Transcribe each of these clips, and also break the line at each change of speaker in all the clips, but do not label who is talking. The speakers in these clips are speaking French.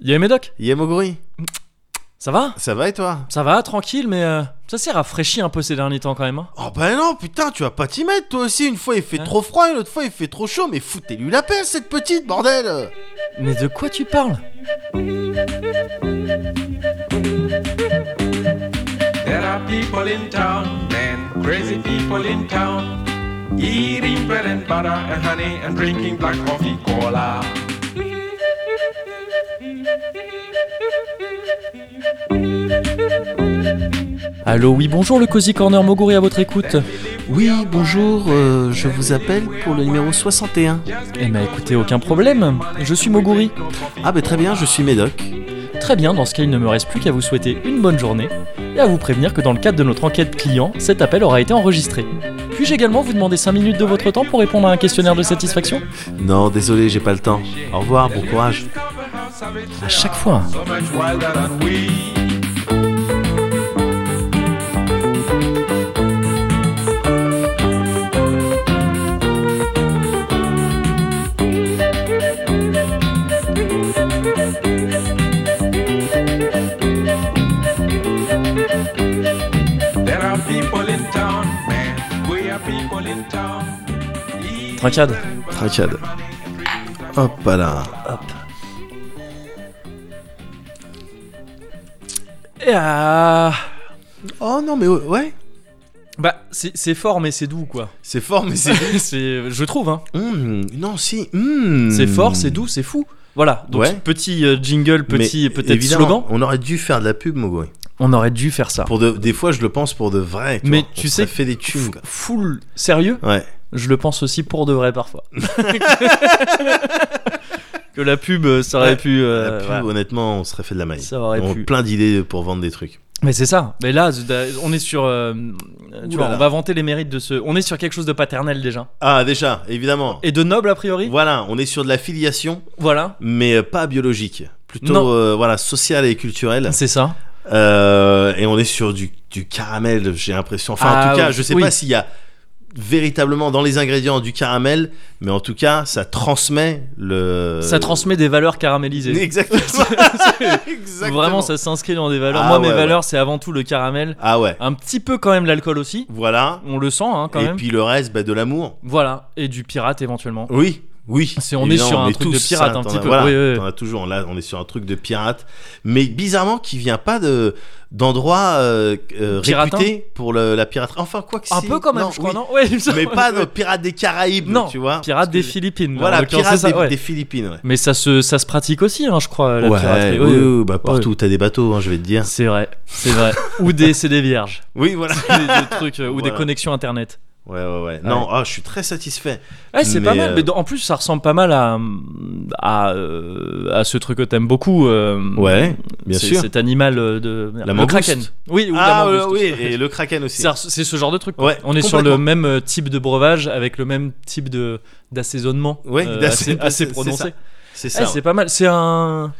Yé Médoc,
Yemoguri,
ça va
ça va et toi
Ça va, tranquille, mais euh, ça s'est rafraîchi un peu ces derniers temps quand même. hein.
Oh bah non, putain, tu vas pas t'y mettre toi aussi. Une fois il fait trop froid, une autre fois il fait trop chaud, mais foutez-lui la paix cette petite, bordel
Mais de quoi tu parles
There are people in town and crazy people in town eating bread and butter and honey and drinking black coffee cola.
Allô, oui, bonjour le Cozy Corner Moguri à votre écoute.
Oui, bonjour, euh, je vous appelle pour le numéro 61.
Eh ben écoutez, aucun problème, je suis Moguri. ben,
Ah bah très bien, je suis Médoc.
Très bien, dans ce cas, il ne me reste plus qu'à vous souhaiter une bonne journée et à vous prévenir que dans le cadre de notre enquête client, cet appel aura été enregistré. Puis-je également vous demander 5 minutes de votre temps pour répondre à un questionnaire de satisfaction
Non, désolé, j'ai pas le temps. Au revoir, bon courage.
À chaque fois.
So much wilder than we. There are people in town, man. We are people in town.
Trincade.
Tracade. Hop là.
Et ah
Oh non, mais ouais.
Bah, c'est c'est fort, mais c'est doux, quoi.
C'est fort, mais c'est.
c'est, je trouve, hein.
Hmm, non, si. hmm.
C'est fort, c'est doux, c'est fou. Voilà, donc
Ouais.
petit euh, jingle, petit
Mais,
peut-être
évidemment,
slogan.
On aurait dû faire de la pub, Moguri.
On aurait dû faire ça.
Pour de, des fois, je le pense pour de vrai.
Mais
vois.
tu
On
sais
aurait fait des tunes. quoi.
Full sérieux,
Ouais.
je le pense aussi pour de vrai parfois. que la pub, euh, ça aurait
Ouais,
pu. euh,
La pub,
voilà.
honnêtement, on serait fait de la maille.
Ça aurait
on a
pu.
plein d'idées pour vendre des trucs.
Mais c'est ça. Mais là, on est sur. euh, tu
Ouh là
vois,
là.
on va vanter les mérites de ce. On est sur quelque chose de paternel déjà.
Ah, déjà, évidemment.
Et de noble a priori.
Voilà, on est sur de la filiation,
Voilà.
mais euh, pas biologique. Plutôt
Non.
euh, voilà, sociale et culturelle.
C'est ça.
Euh, et on est sur du, du caramel, j'ai l'impression. Enfin, en
Ah,
tout cas, je sais
oui.
pas s'il y a véritablement dans les ingrédients du caramel, mais en tout cas, ça transmet le.
Ça transmet des valeurs caramélisées.
Exactement.
Vraiment, ça s'inscrit dans des valeurs.
Ah
Moi, mes
ouais,
valeurs, c'est avant tout le caramel.
Ah ouais.
Un petit peu quand même l'alcool aussi.
Voilà.
On le sent hein, quand
et
même.
puis le reste, bah, de l'amour.
Voilà. Et du pirate éventuellement.
Oui. Oui.
C'est- on est
Évidemment,
sur un
est
truc de
tous
pirate,
ça,
un
t'en
petit
as-
peu.
Voilà,
Oui, oui, oui.
t'en as toujours. Là, on est sur un truc de pirate, mais bizarrement qui vient pas de d'endroits euh, euh,
Piratin.
réputés pour le- la piraterie. Enfin, quoi que
Un
si.
peu quand même,
Non,
je crois,
oui.
non Ouais, il me semble.
Mais pas de pirates des Caraïbes,
Non,
tu vois.
Pirate
Parce
des
que-
Philippines. là, en
Voilà,
l'occurrence,
pirates
c'est ça,
des,
ouais.
des Philippines. Ouais.
Mais ça se, ça se pratique aussi, hein, je crois, la
Ouais,
piraterie.
oui,
Oui, oui.
oui, bah, partout, t'as des bateaux, hein, je vais te dire.
C'est vrai, c'est vrai. ou des, c'est des vierges.
Oui, voilà.
des, des trucs, euh, ou des
Voilà.
connexions internet.
Ouais, ouais, ouais. Non, ah, je suis très satisfait.
Ouais, c'est pas
Mais,
mal.
euh,
Mais dans- en plus, ça ressemble pas mal à, à, euh, à ce truc que t'aimes beaucoup. euh,
Ouais, bien
c'est-
sûr.
Cet animal euh, de. merde,
La
le
mangouste.
kraken. Oui, ou la
Ah,
mangouste
euh, oui,
aussi.
et le kraken aussi.
C'est c'est ce genre de truc. quoi.
Ouais,
On est sur le
complètement.
même euh, type de breuvage avec le même type de d'assaisonnement
Ouais,
euh, assez,
d'assais-
assez
c'est- c'est
prononcé.
ça. C'est
Eh,
ça.
c'est pas mal. C'est un.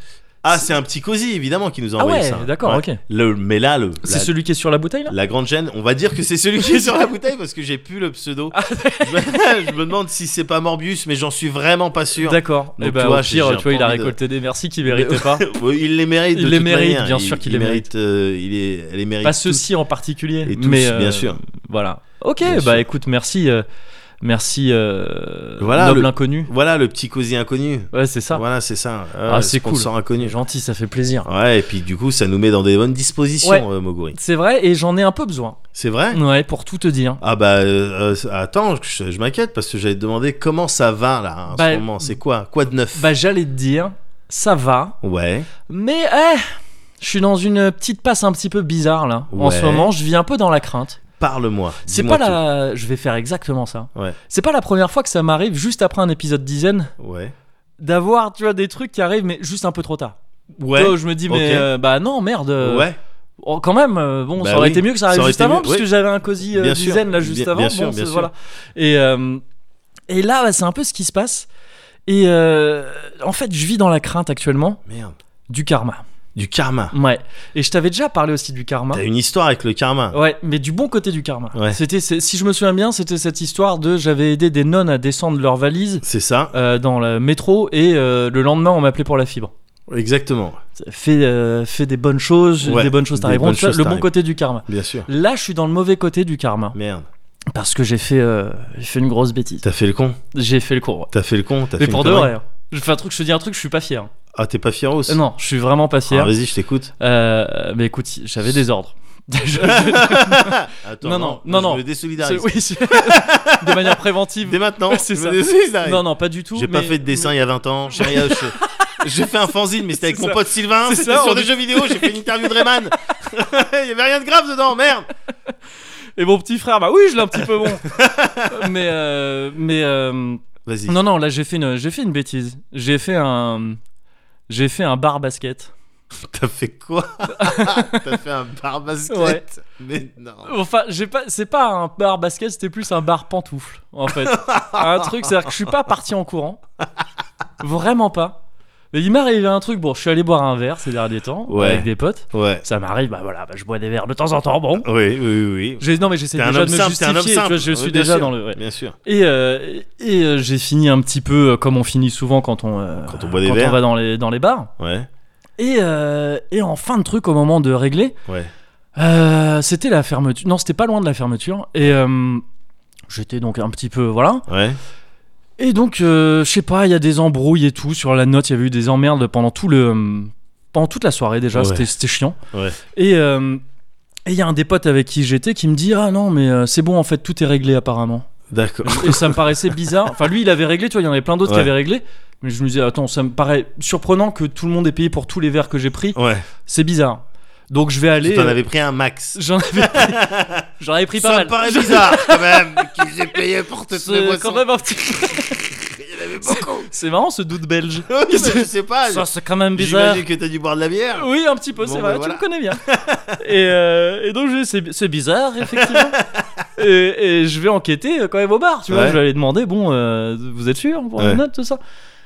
Ah, c'est un petit cosy, évidemment, qui nous a
Ah
envoyé
ouais,
ça.
d'accord, ok.
Le, mais là, le,
C'est
la,
celui qui est sur la bouteille là
la grande gêne, on va dire que c'est celui qui est sur la bouteille parce que j'ai plus le pseudo.
Ah.
je, me, je me demande si c'est pas Morbius, mais j'en suis vraiment pas sûr.
D'accord.
Donc,
Et bah,
tu vois,
au
j'ai-
pire,
j'ai euh,
tu vois, il a
pas envie de-
récolté des merci qu'il méritait pas.
Bon, il les mérite.
Il
de
les
toute
mérite,
manière.
bien sûr
Il-
qu'il
il
les
mérite. euh, il est, elle les mérite.
Pas
tous.
ceci en particulier,
Et tous,
mais euh,
bien sûr.
Voilà. Ok,
Bien
bah
sûr.
écoute, merci, euh, merci, euh,
Voilà,
noble
le-
inconnu.
Voilà le petit cosy inconnu.
Ouais, c'est ça.
Voilà, c'est ça. Euh,
Ah, c'est cool.
Sponsor inconnu.
Gentil, ça fait plaisir.
Ouais, et puis du coup, ça nous met dans des bonnes dispositions,
Ouais.
euh, Moguri.
C'est vrai, et j'en ai un peu besoin.
C'est vrai
Ouais, pour tout te dire.
Ah bah euh, euh, attends, je, je m'inquiète parce que j'allais te demander comment ça va là en
Bah,
ce moment, c'est quoi Quoi de neuf
Bah j'allais te dire, ça va,
Ouais,
mais eh, je suis dans une petite passe un petit peu bizarre là. En
Ouais.
ce moment, je vis un peu dans la crainte.
parle-moi.
C'est
dis-moi
pas la, je vais faire exactement ça.
Ouais.
C'est pas la première fois que ça m'arrive juste après un épisode dizaine
tout. Ouais.
d'avoir tu vois des trucs qui arrivent mais juste un peu trop tard.
Ouais.
Tu vois, je me dis mais
Ok.
euh, bah non merde. euh,
ouais.
Oh, quand même, euh, bon,
Bah
ça aurait
oui,
été mieux que ça
ça
arrive
aurait
juste
été
avant,
mieux,
parce
oui.
que j'avais un cosy euh,
Bien sûr,
dizaine là juste
bien-
avant.
bien sûr,
bon,
bien
c'est-
sûr.
voilà. Et, euh, et là, bah, c'est un peu ce qui se passe. Et euh, en fait, je vis dans la crainte actuellement
Merde.
du karma.
Du karma.
Ouais. Et je t'avais déjà parlé aussi du karma.
T'as une histoire avec le karma.
Ouais, mais du bon côté du karma.
Ouais.
C'était, c'est- si je me souviens bien, c'était cette histoire de j'avais aidé des nonnes à descendre leurs valises
C'est ça
euh, dans le métro et euh, le lendemain on m'appelait pour la fibre.
Exactement,
Fais, euh, fais des bonnes choses,
Ouais,
des bonnes choses
des
t'arriveront.
bonnes
Tu vois,
choses
le bon
t'arrivent.
côté du karma.
bien sûr.
Là, je suis dans le mauvais côté du karma
Merde.
parce que j'ai fait, euh, j'ai fait une grosse bêtise.
T'as fait le con.
J'ai fait le cours. ouais.
T'as fait le con. T'as
Mais
fait
pour
une
de
connerie.
vrai. hein. Je fais un truc, je te dis un truc, je suis pas fier.
Ah, t'es pas fier aussi
Euh, Non, je suis vraiment pas
Ah,
fier.
Vas-y, je t'écoute.
Euh, mais écoute, j'avais des ordres. Je-
Attends,
Non, non, non, non.
Je me désolidarise.
Oui, c'est- de manière préventive.
Dès maintenant,
C'est
je
ça.
me désolidarise.
Non, non, pas du tout.
J'ai pas
mais-
fait de dessin il y a 20 ans. J'ai rien- je- J'ai fait un fanzine, mais c'était avec
C'est
mon
ça.
pote Sylvain.
C'est
C'était
ça,
sur
on
des
est-
jeux vidéo. J'ai fait une interview de Rayman. il y avait rien de grave dedans, merde.
Et mon petit frère, bah oui, je l'ai un petit peu bon. mais euh, mais euh,
Vas-y.
non non, là j'ai fait une j'ai fait une bêtise. J'ai fait un j'ai fait un bar basket.
T'as fait quoi T'as fait un bar basket
Ouais.
Mais non.
Enfin, j'ai pas c'est pas un bar basket, c'était plus un bar pantoufle en fait. un truc, c'est à dire que je suis pas parti en courant. Vraiment pas. Mais il m'est arrivé un truc, bon, je suis allé boire un verre ces derniers temps
Ouais.
avec des potes.
Ouais.
Ça m'arrive, bah voilà, bah, je bois des verres de temps en temps, bon.
Oui, oui, oui.
J'ai- Non mais j'essaie
T'es un
déjà
homme
de me
simple, t'es
justifier,
un homme
tu vois,
simple.
je
Oui,
suis
bien
déjà
sûr.
dans le... ouais.
Bien sûr.
Et, euh, et euh, j'ai fini un petit peu euh, comme on finit souvent quand on, euh,
Quand on boit des
quand
verres.
va dans les, dans les bars.
Ouais.
Et, euh, et en fin de truc, au moment de régler,
Ouais.
euh, c'était la fermeture. Non, c'était pas loin de la fermeture. Et euh, j'étais donc un petit peu. Voilà.
Ouais.
Et donc, euh, je sais pas, il y a des embrouilles et tout. Sur la note, il y avait eu des emmerdes pendant tout le. euh, Pendant toute la soirée déjà,
Ouais.
c'était- c'était chiant.
Ouais.
Et euh, et il y a un des potes avec qui j'étais qui me dit Ah non, mais euh, c'est bon, en fait, tout est réglé apparemment.
D'accord.
et ça me paraissait bizarre. Enfin, lui, il avait réglé, tu vois, il y en avait plein d'autres qui
Ouais.
avaient réglé. Mais je me disais, attends, ça me paraît surprenant que tout le monde ait payé pour tous les verres que j'ai pris.
Ouais.
C'est bizarre. Donc je vais aller.
Tu en
euh,
avais pris un max.
J'en avais pris, j'en avais pris pas
Ça
mal.
me paraît bizarre quand même qu'ils aient payé pour toutes les
C'est
boissons.
quand même un petit-
Il y en avait beaucoup.
C'est marrant ce doute belge.
Oui, mais je sais pas.
Ça, c'est quand même bizarre.
J'imagine que t'as dû boire de la bière.
Oui, un petit peu,
Bon,
c'est
bah,
vrai,
voilà.
tu me connais bien. et, euh, et donc, je- c'est c'est bizarre, effectivement. et, et je vais enquêter euh, quand même au bar, tu vois.
Ouais.
Je vais aller demander, bon, euh, vous êtes sûr pour la
Ouais.
note, tout ça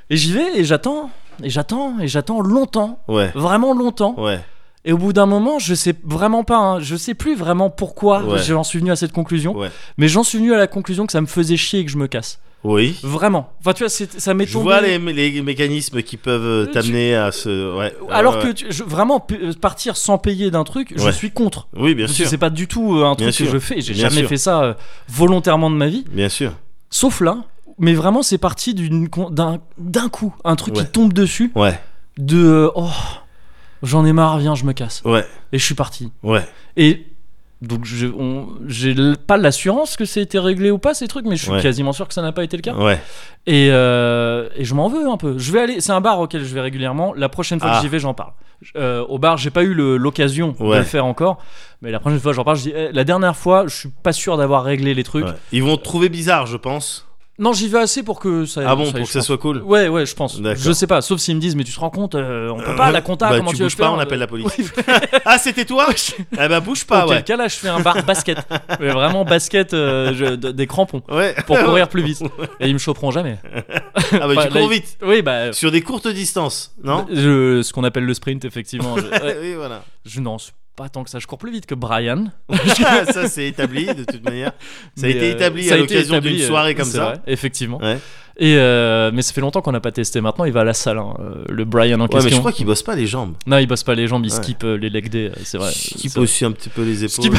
Et j'y vais, et j'attends, et j'attends, et j'attends longtemps,
Ouais.
vraiment longtemps.
Ouais.
Et au bout d'un moment, je sais vraiment pas, hein, je sais plus vraiment pourquoi
Ouais.
j'en suis venu à cette conclusion,
Ouais.
mais j'en suis venu à la conclusion que ça me faisait chier et que je me casse.
Oui.
Vraiment. Enfin, tu vois, c'est- ça m'est
Je
tombé- Euh,
vois les, les mécanismes qui peuvent euh,
Tu- Euh,
t'amener à ce. Ouais.
Alors
Ouais,
que
ouais.
tu- je- vraiment p- euh, partir sans payer d'un truc, je
Ouais.
suis contre.
Oui, bien
Parce que
sûr.
c'est pas du tout euh, un truc
Bien
que
sûr.
je fais. J'ai
Bien
jamais
sûr.
fait ça euh, volontairement de ma vie.
Bien sûr.
Sauf là. Mais vraiment, c'est parti d'une con- d'un d'un coup, un truc
Ouais.
qui tombe dessus
Ouais.
de euh, oh j'en ai marre, viens, je me casse.
Ouais.
Et je suis parti.
Ouais.
Et donc je- on- j'ai l- pas l'assurance que ça a été réglé ou pas ces trucs, mais je suis
Ouais.
quasiment sûr que ça n'a pas été le cas.
Ouais.
Et, euh, et je m'en veux un peu. Je vais aller, c'est un bar auquel je vais régulièrement. La prochaine fois
Ah.
que j'y vais, j'en parle. Je- euh, au bar, j'ai pas eu le- l'occasion de
Ouais.
le faire encore, mais la prochaine fois, j'en parle. Je dis, eh, la dernière fois, je suis pas sûr d'avoir réglé les trucs.
ouais. Ils vont te trouver bizarre, je pense.
Non, j'y vais assez pour que ça.
Ah bon,
Euh, ça aille,
pour que
je
ça
pense.
soit cool.
Ouais, ouais, je pense.
D'accord.
Je sais pas, sauf s'ils me disent, mais tu te rends compte, euh, on peut pas,
Euh,
la compta,
bah,
comment
tu
tu, veux
bouges pas,
faire
on appelle la police.
Oui,
Ah, c'était toi Eh ben, bouge pas,
Auquel
ouais.
cas là, je fais un bar basket. Mais vraiment basket, euh, je- de- des crampons
Ah Ouais.
pour courir plus vite. Et ils me choperont jamais.
Ah, bah,
Enfin,
tu cours
là,
vite.
Oui, bah.
Sur des courtes distances, non
je- ce qu'on appelle le sprint, effectivement. Je, ouais,
Oui, voilà.
je n'en suis pas tant que ça. Je cours plus vite que Brian.
Ah, ça, c'est établi, de toute manière. Ça a
Mais,
été
euh,
établi
ça
à
a été
l'occasion
établi,
d'une
euh,
soirée comme
c'est
ça.
vrai, effectivement.
Ouais.
Et euh, mais ça fait longtemps qu'on n'a pas testé. Maintenant, il va à la salle, hein, euh, le Brian en
Ouais, mais je
question.
crois qu'ils bossent pas les jambes.
Non, il bosse pas les jambes, il
Ouais.
skip euh, les leg days. euh, C'est vrai.
Skip
C'est vrai.
aussi un petit peu les épaules.
Skip.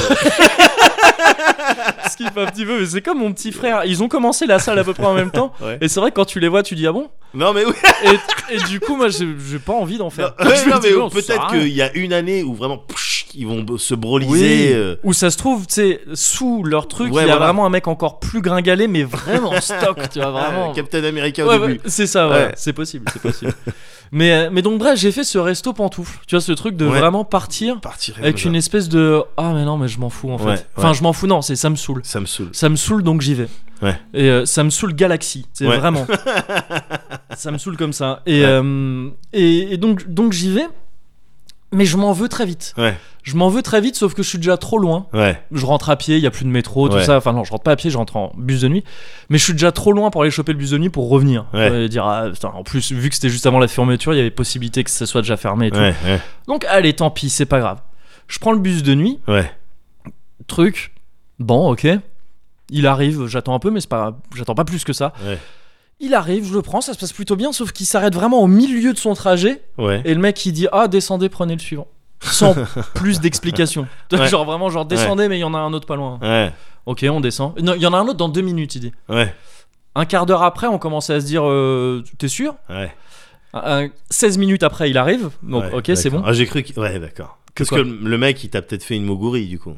skip un petit peu. Mais c'est comme mon petit frère. Ils ont commencé la salle à peu près en même temps.
Ouais.
Et c'est vrai que quand tu les vois, tu dis ah bon.
Non, mais oui.
et, et du coup, moi, j'ai j'ai pas envie d'en
Non,
faire.
ouais,
Je me
non,
dis,
mais
bon, ça sert
peut-être
à rien.
qu'il y a une année où vraiment psh, ils vont b- se broliser.
Oui.
euh,
Ou ça se trouve, tu sais, sous leur truc, il
Ouais,
y a
voilà.
vraiment un mec encore plus gringalé, mais vraiment stock, tu vois,
ah,
vraiment.
Captain America au
Ouais,
début.
ouais, c'est ça, voilà.
Ouais.
c'est possible, c'est possible. mais, euh, mais donc, bref, j'ai fait ce resto pantoufle. Tu vois, ce truc de
Ouais.
vraiment partir
Partirait comme
avec
ça.
une espèce de Ah, mais non, mais je m'en fous en fait.
Ouais, ouais.
Enfin, je m'en fous, non, c'est ça me saoule.
Ça me saoule.
Ça me saoule donc j'y vais.
Ouais.
Et euh, ça me saoule Galaxy, c'est
Ouais.
vraiment. ça me saoule comme ça. Et,
Ouais.
euh, et, et donc, donc j'y vais, mais je m'en veux très vite.
Ouais,
Je m'en veux très vite, sauf que je suis déjà trop loin.
ouais,
Je rentre à pied, il y a plus de métro, tout
Ouais.
ça. Enfin non, je rentre pas à pied, je rentre en bus de nuit. Mais je suis déjà trop loin pour aller choper le bus de nuit pour revenir.
Ouais.
Euh, dire ah, putain, en plus vu que c'était juste avant la fermeture, il y avait possibilité que ça soit déjà fermé. Et tout.
ouais, ouais,
Donc allez, tant pis, c'est pas grave. Je prends le bus de nuit,
ouais.
truc. Bon, ok. Il arrive, j'attends un peu, mais c'est pas, j'attends pas plus que ça.
Ouais.
Il arrive, je le prends, ça se passe plutôt bien, sauf qu'il s'arrête vraiment au milieu de son trajet.
Ouais.
Et le mec, il dit Ah, descendez, prenez le suivant. Sans plus d'explication.
Ouais.
Genre vraiment, genre descendez, mais il y en a un autre pas loin.
Ouais.
Ok, on descend. Non, il y en a un autre dans deux minutes, il dit.
Ouais.
Un quart d'heure après, on commençait à se dire euh, T'es sûr
Ouais.
Un- un- 16 minutes après, il arrive. Donc,
Ouais,
ok, c'est
d'accord.
bon.
Ah, j'ai cru que. Ouais, d'accord.
Que
Parce
quoi
que le mec, il t'a peut-être fait une mogourie, du coup.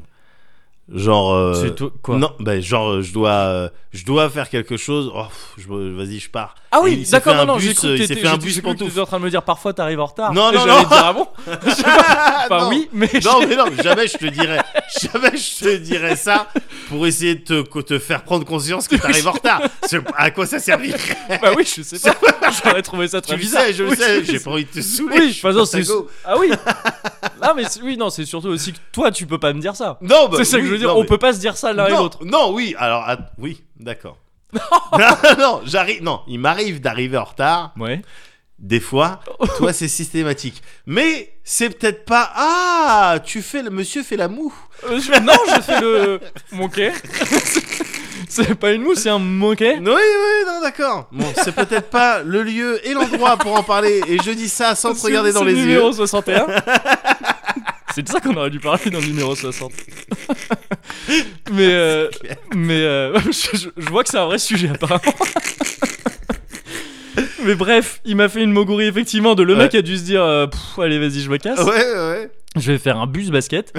Genre. euh,
C'est tout- quoi
Non, bah, genre, euh, je dois, euh, je dois faire quelque chose. Oh, pff, je- vas-y, je pars.
Ah
Et
oui,
il s'est
d'accord,
fait
non,
un
non, j'ai
bus,
cru
euh,
que
il s'est
t'étais-
fait un
j'ai-
bus
j'ai cru que
pantoufle.
t'étais en train de me dire parfois t'arrives en retard.
Non,
Et
non,
j'allais
non. Ah
dire, ah bon Je sais pas. Enfin,
Non.
Bah oui, mais.
Non, mais non, jamais je te dirais, jamais je te dirais ça pour essayer de te, que te faire prendre conscience que t'arrives en retard. C'est- À quoi ça servirait
Bah oui, je sais pas. J'aurais trouvé ça très
Tu le
bizarre.
sais, je le
Oui,
sais,
je
j'ai
sais.
pas envie de te saouler.
Oui,
je
de toute façon,
suis
c'est.
Pago.
Ah oui Non, mais c'est- oui, non, c'est surtout aussi que toi, tu peux pas me dire ça.
Non, bah,
c'est ça que
oui,
je veux dire,
non,
on
mais-
peut pas se dire ça l'un et
non,
l'autre.
Non, oui, alors, att- oui, d'accord. non, non, j'arrive, non, il m'arrive d'arriver en retard,
Ouais.
des fois, toi c'est systématique. Mais c'est peut-être pas, ah, tu fais, le monsieur fait la moue.
Euh, je- Non, je fais le. Moquet. c'est pas une mousse, c'est un moquet.
Oui, oui, non, d'accord. Bon, c'est peut-être pas le lieu et l'endroit pour en parler, et je dis ça sans te
C'est-
regarder dans
c'est
les
le
yeux.
numéro 61. C'est de ça qu'on aurait dû parler dans le numéro 60. mais euh, mais euh, je, je- je vois que c'est un vrai sujet apparemment. mais bref, il m'a fait une mogourie effectivement de le mec a dû se dire euh, Pff, allez vas-y je me casse.
Ouais, ouais.
Je vais faire un bus basket.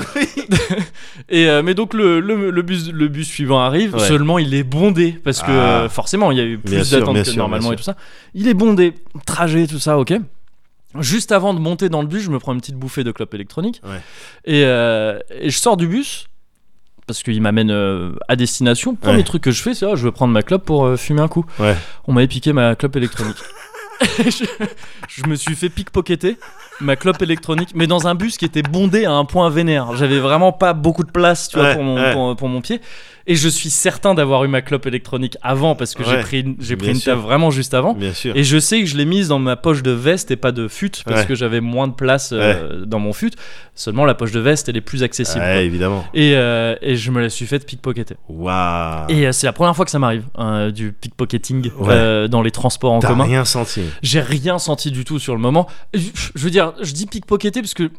et euh, mais donc le, le, le bus le bus suivant arrive.
Ouais.
Seulement il est bondé parce que
Ah.
euh, forcément il y a eu
Bien
plus
sûr,
d'attentes
bien
que
sûr,
normalement
bien
et tout ça. Il est bondé, trajet tout ça, ok. Juste avant de monter dans le bus, je me prends une petite bouffée de clope électronique
Ouais.
et, euh, et je sors du bus parce qu'il m'amène euh, à destination. Premier
Ouais.
truc que je fais, c'est ah, je veux prendre ma clope pour euh, fumer un coup.
Ouais.
On m'avait piqué ma clope électronique. Et je, je me suis fait pickpocketer ma clope électronique, mais dans un bus qui était bondé à un point vénère. J'avais vraiment pas beaucoup de place, tu vois,
Ouais,
pour, mon,
ouais.
pour, pour mon pied. Et je suis certain d'avoir eu ma clope électronique avant, parce que j'ai
Ouais,
pris, une- j'ai pris
bien
une
sûr.
table vraiment juste avant.
Bien sûr.
Et je sais que je l'ai mise dans ma poche de veste et pas de fut, parce
Ouais.
que j'avais moins de place euh, dans mon fut. Seulement la poche de veste, elle est plus accessible. quoi.
Ouais, évidemment.
Et, euh, et je me la suis faite pickpocketer.
Waouh.
Et euh, c'est la première fois que ça m'arrive, hein, du pickpocketing
Ah. Ouais.
euh, dans les transports en
T'as
commun.
rien senti.
J'ai rien senti du tout sur le moment. Je, je veux dire, je dis pickpocketer parce que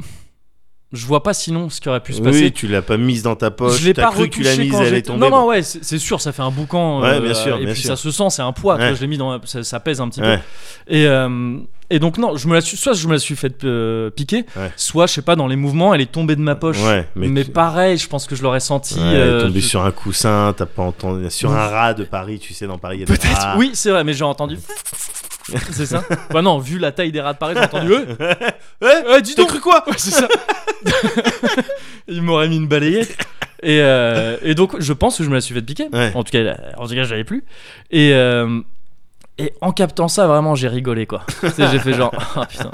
je vois pas sinon ce qui aurait pu se passer.
Oui, tu l'as pas mise dans ta poche.
je l'ai
t'as
pas
cru que tu l'as
retouché
mise,
quand
elle
j'ai-
est tombée.
Non, non,
bon.
ouais, c'est c'est sûr, ça fait un boucan. euh,
Ouais, bien sûr,
et
bien
puis
sûr.
ça se sent, c'est un poids. tu
Ouais.
vois, Je l'ai mis dans, ça, ça pèse un petit
Ouais.
peu. Et, euh, et donc non, je me la suis, soit je me la suis fait euh, piquer,
Ouais.
soit je sais pas dans les mouvements, elle est tombée de ma poche.
Ouais, mais,
mais pareil, je pense que je l'aurais senti.
Ouais, elle est
euh,
tombée
je-
sur un coussin, t'as pas entendu. Sur un rat de Paris, tu sais, dans Paris, il y a des
Peut-être.
rats.
Oui, c'est vrai, mais j'ai entendu. c'est ça Bah non, vu la taille des rats de Paris, j'ai entendu. Eh,
Ouais,
eh, dis
T'as
donc
cru quoi
Ouais, c'est ça. Il m'aurait mis une balayette. Et, euh, et donc, je pense que je me la suis fait piquer.
Ouais.
En tout cas, là, en tout cas, j'avais plus. Et, euh, et en captant ça, vraiment, j'ai rigolé quoi. Tu sais, j'ai fait genre, ah putain.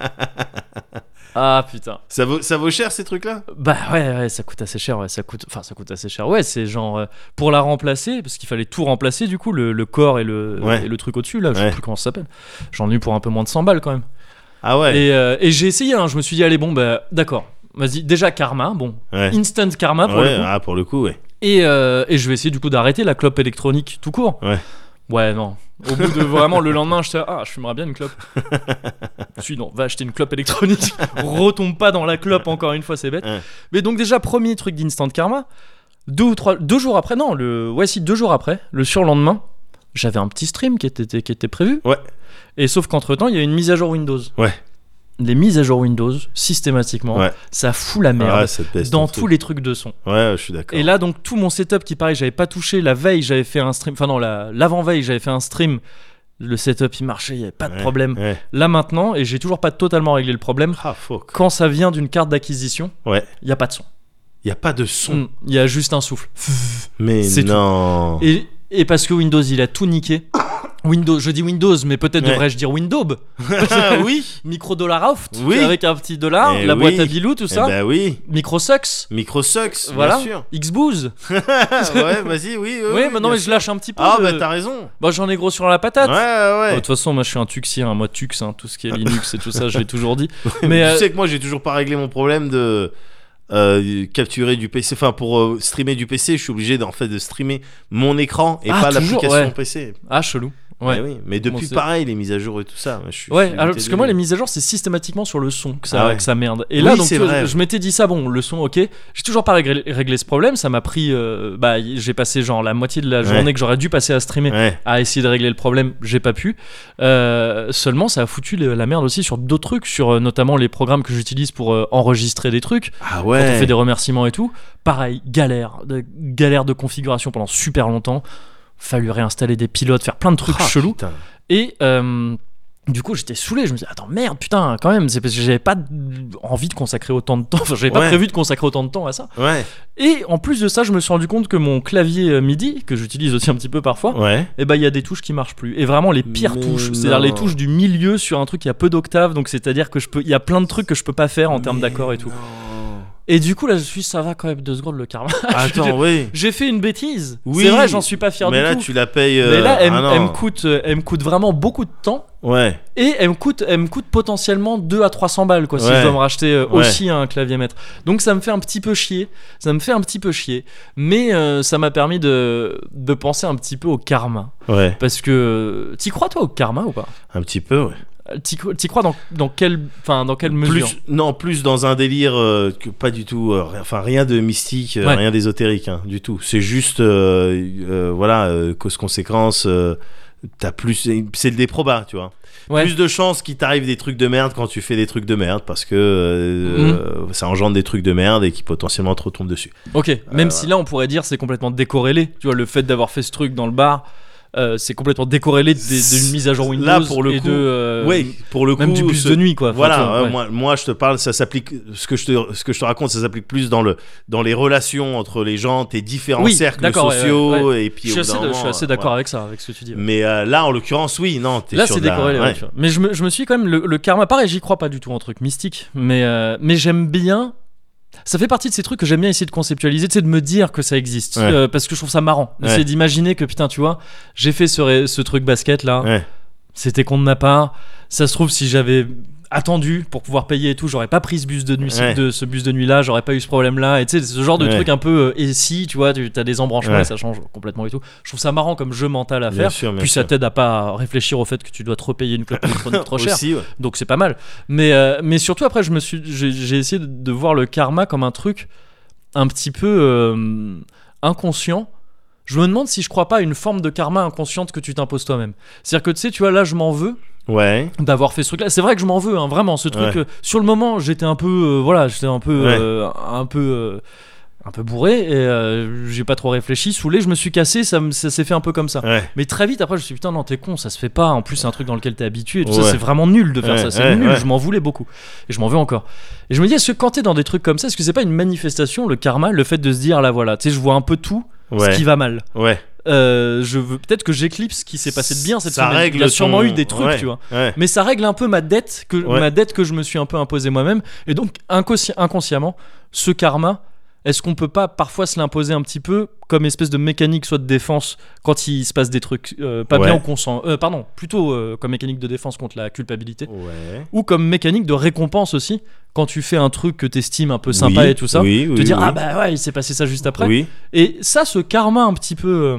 Ah putain.
ça vaut, ça vaut cher ces trucs-là
Bah ouais, ouais, ça coûte assez cher. Ouais, ça coûte, enfin, ça coûte assez cher. Ouais, c'est genre euh, pour la remplacer, parce qu'il fallait tout remplacer du coup, le, le corps et le,
Ouais.
et le truc au-dessus là. Je
Ouais.
sais plus comment ça s'appelle. J'en ai eu pour un peu moins de 100 balles quand même.
Ah ouais.
Et, euh, et j'ai essayé, hein, je me suis dit, allez, bon, bah, d'accord. Vas-y, déjà karma, bon,
Ouais.
instant karma pour
ouais,
le coup.
ah, pour le coup, ouais.
Et, euh, et je vais essayer du coup d'arrêter la clope électronique tout court.
Ouais.
Ouais, non. Au bout de vraiment le lendemain, je ah, je fumerais bien une clope. je suis non, va acheter une clope électronique. Retombe pas dans la clope encore une fois, c'est bête.
Ouais.
Mais donc déjà premier truc d'instant karma. Deux ou trois, deux jours après, non, le, ouais si deux jours après, le surlendemain, j'avais un petit stream qui était qui était prévu.
Ouais.
Et sauf qu'entre temps, il y a une mise à jour Windows.
Ouais.
Les mises à jour Windows systématiquement,
Ouais.
ça fout la
Ah,
merde
ça te baisse
euh, dans
ton
tous les trucs de son.
truc. Ouais, je suis d'accord.
Et là, donc, tout mon setup qui, pareil, j'avais pas touché. La veille, j'avais fait un stream. Enfin, non, la- l'avant-veille, j'avais fait un stream. Le setup, il marchait, il y avait pas de
Ouais,
problème.
Ouais.
Là, maintenant, et j'ai toujours pas totalement réglé le problème,
Ah, fuck.
quand ça vient d'une carte d'acquisition,
Ouais.
il y a pas de son.
Y a pas de son.
Mm, Il y a juste un souffle.
Mais
C'est tout.
non.
Et, et parce que Windows, il a tout niqué. Windows, je dis Windows, mais peut-être
Ouais.
devrais-je dire Windows.
Ah oui.
Micro dollar off,
Oui.
avec un petit dollar,
Eh
la
oui.
boîte à bilou, tout
Eh
ça.
Bah oui.
Micro sucks,
Micro sucks,
Voilà.
bien sûr.
Xbooze.
ouais, vas-y, oui. Oui,
oui, maintenant,
bien
mais je
sûr.
lâche un petit peu.
Euh, Ah,
de-
bah t'as raison.
Bah, j'en ai gros sur la
Ouais,
patate. Oh, De
ouais.
toute façon, moi je suis un tuxien, hein. moi tux, hein, tout ce qui est Linux et tout ça, je l'ai toujours dit. Mais euh,
Tu sais que moi, j'ai toujours pas réglé mon problème de euh, capturer du PC. Enfin, pour euh, streamer du PC, je suis obligé d'en fait de streamer mon écran et
Ah,
pas
toujours,
l'application
ouais.
PC.
ah chelou. Ouais.
Eh oui. Mais
Bon,
depuis,
c'est-
pareil, les mises à jour et tout ça. Je suis, je
Ouais,
suis
alors, parce que moi, les
désolé.
mises à jour, c'est systématiquement sur le son que ça,
Ah ouais.
que ça merde. Et
Oui,
là, donc,
c'est
tu vois,
vrai.
je m'étais dit ça, bon, le son, ok. J'ai toujours pas réglé, réglé ce problème. Ça m'a pris. euh, bah, y- j'ai passé genre la moitié de la journée que j'aurais dû passer à streamer
Ouais.
à essayer de régler le problème. J'ai pas pu. Euh, seulement, ça a foutu le- la merde aussi sur d'autres trucs, sur euh, notamment les programmes que j'utilise pour euh, enregistrer des trucs
Ah
quand
ouais.
on fait des remerciements et tout. Pareil, galère, de, galère de configuration pendant super longtemps. Fallu réinstaller des pilotes, faire plein de trucs
Ah,
chelous.
putain.
Et euh, du coup, j'étais saoulé. Je me disais, attends, merde, putain, quand même, c'est parce que j'avais pas d- envie de consacrer autant de temps. Enfin, j'avais pas
Ouais.
prévu de consacrer autant de temps à ça.
Ouais.
Et en plus de ça, je me suis rendu compte que mon clavier euh, MIDI, que j'utilise aussi un petit peu parfois,
Ouais.
et bah il y a des touches qui marchent plus et vraiment les pires
Mais
touches c'est-à-dire
non.
les touches du milieu sur un truc qui a peu d'octaves donc c'est-à-dire que je peux il y a plein de trucs que je peux pas faire en termes
Mais
d'accords et tout
non.
et du coup là je suis ça va quand même deux secondes le karma
Attends, oui.
j'ai fait une bêtise
Oui.
c'est vrai j'en suis pas fier
Mais
du
là,
tout
tu la payes. euh,
mais là elle,
ah
m-
non.
elle me coûte euh, elle me coûte vraiment beaucoup de temps
Ouais.
et elle me coûte elle me coûte potentiellement 2 à 300 balles quoi si
Ouais.
je dois me racheter euh,
Ouais.
aussi un clavier maître donc ça me fait un petit peu chier ça me fait un petit peu chier mais euh, ça m'a permis de de penser un petit peu au karma
Ouais.
parce que euh, t'y crois toi au karma ou pas
Un petit peu, ouais.
T'y cro- t'y crois dans, dans, quelle, enfin, dans quelle mesure
Plus, non, plus dans un délire euh, que pas du tout. euh, rien- Enfin, rien de mystique, euh,
Ouais.
rien d'ésotérique, hein, du tout. C'est juste, euh, euh, voilà, euh, cause-conséquence. euh, T'as plus, c'est le déproba, tu vois.
Ouais.
Plus de chances qu'il t'arrive des trucs de merde quand tu fais des trucs de merde parce que euh,
Mhm.
ça engendre des trucs de merde et qui potentiellement te retombent dessus.
Ok, même si là on pourrait dire c'est complètement décorrélé. Tu vois, le fait d'avoir fait ce truc dans le bar, euh, c'est complètement décorrélé des- d'une mise à jour Windows
Là, pour le
et
coup,
de, euh,
oui, pour le coup,
même du bus
ce-
de nuit quoi. Enfin, tu
Voilà,
vois,
euh,
ouais.
moi, moi je te parle, ça s'applique. Ce que je te, ce que je te raconte, ça s'applique plus dans le, dans les relations entre les gens, tes différents
Oui,
cercles
d'accord, ouais,
sociaux
ouais,
et puis.
je suis
au bout
assez,
d'un
je suis
moment,
assez
euh,
d'accord
voilà.
avec ça, avec ce que tu dis. ouais.
Mais euh, là, en l'occurrence, oui, non, t'es
Là
sur
c'est
de la-
décorrélé, ouais,
ouais.
tu vois. mais je me, je me suis quand même le, le karma pareil, j'y crois pas du tout en truc mystique, mais euh, mais j'aime bien. Ça fait partie de ces trucs que j'aime bien essayer de conceptualiser, c'est de me dire que ça existe,
Ouais.
euh, parce que je trouve ça marrant.
Ouais.
C'est d'imaginer que putain, tu vois, j'ai fait ce, ré- ce truc basket là,
Ouais.
c'était qu'on n'a pas. Ça se trouve, si j'avais attendu pour pouvoir payer et tout, j'aurais pas pris ce bus de nuit,
Ouais.
de, ce bus de nuit là, j'aurais pas eu ce problème là. Et tu sais, ce genre de
Ouais.
truc un peu euh, et si, tu vois, tu as des embranchements
Ouais.
et ça change complètement et tout. Je trouve ça marrant comme jeu mental à
Bien
faire.
sûr, bien
Puis ça
sûr.
t'aide à pas réfléchir au fait que tu dois te repayer une clope électronique trop chère.
Aussi, ouais.
Donc c'est pas mal. Mais, euh, mais surtout après, je me suis, j'ai, j'ai essayé de, de voir le karma comme un truc un petit peu euh, inconscient. Je me demande si je crois pas à une forme de karma inconsciente que tu t'imposes toi-même. C'est-à-dire que tu sais, tu vois, là, je m'en veux
Ouais.
d'avoir fait ce truc-là. C'est vrai que je m'en veux, hein, vraiment. Ce truc,
Ouais.
euh, sur le moment, j'étais un peu, euh, voilà, j'étais un peu,
Ouais.
euh, un peu. euh, un peu bourré et euh, j'ai pas trop réfléchi saoulé je me suis cassé ça, me- ça s'est fait un peu comme ça
Ouais.
mais très vite après je me suis dit, putain non t'es con ça se fait pas en plus c'est un truc dans lequel t'es habitué et tout ça
Ouais.
c'est vraiment nul de faire
Ouais,
ça c'est
ouais,
nul
ouais.
je m'en voulais beaucoup et je m'en veux encore et je me dis est-ce que quand t'es dans des trucs comme ça est-ce que c'est pas une manifestation le karma le fait de se dire là voilà tu sais je vois un peu tout
Ouais.
ce qui va mal
Ouais.
Euh, je veux peut-être que j'éclipse ce qui s'est passé de bien cette
ça
semaine
Règle
il y a sûrement
ton-
eu des trucs
ouais,
tu vois
Ouais.
mais ça règle un peu ma dette que
Ouais.
ma dette que je me suis un peu imposée moi-même et donc inconsci- inconsciemment ce karma est-ce qu'on peut pas parfois se l'imposer un petit peu comme espèce de mécanique soit de défense quand il se passe des trucs euh, pas
Ouais.
bien ou qu'on sent euh, pardon plutôt euh, comme mécanique de défense contre la culpabilité
Ouais.
ou comme mécanique de récompense aussi quand tu fais un truc que t'estimes un peu sympa
Oui,
et tout ça
Oui,
te
oui,
dire
oui.
ah bah ouais il s'est passé ça juste après
Oui.
et ça, ce karma un petit peu euh,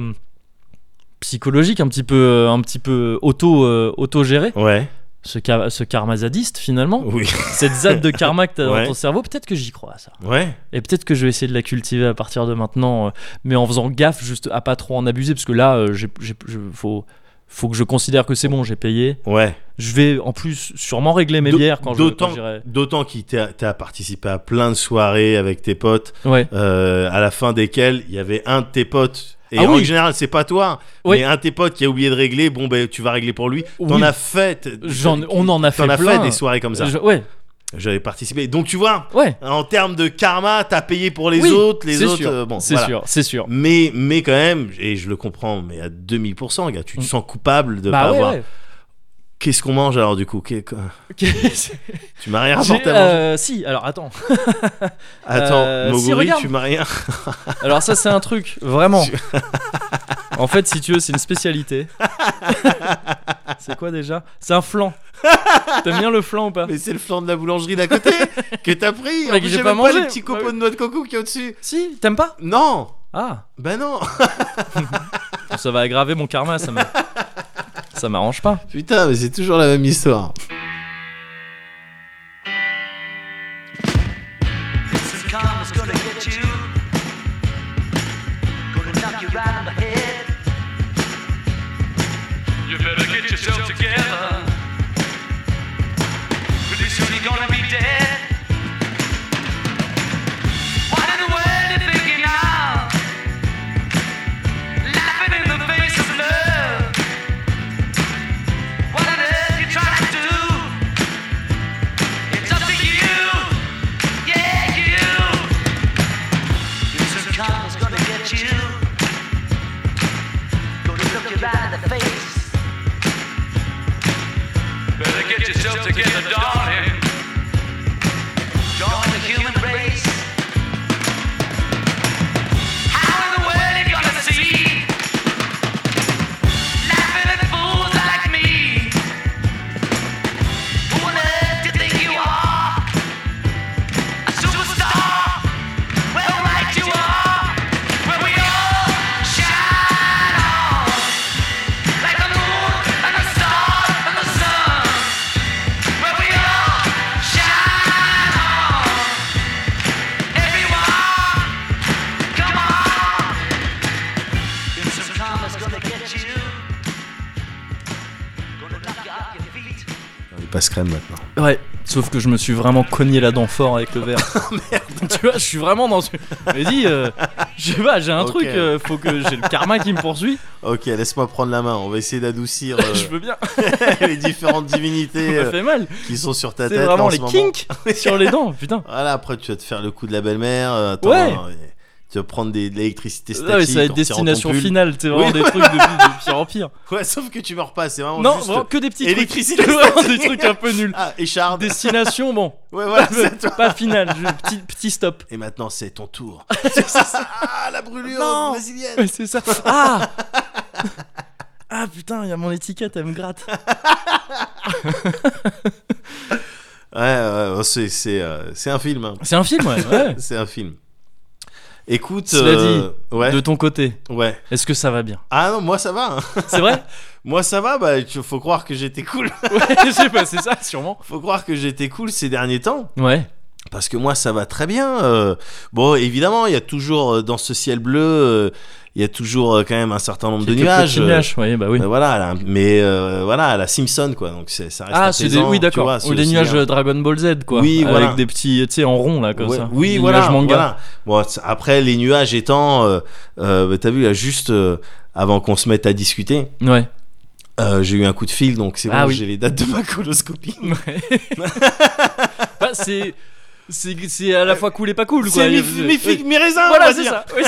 psychologique, un petit peu, euh, un petit peu auto, euh, auto-géré,
Ouais.
ce, ka- ce karma zadiste finalement,
Oui.
cette zade de karma que t'as dans
Ouais.
ton cerveau, peut-être que j'y crois à ça.
Ouais.
Et peut-être que je vais essayer de la cultiver à partir de maintenant, euh, mais en faisant gaffe juste à pas trop en abuser, parce que là, euh, j'ai, j'ai- je- faut, faut que je considère que c'est bon, j'ai payé.
Ouais.
Je vais en plus sûrement régler mes
D'au-
bières quand je
d'autant-
quand j'irai-
D'autant qu'il t'a t'as participé à plein de soirées avec tes potes.
Ouais.
euh, à la fin desquels il y avait un de tes potes. Et
Ah
en
oui.
général, c'est pas toi,
Oui.
mais un de tes potes qui a oublié de régler, bon ben tu vas régler pour lui. T'en
Oui.
as fait. t-
J'en-
t-
on en a fait
T'en as fait
plein.
des soirées comme ça.
Je- ouais,
J'avais participé. Donc tu vois,
ouais.
en termes de karma, t'as payé pour les
Oui,
autres, les
c'est
autres.
sûr,
euh, bon,
c'est
voilà.
sûr, c'est sûr.
Mais, mais quand même, et je le comprends, mais à 2000%, gars, tu te
Mm.
sens coupable de
bah
pas
ouais,
avoir.
ouais.
Qu'est-ce qu'on mange alors du coup Qu'est- quoi
Qu'est-ce-
Tu m'as rien
J'ai-
apporté à manger.
euh, si, alors attends.
Attends,
euh, si,
Moguri,
regarde.
tu m'as rien.
Alors ça c'est un truc, vraiment. en fait, si tu veux, c'est une spécialité. c'est quoi déjà C'est un flan. T'aimes bien le flan ou pas
Mais c'est le flan de la boulangerie d'à côté que t'as pris.
Mais
En
que
plus,
j'ai
j'ai
pas
même
mangé.
les petits copeaux
Bah oui.
de noix de coco qui est au-dessus.
Si, t'aimes pas
Non
Ah,
Bah non
ça va aggraver mon karma, ça me... ça m'arrange pas.
Putain, mais c'est toujours la même histoire.
Mrs. Karma's gonna get you. Gonna knock you right on the head.
You better get yourself together. Pretty soon you're gonna be dead. What in the world you thinking of? Laughing in the face of love. What on earth you trying to do? It's up to you. Yeah, you.
Mrs. Karma's gonna get you. Gonna look you right in the face.
Better get yourself together, darling.
Join the human race. How in the world you gonna see?
Laughing at fools like me.
Who on earth do you think you are?
A superstar.
Well, right you are.
Where we all shine on like the moon and the stars and the sun. Where we all shine on. Everyone, come on.
Mrs. Karma's gonna get you. Gonna knock you off your feet.
Les passe crème maintenant.
Ouais. Sauf que je me suis vraiment cogné la dent fort avec le verre.
Oh,
Tu vois, je suis vraiment dans. une- Vas-y, euh, je sais pas, j'ai un
Ok.
truc. euh, faut que j'ai le karma qui me poursuit.
Ok, laisse-moi prendre la main. On va essayer d'adoucir euh,
je veux bien.
les différentes
Ça
divinités
m'a
euh,
fait mal.
qui sont sur ta
C'est
tête. là,
vraiment
en
les
ce moment.
kinks sur les dents. Putain.
Voilà, après tu vas te faire le coup de la belle-mère. euh, attends,
Ouais.
euh, Tu vas prendre des- de l'électricité statique.
Ouais, ça va être
en tirant ton
destination
pull.
finale, c'est vraiment
Oui.
des trucs de, de pire en pire.
Ouais, sauf que tu meurs pas, c'est vraiment
non,
juste.
vraiment que des petits trucs.
électricité
Vraiment des
statique.
trucs un peu nuls.
Ah, écharde.
Destination, bon,
Ouais, voilà, c'est toi.
pas finale, je- petit, petit stop.
Et maintenant, c'est ton tour. C'est ça. ah, la brûlure
Non.
brésilienne.
Ouais, c'est ça. Ah Ah putain, il y a mon étiquette, elle me gratte.
Ouais, ouais, ouais, c'est c'est euh, c'est un film. hein.
C'est un film, ouais. ouais.
C'est un film. Écoute,
Cela
euh, ouais,
De ton côté,
ouais.
est-ce que ça va bien
Ah non, moi ça va. hein.
C'est vrai
Moi ça va. Bah, tu- faut croire que j'étais cool.
Ouais, je sais pas, c'est ça, sûrement.
faut croire que j'étais cool ces derniers temps.
Ouais.
Parce que moi, ça va très bien. euh. bon, évidemment, il y a toujours euh, dans ce ciel bleu, euh, il y a toujours euh, quand même un certain nombre de
Quelques
nuages.
petits
euh,
nuages, ouais, bah oui.
euh, voilà, là, mais euh, voilà, à la Simpson quoi. Donc c'est- ça reste
Ah, c'est des,
apaisant,
oui,
tu vois,
d'accord.
c'est
Ou des
aussi
nuages
bien.
euh, Dragon Ball Z, quoi.
Oui,
avec
voilà.
des petits, euh, tu sais, en rond, là, comme
Ouais,
ça.
Oui,
des
voilà.
Nuages manga.
voilà. Bon, c'est- après, les nuages étant, euh, euh, bah, t'as vu là, juste euh, avant qu'on se mette à discuter,
Ouais.
euh, j'ai eu un coup de fil, donc c'est
Ah
bon,
oui.
j'ai les dates de ma coloscopie.
Ouais. Bah, c'est. C'est c'est à la fois cool et pas cool, quoi.
C'est mi,
Il y a-
mi fig, mi raisin, on
Voilà,
va
c'est
dire.
ça. Oui,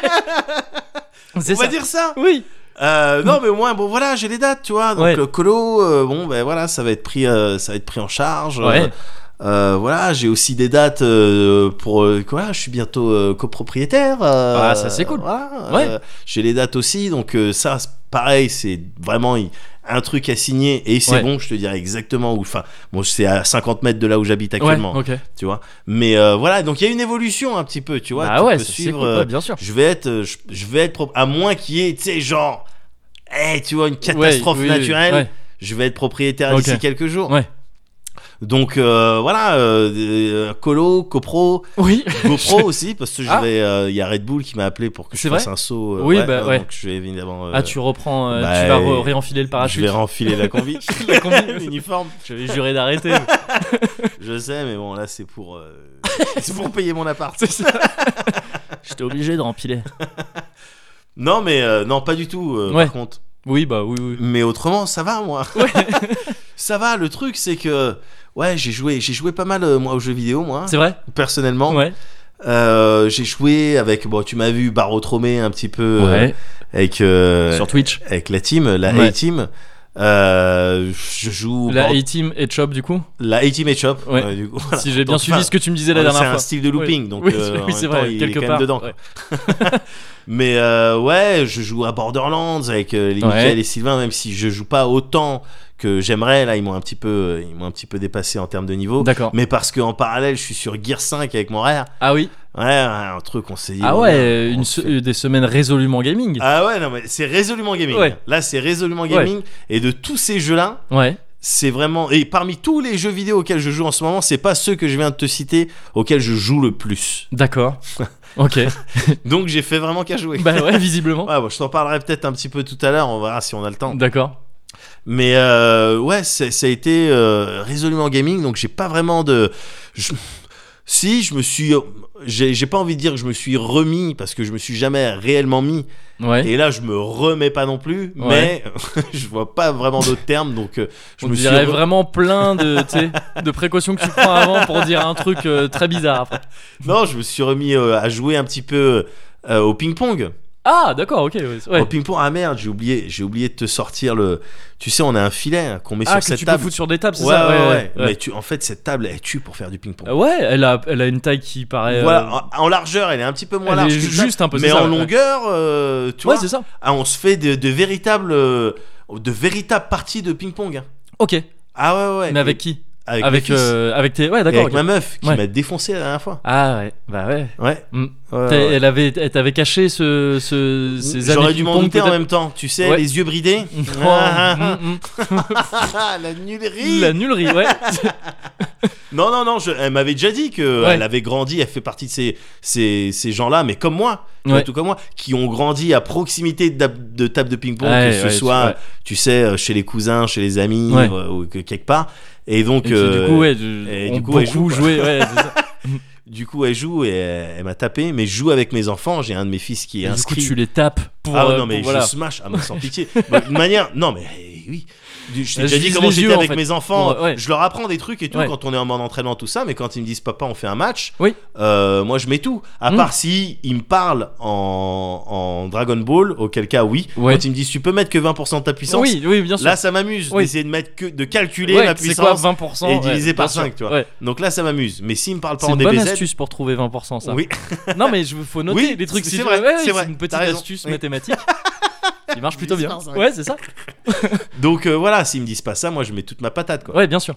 c'est-
On
C'est
va
ça.
dire ça.
Oui.
Euh, non, mais au moins, bon, voilà, j'ai les dates, tu vois. Donc
Ouais.
le colo, euh, bon, ben voilà, ça va être pris, euh, ça va être pris en charge. euh,
Ouais.
euh, voilà, j'ai aussi des dates euh, pour euh, quoi Je suis bientôt euh, copropriétaire. euh,
Ah, ça, c'est cool.
Voilà,
Ouais.
euh, j'ai les dates aussi, donc euh, ça, c'est pareil, c'est vraiment il- un truc à signer et c'est
Ouais.
bon. Je te dirai exactement où. Enfin, bon, c'est à 50 mètres de là où j'habite actuellement,
Ouais, ok.
tu vois. Mais euh, voilà, donc il y a une évolution un petit peu, tu vois.
Bah
tu
ouais,
peux
ça, c'est
suivre.
cool.
euh,
Ouais, bien sûr.
je vais être, euh, je, je vais être pro- à moins qu'il y ait, tu sais, genre, eh, tu vois, une catastrophe
Ouais, oui, oui,
naturelle
ouais.
je vais être propriétaire
Ok.
d'ici quelques jours.
Ouais.
Donc euh, voilà, euh, euh, Colo, Copro,
Oui.
GoPro aussi, parce que je
Ah.
vais, euh, il y a Red Bull qui m'a appelé pour que je
C'est
fasse
vrai
un saut. euh,
Oui, bah, ouais.
Donc je vais évidemment. euh,
Ah, tu reprends, euh,
bah,
tu vas
euh,
re- réenfiler le
je
parachute.
vais renfiler la combi,
La combi.
l'uniforme.
J'avais juré d'arrêter. mais-
Je sais, mais bon, là c'est pour, euh, c'est pour payer mon appart.
C'est ça. J'étais obligé de rempiler.
Non, mais euh, non, pas du tout. euh,
Ouais.
Par contre,
Oui, bah oui, oui.
Mais autrement, ça va, moi.
Ouais.
ça va, le truc, c'est que. Ouais, j'ai joué, j'ai joué pas mal, euh, moi, aux jeux vidéo, moi.
C'est vrai
Personnellement.
Ouais.
Euh, j'ai joué avec. Bon, tu m'as vu Barotromé un petit peu. euh, avec, euh,
Sur Twitch.
avec la team, la
Ouais.
A-Team. Euh, je joue.
La
Baro-
A-Team et Chop, du coup.
la A-Team et Chop.
Ouais.
du coup, voilà.
Si j'ai bien
Donc,
suivi
enfin,
ce que tu me disais la
c'est
dernière
un
fois.
style de looping,
Ouais.
donc
Oui,
euh, en
oui,
même
c'est
temps,
vrai,
il est
quelque
quand même
part.
dedans. quoi.
ouais.
Mais euh, ouais, je joue à Borderlands avec euh, les
Ouais.
Mickaël et Sylvain, même si je joue pas autant que j'aimerais. Là, ils m'ont un petit peu, ils m'ont un petit peu dépassé en termes de niveau.
D'accord.
Mais parce que en parallèle, je suis sur Gear 5 avec mon rare.
Ah oui.
Ouais, ouais, un truc, on s'est dit.
Ah
on-
ouais,
on
une se-
se fait-
euh, des semaines résolument gaming.
Ah ouais, non, mais c'est résolument gaming.
Ouais.
Là, c'est résolument
Ouais.
gaming. Et de tous ces jeux-là,
Ouais.
c'est vraiment. Et parmi tous les jeux vidéo auxquels je joue en ce moment, c'est pas ceux que je viens de te citer auxquels je joue le plus.
D'accord. ok.
Donc, j'ai fait vraiment qu'à jouer.
bah ouais, visiblement.
Ouais, bon, je t'en parlerai peut-être un petit peu tout à l'heure, on verra si on a le temps.
D'accord.
Mais euh, ouais, c'est- ça a été euh, résolument gaming, donc j'ai pas vraiment de. je- Si, je me suis. J'ai j'ai pas envie de dire que je me suis remis, parce que je me suis jamais réellement mis.
Ouais.
Et là, je me remets pas non plus, mais
Ouais.
je vois pas vraiment d'autres termes, donc euh, je
on
me suis.
dirait
re-
vraiment plein de, tu sais, de précautions que tu prends avant pour dire un truc euh, très bizarre après.
Non, je me suis remis euh, à jouer un petit peu euh, au ping-pong.
Ah, d'accord, ok. Ouais.
Au
ouais.
ping-pong, ah merde, j'ai oublié, j'ai oublié de te sortir le. Tu sais, on a un filet hein, qu'on met
Ah,
sur
que
cette
tu peux
table.
foutre sur des tables, c'est
ouais,
ça
ouais, ouais,
ouais.
Mais tu, en fait, cette table, elle tue pour faire du ping-pong.
Euh, ouais, elle a, elle a une taille qui paraît. euh,
Voilà, en en largeur, elle est un petit peu moins
Elle
large.
est
que
juste
ça,
un peu,
Mais
c'est ça,
en
ouais.
longueur, euh, tu
Ouais,
vois,
c'est ça.
ah, on se fait de, de véritables, euh, de véritables parties de ping-pong. hein.
Ok.
Ah ouais ouais.
mais avec
Et-
qui
avec, mes
Avec,
fils.
euh, avec tes. Ouais,
Et
d'accord.
avec
ok.
ma meuf qui
Ouais.
m'a défoncé la dernière fois.
Ah ouais, bah ouais.
Ouais.
Mm.
Ouais, ouais,
T'as-
Euh, ouais.
Elle avait, elle t'avait caché ce, ce, ces
J'aurais
années
dû m'en
ping-pong,
douter en
peut-être
même temps, tu sais,
Ouais.
les yeux bridés.
Oh,
Ah, ah,
mm, mm.
ah, ah, la nullerie.
La nullerie, ouais.
Non, non, non, je- elle m'avait déjà dit que
Ouais.
elle avait grandi, elle fait partie de ces, ces, ces gens-là, mais comme moi, tu vois,
Ouais.
tout comme moi, qui ont grandi à proximité de, dab- de tables de ping-pong,
Ouais,
que ce
ouais, tu-
soit,
ouais.
tu sais, euh, chez les cousins, chez les amis,
Ouais.
euh, ou que- quelque part. Et donc,
Et puis,
euh,
du coup, ouais, du,
et
on
du coup, elle joue,
beaucoup
quoi.
joué, ouais, c'est ça.
du coup, elle joue et elle, elle m'a tapé, mais je joue avec mes enfants, j'ai un de mes fils qui est
Et du coup,
inscrit.
tu les tapes pour.
ah ouais,
euh,
non, mais
pour- voilà.
je smash, ah, mais sans pitié. Bah, De manière, non, mais eh oui. Du- Je t'ai
Euh, Je
déjà dit
vise
comment
les
j'étais
yeux, en
avec
fait.
mes enfants.
Ouais, ouais.
Je leur apprends des trucs et tout
Ouais.
quand on est en mode entraînement, tout ça. Mais quand ils me disent papa, on fait un match,
Oui.
euh, moi je mets tout. À
Mm.
part si ils me parlent en, en Dragon Ball, auquel cas, oui.
Ouais.
Quand ils me disent tu peux mettre que 20% de ta puissance,
Oui, oui, bien sûr.
là ça m'amuse
Oui.
d'essayer de, mettre que, de calculer
Ouais,
ma
c'est quoi
puissance.
20%
et divisé
ouais,
par
bien sûr.
cinq, tu vois.
Ouais.
Donc là ça m'amuse. Mais s'ils me parlent pas
C'est
en
une bonne
DBZ,
astuce pour trouver 20% ça.
oui,
Non mais je faut noter
Oui,
les trucs.
c'est
si tu-
vrai,
ouais, ouais,
c'est vrai,
c'est une
t'as
petite
raison.
astuce
Oui.
mathématique. Qui marche plutôt bien.
Bizarre, ça, ouais.
Ouais, c'est ça.
donc euh, voilà, s'ils me disent pas ça, moi je mets toute ma patate quoi.
Ouais, bien sûr.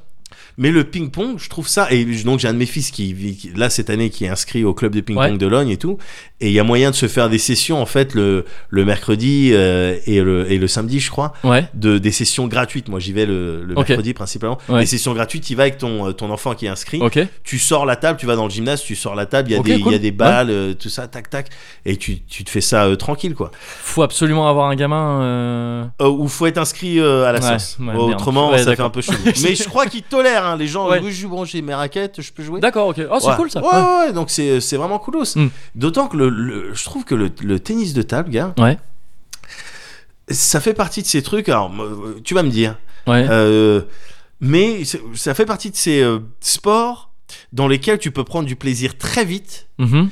Mais le ping-pong, je trouve ça. Et donc, j'ai un de mes fils qui vit qui- là cette année qui est inscrit au club de ping-pong
Ouais.
de Logne et tout. Et il y a moyen de se faire des sessions en fait le, le mercredi euh, et, le, et le samedi, je crois,
Ouais.
de, des sessions gratuites. Moi, j'y vais le, le
Ok.
mercredi principalement.
Ouais.
Les sessions gratuites, tu vas avec ton, euh, ton enfant qui est inscrit.
Ok.
Tu sors la table, tu vas dans le gymnase, tu sors la table, il y a,
Ok,
des, il
cool.
y a des balles, euh, tout ça, tac, tac. Et tu, tu te fais ça euh, tranquille, quoi.
Faut absolument avoir un gamin. euh,
Euh, ou faut être inscrit euh, à la
Ouais,
sauce.
ouais,
Autrement,
merde. Ouais,
ça fait
d'accord.
un peu chelou. Mais je crois qu'ils tolèrent hein, les gens.
Ouais.
Oui, je suis bon, j'ai mes raquettes, je peux jouer.
D'accord. Ok. Oh, c'est
Ouais.
cool ça.
Ouais, ouais, ouais, donc c'est c'est vraiment cool
Mm.
D'autant que le, le- je trouve que le, le tennis de table, gars,
Ouais.
ça fait partie de ces trucs. Alors, euh, tu vas me dire,
Ouais.
euh, mais c'est- ça fait partie de ces euh, sports dans lesquels tu peux prendre du plaisir très vite.
Mhm.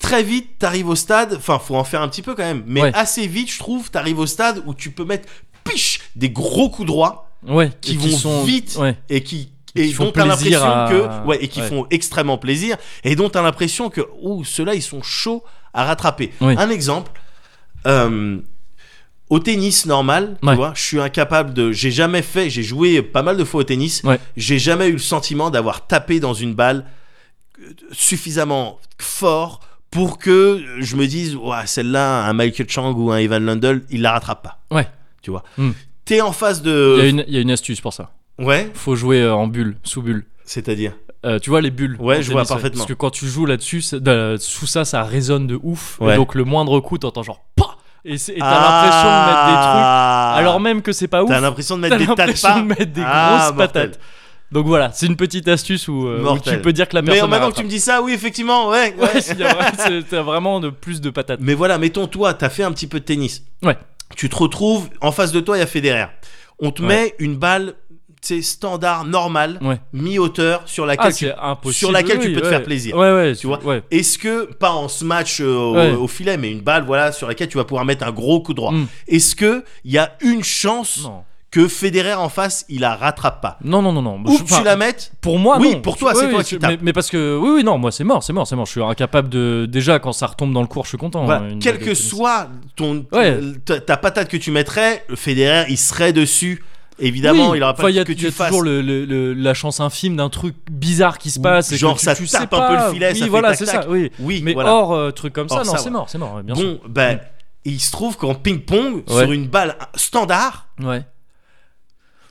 Très vite, t'arrives au stade. Enfin, faut en faire un petit peu quand même, mais
Ouais.
assez vite, je trouve, t'arrives au stade où tu peux mettre piche des gros coups droits
Ouais.
qui
et
vont
sont...
vite.
Ouais.
et qui
Et
et
qui font
dont t'as l'impression
plaisir à-
que ouais et qui
ouais.
font extrêmement plaisir et dont t'as l'impression que ouh ceux-là ils sont chauds à rattraper
Oui.
un exemple euh, au tennis normal tu
Ouais.
vois je suis incapable de j'ai jamais fait j'ai joué pas mal de fois au tennis
Ouais.
j'ai jamais eu le sentiment d'avoir tapé dans une balle euh, suffisamment fort pour que je me dise ouah celle-là un Michael Chang ou un Evan Lundell il la rattrape pas
Ouais.
tu vois
Hmm.
t'es en face
Il y, a
de
une- il y a une astuce pour ça.
ouais
Faut jouer euh, en bulle, sous bulle.
c'est-à-dire
Euh, tu vois les bulles.
Ouais,
en
je vois
tennis,
parfaitement.
Parce que quand tu joues là-dessus, ça- de- sous ça, ça résonne de ouf.
Ouais.
Et donc le moindre coup, t'entends genre pas. Et c'est- et t'as l'impression de mettre des trucs.
Ah.
Alors même que c'est pas ouf.
T'as l'impression de mettre
t'as
des tas de
l'impression
pas.
de mettre des
Ah,
grosses
mortel.
patates. Donc voilà, c'est une petite astuce où, euh, où
Mortel.
tu peux dire que la
Mais en
personne.
même
a
temps que tu me dis ça, oui, effectivement, ouais. ouais.
rattrapé. Ouais, s'il y a- c'est- t'as vraiment de plus de patates.
Mais voilà, mettons, toi, t'as fait un petit peu de tennis.
Ouais.
Tu te retrouves, en face de toi, il y a Federer. On te
Ouais.
met une balle, tu sais, standard, normale,
Ouais.
mi-hauteur, sur laquelle
Ah,
tu.
c'est impossible.
sur laquelle tu
oui,
peux te
ouais.
faire plaisir.
Ouais, ouais,
Tu vois
Ouais.
Est-ce que, pas en smash euh, au,
Ouais.
au filet, mais une balle, voilà, sur laquelle tu vas pouvoir mettre un gros coup droit.
Mm.
Est-ce que il y a une chance
Non.
que Federer en face, il la rattrape pas
Non, non, non, non.
Ou
Je-
que
enfin,
tu la mettes
Pour moi,
Oui,
non.
pour toi, c'est
Oui,
toi
oui,
qui
je-
tapes.
Mais, mais parce que, oui, oui, non, moi, c'est mort, c'est mort, c'est mort. Je suis incapable de. Déjà, quand ça retombe dans le cours, je suis content. hein,
Voilà,
Une
quel
balle de
que
tennis.
soit ton,
Ouais.
ta, ta patate que tu mettrais, Federer, il serait dessus Évidemment,
Oui.
il aura pas
Enfin, il y a,
que
il y a
tu fasses.
toujours le- le- le- la chance infime d'un truc bizarre qui se
Ou
passe. et
genre,
que tu,
ça
tu
tape
sais
un peu
pas.
le filet,
oui,
ça fait
voilà,
tac,
c'est
tac.
ça. Oui.
Oui,
Mais
voilà.
hors euh, truc comme ça,
Hors
non,
ça,
c'est
ouais.
mort, c'est mort. Bien sûr. Mm.
bon, ben, il se trouve qu'en ping-pong,
Ouais.
sur une balle standard,
Ouais.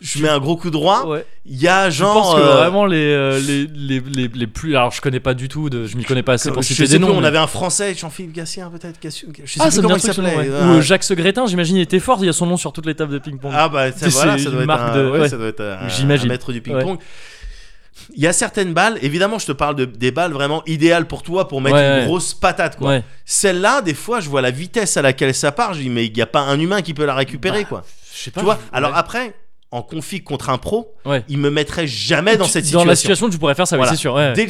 je mets un gros coup droit,
Ouais.
il y a
Je pense
Hein genre.
que
euh,
vraiment les, euh, les, les, les, les plus. Alors je connais pas du tout, de, je m'y connais pas assez pour
euh, je
citer
sais
des
plus,
noms.
on
mais-
avait un français, Jean-Philippe Gassien peut-être. Gassien- Je sais
Ah,
plus
ça me dit
comment
un
il
truc ce nom,
s'appelait.
ouais.
Ouais.
Ou euh, Jacques Segretin, j'imagine, il était fort, il y a son nom sur toutes les tables de ping-pong.
Ah bah ça,
C'est
voilà,
une
ça doit être
marque
un,
de-
ouais,
ouais.
ça doit être un-
J'imagine.
un maître du ping-pong. Il y a certaines balles, évidemment, je te parle de, des balles vraiment idéales pour toi pour mettre
Ouais,
une
ouais.
grosse patate quoi.
ouais.
Celle-là, des fois, je vois la vitesse à laquelle ça part, je dis mais il n'y a pas un humain qui peut la récupérer quoi.
Je sais Bah, pas.
Tu vois
je-
Alors
ouais.
après, en config contre un pro,
Ouais.
il me mettrait jamais dans cette situation.
Dans la situation, tu pourrais faire ça, oui,
Voilà.
c'est sûr. ouais.
Dès le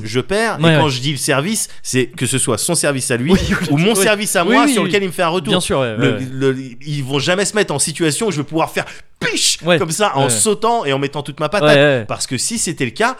Mm.
je perds.
Ouais,
et quand
ouais.
je dis le service, c'est que ce soit son service à lui
Oui,
ou mon
oui.
service à
Oui,
moi
oui,
sur
oui.
lequel il me fait un retour.
Bien sûr, ouais,
Le-
ouais.
le- ils vont jamais se mettre en situation où je vais pouvoir faire piche
Ouais.
comme ça en
Ouais.
sautant et en mettant toute ma
Ouais,
patate.
ouais.
Parce que si c'était le cas,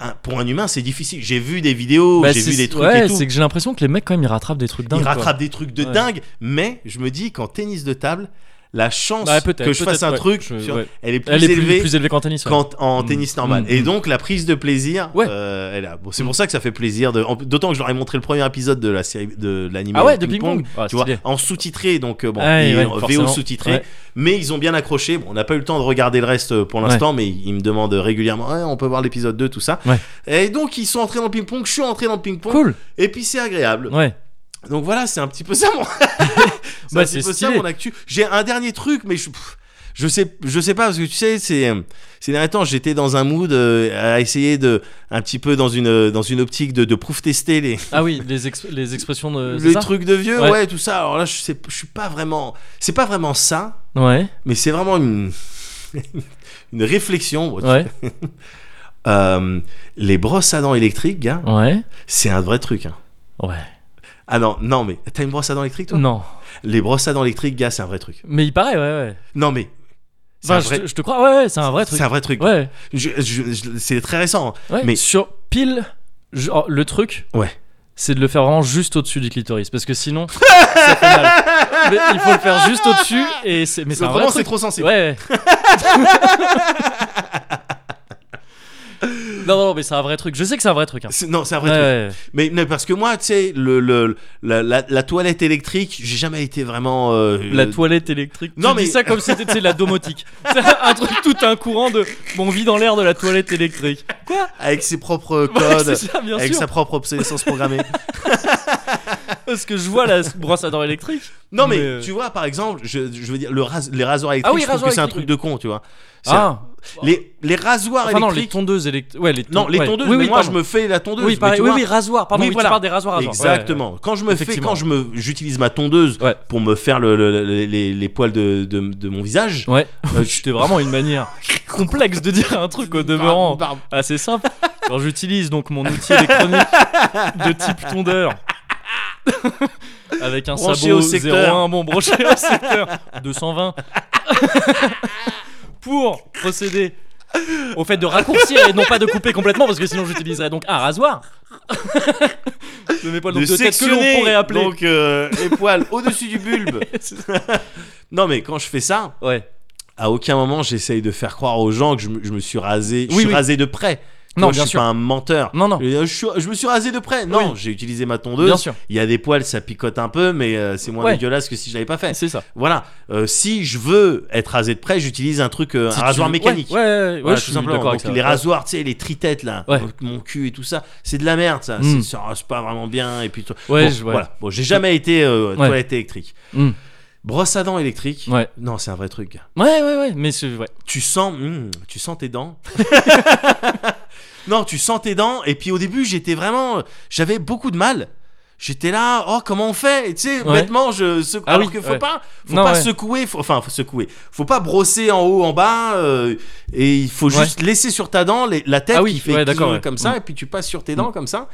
un- pour un humain, c'est difficile. J'ai vu des vidéos,
Bah,
j'ai
c'est-
vu des trucs
ouais,
et tout.
c'est que j'ai l'impression que les mecs, quand même, ils rattrapent des trucs dingues.
Ils
quoi.
rattrapent des trucs de
Ouais.
dingue, mais je me dis qu'en tennis de table, la chance
Bah, peut-être,
que je fasse
peut-être,
un
ouais.
truc,
Je-
sur-
ouais.
elle est plus
Elle est plus,
élevée
plus élevée qu'en tennis. ouais.
qu'en en
Mm.
tennis normal.
Mm.
Et donc la prise de plaisir,
Ouais.
euh, elle a- bon, c'est pour ça que ça fait plaisir. de- en- D'autant que je leur ai montré le premier épisode de la série de l'anime
Ah ouais, de ping-pong. Ah,
tu vois,
stylé.
en sous-titré, donc euh, bon,
Ah,
et
ouais,
en VO
forcément.
sous-titré,
Ouais.
mais ils ont bien accroché. Bon, on n'a pas eu le temps de regarder le reste euh, pour l'instant, mais ils me demandent régulièrement, Ouais, on peut voir l'épisode 2, tout ça.
Ouais.
Et donc ils sont entrés dans le ping-pong, je suis entré dans le ping-pong,
Cool.
et puis c'est agréable.
Ouais.
Donc voilà, c'est un petit peu ça mon. c'est
Bah,
un
c'est
petit peu ça
stylé.
mon actu. J'ai un dernier truc, mais je. pff, Je sais, je sais pas parce que tu sais, c'est euh, ces derniers temps, j'étais dans un mood euh, à essayer de, un petit peu dans une dans une optique de, de proof tester les,
Ah oui, les, ex- les expressions de. Euh, c'est
les
ça
trucs de vieux, ouais.
Ouais.
tout ça. Alors là, je sais, je suis pas vraiment, c'est pas vraiment ça,
Ouais.
mais c'est vraiment une une réflexion. Bon, tu-
Ouais.
Euh, les brosses à dents électriques, gars,
Ouais.
c'est un vrai truc. hein.
Ouais.
Ah non, non mais t'as une brosse à dents électrique toi
Non.
Les brosses à dents électriques, gars, c'est un vrai truc.
Mais il paraît, ouais, ouais.
Non mais c'est
Enfin,
un
Bah, je,
vrai-
te- je te crois, ouais, ouais, c'est un vrai truc.
C'est un vrai truc.
Ouais,
Je- je- je- c'est très récent. hein.
ouais.
Mais-
Mais sur pile, je- oh, le truc,
Ouais.
c'est de le faire vraiment juste au-dessus du clitoris, parce que sinon, ça fait mal. Mais il faut le faire juste au-dessus, et c'est, mais c'est un vrai
Vraiment, c'est
truc.
trop sensible.
Ouais. ouais. non, non, non, mais c'est un vrai truc. Je sais que c'est un vrai truc. Hein.
C'est- Non, c'est un vrai truc.
Ouais,
Mais, mais parce que moi, tu sais, le, le- la, la- la toilette électrique, j'ai jamais été vraiment. euh,
La
euh,
toilette électrique.
non,
tu dis
mais-
ça comme si c'était tu sais, la domotique. C'est un truc tout un courant de. Bon, on vit dans l'air de la toilette électrique.
Avec ses propres
Ouais,
codes.
c'est ça, bien
avec
sûr.
sa propre obsolescence programmée.
Parce que je vois la brosse à dents électrique.
Non, mais,
Mais, euh,
tu vois, par exemple, je, je veux dire, le ras- les rasoirs électriques,
Ah oui,
je trouve
rasoir
que c'est un
électrique,
truc de con, tu vois. C'est un-
Ah,
les, les rasoirs
enfin non, les
électriques.
tondeuses électriques. Ouais, les, ton-
Non, les
ouais.
tondeuses,
Oui,
mais
oui,
moi,
pardon.
je me fais la tondeuse.
Oui,
mais
pareil,
tu
oui,
vois,
oui, rasoir. Pardon,
Oui,
oui, tu
voilà.
parles des rasoirs avant.
Exactement. Quand je me fais,
Effectivement.
quand je me, j'utilise ma tondeuse
Ouais.
pour me faire le, le- le- les, les poils de, de, de mon visage.
Ouais.
euh, je-
C'était vraiment une manière complexe de dire un truc au demeurant.
Pardon, pardon.
Assez simple. Quand j'utilise donc mon outil électronique de type tondeur. Avec un
Branché
sabot
au secteur.
01, bon branché au secteur 220. Pour procéder au fait de raccourcir et non pas de couper complètement parce que sinon j'utiliserais donc un rasoir. de mes poils donc, de tête que l'on pourrait appeler.
donc euh, les poils au-dessus du bulbe. non mais quand je fais ça,
Ouais.
à aucun moment j'essaye de faire croire aux gens que je, me- je me suis rasé, je
Oui,
suis
oui.
rasé de près. Tu
Non,
vois, je
bien
suis
sûr.
pas un menteur.
Non, non.
Je, suis- je me suis rasé de près. Non, j'ai utilisé ma
Bien
tondeuse.
sûr.
Il y a des poils, ça picote un peu, mais euh, c'est moins
Ouais.
dégueulasse que si je l'avais pas fait.
C'est ça.
Voilà. Euh, si je veux être rasé de près, j'utilise un truc, euh, un rasoir
Ouais,
mécanique.
Ouais, ouais, ouais,
Voilà,
je
tout
suis
simplement.
d'accord avec
Donc,
ça.
les rasoirs, tu sais, les tritettes là,
Ouais.
donc mon cul et tout ça, c'est de la merde ça.
Mm.
C'est- Ça rase pas vraiment bien. Et puis, tu-
Ouais,
bon,
je- ouais.
voilà. Bon, j'ai jamais été euh,
Ouais.
toilette électrique.
Mm.
Brosse à dents électrique.
Ouais.
Non, c'est un vrai truc. gars.
Ouais, ouais, ouais, mais c'est. Ouais.
Tu sens, mm, tu sens tes dents. non, tu sens tes dents. Et puis au début, j'étais vraiment, euh, j'avais beaucoup de mal. J'étais là, oh comment on fait Et Tu sais,
Ouais.
bêtement, je secou-
Ah
alors
oui,
que faut
ouais.
pas, faut
Non,
pas
ouais.
secouer, faut- enfin faut secouer. Faut pas brosser en haut, en bas. euh, et il faut
Ouais.
juste laisser sur ta dent les- la tête
Ah oui,
qui fait
ouais, d'accord,
clignon
ouais.
comme ça,
Mm.
et puis tu passes sur tes dents comme ça.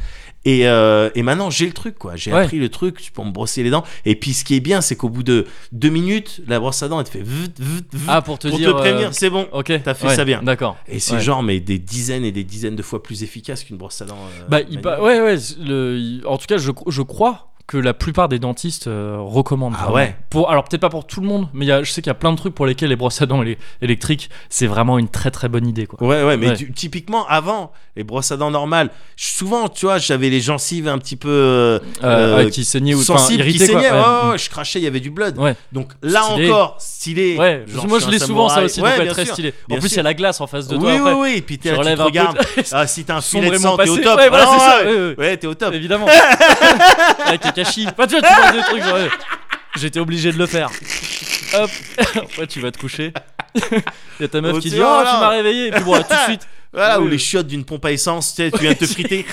Et, euh, et maintenant j'ai le truc quoi, j'ai
Ouais.
appris le truc pour me brosser les dents. Et puis ce qui est bien, c'est qu'au bout de deux minutes, la brosse à dents elle te fait vut, vut, vut,
Ah, pour te
pour
dire.
te
euh,
prévenir, c'est bon.
Ok.
T'as fait
ouais,
ça bien.
D'accord.
Et c'est
Ouais.
genre mais des dizaines et des dizaines de fois plus efficace qu'une brosse à dents. euh,
Bah, il, pa-
manuelle.
ouais, ouais. le- il- en tout cas, je, je crois que la plupart des dentistes euh, recommandent.
Ah
vraiment.
ouais.
Pour, alors peut-être pas pour tout le monde, mais il y a- je sais qu'il y a plein de trucs pour lesquels les brosses à dents éle- électriques, c'est vraiment une très très bonne idée. Quoi. Euh,
Ouais, ouais, mais
Ouais.
tu- typiquement, avant, les brosses à dents normales, j- souvent, tu vois, j'avais les gencives un petit peu euh,
Euh,
euh,
ouais, qui saignait ou enfin,
sensibles qui oh,
irrité quoi.
saignaient.
Ouais.
Ouais, ouais, ouais, je crachais, il y avait du blood.
Ouais.
Donc là
Stylé.
encore, stylé.
Ouais,
Genre,
moi
je
je
suis
l'ai
un
souvent ça
samouraï.
aussi,
Ouais,
donc elle est
bien
très
sûr.
stylée.
Bien
En plus, il y
sûr.
a la glace en face de
oui,
toi.
oui,
après.
oui, et puis t'es
Tu
là, tu
relèves
te
un peu
regardes.
de-
Ah, si t'as un
Sombre
filet de
et
sang,
mon
t'es au
passé.
top.
Ouais, voilà, c'est ça.
Ah,
Ouais, ouais.
Ouais, t'es au top.
Évidemment. Avec Kakashi. Enfin, tu vois, tu vois des trucs. genre, ouais. J'étais obligé de le faire. Hop. Après, tu vas te coucher. Il y a ta meuf
Oh,
qui
tu
dit
vois,
Oh, tu
là.
m'as réveillé. Et puis bon, là, tout de suite.
Voilà,
Oui,
ou
oui.
les chiottes d'une pompe à essence, tu sais, tu viens de te friter,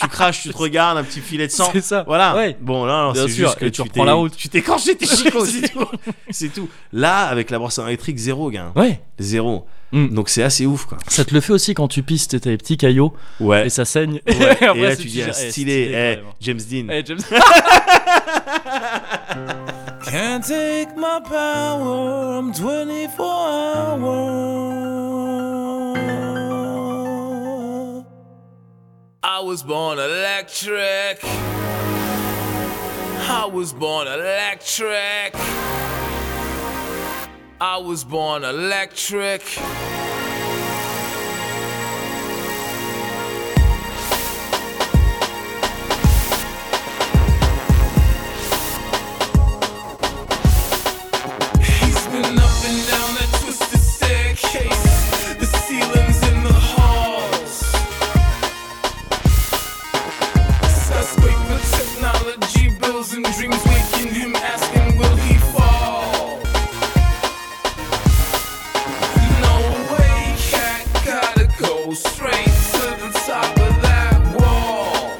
tu craches, tu te regardes, un petit filet de sang.
C'est ça.
Voilà.
Ouais.
Bon, là, non,
Bien
c'est
sûr,
juste que
et tu reprends
t'es-
la route.
Tu t'es craché tes chicots, c'est
C'est-
tout. C'est tout. Là, avec la brosse à dents électrique, zéro gain.
Ouais.
Zéro.
Mm.
Donc c'est assez ouf, quoi.
Ça te le fait aussi quand tu pisses. T'as les petits caillots
Ouais.
et ça saigne.
Ouais.
Et après,
Et là,
c'est-
tu
tu
dis,
dis,
ah,
eh,
stylé,
stylé,
eh,
carrément.
James Dean.
Eh, James.
Can't take my power, I'm 24 hours. I was born electric. I was born electric. I was born electric. He's been up and down that twisted staircase, the ceilings and the halls. Skyscraper technology, bills and dreams waking him, asking will he fall? No way, cat gotta go straight to the top of that wall.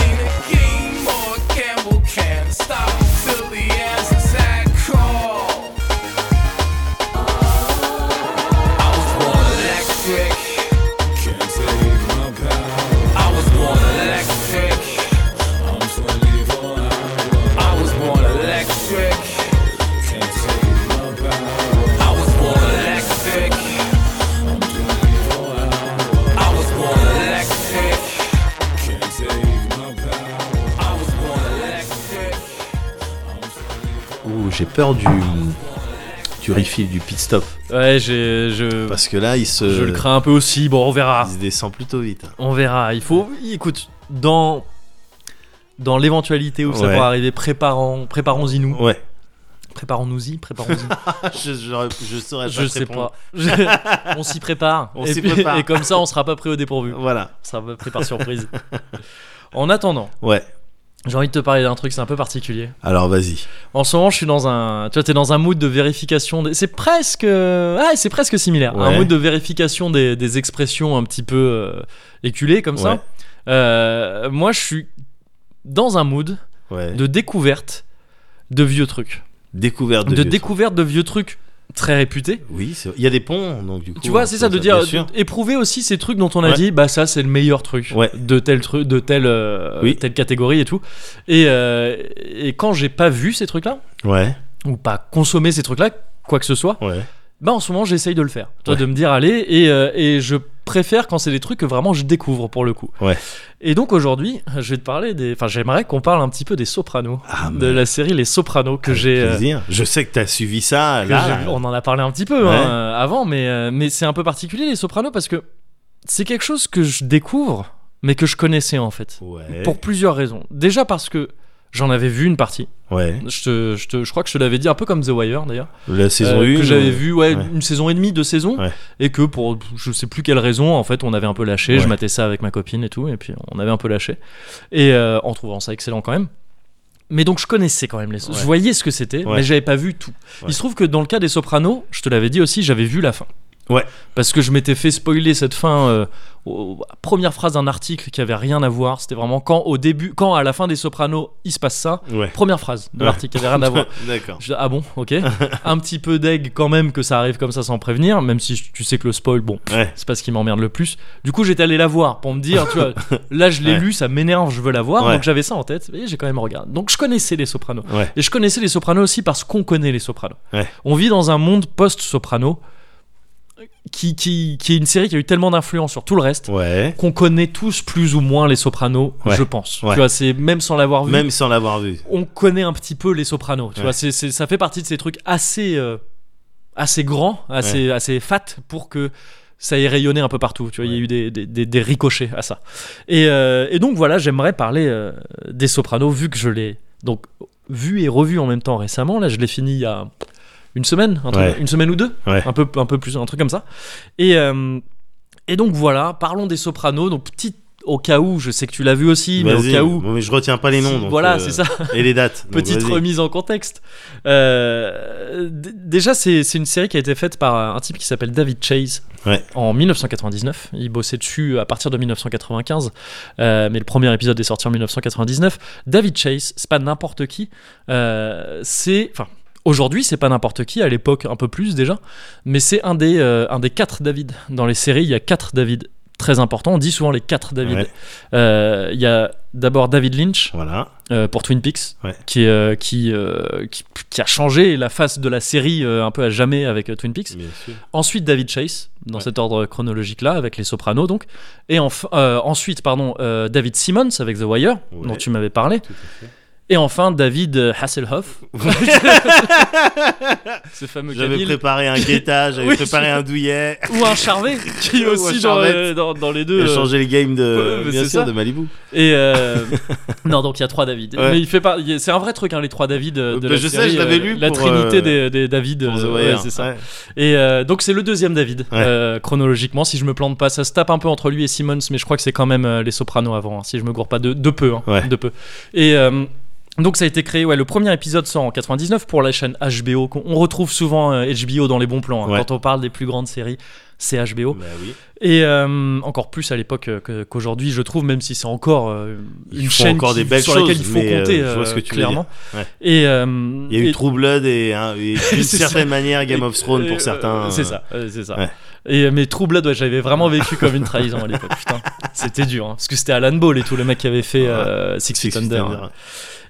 Ain't a game or a gamble can stop till he answers that call. I was born electric. Can't take my power. I was born electric. I'm 24 hours. I was born electric. Can't take my power. I was born electric. I'm 24 hours. I was born electric. Can't take my power. I was born electric.
Ouh, j'ai peur du. Du refill, du pit stop.
Ouais, j'ai- je.
Parce que là, il se.
Je le crains un peu aussi. Bon, on verra.
Il se descend plutôt vite.
On verra. Il faut. Écoute, dans. Dans l'éventualité où ça
Ouais.
pourra arriver, préparons- préparons-y nous.
Ouais.
Préparons-nous-y, préparons-y.
je, je, je saurais
Je
pas te
sais
répondre.
pas. Je- On s'y prépare.
On
et,
s'y
puis-
prépare.
et comme ça, on sera pas pris au dépourvu. On
Voilà.
sera pas pris par surprise. en attendant,
Ouais.
j'ai envie de te parler d'un truc, c'est un peu particulier.
Alors, vas-y.
En ce moment, je suis dans un. Tu vois, t'es dans un mood de vérification. des- C'est presque. euh, Ah, c'est presque similaire.
Ouais.
Un mood de vérification des, des expressions un petit peu euh, éculées comme
Ouais.
ça. Euh, moi, je suis dans un mood
Ouais.
de découverte de vieux trucs.
Découverte de.
de
vieux
découverte de vieux trucs très réputés.
trucs. Oui, c'est- il y a des ponts, donc du coup. hein,
Tu vois, c'est ça de
bien
dire
sûr.
de- éprouver aussi ces trucs dont on a
Ouais.
dit bah ça c'est le meilleur truc
Ouais.
de tel truc de telle euh,
Oui.
telle catégorie et tout. Et euh, et quand j'ai pas vu ces trucs là
Ouais.
ou pas consommé ces trucs là quoi que ce soit,
Ouais.
bah en ce moment j'essaye de le faire. Toi
Ouais.
de me dire allez et euh, et je préfère quand c'est des trucs que vraiment je découvre pour le coup.
Ouais.
Et donc aujourd'hui, je vais te parler des enfin j'aimerais qu'on parle un petit peu des Sopranos,
Ah,
de
mais-
la série Les Sopranos que j'ai euh,
plaisir. Je sais que t'as suivi ça.
que
Là,
j'ai
là.
vu. on en a parlé un petit peu
Ouais.
hein, euh, avant, mais, euh, mais c'est un peu particulier les sopranos parce que c'est quelque chose que je découvre, mais que je connaissais en fait.
Ouais.
Pour plusieurs raisons. Déjà parce que j'en avais vu une partie.
Ouais.
Je, te- je, te- je crois que je te l'avais dit un peu comme The Wire d'ailleurs.
La saison
Euh,
1.
Que j'avais vu ouais,
Ouais.
une saison et demie, deux saisons.
Ouais.
Et que pour je sais plus quelle raison, en fait, on avait un peu lâché. Je
Ouais.
matais ça avec ma copine et tout. Et puis on avait un peu lâché. Et euh, en trouvant ça excellent quand même. Mais donc je connaissais quand même les.
Ouais.
Je voyais ce que c'était,
Ouais.
mais j'avais pas vu tout.
Ouais.
Il se trouve que dans le cas des Sopranos, je te l'avais dit aussi, j'avais vu la fin.
Ouais.
Parce que je m'étais fait spoiler cette fin. euh, au- à la première phrase d'un article qui avait rien à voir. C'était vraiment quand au début, quand à la fin des Sopranos, il se passe ça.
Ouais.
Première phrase de
Ouais.
l'article qui avait rien à voir.
D'accord.
Je dis, ah bon, ok. un petit peu deg quand même que ça arrive comme ça sans prévenir, même si tu sais que le spoil, bon,
Ouais.
c'est pas ce qui m'emmerde le plus. Du coup, j'étais allé la voir pour me dire, tu vois, là je l'ai
Ouais.
lu, ça m'énerve, je veux la voir,
Ouais.
donc j'avais ça en tête, et j'ai quand même regardé. Donc je connaissais les sopranos.
Ouais.
Et je connaissais les sopranos aussi parce qu'on connaît les sopranos.
Ouais.
On vit dans un monde post-soprano qui, qui, qui est une série qui a eu tellement d'influence sur tout le reste
Ouais.
qu'on connaît tous plus ou moins les Sopranos,
Ouais.
je pense.
Ouais.
Tu vois, c'est même sans l'avoir vu,
Même sans l'avoir vu.
on connaît un petit peu les Sopranos. Tu
Ouais.
vois, c'est c'est- ça fait partie de ces trucs assez, euh, assez grands, assez, assez fat pour que ça ait rayonné un peu partout. Tu vois, il y a eu des, des, des- des ricochets à ça. Et, euh, et donc voilà, j'aimerais parler euh, des Sopranos vu que je l'ai donc vu et revu en même temps récemment. Là, je l'ai fini il y a une semaine, un truc-
Ouais.
une semaine ou deux,
Ouais.
un peu, un peu plus, un truc comme ça. Et euh, et donc voilà, parlons des Sopranos. Donc petite au cas où, je sais que tu l'as vu aussi, mais au
Vas-y.
cas où.
Bon, mais je retiens pas les noms.
si-
donc,
voilà,
euh,
c'est ça.
Et les dates. donc
Petite
vas-y.
remise en contexte. Euh, d- déjà, c'est c'est une série qui a été faite par un type qui s'appelle David Chase
Ouais.
en 1999. Il bossait dessus euh, à partir de 1995, euh, mais le premier épisode est sorti en 1999. David Chase, c'est pas n'importe qui. euh, c'est. Enfin. Aujourd'hui, c'est pas n'importe qui, à l'époque un peu plus déjà, mais c'est un, des euh, un des quatre David. Dans les séries, il y a quatre David très importants. On dit souvent les quatre David.
Ouais.
Euh, Il y a d'abord David Lynch,
Voilà.
euh, pour Twin Peaks,
Ouais.
qui, est, euh, qui, euh, qui, qui a changé la face de la série euh, un peu à jamais avec euh, Twin Peaks.
Bien sûr.
Ensuite, David Chase, dans
Mm. Ouais.
cet ordre chronologique-là, avec Les Sopranos, donc. Et enf- euh, ensuite, pardon, euh, David Simmons avec The Wire,
Ouais.
dont tu m'avais parlé. Et enfin, David euh, Hasselhoff. Ce fameux
J'avais
Kabyle.
préparé un guettage, j'avais
Oui.
préparé un douillet.
Ou un Charvet, qui est
Ou un
aussi dans,
Charvet.
euh, dans, dans les deux.
J'ai
euh,
changé les games de,
ouais, mais
bien
c'est
sûr,
ça.
de Malibu.
Et euh, non, donc il y a trois David.
Ouais.
Mais il fait pas. il y a- C'est un vrai truc, hein, les trois David euh, de
Bah,
la
je sais,
série,
je l'avais
euh,
lu
La
pour,
trinité
euh,
des, des David.
Pour The
euh,
Wire.
ouais, c'est ça.
Ouais.
Et euh, donc c'est le deuxième David
Ouais.
euh, chronologiquement, si je me plante pas. Ça se tape un peu entre lui et Simmons, mais je crois que c'est quand même euh, les Sopranos avant, hein, si je me gourre pas de, de peu, hein,
Ouais.
de peu. Et euh, donc ça a été créé. Ouais, le premier épisode sort en 99 pour la chaîne HBO. qu'on- On retrouve souvent euh, HBO dans les bons plans hein,
Ouais.
quand on parle des plus grandes séries. C'est HBO.
Bah oui.
Et euh, encore plus à l'époque euh, que- qu'aujourd'hui, je trouve, même si c'est encore euh,
Ils
une
font
chaîne
encore
qui-
des belles
sur laquelle il
choses,
faut
mais, euh,
compter,
je vois ce
euh,
que tu veux
clairement.
dire. Ouais.
Et, euh,
Il y a eu
et-
True Blood et, hein, et d'une
C'est
certaine
ça.
manière Game of Thrones
et-
pour
euh,
certains.
c'est ça, euh, c'est ça.
Ouais.
Et mes True Blood, ouais, j'avais vraiment vécu comme une trahison à l'époque. Putain, c'était dur, hein, parce que c'était Alan Ball et tout, le mec qui avait fait euh, Six,
Six
Feet Under. hein.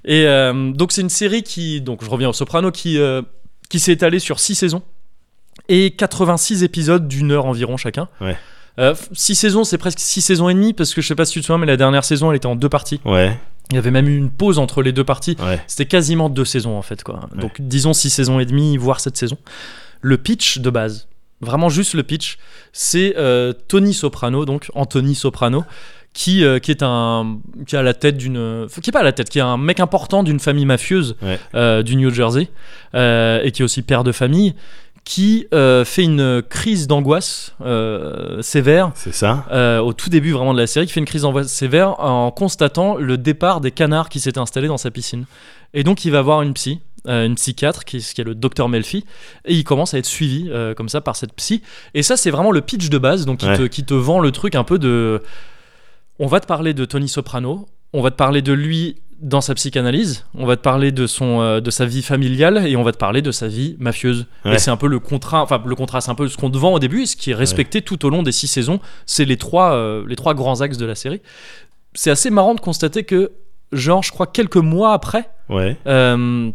Et euh, donc c'est une série qui, donc je reviens au Soprano, qui, euh, qui s'est étalée sur 6 saisons et 86 épisodes d'une heure environ chacun.
Ouais.
6 saisons, c'est presque 6 saisons et demie, parce que je sais pas si tu te souviens, mais la dernière saison, elle était en deux parties.
Ouais,
Il y avait même eu une pause entre les deux parties.
ouais.
C'était quasiment deux saisons en fait, quoi. Donc disons 6 saisons et demie, voire 7 saisons. Le pitch de base, vraiment juste le pitch, c'est euh, Tony Soprano, donc Anthony Soprano, qui, euh, qui est un qui a la tête d'une euh, qui est pas à la tête qui est un mec important d'une famille mafieuse
Ouais.
euh, du New Jersey euh, et qui est aussi père de famille qui euh, fait une crise d'angoisse euh, sévère
C'est ça.
euh, au tout début vraiment de la série qui fait une crise d'angoisse sévère en constatant le départ des canards qui s'étaient installés dans sa piscine et donc il va voir une psy euh, une psychiatre qui, qui est le docteur Melfi et il commence à être suivi euh, comme ça par cette psy et ça c'est vraiment le pitch de base donc qui,
Ouais.
te, qui te vend le truc un peu de on va te parler de Tony Soprano, on va te parler de lui dans sa psychanalyse, on va te parler de son euh, de sa vie familiale et on va te parler de sa vie mafieuse.
Ouais.
Et c'est un peu le contrat, enfin le contrat, c'est un peu ce qu'on te vend au début et ce qui est respecté tout au long des six saisons. C'est les trois euh, les trois grands axes de la série. C'est assez marrant de constater que genre je crois quelques mois après
Ouais.
euh,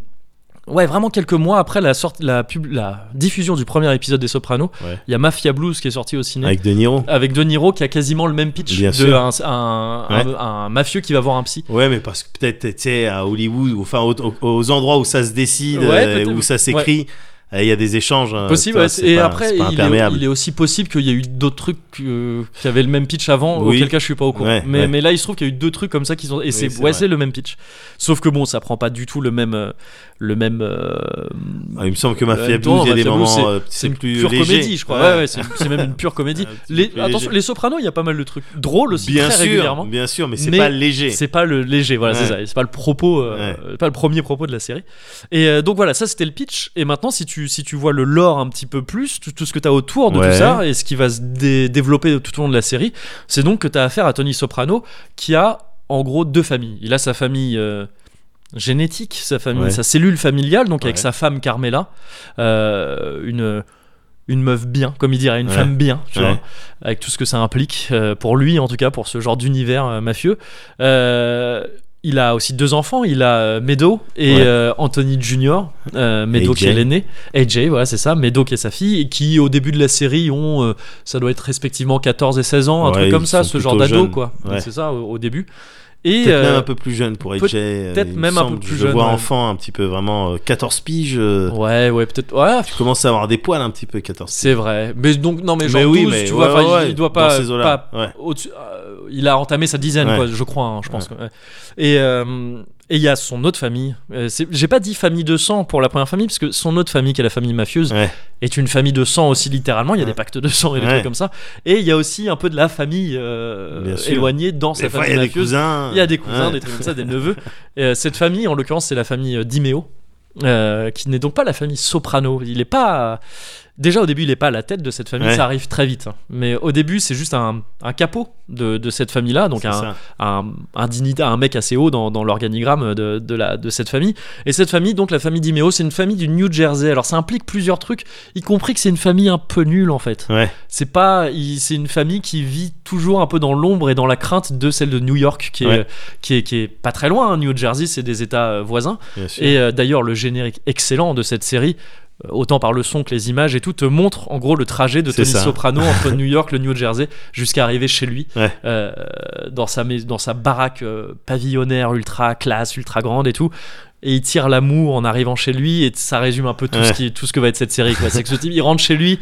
ouais, vraiment quelques mois après la, sorte, la, pub- la diffusion du premier épisode des Sopranos, il
Ouais.
y a Mafia Blues qui est sorti au ciné. Avec...
Avec De Niro.
De Niro qui a quasiment le même pitch
Bien
de
sûr.
un, un-
Ouais.
un- un mafieux qui va voir un psy.
Ouais, mais parce que peut-être, tu sais, à Hollywood, ou, enfin, au- au- aux, endroits où ça se décide,
Ouais,
euh,
peut-être.
où ça s'écrit, euh, il y a des échanges. hein,
Possible,
tu vois,
ouais.
c'est
et
pas-
après
c'est pas
il est,
imperméable.
il est aussi possible qu'il y ait eu d'autres trucs euh, qui avaient le même pitch avant,
Oui.
auquel cas je suis pas au courant.
Ouais,
mais,
ouais.
mais là il se trouve qu'il y a eu deux trucs comme ça qui sont et c'est
c'est
ouais
vrai.
c'est le même pitch. Sauf que bon ça prend pas du tout le même euh, le même euh,
Ah, il me semble que
Euh, non,
Mafia Blues, il y a
Mafia
des
Blues,
moments.
c'est-
euh,
c'est
C'est
une
plus
pure
léger.
comédie je crois. Ouais, ouais, c'est c'est même une pure comédie.
Un petit peu
Les,
plus
attention,
léger.
les Sopranos, il y a pas mal de trucs drôles aussi
Bien
très
sûr,
régulièrement.
bien sûr, mais c'est
Mais
pas léger.
C'est pas le léger, voilà,
Ouais.
c'est ça. C'est pas le propos, euh, pas le premier propos de la série. Et euh, donc voilà, ça c'était le pitch. Et maintenant, si tu si tu vois le lore un petit peu plus, tout, tout ce que t'as autour de
Ouais.
tout ça et ce qui va se dé- développer tout au long de la série, c'est donc que t'as affaire à Tony Soprano qui a en gros deux familles. Il a sa famille. euh, génétique, sa famille,
Ouais.
sa cellule familiale, donc avec
Ouais.
sa femme Carmela, euh, une une meuf bien, comme il dirait, une
Ouais.
femme bien, tu
Ouais.
vois, avec tout ce que ça implique euh, pour lui en tout cas, pour ce genre d'univers euh, mafieux. Euh, il a aussi deux enfants. Il a euh, Meadow et
Ouais.
euh, Anthony Jr. Euh, Meadow qui est
AJ.
l'aîné. AJ, voilà, c'est ça. Meadow qui est sa fille et qui, au début de la série, ont, euh, ça doit être respectivement 14 et 16 ans, un
Ouais,
truc
ils
comme ça,
sont
ce genre
plutôt
d'ado,
jeunes.
quoi. Donc,
Ouais.
C'est ça, au, au début. Et
Peut-être même
euh,
un peu plus jeune pour AJ.
peut-
euh,
peut-être
il
même
me
un peu
semble.
plus
Je le
jeune,
vois
ouais.
enfant, un petit peu vraiment euh, 14 piges. euh,
ouais, ouais, peut-être. Ouais,
Tu commences à avoir des poils un petit peu 14
c'est vrai. Mais donc, non, mais genre 12, tu vois,
ouais,
enfin,
ouais,
il, il doit
dans
pas,
ces eaux-là,
pas
ouais.
au-dessus- euh, il a entamé sa dizaine,
Ouais.
quoi, je crois, hein, je pense. que- ouais. Et euh, et il y a son autre famille. Euh, c'est- J'ai pas dit famille de sang pour la première famille, parce que son autre famille, qui est la famille mafieuse,
Ouais.
est une famille de sang aussi, littéralement. Il y a des
Ouais.
pactes de sang et des
Ouais.
trucs comme ça. Et il y a aussi un peu de la famille euh,
Bien sûr.
éloignée dans sa
Des fois, il
famille
y a des
mafieuse.
cousins.
Il y a des cousins,
Ouais.
des trucs comme ça, des neveux. Et, euh, cette famille, en l'occurrence, c'est la famille euh, Dimeo, euh, qui n'est donc pas la famille Soprano. Il est pas. Déjà au début, il n'est pas à la tête de cette famille,
Ouais.
ça arrive très vite. hein. Mais au début, c'est juste un, un capot de, de cette famille-là, donc
C'est
un,
ça.
un, un dignitaire, un mec assez haut dans, dans l'organigramme de, de, la, de cette famille. Et cette famille, donc la famille Dimeo, c'est une famille du New Jersey. Alors ça implique plusieurs trucs, y compris que c'est une famille un peu nulle en fait.
Ouais.
C'est pas, il- c'est une famille qui vit toujours un peu dans l'ombre et dans la crainte de celle de New York, qui est,
Ouais.
qui est, qui est pas très loin. hein. New Jersey, c'est des États euh, voisins.
Bien sûr.
Et euh, d'ailleurs, le générique excellent de cette série, euh, autant par le son que les images et tout, te montre en gros le trajet de
C'est
Tony
ça.
Soprano entre New York, le New Jersey, jusqu'à arriver chez lui,
Ouais.
euh, dans, sa, mais- dans sa baraque euh, pavillonnaire ultra classe, ultra grande et tout. Et il tire l'amour en arrivant chez lui, et ça résume un peu tout, ce,
Ouais.
qui, tout ce que va être cette série. quoi. C'est que ce type, il rentre chez lui.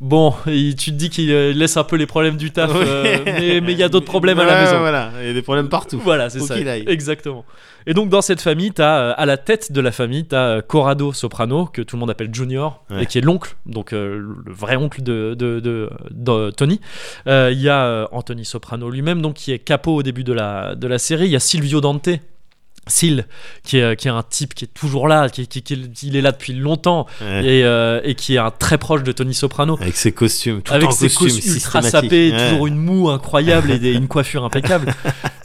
Bon, il- tu te dis qu'il euh, laisse un peu les problèmes du taf,
Ouais.
euh, mais mais il y a d'autres problèmes à la
Voilà,
maison.
Voilà, il y a des problèmes partout.
Voilà, c'est
Où
ça.
qu'il aille.
Exactement. Et donc dans cette famille, t'as euh, à la tête de la famille, t'as euh, Corrado Soprano que tout le monde appelle Junior
Ouais.
et qui est l'oncle, donc euh, le vrai oncle de, de, de- de Tony. Euh, Il y a euh, Anthony Soprano lui-même, donc qui est capo au début de la de la série. Il y a Silvio Dante. Sil, qui est, euh, qui est un type qui est toujours là, qui, qui- qui est- il est là depuis longtemps
Ouais.
et, euh, et qui est un très proche de Tony Soprano
Avec ses costumes. Tout
avec
en
ses
costume,
costumes ultra
systématique.
sapés,
Ouais.
toujours une moue incroyable et des- une coiffure impeccable,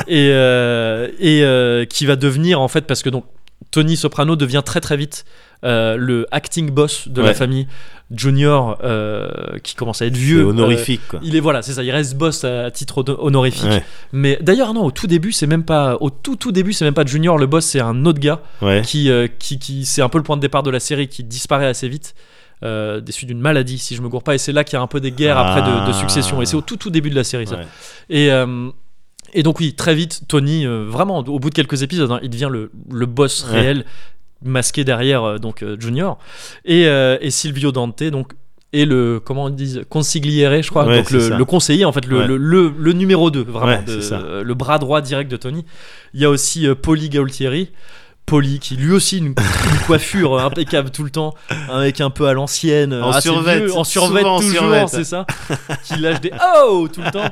et, euh, et euh, qui va devenir en fait parce que donc Tony Soprano devient très très vite euh, le acting boss de la
Ouais.
famille Junior, euh, qui commence à être
C'est
vieux.
honorifique, quoi.
Euh, il est voilà, c'est ça. Il reste boss à titre de- honorifique.
Ouais,
Mais d'ailleurs non, au tout début c'est même pas au tout tout début c'est même pas Junior le boss, c'est un autre gars
ouais.
qui, euh, qui, qui- c'est un peu le point de départ de la série qui disparaît assez vite euh, déçu d'une maladie si je me gourre pas et c'est là qu'il y a un peu des guerres après de, de succession et c'est au tout tout début de la série ça
Ah. Ouais.
et euh, et donc oui très vite Tony euh, vraiment au bout de quelques épisodes hein, il devient le, le boss
Ouais.
réel masqué derrière euh, donc euh, Junior et, euh, et Silvio Dante donc et le comment on dit consigliere je crois
Ouais,
donc
c'est
le,
ça.
le conseiller en fait le,
Ouais.
le, le- le numéro 2 vraiment
Ouais,
de-
c'est ça.
euh, le bras droit direct de Tony il y a aussi euh, Polly Gaultieri Polly qui lui aussi une, une coiffure euh, impeccable tout le temps hein, avec un peu à l'ancienne euh,
En
assez
survêt,
vieux, en survêt
souvent en
toujours
survêt.
c'est ça qui lâche des oh tout le temps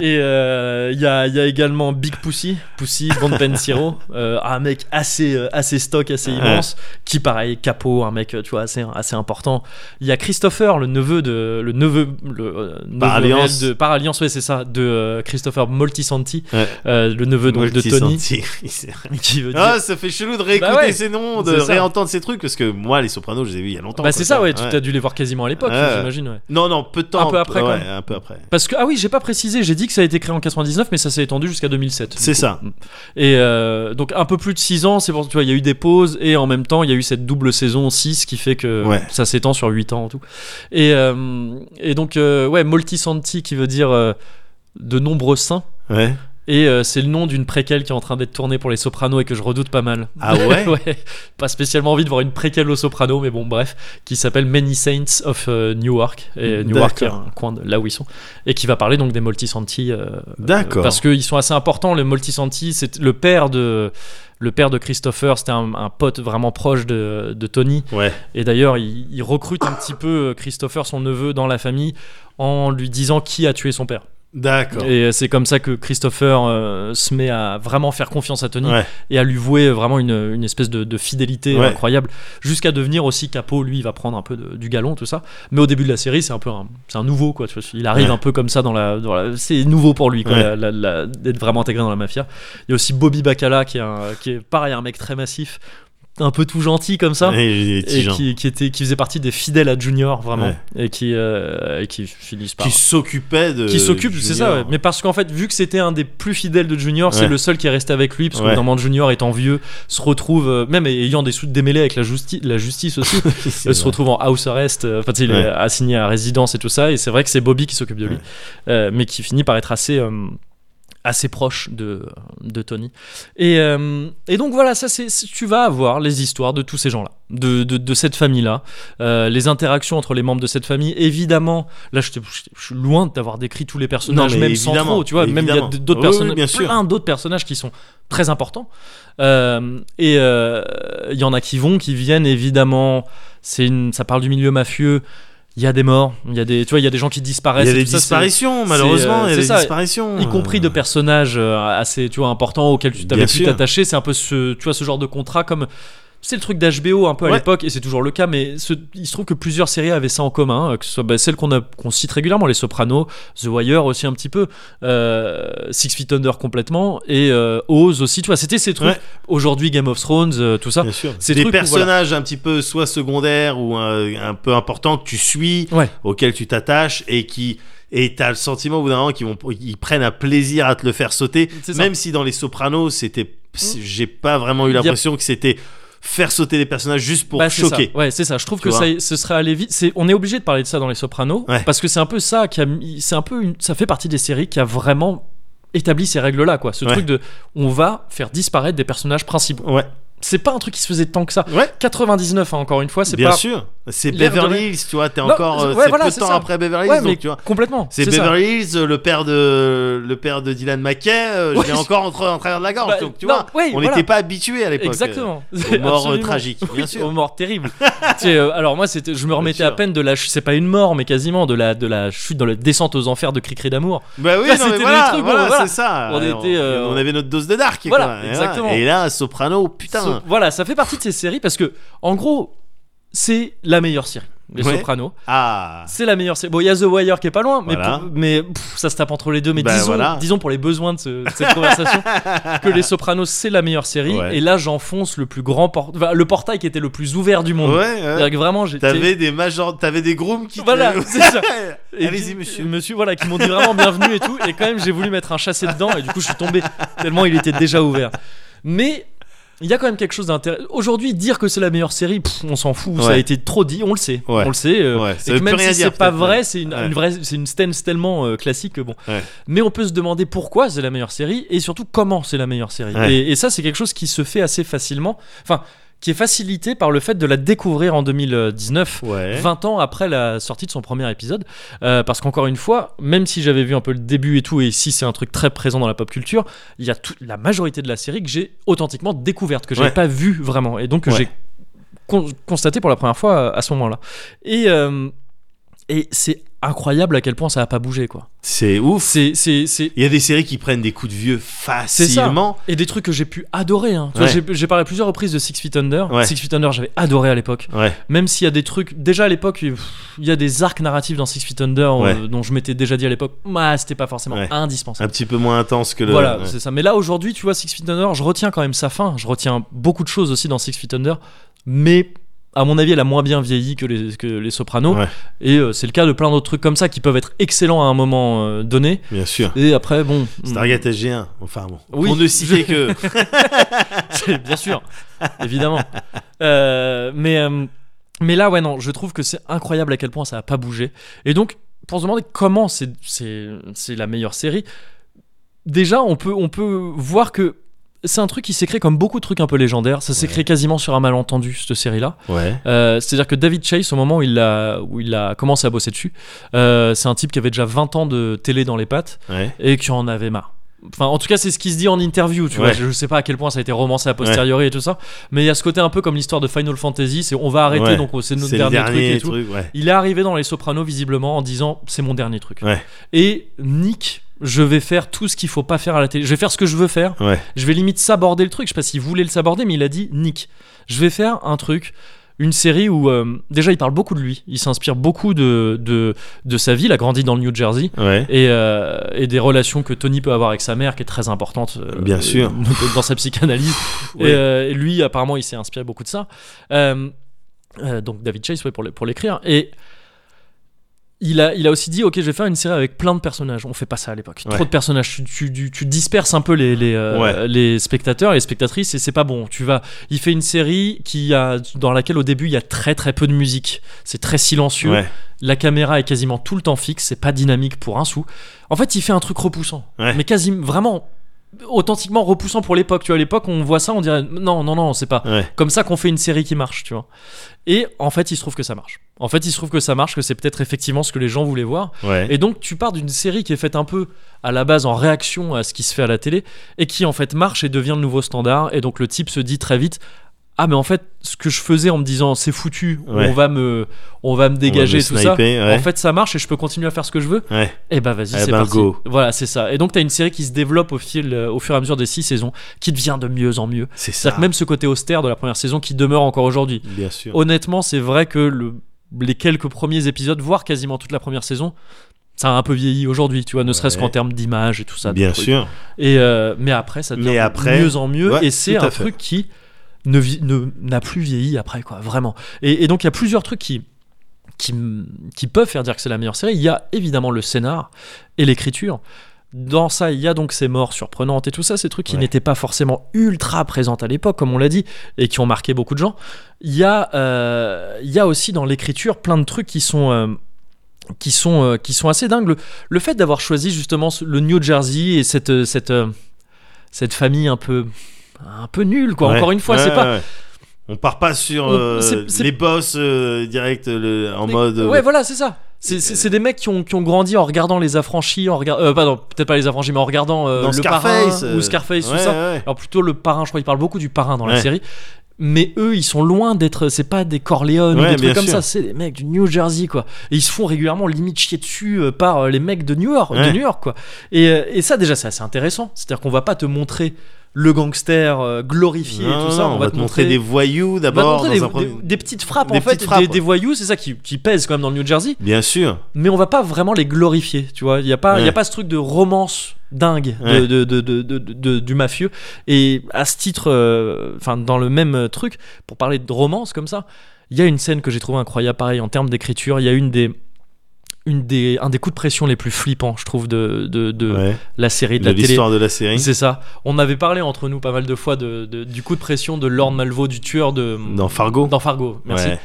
et euh, il y, a, il y a également Big Pussy Pussy Van Pensiro euh, un mec assez euh, assez stock assez
Ouais.
immense qui pareil capot un mec euh, tu vois assez assez important il y a Christopher le neveu de le neveu le euh, neveu
Par
réel
alliance.
de par alliance ouais c'est ça de euh, Christopher Moltisanti
Ouais.
euh, le neveu donc, de Tony
Multisensible.
qui veut dire
Ah, ça fait chelou de réécouter
Bah ouais,
ces noms, de
c'est ça.
réentendre ces trucs, parce que moi, les Sopranos, je les ai vus il y a longtemps.
bah
quoi,
c'est ça ouais, tu
Ouais.
as dû les voir quasiment à l'époque
Ouais.
j'imagine ouais.
Non, non, peu de temps.
Un peu après,
ouais,
quand même.
un peu après.
Parce que, ah oui, j'ai pas précisé, j'ai dit que ça a été créé en 99, mais ça s'est étendu jusqu'à 2007.
C'est ça.
Et euh, donc un peu plus de 6 ans, c'est pour tu vois, il y a eu des pauses, et en même temps, il y a eu cette double saison 6 qui fait que
Ouais.
ça s'étend sur 8 ans en tout. Et, euh, et donc, euh, ouais, Moltisanti qui veut dire euh, de nombreux saints.
Ouais.
Et euh, c'est le nom d'une préquelle qui est en train d'être tournée pour les Sopranos et que je redoute pas mal.
Ah ouais
Pas spécialement envie de voir une préquelle aux Sopranos, mais bon, bref, qui s'appelle Many Saints of euh, Newark. Et Newark, qui est
D'accord.
un coin de là où ils sont. Et qui va parler donc des Multisanti. euh,
D'accord.
parce qu'ils sont assez importants, les Multisanti. C'est le père de. Le père de Christopher, c'était un, un pote vraiment proche de, de Tony.
Ouais.
Et d'ailleurs, il, il recrute un petit peu euh, Christopher, son neveu, dans la famille, en lui disant qui a tué son père.
D'accord.
Et euh, c'est comme ça que Christopher euh, se met à vraiment faire confiance à Tony
Ouais.
et à lui vouer vraiment une, une espèce de, de fidélité
Ouais.
incroyable, jusqu'à devenir aussi capot. Lui, il va prendre un peu de- du galon, tout ça. Mais au début de la série, c'est un peu un, c'est un nouveau, quoi. tu vois. il arrive
Ouais.
un peu comme ça dans la. dans la- c'est nouveau pour lui, quoi,
Ouais.
la- la- la- d'être vraiment intégré dans la mafia. Il y a aussi Bobby Bacala, qui est, un- qui est pareil, un mec très massif. un peu tout gentil comme ça.
Ouais, j'ai des petits
Et
gens
qui, qui, était, qui faisait partie des fidèles à Junior, vraiment.
Ouais.
Et qui, euh, et qui finissent par.
qui s'occupaient de.
qui s'occupe, c'est ça, ouais.
Junior.
mais parce qu'en fait, vu que c'était un des plus fidèles de Junior, c'est
Ouais.
le seul qui est resté avec lui, parce que
Ouais.
d'un moment, Junior étant vieux, se retrouve, euh, même ayant des sous démêlés avec la, justi- la justice aussi, euh,
C'est
se
vrai.
retrouve en house arrest, euh, enfin, tu sais, il est
Ouais.
assigné à résidence et tout ça, et c'est vrai que c'est Bobby qui s'occupe de lui,
Ouais.
euh, mais qui finit par être assez. euh, assez proche de, de Tony. Et, euh, et donc voilà, ça c'est c'est- tu vas avoir les histoires de tous ces gens-là, de, de, de cette famille-là, euh, les interactions entre les membres de cette famille. Évidemment, là je, te- je- je suis loin d'avoir décrit tous les personnages,
Non, mais
même sans
évidemment,
trop, tu vois, même il y a
évidemment.
d- d'autres
Oui, oui,
personnages,
bien sûr.
plein d'autres personnages qui sont très importants. Euh, et euh, il y en a qui vont, qui viennent, évidemment, c'est une, ça parle du milieu mafieux. Il y a des morts, il y a des, tu vois, il y a des gens qui disparaissent.
Il y a
et
des
tout ça, c'est-
disparitions,
c'est,
malheureusement.
euh,
Il y a
c'est
des
ça,
disparitions.
y compris de personnages euh, assez tu vois importants auxquels tu t'avais
Bien
pu
sûr.
t'attacher c'est un peu ce tu vois ce genre de contrat comme c'est le truc d'HBO un peu à
Ouais.
l'époque et c'est toujours le cas mais ce- il se trouve que plusieurs séries avaient ça en commun hein, que ce soit bah, celles qu'on a- qu'on cite régulièrement les Sopranos The Wire aussi un petit peu euh, Six Feet Under complètement et euh, Oz aussi tu vois c'était ces trucs
Ouais.
aujourd'hui Game of Thrones euh, tout ça
Bien sûr.
Ces
des
trucs où,
personnages un petit peu soit secondaires ou euh, un, peu importants que tu suis,
Ouais.
auxquels tu t'attaches et qui et t'as le sentiment au bout d'un moment qu'ils vont ils prennent un plaisir à te le faire sauter,
C'est ça. Mmh.
même si dans les Sopranos c'était c'est- j'ai pas vraiment eu l'impression que c'était faire sauter des personnages juste pour
Bah, c'est
choquer.
ça. Ouais, c'est ça. Je trouve
Tu
que ça,
vois.
ce serait allé vite. C'est, on est obligé de parler de ça dans Les Sopranos
Ouais.
parce que c'est un peu ça qui a, mis- c'est un peu, une- ça fait partie des séries qui a vraiment établi ces règles-là, quoi. Ce
Ouais.
truc de, on va faire disparaître des personnages principaux.
Ouais,
C'est pas un truc qui se faisait tant que ça.
ouais,
99, hein, encore une fois, c'est
bien
pas.
sûr. C'est
L'air de
Beverly
rien.
Hills, tu vois, t'es
Non,
encore euh,
ouais,
c'est
voilà,
peu de
c'est
temps
ça.
après Beverly Hills,
Ouais, mais
donc tu vois.
complètement.
C'est
ça.
Beverly Hills, euh, le père de le père de Dylan McKay, euh,
Oui.
je l'ai encore entre en travers de la gorge.
Bah,
donc tu
non,
vois,
oui,
on n'était
voilà.
pas habitué à l'époque. euh,
Exactement.
aux morts euh,
Absolument.
tragiques, bien
aux
sûr.
morts terribles. Tu sais, euh, alors moi, c'était, je me remettais
sûr.
à peine de la, ch- c'est pas une mort, mais quasiment de la, de la chute dans la descente aux enfers de Cricri d'amour.
Bah oui,
Là,
non, mais
c'était des
voilà,
trucs, bon,
voilà,
voilà.
c'est ça.
On
Euh,
était, euh,
on avait notre dose de dark.
Voilà,
quoi. Et
exactement.
Et là, Soprano, putain.
So- voilà, ça fait partie de ces séries parce que, en gros, c'est la meilleure série. Les
Ouais.
Sopranos,
Ah.
c'est la meilleure série. Bon, il y a The Wire qui est pas loin, mais,
Voilà.
pour- mais pff, ça se tape entre les deux. Mais
Bah,
disons,
voilà.
disons pour les besoins de, ce- de cette conversation que Les Sopranos, c'est la meilleure série.
Ouais.
Et là, j'enfonce le plus grand port- enfin, le portail qui était le plus ouvert du
Ouais.
monde.
ouais.
C'est-à-dire que vraiment, j'étais.
T'avais des majors, t'avais des grooms qui. te-
Voilà, c'est ça. Et
Allez-y,
qui-
monsieur.
Monsieur, voilà, qui m'ont dit vraiment bienvenue et tout. Et quand même, j'ai voulu mettre un chassé dedans et du coup, je suis tombé tellement il était déjà ouvert. Mais il y a quand même quelque chose d'intéressant. Aujourd'hui, dire que c'est la meilleure série, pff, on s'en fout. Ça a
Ouais.
été trop dit, on le sait.
Ouais.
On le sait. euh,
Ouais, ça
et
veut
que
plus
même
rien
si
dire,
c'est pas
peut-être,
vrai,
ouais.
c'est une,
Ouais.
une vraie, c'est une stance tellement euh, classique que bon.
Ouais.
Mais on peut se demander pourquoi c'est la meilleure série et surtout comment c'est la meilleure série.
Ouais.
Et, et ça, c'est quelque chose qui se fait assez facilement. Enfin, qui est facilité par le fait de la découvrir en euh, 2019.
Ouais.
20 ans après la sortie de son premier épisode. Euh, parce qu'encore une fois, même si j'avais vu un peu le début et tout, et si c'est un truc très présent dans la pop culture, il y a toute la majorité de la série que j'ai authentiquement découverte, que j'avais
Ouais.
pas vue vraiment, et donc que
Ouais.
j'ai con- constaté pour la première fois euh, à ce moment-là. Et, euh, et c'est incroyable à quel point ça a pas bougé, quoi.
C'est ouf.
C'est, c'est, c'est,
Il y a des séries qui prennent des coups de vieux facilement.
et des trucs que j'ai pu adorer. hein. Tu vois,
Ouais.
j'ai- J'ai parlé à plusieurs reprises de Six Feet Under.
Ouais.
Six Feet Under, j'avais adoré à l'époque
Ouais.
même s'il y a des trucs déjà à l'époque pff, il y a des arcs narratifs dans Six Feet Under euh,
Ouais.
dont je m'étais déjà dit à l'époque bah c'était pas forcément
Ouais.
indispensable
Un petit peu moins intense que le.
voilà
ouais.
c'est ça mais là aujourd'hui tu vois Six Feet Under je retiens quand même sa fin je retiens beaucoup de choses aussi dans Six Feet Under mais à mon avis elle a moins bien vieilli que les, que les Sopranos
Ouais.
et euh, c'est le cas de plein d'autres trucs comme ça qui peuvent être excellents à un moment euh, donné
Bien sûr.
et après bon
Stargate SG1. Enfin bon.
Mm. Oui.
On ne citait que.
C'est- bien sûr, évidemment. Euh, mais, euh, mais là, ouais, non, je trouve que c'est incroyable à quel point ça n'a pas bougé. Et donc, pour se demander comment c'est c'est- c'est la meilleure série, déjà, on peut, on peut voir que c'est un truc qui s'est créé comme beaucoup de trucs un peu légendaires. Ça s'est créé quasiment sur un malentendu, cette série-là.
Ouais.
Euh, C'est-à-dire que David Chase, au moment où il a, où il a commencé à bosser dessus, euh, c'est un type qui avait déjà 20 ans de télé dans les pattes
Ouais.
et qui en avait marre. Enfin, en tout cas, c'est ce qui se dit en interview, tu vois.
Ouais.
Je je sais pas à quel point ça a été romancé a posteriori et tout ça, mais il y a ce côté un peu comme l'histoire de Final Fantasy, c'est on va arrêter,
Ouais.
donc oh, c'est notre
C'est le
dernier, truc et
dernier
tout.
truc. Ouais.
Il est arrivé dans Les Sopranos visiblement en disant c'est mon dernier truc.
Ouais.
Et Nick, je vais faire tout ce qu'il faut pas faire à la télé. Je vais faire ce que je veux faire.
Ouais.
Je vais limite saborder le truc. Je sais pas s'il voulait le saborder, mais il a dit Nick, je vais faire un truc. une série où euh, déjà il parle beaucoup de lui, il s'inspire beaucoup de, de, de sa vie, il a grandi dans le New Jersey.
Ouais.
Et, euh, et des relations que Tony peut avoir avec sa mère, qui est très importante euh,
Bien sûr.
dans sa psychanalyse.
Oui.
Et euh, et lui, apparemment, il s'est inspiré beaucoup de ça. Euh, euh, donc David Chase, ouais, pour, l'é- pour l'écrire. Et il a, il a aussi dit, ok, je vais faire une série avec plein de personnages. On fait pas ça à l'époque.
Ouais.
Trop de personnages. Tu, tu- tu- tu disperses un peu les, les, euh,
Ouais.
les spectateurs et les spectatrices et c'est pas bon. Tu vas, il fait une série qui a, dans laquelle au début il y a très très peu de musique. C'est très silencieux.
Ouais.
La caméra est quasiment tout le temps fixe. C'est pas dynamique pour un sou. En fait, il fait un truc repoussant.
Ouais.
Mais quasiment, vraiment, authentiquement repoussant pour l'époque. Tu vois, à l'époque, on voit ça, on dirait non, non, non, c'est pas
Ouais.
comme ça qu'on fait une série qui marche, tu vois. Et en fait, il se trouve que ça marche. En fait, il se trouve que ça marche, que c'est peut-être effectivement ce que les gens voulaient voir.
Ouais.
Et donc, tu pars d'une série qui est faite un peu à la base en réaction à ce qui se fait à la télé et qui en fait marche et devient le nouveau standard. Et donc, le type se dit très vite. Ah mais en fait ce que je faisais en me disant c'est foutu
Ouais.
on va me on va me dégager
On
tout
va me
ça
sniper,
en
ouais.
fait ça marche et je peux continuer à faire ce que je veux
Ouais.
eh ben vas-y,
Eh
c'est
ben,
parti.
go.
Voilà, c'est ça. Et donc t'as une série qui se développe au fil, euh, au fur et à mesure des six saisons, qui devient de mieux en mieux.
C'est
C'est-à-dire
ça.
que même ce côté austère de la première saison qui demeure encore aujourd'hui.
Bien sûr.
Honnêtement, c'est vrai que le, les quelques premiers épisodes, voire quasiment toute la première saison, ça a un peu vieilli aujourd'hui, tu vois, ne serait-ce
Ouais.
qu'en termes d'image et tout ça. de
Bien
trucs.
sûr.
Et euh, mais après, ça devient
Mais
de
après-
mieux en mieux.
Ouais,
et c'est
tout à
un
fait.
truc qui ne vi- ne- n'a plus vieilli après, quoi, vraiment. Et, et donc, il y a plusieurs trucs qui, qui, m- qui peuvent faire dire que c'est la meilleure série. Il y a évidemment le scénar et l'écriture. Dans ça, il y a donc ces morts surprenantes et tout ça, ces trucs qui
Ouais.
n'étaient pas forcément ultra présentes à l'époque, comme on l'a dit, et qui ont marqué beaucoup de gens. Il y a, euh, il y a aussi dans l'écriture plein de trucs qui sont. euh, qui sont, euh, qui sont assez dingues. Le, le fait d'avoir choisi justement ce- le New Jersey et cette, euh, cette, euh, cette famille un peu, un peu nulle, quoi.
Ouais.
Encore une fois,
Ouais,
c'est pas.
ouais, ouais. On part pas sur
On-
euh,
c'est- c'est-
les boss euh, direct le- en
Mais-
mode. euh,
Ouais, voilà, c'est ça. C'est- C'est c'est des mecs qui ont, qui ont grandi en regardant les affranchis, en regardant. Euh, pardon, peut-être pas les affranchis, mais en regardant euh,
dans
le
Scarface.
parrain
euh,
ou Scarface, tout
ouais,
ça.
ouais.
Alors plutôt le parrain, je crois, il parle beaucoup du parrain dans la
Ouais.
série. Mais eux, ils sont loin d'être. C'est pas des Corleone ou
Ouais,
des trucs
bien
comme
sûr.
ça. C'est des mecs du New Jersey, quoi. Et ils se font régulièrement limite chier dessus euh, par euh, les mecs de New York, de
Ouais.
New York, quoi. Et, euh, et ça, déjà, c'est assez intéressant. C'est-à-dire qu'on va pas te montrer le gangster euh, glorifié
Non,
et tout
non,
ça.
non, on, va te montrer des
on
voyous
va te
d'abord.
montrer
dans un
des,
premier-
des- des petites frappes
des
en fait,
petites frappes,
des, des voyous, c'est ça qui, qui pèse quand même dans le New Jersey,
Bien sûr.
mais on va pas vraiment les glorifier, tu vois. Il n'y a, pas- il y a
Ouais.
pas ce truc de romance dingue de-
Ouais.
de- de- de- de- de- du mafieux. Et à ce titre, euh, enfin dans le même euh, truc, pour parler de romance comme ça, il y a une scène que j'ai trouvée incroyable, pareil, en termes d'écriture, il y a une des, une des, un des coups de pression les plus flippants, je trouve, de, de, de
Ouais.
la série, de
De
la télé.
l'histoire de la série.
C'est ça. On avait parlé entre nous pas mal de fois de, de- du coup de pression de Lord Malvo, du tueur de.
Dans Fargo.
Dans Fargo, merci.
Ouais.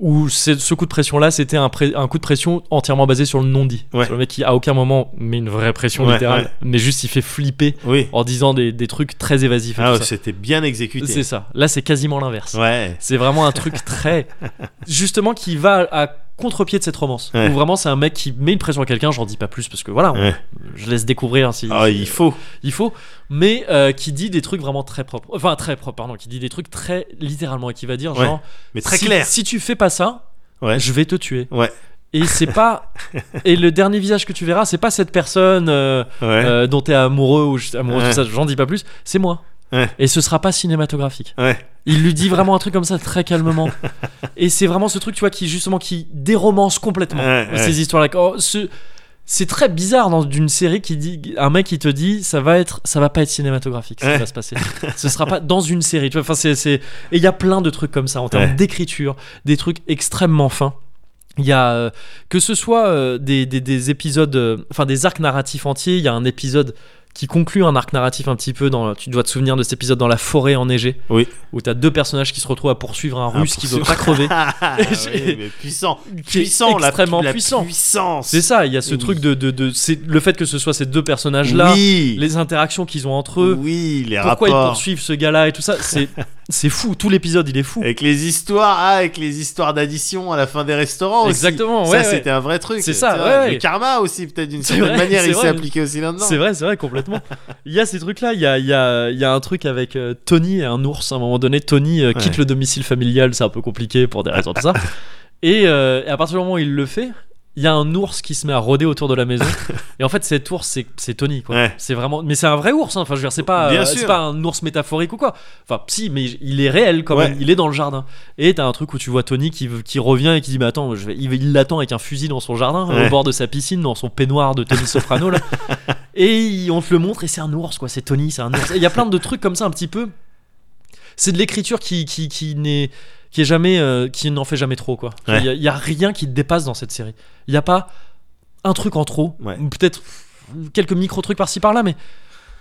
Où c'est- ce coup de pression-là, c'était un, pré- un coup de pression entièrement basé sur le non-dit.
Ouais.
Sur le mec qui, à aucun moment, met une vraie pression
Ouais,
littérale,
ouais.
mais juste il fait flipper
Oui.
en disant des, des trucs très évasifs. et
Ah,
tout ça.
c'était bien exécuté.
C'est ça. Là, c'est quasiment l'inverse.
Ouais.
C'est vraiment un truc très. Justement, qui va à contre-pied de cette romance.
Ouais.
Où vraiment, c'est un mec qui met une pression à quelqu'un, j'en dis pas plus parce que voilà, on-
Ouais.
je laisse découvrir si.
Ah, il faut.
il faut, mais euh, qui dit des trucs vraiment très propres. Enfin, très propres, pardon, qui dit des trucs très littéralement et qui va dire
Ouais.
genre.
Mais très
si,
clair.
Si tu fais pas ça,
Ouais.
je vais te tuer.
Ouais.
Et c'est pas. et le dernier visage que tu verras, c'est pas cette personne euh,
Ouais.
euh, dont t'es amoureux ou je- amoureux,
Ouais.
tout ça, j'en dis pas plus, c'est moi.
Ouais.
Et ce sera pas cinématographique.
Ouais.
Il lui dit vraiment un truc comme ça très calmement. Et c'est vraiment ce truc, tu vois, qui justement qui déromance complètement
Ouais, ouais.
ces histoires-là. Oh, ce- C'est très bizarre dans une série qui dit un mec qui te dit ça va être ça va pas être cinématographique ce qui
Ouais.
va se passer ce sera pas dans une série tu vois enfin c'est c'est- et il y a plein de trucs comme ça en termes
Ouais.
d'écriture des trucs extrêmement fins il y a euh, que ce soit euh, des, des- des épisodes euh, enfin des arcs narratifs entiers il y a un épisode qui conclut un arc narratif un petit peu dans tu dois te souvenir de cet épisode dans la forêt enneigée
Oui.
où t'as deux personnages qui se retrouvent à poursuivre un russe qui veut
poursuivre.
pas crever
Ah,
Et
oui,
j'ai-
mais puissant.
qui est
Puissant, la-
extrêmement
la
puissant
puissance.
c'est ça il y a ce
Oui.
truc de, de, de- c'est le fait que ce soit ces deux personnages là
Oui.
les interactions qu'ils ont entre eux
Oui, les
pourquoi ils
rapports.
poursuivent ce gars là et tout ça c'est c'est fou tout l'épisode il est fou
Avec les histoires, ah, avec les histoires d'addition à la fin des restaurants
Exactement,
aussi.
ouais,
Ça,
ouais.
c'était un vrai truc.
C'est ça,
Tu vois,
ouais, ouais.
Le karma aussi, peut-être d'une
C'est
certaine
vrai,
manière,
c'est
il
vrai.
s'est appliqué aussi là-dedans.
C'est vrai, c'est vrai, complètement. Il y a ces trucs-là. Il y a, il y, a, il y a un truc avec euh, Tony et un ours. À un moment donné, Tony euh, quitte
Ouais.
le domicile familial. C'est un peu compliqué pour des raisons de ça. Et, euh, et à partir du moment où il le fait, il y a un ours qui se met à rôder autour de la maison. et en fait, cet ours, c'est, c'est Tony, quoi.
Ouais.
C'est vraiment. Mais c'est un vrai ours, hein. Enfin, je veux dire, c'est pas,
Bien
euh, c'est
sûr.
pas un ours métaphorique ou quoi. Enfin, si, mais il est réel quand
Ouais.
même. Il est dans le jardin. Et t'as un truc où tu vois Tony qui, veut- qui revient et qui dit Mais attends, je vais- il il l'attend avec un fusil dans son jardin,
Ouais.
au bord de sa piscine, dans son peignoir de Tony Soprano, là. et il- on te le montre et c'est un ours, quoi. C'est Tony, c'est un ours. Et Il y a plein de trucs comme ça, un petit peu. C'est de l'écriture qui, qui, qui n'est qui est jamais euh, qui n'en fait jamais trop quoi.
Ouais.
Il y, a- il y a rien qui te dépasse dans cette série. Il n'y a pas un truc en trop,
Ouais.
ou peut-être quelques micro trucs par-ci par-là, mais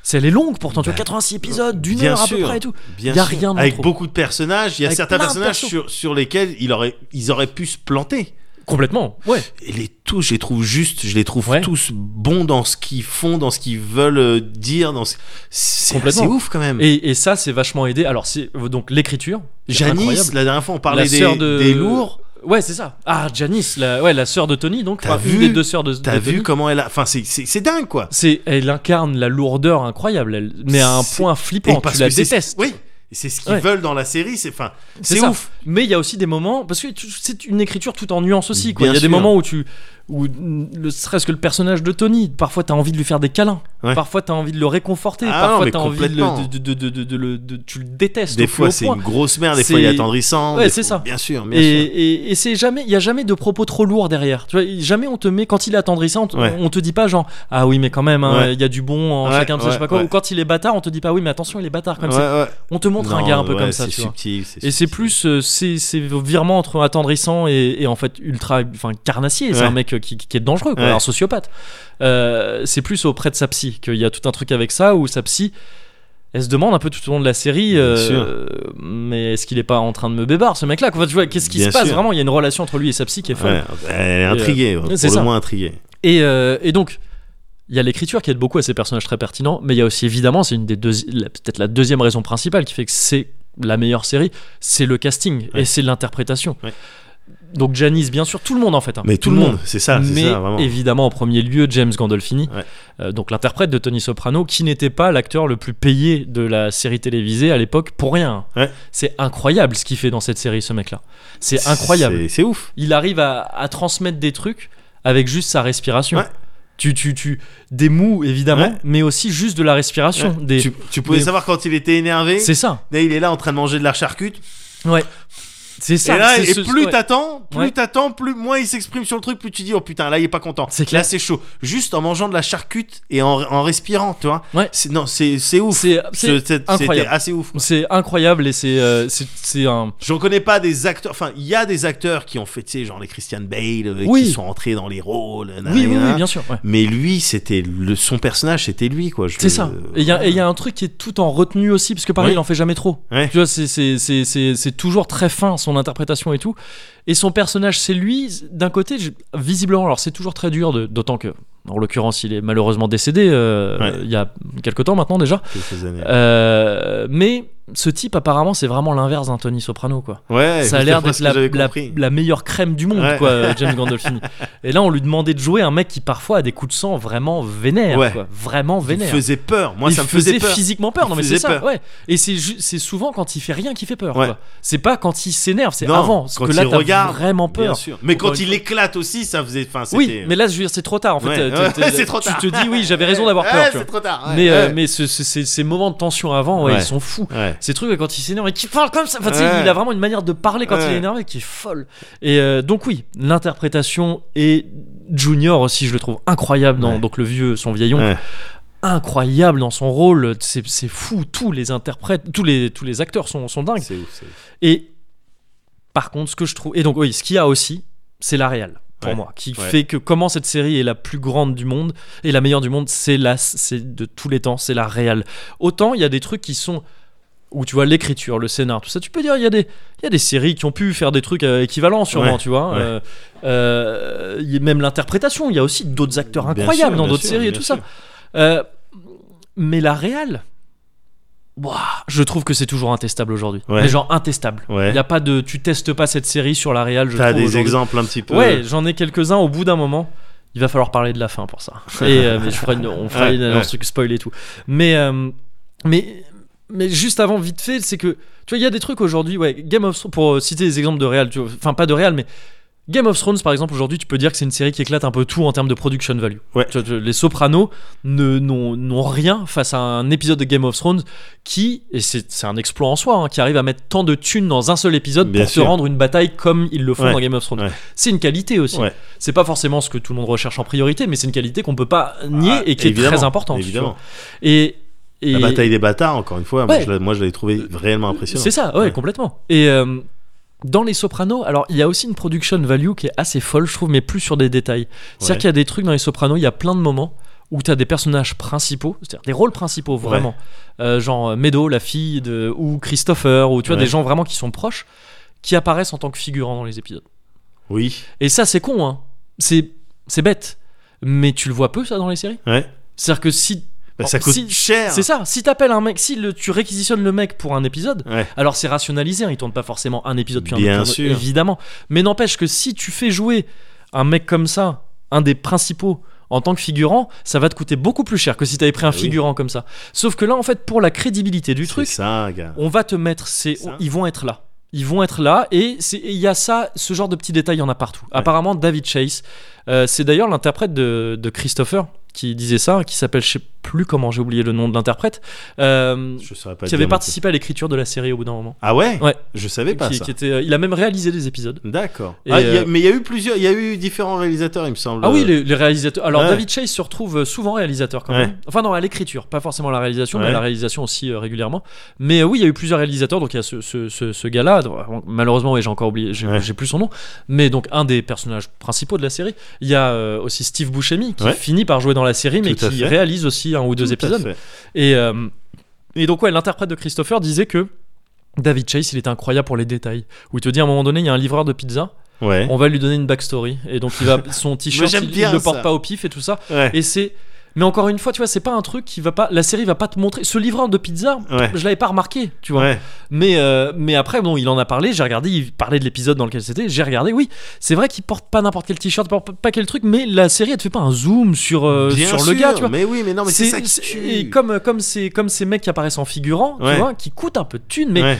c'est elle est longue pourtant. Tu vois, 86 épisodes d'une
Bah, euh, bien
heure à peu
sûr.
près et tout.
Bien
Y a
sûr.
rien en
Avec
trop.
beaucoup de personnages, il y a
Avec
certains
plein de
personnages
persos.
sur, sur lesquels il aurait, ils auraient pu se planter.
Complètement. Ouais.
Et les tous, je les trouve justes, je les trouve
Ouais.
tous bons dans ce qu'ils font, dans ce qu'ils veulent euh, dire, dans ce... c'est
Complètement.
assez ouf quand même.
Et, et ça, c'est vachement aidé. Alors c'est donc l'écriture. c'est incroyable.
Janice, la dernière fois on parlait
La
des,
sœur de-
des lourds,
Ouais, c'est ça. Ah, Janice, la, ouais, la sœur de Tony, donc
T'as
enfin, une
vu-
des deux sœurs de,
t'as
de Tony.
vu comment elle a... Enfin c'est- c'est c'est dingue quoi.
C'est, elle incarne la lourdeur incroyable, elle, mais à un
C'est-
point
Et
flippant.
parce
Tu la
que c'est-
détestes.
Oui, et c'est ce qu'ils
Ouais.
veulent dans la série, c'est enfin, c'est
ça.
ouf.
Mais il y a aussi des moments parce que tu- c'est une écriture tout en nuances aussi. quoi. Il y
Bien
a des
sûr.
moments où tu, où ne serait-ce que le personnage de Tony, parfois t'as envie de lui faire des câlins,
Ouais.
parfois t'as envie de le réconforter,
Ah non,
parfois
mais
t'as envie de le,
complètement.
de, de- de- de- de le- de- tu le détestes. au
Des
plus
fois
haut
c'est
point.
une grosse merde, des
C'est-
fois il est attendrissant.
Ouais,
des
c'est
fois-
ça.
Bien sûr, bien
Et,
sûr.
et- et c'est jamais, il y a jamais de propos trop lourds derrière. Tu vois, il- jamais on te met quand il est attendrissant, on te-
Ouais.
on te dit pas genre ah oui mais quand même, hein, il
Ouais.
y a du bon en
Ouais,
chacun de ça, je sais
ouais,
pas quoi.
ouais.
Ou quand il est bâtard, on te dit pas oui mais attention il est bâtard comme ça.
Ouais, ouais.
On te montre un
Non,
gars un peu
ouais,
comme ça,
c'est
tu vois.
subtil,
Et c'est
subtil.
plus euh, ces ces virements entre attendrissant et, et en fait ultra enfin carnassier. C'est
Ouais.
un mec euh, qui, qui est dangereux, quoi,
Ouais.
un sociopathe. Euh, c'est plus auprès de sa psy qu'il y a tout un truc avec ça où sa psy. Elle se demande un peu tout au long de la série, euh,
sûr.
euh, mais est-ce qu'il est pas en train de me bébar ce mec-là quoi, tu vois, Qu'est-ce qui
Bien
se passe
sûr.
vraiment Il y a une relation entre lui et sa psy qui est folle.
Ouais, elle est intriguée, pour
euh, c'est
le
ça.
moins intriguée.
Et, euh, et donc, il y a l'écriture qui aide beaucoup à ces personnages très pertinents, mais il y a aussi évidemment, c'est une des deuxi- la- peut-être la deuxième raison principale qui fait que c'est la meilleure série, c'est le casting et
Ouais.
c'est l'interprétation.
Ouais.
Donc Janice, bien sûr, tout le monde en fait. hein.
Mais tout, le monde, c'est ça, c'est
mais
ça, vraiment.
évidemment, en premier lieu, James Gandolfini,
Ouais.
euh, donc l'interprète de Tony Soprano, qui n'était pas l'acteur le plus payé de la série télévisée à l'époque pour rien.
Ouais.
C'est incroyable ce qu'il fait dans cette série, ce mec-là. C'est incroyable
C'est- C'est ouf.
il arrive à, à transmettre des trucs avec juste sa respiration.
Ouais.
Tu, tu, tu, des mous évidemment,
Ouais.
mais aussi juste de la respiration.
Ouais.
Des,
Tu, tu pouvais
des-
savoir quand il était énervé.
C'est ça,
Là, il est là en train de manger de la charcute.
c'est ça.
et là,
c'est
et
ce-
plus
ouais.
t'attends, plus
Ouais.
t'attends, plus moins il s'exprime sur le truc, plus tu dis oh putain, là il est pas content.
C'est clair.
Là c'est chaud. Juste en mangeant de la charcute et en, en respirant, tu vois.
Ouais.
C'est- Non, c'est c'est ouf.
C'est-
Ce-
c'est
c'est- C'était
incroyable.
assez ouf.
c'est incroyable et c'est euh, c'est- c'est un.
Je reconnais pas des acteurs. Enfin, il y a des acteurs qui ont fait, tu sais, genre les Christian Bale, euh,
Oui.
qui sont entrés dans les rôles.
Oui,
nanana.
oui, oui, bien sûr. ouais.
Mais lui, c'était le- son personnage, c'était lui quoi. Je-
C'est ça. Et il y, a- et il y a un truc qui est tout en retenue aussi, parce que pareil,
Ouais.
il en fait jamais trop.
Ouais.
Tu vois, c'est- c'est- c'est c'est- c'est toujours très fin, son interprétation et tout. Et son personnage, c'est lui, d'un côté, je- visiblement, alors c'est toujours très dur, de- d'autant que, en l'occurrence, il est malheureusement décédé euh,
Ouais.
il y a quelques temps maintenant déjà.
Quelques années.
Euh, mais ce type, apparemment, c'est vraiment l'inverse d'un Tony Soprano, quoi.
Ouais,
Ça a
juste
l'air
après
d'être
ce que
la,
j'avais
la-
compris.
la meilleure crème du monde,
Ouais.
quoi, James Gandolfini. Et là, on lui demandait de jouer un mec qui parfois a des coups de sang vraiment vénères,
Ouais.
quoi. Vraiment
Il me
vénères.
faisait peur. Moi,
il
ça me
faisait,
faisait peur.
physiquement peur,
Il
non mais
faisait
c'est ça,
peur.
ouais. Et c'est ju- c'est souvent quand il fait rien qui fait peur.
Ouais.
quoi. C'est pas quand il s'énerve, c'est
Non,
avant. Parce
quand
que là,
il
t'as
regarde,
vraiment
Bien
peur.
sûr. Mais
Encore
quand
une
il
fois.
éclate aussi, ça faisait. Enfin,
Oui,
c'était-
mais là, je veux dire, c'est trop tard. En fait,
Ouais.
t'es- t'es- t'es-
Ouais, c'est trop tard.
Tu te dis, oui, j'avais raison d'avoir
Ouais,
peur. tu
c'est
vois.
trop tard. ouais,
mais euh,
ouais.
mais ce- ce- ces, ces moments de tension avant, ouais,
Ouais.
ils sont fous.
Ouais.
Ces trucs ouais, quand il s'énerve et qu'il parle comme ça. Enfin, tu sais,
Ouais.
il a vraiment une manière de parler quand il est
Ouais.
énervé qui est folle. Et euh, donc oui, l'interprétation et Junior aussi, je le trouve incroyable dans
Ouais.
donc le vieux, son vieil oncle,
Ouais.
incroyable dans son rôle. C'est c'est fou, tous les interprètes, tous les tous les acteurs sont sont dingues.
C'est ouf. c'est ouf.
Et par contre, ce que je trouve, et donc oui, ce qu'il y a aussi, c'est la réelle pour
Ouais.
moi, qui
Ouais.
fait que comment cette série est la plus grande du monde et la meilleure du monde, c'est la, c'est de tous les temps, c'est la réelle. Autant il y a des trucs qui sont où tu vois l'écriture, le scénar, tout ça, tu peux dire il y a des, il y a des séries qui ont pu faire des trucs euh, équivalents sûrement,
Ouais.
tu vois.
Ouais.
Euh, euh, il y a même l'interprétation, il y a aussi d'autres acteurs
Bien
incroyables
sûr,
dans
bien
d'autres
sûr,
séries et
bien
tout
sûr.
ça. Euh, mais la réelle, ouah, je trouve que c'est toujours intestable aujourd'hui.
Ouais.
Mais genre intestable. Il
Ouais.
y a pas de, tu testes pas cette série sur la réelle. je
T'as
trouve,
des
aujourd'hui.
exemples un petit peu.
Ouais, j'en ai quelques-uns. Au bout d'un moment, il va falloir parler de la fin pour ça. Et euh, mais je ferai une- on fera
Ouais,
une-
ouais.
un truc spoil et tout. Mais euh, mais mais juste avant, vite fait, c'est que tu vois, il y a des trucs aujourd'hui. Ouais, Game of Thrones pour euh, citer des exemples de réel. tu vois, Enfin, pas de réel, mais Game of Thrones, par exemple, aujourd'hui, tu peux dire que c'est une série qui éclate un peu tout en termes de production value.
Ouais.
Tu vois, tu- Les Sopranos ne- n'ont n'ont rien face à un épisode de Game of Thrones qui, et c'est c'est un exploit en soi, hein, qui arrive à mettre tant de thunes dans un seul épisode
Bien
pour
sûr.
se rendre une bataille comme ils le font
Ouais.
dans Game of Thrones.
Ouais.
C'est une qualité aussi.
Ouais.
C'est pas forcément ce que tout le monde recherche en priorité, mais c'est une qualité qu'on peut pas nier
Ah,
et qui est
évidemment,
très importante. tu
Évidemment.
vois. Et, et
La bataille des bâtards, encore une fois, moi,
Ouais. Euh,
je l'ai- moi je l'avais trouvé réellement impressionnant.
c'est ça, ouais,
Ouais.
complètement. Et euh, dans Les Sopranos, alors il y a aussi une production value qui est assez folle, je trouve, mais plus sur des détails. C'est-à-dire
Ouais.
qu'il y a des trucs dans Les Sopranos, il y a plein de moments où tu as des personnages principaux, c'est-à-dire des rôles principaux, vraiment. Euh, genre euh, Meadow, la fille, de, ou Christopher, ou tu vois,
Ouais.
des gens vraiment qui sont proches, qui apparaissent en tant que figurants dans les épisodes.
Oui.
Et ça, c'est con, hein. C'est c'est bête. Mais tu le vois peu, ça, dans les séries.
Ouais.
C'est-à-dire que si
Bah, ça
Oh,
coûte
si-
cher.
c'est ça, si t'appelles un mec, si le- tu réquisitionnes le mec pour un épisode,
Ouais.
alors c'est rationalisé, hein, il tourne pas forcément un épisode puis un
Bien
autre,
sûr.
évidemment. Mais n'empêche que si tu fais jouer un mec comme ça, un des principaux, en tant que figurant, ça va te coûter beaucoup plus cher que si t'avais pris un
Ah oui.
figurant comme ça. Sauf que là, en fait, pour la crédibilité du
C'est
truc,
ça, gars.
on va te mettre ces
Ça.
ils vont être là ils vont être là et c'est- et il y a ça ce genre de petits détails il y en a partout apparemment David Chase euh, c'est d'ailleurs l'interprète de, de Christopher qui disait ça qui s'appelle je sais plus comment j'ai oublié le nom de l'interprète euh,
Je saurais pas
qui
dire
avait
non plus.
participé à l'écriture de la série au bout d'un moment
Ah ouais,
Ouais.
Je savais pas
Qui-
ça.
qui était, euh, il a même réalisé des épisodes
D'accord.
Et
Ah, il y a-
euh,
Mais il y a eu plusieurs, il y a eu différents réalisateurs, il me semble. Euh,
ah oui, les, les réalisateurs. Alors
Ouais.
David Chase se retrouve souvent réalisateur quand
Ouais.
même. Enfin non, à l'écriture, pas forcément à la réalisation, mais à
Ouais.
la réalisation aussi euh, régulièrement. Mais euh, oui, il y a eu plusieurs réalisateurs. Donc il y a ce, ce- ce- ce gars-là. Donc, Malheureusement, ouais, j'ai encore oublié, j'ai
Ouais.
j'ai plus son nom. Mais donc un des personnages principaux de la série. Il y a euh, aussi Steve Buscemi qui
Ouais.
finit par jouer dans la série, mais
Tout à
qui
fait.
réalise aussi un ou deux
Tout à
épisodes.
fait.
Et, euh, et donc, ouais, l'interprète de Christopher disait que David Chase, il était incroyable pour les détails. Où il te dit à un moment donné, il y a un livreur de pizza,
Ouais.
on va lui donner une backstory. Et donc, il va, son
Moi,
t-shirt,
j'aime
il, il
bien
le
ça.
porte pas au pif et tout ça.
Ouais.
Et c'est. Mais encore une fois, tu vois, c'est pas un truc qui va pas. La série va pas te montrer. Ce livreur de pizza,
Ouais.
je l'avais pas remarqué, tu vois.
Ouais.
Mais, euh, mais après, bon, il en a parlé, j'ai regardé, il parlait de l'épisode dans lequel c'était, j'ai regardé, oui, c'est vrai qu'il porte pas n'importe quel t-shirt, il porte pas quel truc, mais la série, elle te fait pas un zoom sur, euh,
Bien
sur
sûr,
le gars, tu vois.
Mais oui, mais non, mais c'est ça qui
c'est-
tue.
et comme comme c'est comme ces mecs qui apparaissent en figurant,
Ouais.
tu vois, qui coûtent un peu de thunes, mais
Ouais.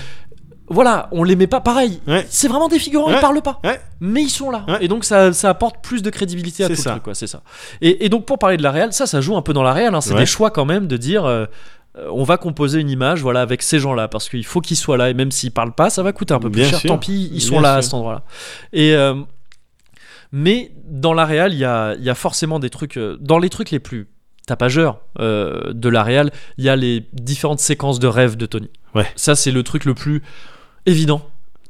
voilà, on les met pas pareil.
Ouais.
C'est vraiment des figurants,
Ouais.
ils parlent pas,
Ouais.
mais ils sont là,
Ouais.
et donc ça, ça apporte plus de crédibilité à
C'est
tout
ça.
le truc, quoi, c'est ça. Et, et donc pour parler de la réal, ça, ça joue un peu dans la réal. hein, c'est
Ouais.
des choix quand même de dire. euh, euh, on va composer une image voilà avec ces gens-là parce qu'il faut qu'ils soient là et même s'ils parlent pas ça va coûter un peu
Bien
plus cher
sûr.
tant pis ils sont
Bien
là à
sûr.
cet endroit-là et euh, mais dans la réal il y a, il y a forcément des trucs euh, dans les trucs les plus tapageurs euh, de la réal il y a les différentes séquences de rêve de Tony
Ouais.
ça c'est le truc le plus évident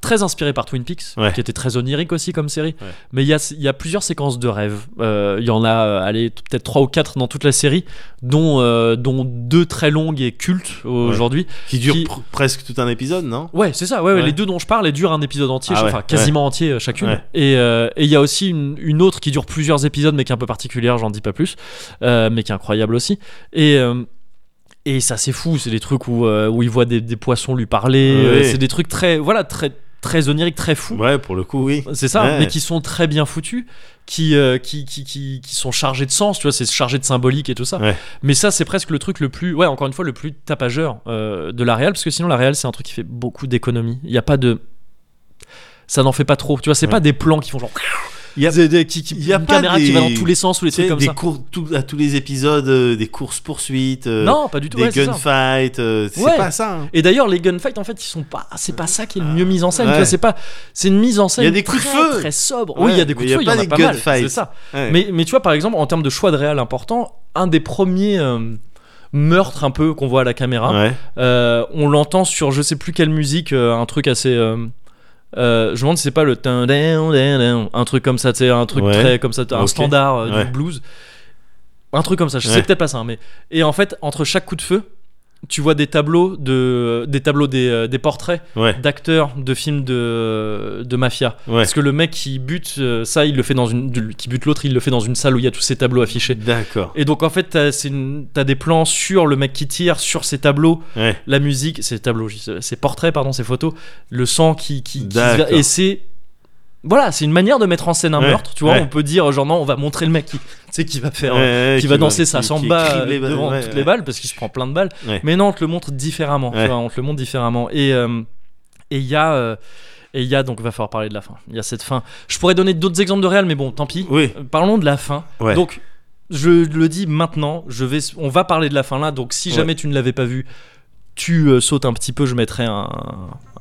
très inspiré par Twin Peaks
Ouais.
qui était très onirique aussi comme série
Ouais.
mais il y a, il y a plusieurs séquences de rêve Euh, il y en a euh, allez t- peut-être trois ou quatre dans toute la série dont, euh, dont deux très longues et cultes aujourd'hui
Qui dure
qui-
pr- presque tout un épisode, non
Ouais, c'est ça. Ouais, ouais,
hein. Ouais.
les deux dont je parle, elles durent un épisode entier,
Ah
je-
ouais,
enfin quasiment entier euh, chacune.
Ouais.
Et euh, et il y a aussi une, une autre qui dure plusieurs épisodes, mais qui est un peu particulière, j'en dis pas plus, euh, mais qui est incroyable aussi. Et euh, et ça c'est fou, c'est des trucs où euh, où il voit des, des poissons lui parler.
Ouais.
euh, C'est des trucs très voilà très très oniriques, très fous.
Ouais, pour le coup, oui.
C'est ça,
Ouais.
mais qui sont très bien foutus, qui, euh, qui, qui, qui, qui sont chargés de sens, tu vois, c'est chargé de symbolique et tout ça.
Ouais.
Mais ça, c'est presque le truc le plus, ouais, encore une fois, le plus tapageur euh, de la Real, parce que sinon, la Real, c'est un truc qui fait beaucoup d'économies. Il n'y a pas de. Ça n'en fait pas trop, tu vois, c'est
Ouais.
pas des plans qui font genre.
Il y a-
Des- des- qui, qui-
il y a
une
pas
caméra qui
des-
va dans tous les sens ou les
Tu sais,
trucs comme
des
ça.
cours tout- à tous les épisodes, euh, des courses poursuites, euh,
non, pas du tout.
des
ouais, c'est ça.
gunfights, euh, c'est
Ouais.
pas ça. hein.
Et d'ailleurs, les gunfights, en fait, ils sont pas. C'est pas ça qui est le mieux mis en scène.
Ouais.
tu vois, C'est pas. C'est une mise en scène.
Il y a des coups de
très,
feu.
Très sobre.
Ouais,
oui, il y a des coups
mais
de feu. Il
il y
y
a
en a
pas
pas
des
mal.
gunfights.
C'est ça.
Ouais.
Mais, mais tu vois, par exemple, en termes de choix de réal important, un des premiers euh, meurtres un peu qu'on voit à la caméra,
Ouais.
euh, on l'entend sur je sais plus quelle musique, euh, un truc assez. euh, euh, je me demande si c'est pas le. tin- din- din- din, Un truc comme ça, tu sais, un truc
Ouais.
très comme ça, un
Ok.
standard euh,
Ouais.
du blues. Un truc comme ça, je
Ouais.
sais peut-être pas ça, hein, mais. Et en fait, entre chaque coup de feu. Tu vois des tableaux de des tableaux des, euh, des portraits
Ouais.
d'acteurs de films de de mafia.
Ouais.
Parce que le mec qui bute euh, ça, il le fait dans une, du- qui bute l'autre, il le fait dans une salle où il y a tous ces tableaux affichés.
D'accord.
Et donc en fait, t'as c'est une- t'as des plans sur le mec qui tire, sur ses tableaux,
Ouais.
la musique, ses tableaux, je dis- ses portraits, pardon, ses photos, le sang qui, qui, qui se verse.
D'accord.
et c'est voilà, c'est une manière de mettre en scène un
Ouais,
meurtre, tu vois.
ouais.
On peut dire genre non, on va montrer le mec qui, tu sais, qui va faire. euh,
Ouais, ouais,
qui va danser sa
qui- qui
samba euh,
crible les balles,
devant
ouais,
toutes
ouais.
les balles parce qu'il se prend plein de balles.
Ouais.
Mais non, on te le montre différemment. tu
Ouais.
vois, on te le montre différemment. Et euh, et il y a euh, Et il y a donc, va falloir parler de la fin. Il y a cette fin. Je pourrais donner d'autres exemples de réel, mais bon, tant pis.
Oui.
Euh, Parlons de la fin.
Ouais.
Donc, je le dis maintenant. Je vais, on va parler de la fin là. Donc, si
Ouais.
jamais tu ne l'avais pas vu, tu euh, sautes un petit peu. Je mettrai un,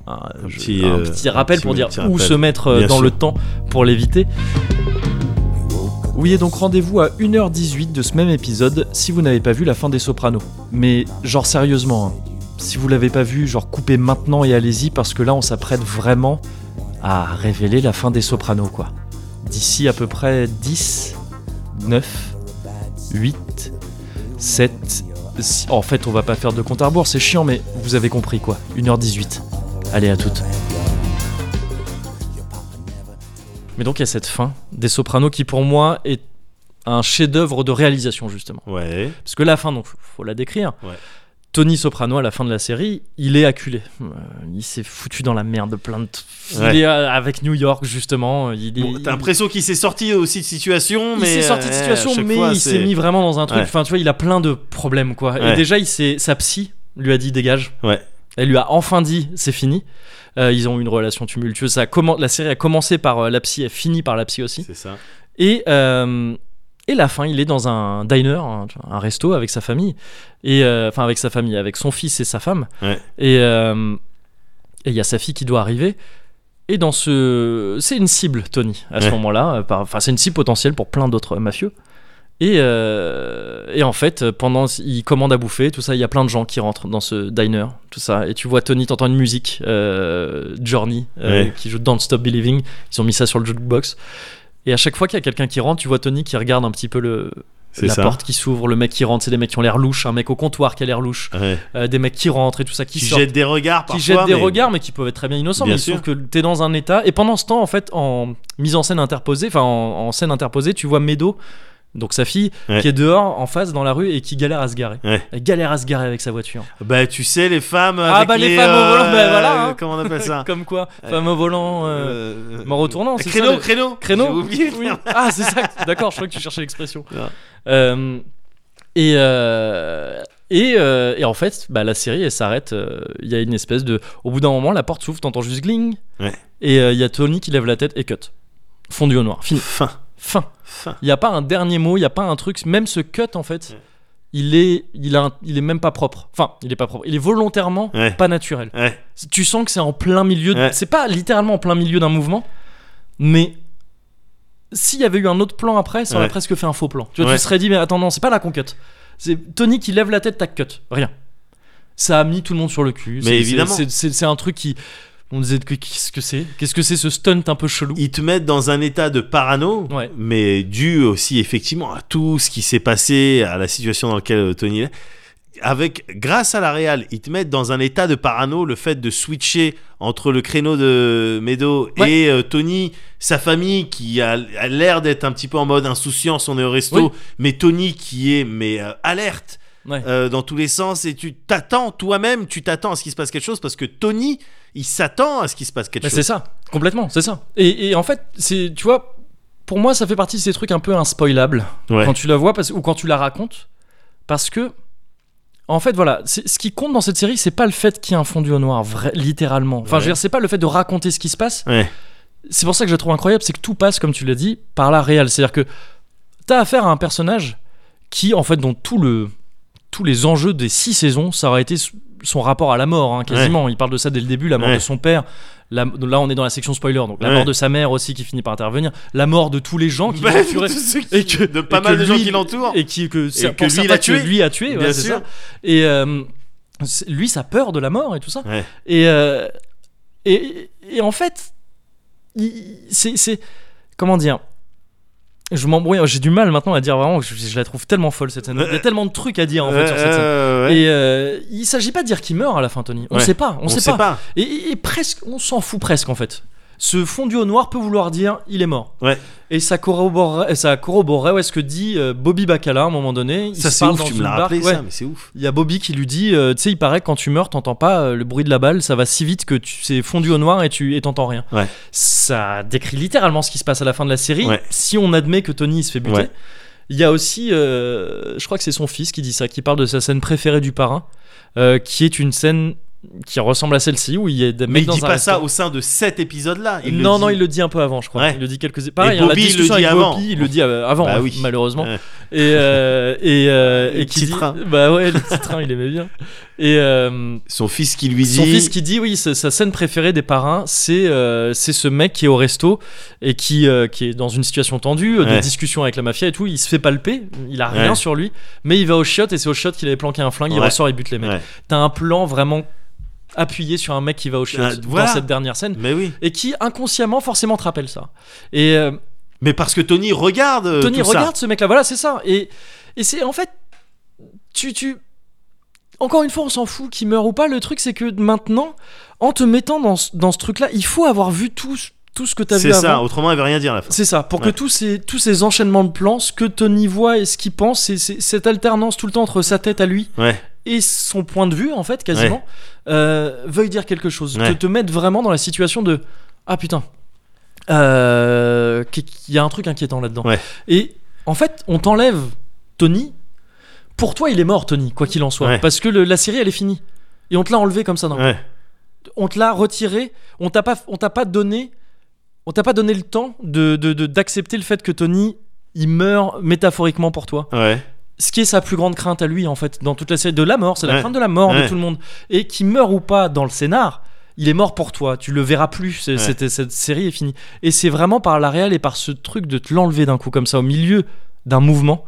un, je-
petit,
un
euh,
petit rappel
un petit-
pour dire
petit
où
rappel.
se mettre euh,
Bien
dans
sûr.
le temps pour l'éviter. Oui, et donc rendez-vous à 1h18 de ce même épisode si vous n'avez pas vu la fin des Sopranos. Mais genre sérieusement, hein, si vous l'avez pas vu, genre coupez maintenant et allez-y parce que là on s'apprête vraiment à révéler la fin des Sopranos quoi. D'ici à peu près 10, 9, 8, 7, si- En fait on va pas faire de compte à rebours, c'est chiant mais vous avez compris quoi. 1h18. Allez à toutes. Mais donc il y a cette fin des Sopranos qui pour moi est un chef-d'œuvre de réalisation justement.
Ouais.
Parce que la fin, donc faut la décrire.
Ouais.
Tony Soprano à la fin de la série, il est acculé. Euh, il s'est foutu dans la merde de plein de. Il
Ouais.
est euh, avec New York justement. Il est.
Bon, T'as l'impression qu'il s'est sorti aussi de situation,
il
mais.
s'est sorti de
euh, à
situation,
chaque
mais
fois,
il
c'est-
s'est mis vraiment dans un truc.
Ouais.
Enfin, tu vois, il a plein de problèmes, quoi. Et
Ouais.
déjà, il s'est, sa psy lui a dit dégage.
Ouais.
Elle lui a enfin dit c'est fini. Euh, ils ont eu une relation tumultueuse. Ça a commen- La série a commencé par euh, la psy, elle finit par la psy aussi.
C'est ça.
Et, euh, et la fin, il est dans un diner, un, un resto avec sa famille, et euh, enfin avec sa famille, avec son fils et sa femme.
Ouais.
Et euh, et il y a sa fille qui doit arriver. Et dans ce, c'est une cible Tony à ce
Ouais.
moment-là. euh, par- Enfin, c'est une cible potentielle pour plein d'autres euh, mafieux. Et, euh, et en fait, pendant il commande à bouffer, tout ça, il y a plein de gens qui rentrent dans ce diner, tout ça. Et tu vois Tony, t'entends une musique, euh, Journey, euh,
Ouais.
qui joue Don't Stop Believing. Ils ont mis ça sur le jukebox. Et à chaque fois qu'il y a quelqu'un qui rentre, tu vois Tony qui regarde un petit peu le,
C'est
la
ça.
porte qui s'ouvre, le mec qui rentre, c'est des mecs qui ont l'air louches, un mec au comptoir qui a l'air louche,
Ouais.
euh, des mecs qui rentrent et tout ça, qui,
Qui
sortent,
jette des regards parfois.
qui jettent des
mais-
regards, mais qui peuvent être très bien innocents,
Bien
mais
sûr.
sauf que t'es dans un état. Et pendant ce temps, en fait, en mise en scène interposée, enfin en, en scène interposée, tu vois Medo, donc sa fille,
Ouais.
qui est dehors, en face, dans la rue, et qui galère à se garer.
Ouais.
Elle galère à se garer avec sa voiture.
Bah, tu sais, les femmes.
Ah,
avec
bah, les
les
femmes au
euh,
volant, bah, voilà, hein.
Comment on appelle ça
Comme quoi, femme au volant. euh,
Euh,
mort au tournant, c'est
Créneau,
ça, le-
créneau.
Créneau
J'ai oublié.
Oui. Ah, c'est ça. D'accord, je crois que tu cherchais l'expression.
Non.
Euh, et, euh, et, euh, et en fait, bah, la série, elle s'arrête. euh, Il y a une espèce de. Au bout d'un moment, la porte s'ouvre, t'entends juste gling.
Ouais.
Et euh, il y a Tony qui lève la tête et cut. Fondu au noir. Fini.
Fin.
Fin.
Fin.
Il n'y a pas un dernier mot, il n'y a pas un truc. Même ce cut, en fait,
Ouais.
il, est, il, a un- il est même pas propre. Enfin, il est pas propre. Il est volontairement
Ouais.
pas naturel.
Ouais.
Tu sens que c'est en plein milieu. de-
Ouais.
C'est pas littéralement en plein milieu d'un mouvement, mais s'il y avait eu un autre plan après, ça aurait
Ouais.
presque fait un faux plan. Tu vois,
Ouais.
tu te serais dit, mais attends, non, c'est pas là qu'on cut. C'est Tony qui lève la tête, tac, cut. Rien. Ça a mis tout le monde sur le cul.
Mais
C'est-
évidemment.
c'est- C'est c'est un truc qui. On disait, que- qu'est-ce que c'est Qu'est-ce que c'est ce stunt un peu chelou
Ils te mettent dans un état de parano,
Ouais.
mais dû aussi effectivement à tout ce qui s'est passé, à la situation dans laquelle euh, Tony est. Avec, grâce à la Real, ils te mettent dans un état de parano. Le fait de switcher entre le créneau de Medo
Ouais.
et euh, Tony, sa famille qui a, a l'air d'être un petit peu en mode insouciance, on est au resto,
Oui.
mais Tony qui est mais euh, alerte
Ouais.
euh, dans tous les sens et tu t'attends toi-même, tu t'attends à ce qu'il se passe quelque chose parce que Tony, il s'attend à ce qu'il se passe quelque
Mais
chose.
Bah, c'est ça, complètement, c'est ça. Et, et en fait, c'est, tu vois, pour moi, ça fait partie de ces trucs un peu inspoilables
Ouais.
quand tu la vois parce, ou quand tu la racontes, parce que, en fait, voilà, c'est- ce qui compte dans cette série, c'est pas le fait qu'il y ait un fondu au noir, vrai, littéralement. Enfin, je veux
Ouais.
dire, c'est pas le fait de raconter ce qui se passe.
Ouais.
C'est pour ça que je le trouve incroyable, c'est que tout passe, comme tu l'as dit, par la réelle. C'est-à-dire que t'as affaire à un personnage qui, en fait, dont tout le, tous les enjeux des six saisons, ça aurait été s- son rapport à la mort, hein, quasiment. Il parle de ça dès le début, la mort
Ouais.
de son père. La- là, on est dans la section spoiler, donc la
Ouais.
mort de sa mère aussi qui finit par intervenir, la mort de tous les gens qui
Bah,
l'ont entouré,
tous ceux qui-
et que
de pas
et que
mal de gens
lui-
qui l'entourent.
et qui que, c'est-
que
pour
lui,
certains
il a
que
tué.
lui a tué, ouais,
Bien
c'est
sûr.
ça. Et euh, c'est- lui, sa peur de la mort et tout ça.
Ouais.
Et, euh, et et en fait, il- c'est c'est- comment dire. Je m'embrouille, j'ai du mal maintenant à dire vraiment que je, je la trouve tellement folle cette scène. Il y a tellement de trucs à dire en fait sur cette scène.
Euh, ouais.
Et euh, il s'agit pas de dire qu'il meurt à la fin, Tony. On
Ouais.
sait pas, on,
on,
sait,
sait
pas.
pas.
Et, et- et presque, on s'en fout presque en fait. Ce fondu au noir peut vouloir dire il est mort.
Ouais.
Et ça corroborerait, ça corroborerait ouais, ce que dit euh, Bobby Bacala à un moment donné. Il
Ça
se
c'est
parle
ouf,
dans
tu
une
me l'as
barque.
rappelé
Ouais.
ça, mais c'est ouf.
Il y a Bobby qui lui dit euh, tu sais, il paraît que quand tu meurs, t'entends pas euh, le bruit de la balle, ça va si vite que tu c'est fondu au noir et tu et t'entends rien.
Ouais.
Ça décrit littéralement ce qui se passe à la fin de la série.
Ouais.
Si on admet que Tony il se fait buter.
Ouais.
Il y a aussi, euh, je crois que c'est son fils qui dit ça, qui parle de sa scène préférée du parrain, euh, qui est une scène qui ressemble à celle-ci où il y a des
Mais
mecs
il
dans
dit
un
pas ça
restaurant.
au sein de cet épisode-là. il le
non,
dit.
non, il le dit un peu avant, je crois.
Ouais.
Il le dit quelques. Pareil,
Et
hein, la
Bobby, il le
discussion
dit
avec
avant.
Bobby, il le dit euh, avant,
Bah
hein,
oui.
malheureusement.
Ouais.
Et euh, et euh,
Le
et qui
petit
dit,
train.
bah ouais, le petit train, il aimait bien. Et euh,
Son fils qui lui dit.
son fils qui dit oui sa, sa scène préférée des parrains c'est euh, c'est ce mec qui est au resto et qui euh, qui est dans une situation tendue euh, de
Ouais.
discussion avec la mafia et tout il se fait palper il a rien
Ouais.
sur lui mais il va au shot et c'est au shot qu'il avait planqué un flingue il
Ouais.
ressort et bute les mecs
Ouais.
t'as un plan vraiment appuyé sur un mec qui va au shot
Ah,
dans
voilà.
cette dernière scène
Mais oui.
et qui inconsciemment forcément te rappelle ça et euh,
Mais parce que Tony regarde. euh,
Tony
tout ça.
regarde ce mec là voilà c'est ça et et c'est en fait tu tu encore une fois on s'en fout qu'il meurt ou pas le truc c'est que maintenant en te mettant dans ce, dans ce truc là il faut avoir vu tout ce- tout ce que t'as vu
C'est ça,
avant
autrement elle veut rien dire à la fin.
c'est ça pour
Ouais.
que tous ces tous ces enchaînements de plans ce que Tony voit et ce qu'il pense c'est c'est- cette alternance tout le temps entre sa tête à lui
Ouais.
et son point de vue en fait quasiment euh, veuille dire quelque chose
Ouais.
te, te mettre vraiment dans la situation de ah putain euh, qu'il- qu'il y a un truc inquiétant là-dedans
Ouais.
et en fait on t'enlève Tony pour toi il est mort Tony quoi qu'il en soit
Ouais.
parce que le- la série elle est finie et on te l'a enlevé comme ça d'un coup.
Ouais.
on te l'a retiré on t'a pas on t'a pas donné on t'a pas donné le temps de de- de- d'accepter le fait que Tony il meurt métaphoriquement pour toi
Ouais.
ce qui est sa plus grande crainte à lui en fait dans toute la série de la mort c'est la
Ouais.
crainte de la mort de
Ouais.
tout le monde et qui meurt ou pas dans le scénar il est mort pour toi tu le verras plus c'est-
Ouais.
c'était- cette série est finie et c'est vraiment par la réelle et par ce truc de te l'enlever d'un coup comme ça au milieu d'un mouvement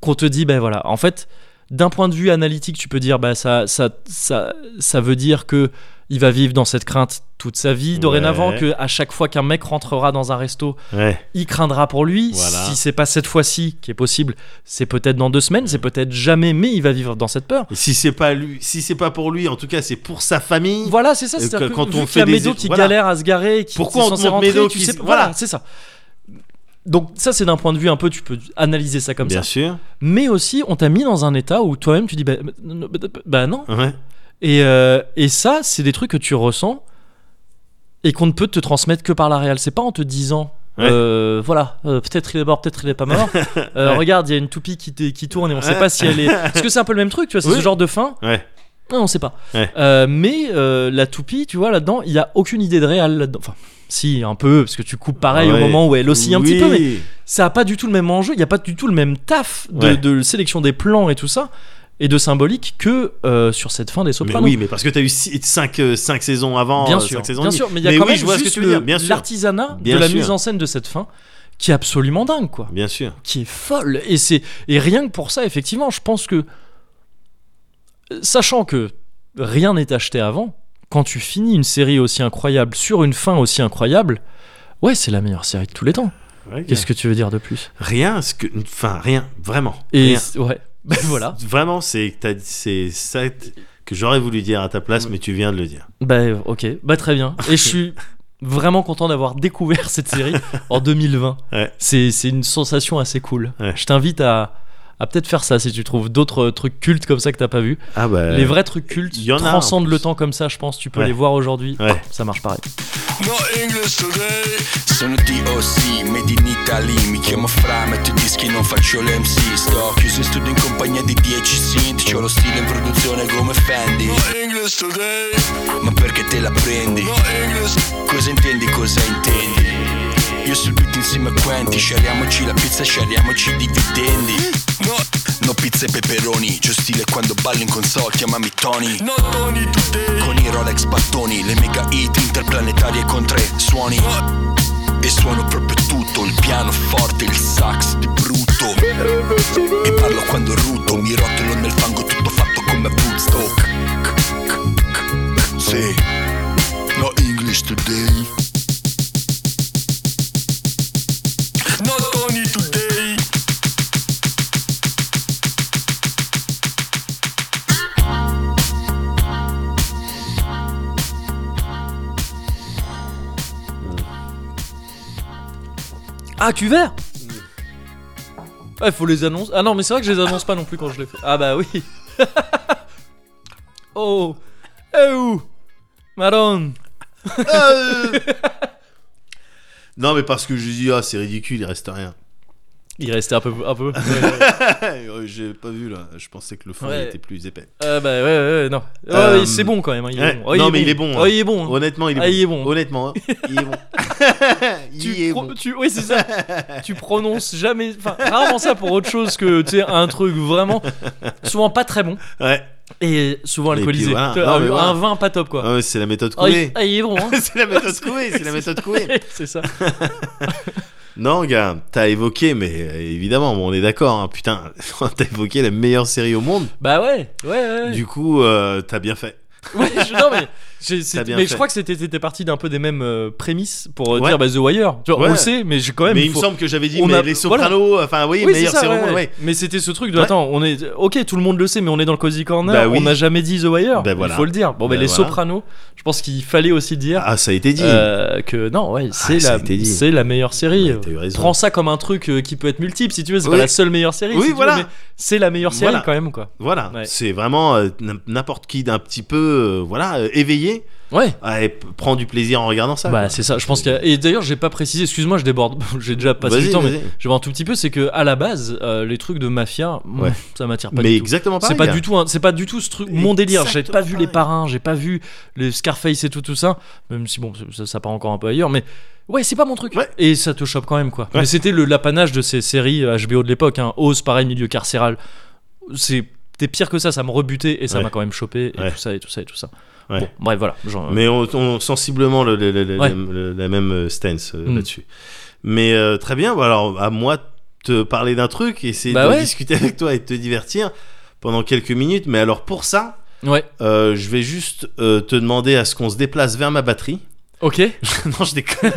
qu'on te dit ben voilà en fait d'un point de vue analytique tu peux dire bah ça ça ça ça veut dire que il va vivre dans cette crainte toute sa vie dorénavant
Ouais.
que à chaque fois qu'un mec rentrera dans un resto
Ouais.
il craindra pour lui.
Voilà.
Si c'est pas cette fois-ci qui est possible, c'est peut-être dans deux semaines, c'est peut-être jamais, mais il va vivre dans cette peur.
Et si c'est pas lui, si c'est pas pour lui, en tout cas c'est pour sa famille.
Voilà, c'est ça.
Et
C'est-à-dire
que-
que
quand
vu
on
qu'il
fait
y a
des-
Médo qui
voilà.
galère à se garer, et qui
Pourquoi
qui est
on te
censé
montre
rentrer,
Médo
tu
qui
sais,
se-
voilà,
voilà.
c'est ça. Donc ça, c'est d'un point de vue un peu, tu peux analyser ça comme
Bien
ça.
sûr.
Mais aussi, on t'a mis dans un état où toi-même tu dis bah, bah- bah non.
Ouais.
Et, euh, et ça, c'est des trucs que tu ressens et qu'on ne peut te transmettre que par la réelle. C'est pas en te disant.
Ouais.
euh, voilà, euh, peut-être il est mort, peut-être il est pas mort. Euh,
Ouais.
Regarde, il y a une toupie qui, t- qui tourne et on sait
Ouais.
pas si elle est. Parce que c'est un peu le même truc, tu vois, c'est
Oui.
ce genre de fin.
Ouais.
Non, on sait pas.
Ouais.
Euh, mais euh, la toupie, tu vois, là-dedans, il y a aucune idée de réel là-dedans. Enfin, si, un peu, parce que tu coupes pareil au
Ouais.
moment où elle oscille un petit
Oui.
peu, mais ça a pas du tout le même enjeu, il y a pas du tout le même taf de,
Ouais.
de sélection des plans et tout ça, et de symbolique que euh, sur cette fin des
Mais
Sopranos.
oui, mais parce que t'as eu 5 saisons avant,
bien
euh,
sûr,
cinq saisons
bien
et demie.
sûr, mais il y a quand
oui,
même
je vois ce que
juste
tu veux dire.
le-
Bien sûr,
l'artisanat de
Bien
la
sûr.
mise en scène de cette fin qui est absolument dingue, quoi
bien sûr.
qui est folle. Et c'est et rien que pour ça, effectivement, je pense que sachant que rien n'est acheté avant, quand tu finis une série aussi incroyable sur une fin aussi incroyable, ouais, c'est la meilleure série de tous les temps. Qu'est-ce que tu veux dire de plus
Rien, ce que, enfin rien, vraiment.
Et
rien.
ouais, ben voilà.
Vraiment, c'est t'as- c'est ça que j'aurais voulu dire à ta place, mais tu viens de le dire.
Ben ok, bah très bien. Et je suis vraiment content d'avoir découvert cette série en 2020.
Ouais.
C'est c'est une sensation assez cool.
Ouais.
Je t'invite à à peut-être faire ça si tu trouves d'autres trucs cultes comme ça que t'as pas vu.
Ah bah.
Les vrais trucs cultes
il y en a, en
transcendent
plus.
le temps comme ça, je pense. Tu peux
Ouais.
les voir aujourd'hui. Oh,
Ouais.
Ça marche pareil.
No English today Sono DOC, made in Italy Mi chiamo Fra, metto i dischi, non faccio l'MC Sto chiuso in studio in compagnia di 10 synth C'ho lo stile in produzione come Fendi No English today Ma perché te la prendi? No English Cosa intendi, cosa intendi? Io sul beat insieme a Quentin Sciariamoci la pizza, sciariamoci i dividendi No, no pizza e peperoni C'ho stile quando ballo in console, chiamami Tony No Tony today Con i Rolex battoni Le mega hit interplanetarie con tre suoni E suono proprio tutto Il pianoforte, il sax di brutto E parlo quando ruto Mi rotolo nel fango tutto fatto come a Woodstock Sì No English today Not only today.
Ah, cuvert Ouais, faut les annoncer. Ah non, mais c'est vrai que je les annonce pas non plus quand je les fais. Ah bah oui. oh. Eh où Maron.
Euh. non, mais parce que je dis ah c'est ridicule, il reste rien.
Il restait un peu. Un peu.
Ouais, J'ai pas vu là, je pensais que le fond
Ouais.
était plus épais.
Euh, bah ouais, ouais, ouais, non. Ouais,
Euh,
c'est bon quand même. hein, il est
ouais.
bon.
Non, mais il est bon, hein.
Ouais, il est bon. hein.
Honnêtement, il est
Ah,
bon.
il est bon.
Honnêtement, hein, il est bon. il
Tu,
est
pro-
bon.
tu- oui, c'est ça. tu prononces jamais, enfin, rarement ça pour autre chose que tu sais, un truc vraiment, souvent pas très bon
Ouais.
et souvent
Et puis
alcoolisé.
voilà.
Tu vois,
Non, mais
un,
voilà.
un vin pas top quoi.
Ah ouais, c'est la méthode
Ah, il,
Coué.
ah, il est bon. hein.
c'est la méthode Coué, c'est la méthode Coué.
c'est ça.
Non, gars, t'as évoqué, mais euh, évidemment, bon, on est d'accord, hein, putain, t'as évoqué la meilleure série au monde.
Bah ouais, ouais, ouais.
Du coup, euh, t'as bien fait.
Ouais, je, non, mais, j'ai- c'est-
T'as bien
mais je
fait.
crois que c'était t'étais parti d'un peu des mêmes euh, prémices pour euh,
Ouais.
dire bah, The Wire. Tu vois, On
Ouais.
le sait, mais j'ai quand même.
mais il
faut-
me semble que j'avais dit,
on
mais
a-
les Sopranos, enfin oui,
Oui, c'est
meilleure
ça,
série
ouais,
au monde, ouais.
Mais c'était ce truc de
Ouais.
attends, on est OK, tout le monde le sait mais on est dans le cozy corner,
Bah oui.
on n'a jamais dit The Wire,
Bah
il
voilà.
faut le dire. Bon mais
Bah
les
voilà.
Sopranos, je pense qu'il fallait aussi dire
Ah, ça a été dit.
euh, que non, ouais, c'est
ça a
la
été dit.
c'est la meilleure série.
Ouais, t'as eu raison.
Prends ça comme un truc euh, qui peut être multiple si tu veux, c'est
Oui.
pas la seule meilleure série
Oui,
si tu veux,
voilà.
mais c'est la meilleure série
Voilà.
quand même quoi.
Voilà,
Ouais.
c'est vraiment euh, n- n'importe qui d'un petit peu, euh, voilà, euh, éveillé,
Ouais.
ah, et p- prend du plaisir en regardant ça.
Bah c'est ça, je pense qu'il y a- et d'ailleurs, j'ai pas précisé, excuse-moi, je déborde. j'ai déjà passé du
Vas-y,
temps mais
vas-y.
je vais un tout petit peu c'est que à la base euh, les trucs de mafia, mm,
Ouais.
ça m'attire pas
Mais
du tout.
exactement
C'est
pareil, hein.
pas
gars.
du tout, un- c'est pas du tout ce truc, mon délire. J'ai pas vu
Exactement
les
pareil.
parrains, j'ai pas vu les Scarface et tout, tout ça. Même si bon, ça, ça part encore un peu ailleurs, mais ouais, c'est pas mon truc.
Ouais.
Et ça te chope quand même quoi.
Ouais.
Mais c'était le l'apanage de ces séries HBO de l'époque. Hein. Oz, pareil, milieu carcéral. C'est t'es pire que ça, ça me rebutait et ça
Ouais.
m'a quand même chopé et
Ouais.
tout ça et tout ça et tout ça.
Ouais.
Bon, bref, voilà. Genre,
Mais on, on- sensiblement le- le- le- le-
Ouais.
le- la même euh, stance euh,
Mm.
là-dessus. Mais euh, très bien, bon, alors à moi de te parler d'un truc, essayer
Bah
de
ouais.
discuter avec toi et de te divertir pendant quelques minutes. Mais alors pour ça,
ouais.
euh, je vais juste euh, te demander à ce qu'on se déplace vers ma batterie.
Ok.
non, je déconne.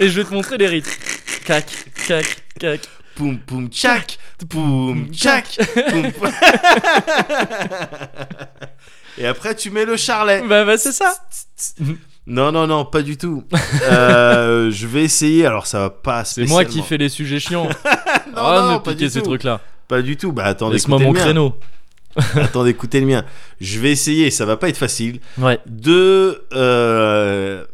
et je vais te montrer les rites. Cac, cac, cac.
Poum poum tchac, poum tchac. poum, poum. et après tu mets le charlet.
Bah, bah c'est ça.
Non, non, non, pas du tout. Euh, je vais essayer, alors ça va pas
C'est moi qui
spécialement.
fais les sujets chiants.
Non,
Ah,
non,
me
pas
piquer
du
ces
tout.
trucs-là.
Pas du tout. Bah attendez,
Laisse-moi
écoutez
mon
le mien.
créneau.
Attendez, écoutez le mien. Je vais essayer. Ça va pas être facile
Ouais.
de euh, euh,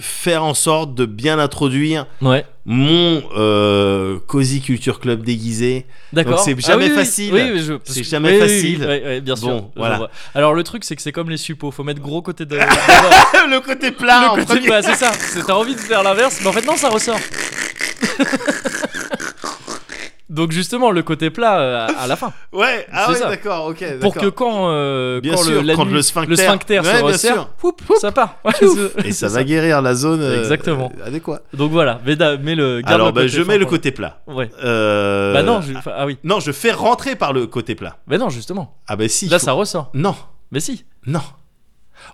faire en sorte de bien introduire
Ouais.
mon euh, cozy culture club déguisé.
D'accord.
Donc, c'est
Ah
jamais
oui, oui,
facile.
Oui, mais je- parce
C'est
que-
jamais
oui, oui,
facile.
oui, oui, oui, bien sûr.
Bon,
je
voilà.
vois. Alors le truc, c'est que c'est comme les suppos. Faut mettre gros côté de. le
le côté plat. en
côté.
premier.
Bah, c'est ça. C'est- T'as envie de faire l'inverse, mais en fait non, ça ressort. Donc justement, le côté plat euh, à, à la fin,
Ouais. Ah
C'est
ouais,
ça.
d'accord. Ok.
pour que
d'accord.
quand euh,
Bien
quand le,
sûr,
la
quand
nuit-
le sphincter- Ouais,
se
bien
resserre,
sûr.
poup, ça part. Ouais, c'est-
et ça
c'est
va guérir la zone euh,
Exactement.
euh, adéquat.
Donc voilà, Veda, mets le. garde
Alors
le
bah,
côté
je
fin
mets le
pour-
côté plat.
Ouais.
Euh,
Bah non, je- enfin, ah oui.
non, je fais rentrer par le côté plat.
Bah non, justement.
Ah bah si.
Là,
faut-
ça ressort.
Non.
Mais si.
Non.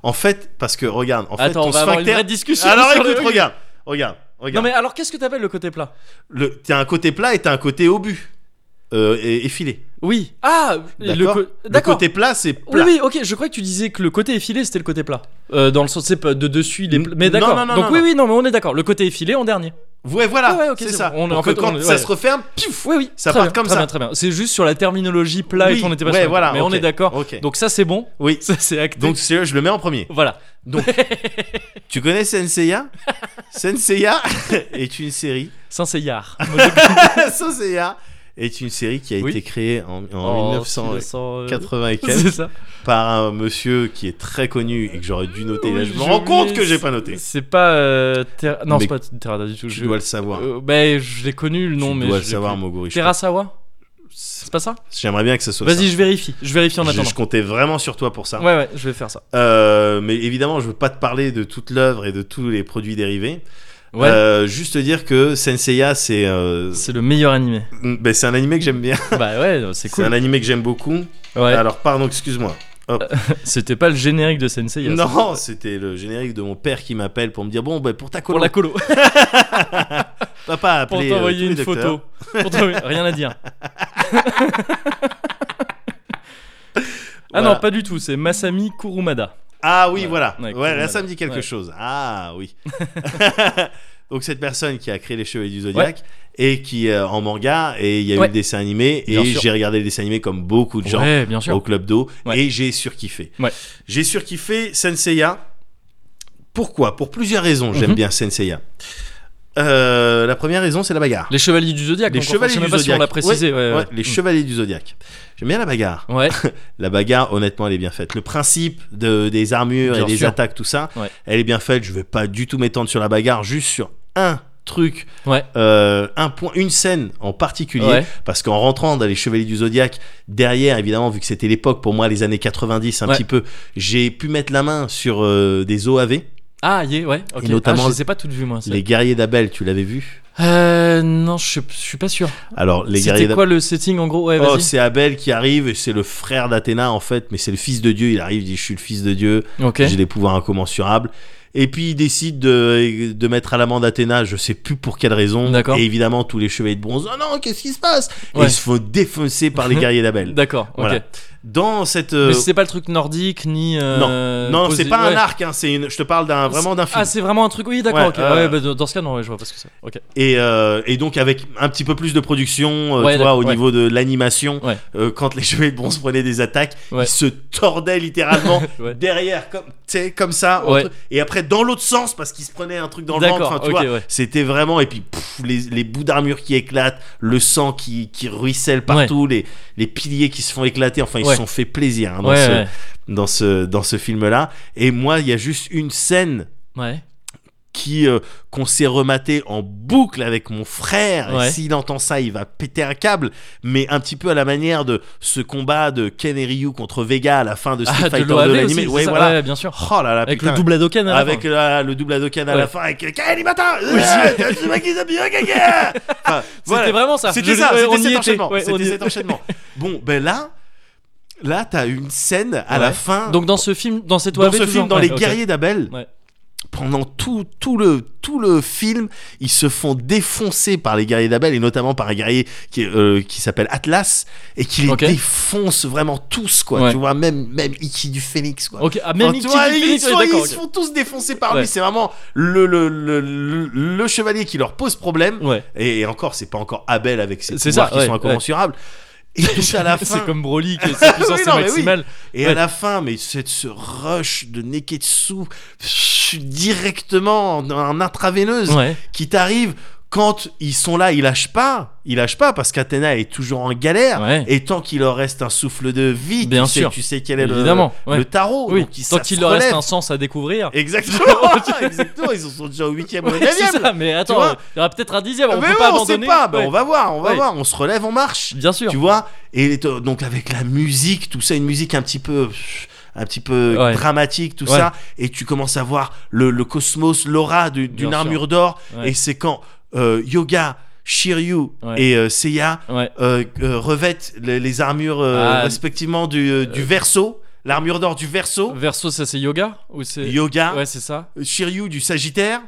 En fait, parce que regarde, en fait,
Attends,
ton
on va avoir une
sphincter-
vraie discussion.
Alors
sur le-
écoute, regarde, regarde,
Non
regarde.
mais alors qu'est-ce que t'appelles le côté plat
Le- T'as un côté plat et t'as un côté obus euh, et effilé.
Oui. Ah, le
D'accord.
co-
Le,
d'accord.
côté plat, c'est
Oui,
plat.
oui, ok, je crois que tu disais que le côté effilé c'était le côté plat. Euh, dans le sens, c'est pas de dessus, il est pla- Mais
Non,
d'accord.
non, non,
Donc,
non,
oui,
non.
oui, non, mais on est d'accord. Le côté effilé en dernier.
Ouais, voilà,
Ouais, ouais, ok,
c'est
c'est
ça.
bon. On est-
Pour
en
que
fait,
quand
on est-
ça
ouais.
se referme,
Oui, oui.
Ça
très
part
bien,
comme
très
ça.
bien, très bien. C'est juste sur la terminologie plat et
Oui,
tout, on était pas
ouais,
sûr.
voilà,
Mais on
ok,
est d'accord.
ok.
Donc, ça, c'est bon.
oui.
Ça, c'est acté.
Donc c'est je le mets en premier.
voilà.
Donc tu connais Senseiya Senseiya est une série.
Saint-Seyard.
Senseiya est une série qui a
Oui. Oh,
été créée en, en
En
1980
1900, euh,
et quelques.
C'est ça.
par un monsieur qui est très connu et que j'aurais dû noter. Là,
Oui,
je me
j'ai
rends compte
oublié,
que j'ai pas noté.
C'est pas. euh, Ter- Non,
Mais
c'est pas Terada du tout.
Tu
je...
dois le savoir.
Euh, ben, je l'ai connu le nom,
tu
mais.
dois
je
le
l'ai
savoir,
plus.
Moguri. je
Terasawa
pense.
C'est pas ça
J'aimerais bien que ça soit ça.
Vas-y, je vérifie. Je vérifie en
Je,
attendant.
je comptais vraiment sur toi pour ça.
Ouais, ouais, je vais faire ça.
Euh, mais évidemment, je veux pas te parler de toute l'œuvre et de tous les produits dérivés.
Ouais.
Euh, juste te dire que Senseiya, c'est euh,
C'est le meilleur animé.
ben, c'est un animé que j'aime bien.
bah ouais, c'est
C'est un
cool.
animé que j'aime beaucoup.
Ouais.
Alors, pardon, excuse-moi.
C'était pas le générique de Sensei. hein, ça.
Non, c'était le générique de mon père qui m'appelle pour me dire bon, ben pour ta
Pour
colo,
la colo.
papa a
Pour
appelé. euh, tous
t'envoyer
les
une
docteurs.
photo. Pour t'envoyer- Rien à dire. Ah
Voilà.
non, pas du tout, c'est Masami Kurumada.
Ah oui,
Ouais,
voilà.
ouais,
Ouais,
Conan
là, ça
Doyle.
me dit quelque
Ouais.
chose. Ah oui. Donc cette personne qui a créé les Chevaliers du Zodiac et qui euh, en manga et il y a eu
Ouais.
le dessin animé
Bien
et
sûr.
j'ai regardé le dessin animé comme beaucoup de gens
Ouais, bien
au
sûr.
club d'eau
Ouais.
et j'ai surkiffé.
Ouais.
J'ai surkiffé Senseiya. Pourquoi Pour plusieurs raisons, j'aime
Mhm.
bien Senseiya. Euh, la première raison, c'est la bagarre.
Les Chevaliers du Zodiac.
Les
encore, je sais
chevaliers
même
du
pas si on l'a
zodiaque.
précisé.
Ouais,
Ouais, Mhm. Mm.
ouais, les chevaliers du zodiaque. J'aime bien la bagarre.
Ouais.
La bagarre, honnêtement, elle est bien faite. Le principe de, des armures
Bien
et des
sûr.
attaques, tout ça,
Ouais.
elle est bien faite. Je vais pas du tout m'étendre sur la bagarre, juste sur un truc,
Ouais.
euh, un point, une scène en particulier.
Ouais.
Parce qu'en rentrant dans les Chevaliers du Zodiaque, derrière, évidemment, vu que c'était l'époque, pour moi, les années 90, un
Ouais.
petit peu, j'ai pu mettre la main sur euh, des OAV,
Ah, yeah, ouais. ok.
Et notamment-
Ah, je les ai pas toutes vues, moi. ça.
les guerriers d'Abel, tu l'avais vu
Euh, non, je, suis- je suis pas sûr.
Alors, les guerriers
C'était
d'Abel.
quoi le setting en gros Ouais,
Oh,
vas-y.
c'est Abel qui arrive et c'est le frère d'Athéna en fait, mais c'est le fils de Dieu. Il arrive, il dit Je suis le fils de Dieu,
ok.
j'ai des pouvoirs incommensurables. Et puis il décide de, de mettre à l'amende Athéna, je sais plus pour quelle raison.
D'accord.
Et évidemment, tous les chevaliers de bronze Oh non, qu'est-ce qui se passe Et
Ouais.
Ils se font défoncer par les guerriers d'Abel.
D'accord, ok.
Voilà. Dans cette. euh,
Mais c'est pas le truc nordique ni. euh,
non,
posé-
c'est pas
ouais.
un arc, hein, c'est une, je te parle d'un, vraiment d'un film.
Ah, c'est vraiment un truc. Oui, d'accord,
Ouais,
ok.
euh,
Ah ouais, bah, dans dans ce cas, non, ouais, je vois pas ce que c'est. Ok.
Et, euh, et donc avec un petit peu plus de production, euh,
Ouais,
tu vois,
d'accord,
au
ouais.
niveau de l'animation,
Ouais.
euh, quand les chevaliers de bronze prenaient des attaques,
Ouais.
ils se tordaient littéralement
Ouais.
derrière, comme, tu sais, comme ça, entre-
Ouais.
et après dans l'autre sens parce qu'ils se prenaient un truc dans le
D'accord,
ventre. enfin, tu
ok,
vois,
ouais.
C'était vraiment et puis pff, les, les bouts d'armure qui éclatent, le sang qui, qui ruisselle partout, les, les piliers qui se font éclater. Enfin, ils
Ouais.
se sont fait plaisir hein, dans,
Ouais,
ce,
ouais.
dans ce dans ce film là. Et moi, il y a juste une scène
Ouais.
qui euh, qu'on s'est rematé en boucle avec mon frère.
Ouais.
Et s'il entend ça, il va péter un câble. Mais un petit peu à la manière de ce combat de Ken et Ryu contre Vega à la fin de Street
Ah, de
Fighter
l'OAV
de
aussi,
l'anime.
c'est
Ouais,
ça
voilà.
Ouais, bien sûr.
Oh là là,
Avec
putain.
le double Hadoken à la
Avec
fin.
la- le double Hadoken à
Ouais.
la fin, avec euh, Kalimata!
Oui.
C'est moi qui s'appuie, gaga Enfin, voilà.
C'était vraiment ça.
C'était
Je-
ça,
ouais, on
c'était
y
cet
était.
enchaînement.
Ouais, on
C'était
y
cet
était.
enchaînement. Bon, ben là, là, t'as une scène à la
Ouais.
fin.
Donc dans ce film, dans cette
euh, dans
OAV
ce
toujours
film, dans
Ouais,
Les
ok.
Guerriers d'Abel,
Ouais.
pendant tout, tout, le, tout le film, ils se font défoncer par les guerriers d'Abel, et notamment par un guerrier qui, est, euh, qui s'appelle Atlas, et qui les
Ok.
défonce vraiment tous, quoi.
Ouais.
Tu vois, même, même Iki du Phénix, quoi.
Ok, ah, même
Enfin,
Nick
tu vois,
Fury,
ils,
ouais,
sont-
d'accord,
ils
ok.
se font tous défoncer par
Ouais.
lui. C'est vraiment le, le, le, le, le chevalier qui leur pose problème.
Ouais.
Et, et encore, c'est pas encore Abel avec ses
C'est
pouvoirs
ça,
qui
ouais,
sont
ouais.
incommensurables. Et tout à la fin.
C'est comme Broly qui sa puissance
Oui,
est
non, mais oui.
maximale.
Et
Ouais.
à la fin, mais c'est ce rush de Neketsu pff, directement en, en intraveineuse
Ouais.
qui t'arrive quand ils sont là, ils lâchent pas, ils lâchent pas parce qu'Athéna est toujours en galère
Ouais.
et tant qu'il leur reste un souffle de vie,
Bien
tu,
sûr.
Sais, tu sais quel est le-
Évidemment,
le,
ouais.
tarot,
Oui.
Oh, donc ils
Tant
ça
qu'il
se
leur reste
relève.
un sens à découvrir.
Exactement, exactement, ils en sont déjà au huitième ou au
Ouais, c'est
neuvième.
ça, mais attends,
vois.
euh, il y aura peut-être un dixième, on
Mais
peut
oui,
pas
on sait
abandonner.
pas, bah,
Ouais.
on va voir, on va
Ouais.
voir, on se relève, on marche.
Bien sûr.
Tu vois Et t- donc avec la musique, tout ça, une musique un petit peu un petit peu
Ouais.
dramatique, tout
Ouais.
ça, et tu commences à voir le, le cosmos, l'aura du- d'une
sûr.
armure d'or,
Ouais.
et c'est quand euh, Yoga, Shiryu
Ouais.
et euh, Seiya
Ouais.
euh, euh, revêtent les, les armures euh,
Ah, Euh.
respectivement du, euh, du verso, l'armure d'or du verso,
Verso, ça c'est yoga ou c'est
Yoga,
Euh. Ouais, c'est ça.
Shiryu du Sagittaire,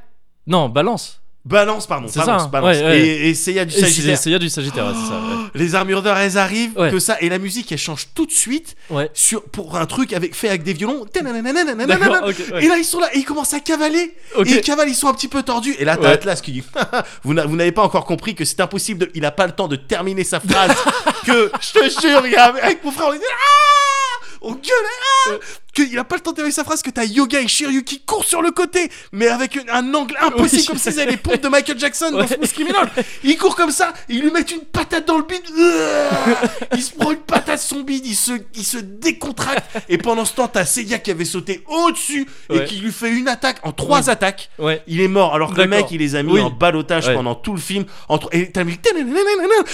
Non, balance.
Balance, pardon,
C'est
balance,
ça, hein.
balance,
Ouais, ouais.
Et, et Seiya du
Et C'est
Sagittaire.
c'est- il y a du Sagittaire, ouais, c'est ça. ouais.
Les armures d'or, elles arrivent,
Ouais.
que ça, et la musique, elle change tout de suite
Ouais.
sur, pour un truc avec, fait avec des violons.
D'accord, ok, ouais.
Et là, ils sont là, et ils commencent à cavaler.
Ok.
Et ils cavalent, ils sont un petit peu tordus. Et là, t'as
Ouais.
Atlas qui dit Vous n'a- vous n'avez pas encore compris que c'est impossible, de- il a pas le temps de terminer sa phrase. que je te jure, regarde, avec mon frère, on dit Ah On gueulait Ah Qu'il a pas le temps de terminer sa phrase, que t'as Yoga et Shiryu qui courent sur le côté, mais avec une- un angle impossible,
Oui.
comme si c'était les pompes de Michael Jackson dans
Ouais.
Smooth Criminal. Ils courent comme ça, ils lui mettent une patate dans le bide. Uah il se prend une patate son bide, il se, il se décontracte. Et pendant ce temps, t'as Seiya qui avait sauté au-dessus
Ouais.
et qui lui fait une attaque en trois attaques.
Ouais.
Il est mort alors que le
D'accord.
mec il les a mis
Oui.
en balotage
Ouais.
pendant tout le film entre et t'as mis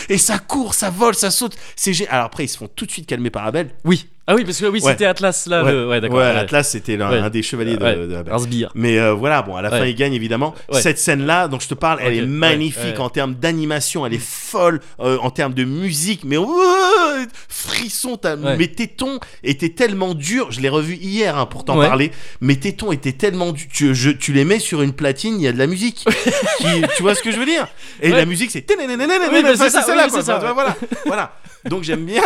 et ça court, ça vole, ça saute. C'est gé- alors après ils se font tout de suite calmer par Abel.
Oui. Ah oui, parce que oui,
Ouais.
c'était Atlas là. le- Ah, Ouais, d'accord.
Ouais,
ouais.
Atlas c'était l'un
Ouais.
un des chevaliers de,
Ouais,
de Abel.
Un sbire.
Mais euh, voilà, bon, à la
Ouais.
fin, il gagne évidemment.
Ouais.
Cette scène-là, dont je te parle, elle
Ok,
est
ouais,
magnifique
ouais.
en termes d'animation, elle est folle euh, en termes de musique, mais Ouah frisson, t'as-
Ouais.
mes tétons étaient tellement durs. Je l'ai revu hier hein, pour t'en
Ouais.
parler. Mes tétons étaient tellement durs. Tu, je- tu les mets sur une platine, il y a de la musique. Qui- tu vois ce que je veux dire Et
Ouais.
la musique, c'est.
Oui, mais
Enfin,
c'est ça,
celle-là,
oui,
quoi.
c'est ça,
Enfin,
ouais.
Voilà, voilà. Donc j'aime bien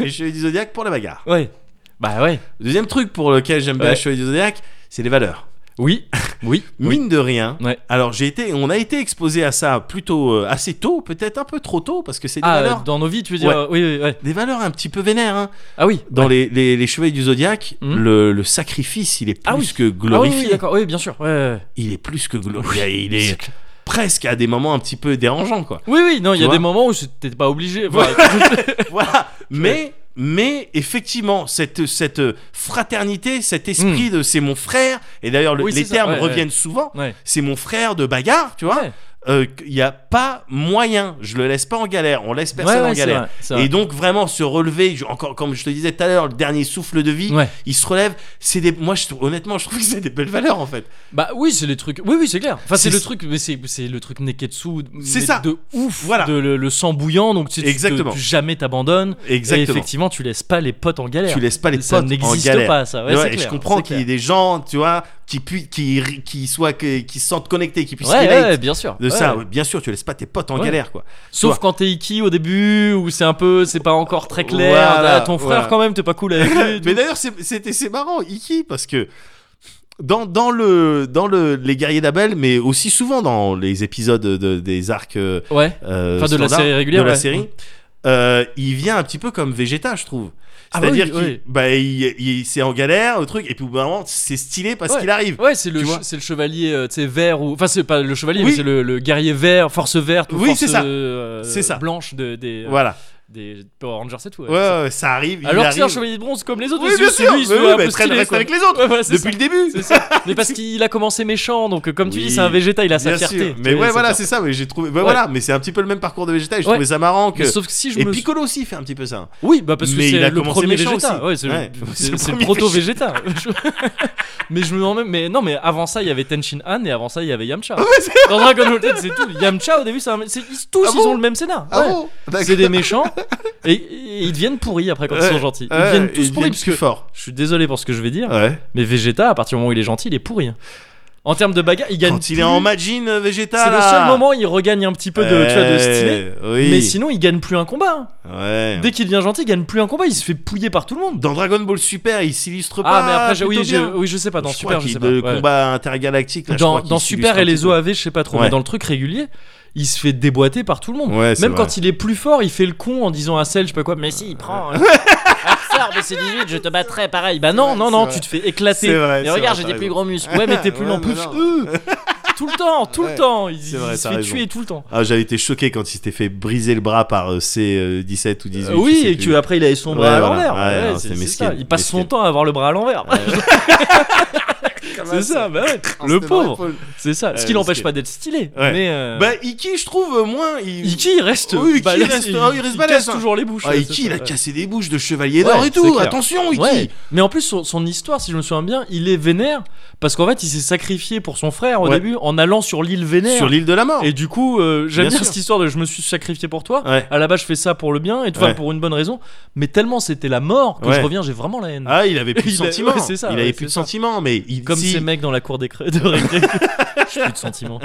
les Chevaliers du Zodiac pour la bagarre.
Ouais. Bah ouais.
Deuxième truc pour lequel j'aime bien
Ouais.
les Chevaliers du Zodiac, c'est les valeurs.
Oui. Oui. Oui.
Mine de rien.
Ouais.
Alors j'ai été, on a été exposé à ça plutôt euh, assez tôt, peut-être un peu trop tôt, parce que c'est des
Ah,
valeurs,
dans nos vies, tu veux dire
Ouais.
euh, Oui, oui, ouais.
des valeurs un petit peu vénères. hein.
Ah oui.
Dans les, les, les chevaliers du zodiaque,
Mhm.
le, le sacrifice, il est plus
Ah oui.
que
Ah oui, oui,
glorifié.
d'accord. Oui, bien sûr. Ouais, ouais, ouais.
il est plus que glorifié. il est, presque à des moments un petit peu dérangeants, quoi.
Oui, oui, non, il y a
Tu
des
vois
moments où j'étais pas obligé. Enfin,
voilà. Mais, mais effectivement, cette, cette fraternité, cet esprit de c'est mon frère, et d'ailleurs, le-
Hmm. Oui,
les
c'est ça,
termes
ouais,
reviennent souvent,
ouais.
c'est mon frère de bagarre, tu vois.
Ouais.
Euh, Il n'y a pas moyen, je le laisse pas en galère, on laisse personne
Ouais, ouais,
en
c'est
galère.
vrai, c'est vrai.
et donc vraiment se relever, je- encore comme je te disais tout à l'heure, le dernier souffle de vie,
Ouais.
il se relève. C'est des, moi je, trou- honnêtement, je trouve que c'est des belles valeurs en fait.
Bah oui, c'est les trucs. Oui, oui, c'est clair. Enfin, c'est
C'est-
le truc, mais c'est c'est le truc Neketsu.
C'est
mais
ça.
De ouf.
Voilà.
De le, le sang bouillant, donc tu, tu-
Exactement.
tu- jamais t'abandonnes. Et
Exactement.
effectivement, tu laisses pas les potes en galère.
Tu laisses pas les
ça
potes en
n'existe
galère.
pas, ça. Ouais,
Ouais,
c'est
et je
clair,
comprends
c'est
qu'il y ait
clair.
des gens, tu vois, qui pu- qui ri- qui soient que- qui se sentent connectés, qui puissent
Ouais,
relate
ouais, bien sûr.
de
Ouais.
ça. Bien sûr, tu laisses pas tes potes en
Ouais.
galère, quoi.
Sauf
Toi.
quand t'es Iki au début, où c'est un peu, c'est pas encore très clair.
Voilà,
Ah, ton frère,
voilà.
quand même, t'es pas cool avec lui.
Mais d'ailleurs, c'est- c'était c'est marrant, Iki, parce que dans, dans, le, dans le, les guerriers d'Abel, mais aussi souvent dans les épisodes de- des arcs. euh,
ouais. Enfin, de la
standards,
série régulière,
de la
ouais.
série, euh, il vient un petit peu comme Vegeta, je trouve.
Ah bah oui,
C'est-à-dire qu'il
oui.
bah, il, il- c'est en galère, le truc, et puis au bout d'un moment, c'est stylé parce
Ouais.
qu'il arrive.
Ouais, c'est le,
Tu
che-
vois.
c'est le chevalier, euh, tu sais, vert ou. Enfin, c'est pas le chevalier,
Oui.
mais c'est le, le guerrier vert, force verte ou
Oui,
force
c'est ça.
euh,
C'est ça.
blanche de, des, euh,
Voilà.
des Power Rangers et tout. ouais,
Ouais,
c'est ça.
ouais, ça arrive.
Alors
il
que c'est un
arrive.
chevalier de bronze comme les autres,
Oui,
mais
bien
c'est-
sûr,
lui, il se
mais
veut
oui,
un
mais
peu
très-
stylé,
reste
quoi.
avec les autres,
Ouais, voilà, c'est
Depuis
ça.
le début.
C'est ça. Mais parce qu'il a commencé méchant, donc euh, comme tu
Oui.
dis, c'est un Vegeta, il a sa
Bien
fierté.
sûr.
tu
Mais
vois,
ouais, voilà,
ça.
c'est ça. Mais j'ai trouvé. bah, Voilà, mais c'est un petit peu le même parcours de Vegeta. Et je
Ouais.
trouvais ça marrant que.
Mais Sauf que si je
Et
me.
Piccolo aussi fait un petit peu ça.
Oui, bah parce que
Mais il a
c'est le
commencé
premier
méchant
Vegeta.
aussi.
Ouais, c'est
Ouais.
le,
C'est le
c'est- c'est le
premier
proto Vegeta. mais je me demande même. Mais non, mais avant ça, il y avait Tenshin Han et avant ça, il y avait
Ah
Yamcha. Dans Dragon Ball Z, c'est tout. Yamcha, au début, c'est un. c'est- ils- tous,
Ah
ils
bon
ont le même scénar.
Ah
Ouais.
bon D'accord.
c'est des méchants et, et ils deviennent pourris après quand ils
Ouais.
sont gentils. Ils
Ouais,
deviennent tous
ils
pourris
deviennent
parce
plus
que-
forts.
Je suis désolé pour ce que je vais dire,
Ouais.
mais Vegeta, à partir du moment où il est gentil, il est pourri. En termes de bagarre, il gagne.
Quand il
plus-
est en Majin euh, Vegeta
C'est le
là.
seul moment où il regagne un petit peu de, tu vois, de stylé.
Ouais, Oui.
Mais sinon, il gagne plus un combat. hein.
Ouais.
Dès qu'il devient gentil, il gagne plus un combat. Il se fait pouiller par tout le monde.
Dans Dragon Ball Super, il s'illustre pas.
Ah, mais après, j'ai- oui,
plutôt
j'ai-
bien.
oui, je sais pas. Dans
je
Super,
crois
je
qu'il
sais pas.
le
ouais.
combat intergalactique. là, je
dans
crois qu'il
dans
s'illustre
Super et
un
les
petit peu.
OAV, je sais pas trop,
Ouais.
mais dans le truc régulier, il se fait déboîter par tout le monde.
Ouais, c'est
Même
vrai.
quand il est plus fort, il fait le con en disant à Cell, je sais pas quoi, mais si, il prend. euh, Absorbe ces 18, je te battrai pareil. Bah non,
vrai,
non,
c'est
non,
vrai.
tu te fais éclater.
C'est vrai,
mais
c'est
regarde,
vrai,
j'ai
t'as
des plus
raison.
gros muscles. Ouais, mais t'es plus
Ouais,
lent.
mais
Pouf,
non.
euh, Tout le temps, tout le
Ouais.
temps. Il,
C'est
il
vrai,
se
t'as
fait
raison.
tuer tout le temps.
Ah, j'avais été choqué quand il s'était fait briser le bras par euh, C17 ou 18.
Euh, oui,
je sais
et
plus.
tu après il avait son bras
Ouais,
à
voilà.
l'envers.
Ouais,
Ouais,
alors,
c'est
c'est
c'est
mesquine,
ça. Il passe son
mesquine.
temps à avoir le bras à l'envers. c'est ça, bah ouais. Le pauvre. C'est ça. Ce qui
Ouais,
l'empêche
mesquine.
pas d'être stylé.
Ouais.
Mais euh,
Bah, Iki, je trouve euh, moins. Il...
Iki il reste
Oui, Iki, il
balèze,
reste- ah, il reste balèze,
casse
hein.
toujours les bouches.
Ah,
ouais, c'est
Iki, il
ça,
a
ouais.
cassé des bouches de chevalier d'or
Ouais,
et
c'est
tout.
clair.
Attention, Iki.
Ouais. Mais en plus, son, son histoire, si je me souviens bien, il est vénère parce qu'en fait, il s'est sacrifié pour son frère au
Ouais.
début en allant sur l'île vénère.
Sur l'île de la mort.
et du coup, euh, j'aime
Bien
bien,
sûr.
cette histoire de je me suis sacrifié pour toi.
Ouais.
À la base, je fais ça pour le bien et enfin,
Ouais.
pour une bonne raison. Mais tellement c'était la mort que
Ouais.
je reviens, j'ai vraiment la haine.
Ah, il avait plus de
Il a-
sentiments.
ouais, c'est ça,
il
ouais,
avait
c'est
plus de
ça.
sentiments, mais il,
Comme
si,
ces mecs dans la cour des cré- de récré. J'ai plus de sentiments.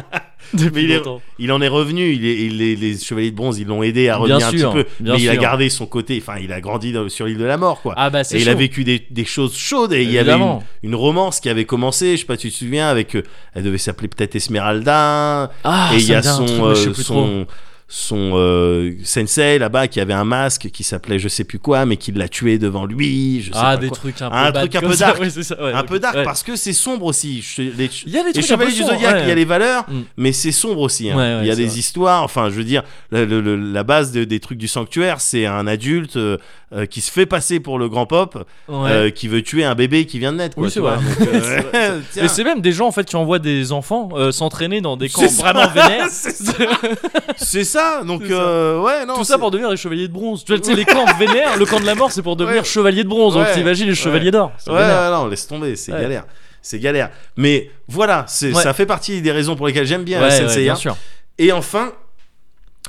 Depuis
il est-
longtemps.
il en est revenu. Il est, il est- les chevaliers de bronze, ils l'ont aidé à revenir un
sûr,
petit peu.
bien
mais il a
sûr.
gardé son côté. Enfin, il a grandi dans- sur l'île de la mort, quoi.
Ah bah c'est
et il a
chaud.
vécu des, des choses chaudes. Et il y avait
Évidemment.
une, une romance qui avait commencé. Je sais pas, tu te souviens avec. euh, elle devait s'appeler peut-être Esmeralda.
Ah, ça
et il y
me
a
dit un
son
truc, mais je sais
euh,
plus trop.
son, son, euh, sensei là-bas qui avait un masque qui s'appelait je sais plus quoi, mais qui l'a tué devant lui. Je sais
Ah
pas
des
quoi.
trucs un peu
Un
bad
truc un
comme
peu
ça.
dark.
Ouais, c'est ça, ouais,
un
ok.
peu dark
Ouais.
parce que c'est sombre aussi. Je- les,
Il y a des
les
trucs un peu
chevaliers du
sombres,
zodiaque,
ouais.
il y a les valeurs,
Mm.
mais c'est sombre aussi. hein.
Ouais, ouais,
il y a
c'est
des
vrai.
histoires. Enfin, je veux dire, le- le- le- la base de- des trucs du sanctuaire, c'est un adulte euh, euh, qui se fait passer pour le grand pop,
Ouais.
euh, qui veut tuer un bébé qui vient de naître.
Oui,
quoi,
c'est
tu vois.
vrai.
Donc, euh, tiens.
Mais c'est même des gens en fait qui envoient des enfants euh, s'entraîner dans des camps
C'est ça,
vraiment vénères.
c'est ça. Donc
C'est ça.
euh, ouais, non.
Tout ça
c'est-
pour devenir des chevaliers de bronze. Tu vois, tu sais, les camps vénères, le camp de la mort, c'est pour devenir
Ouais.
chevalier de bronze.
Ouais.
Donc t'imagines les chevaliers
Ouais.
d'or. C'est
Ouais,
vénère.
ouais, non, laisse tomber, c'est
Ouais.
galère. C'est galère. Mais voilà, c'est-
Ouais.
ça fait partie des raisons pour lesquelles j'aime bien
Ouais,
la
ouais,
Senseiya.
bien sûr.
Et enfin,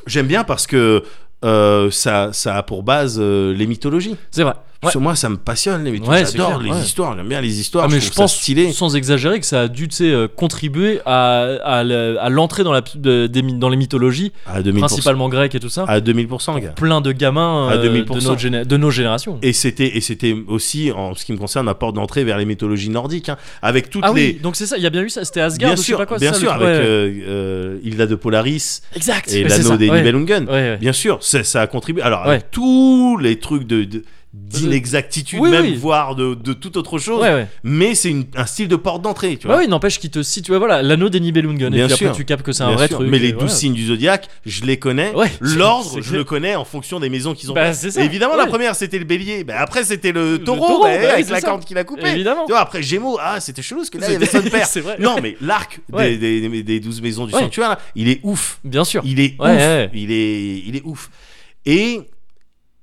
j'aime bien parce que euh, ça, ça a pour base euh, les mythologies.
C'est vrai. Ouais.
Parce que moi, ça me passionne les mythologies.
Ouais, c'est
J'adore
clair,
les
ouais.
histoires, j'aime bien les histoires.
Ah, mais
je,
je
trouve
pense
ça stylé.
sans exagérer que ça a dû tu sais, euh, contribuer à, à le- à l'entrée dans, la, de- des my- dans les mythologies,
À 2000%.
principalement grecques et tout ça.
À 2000%, gars.
plein de gamins
À
euh,
2000%.
de, nos géné- de nos générations.
Et c'était, et c'était aussi, en ce qui me concerne, ma porte d'entrée vers les mythologies nordiques. hein, avec toutes
ah
les.
oui, donc c'est ça, il y a bien eu ça, c'était Asgard,
bien
ou je sais
sûr,
pas quoi, c'est
bien
ça, le
sûr,
truc,
avec
ouais.
euh, euh, Hilda de Polaris
exact,
et
ouais, c'est
l'anneau
ça,
des
ouais.
Nibelungen.
Ouais, ouais.
Bien sûr, ça, ça a contribué. Alors, avec
Ouais.
tous les trucs de, de- d'inexactitude,
Oui,
même
oui.
voire de, de toute autre chose.
Ouais, ouais.
Mais c'est une- un style de porte d'entrée, tu
Bah
vois.
oui, n'empêche qu'il te situe. ouais, Voilà, l'anneau d'Annie Bellungen.
Bien
et puis
sûr.
après, tu capes que c'est un
Bien
vrai
sûr.
truc.
Mais
et
les douze
voilà.
signes du zodiaque, je les connais.
Ouais.
L'ordre,
C'est
je
clair.
le connais en fonction des maisons qu'ils ont.
Bah, c'est ça.
Et évidemment, la
Ouais.
première c'était le bélier, Bah, après c'était le taureau,
taureau,
bah,
bah oui,
avec
c'est
la
ça.
corde qu'il a coupée.
Évidemment.
Tu vois, après Gémeaux, ah c'était chelou ce que là il y avait
C'était-
son père.
c'est vrai.
Non mais l'arc des-
Ouais.
des, des, des douze maisons du
Ouais.
sanctuaire, là, il est ouf.
Bien sûr.
Il est
Ouais,
ouf.
ouais.
Il est, il est ouf. Et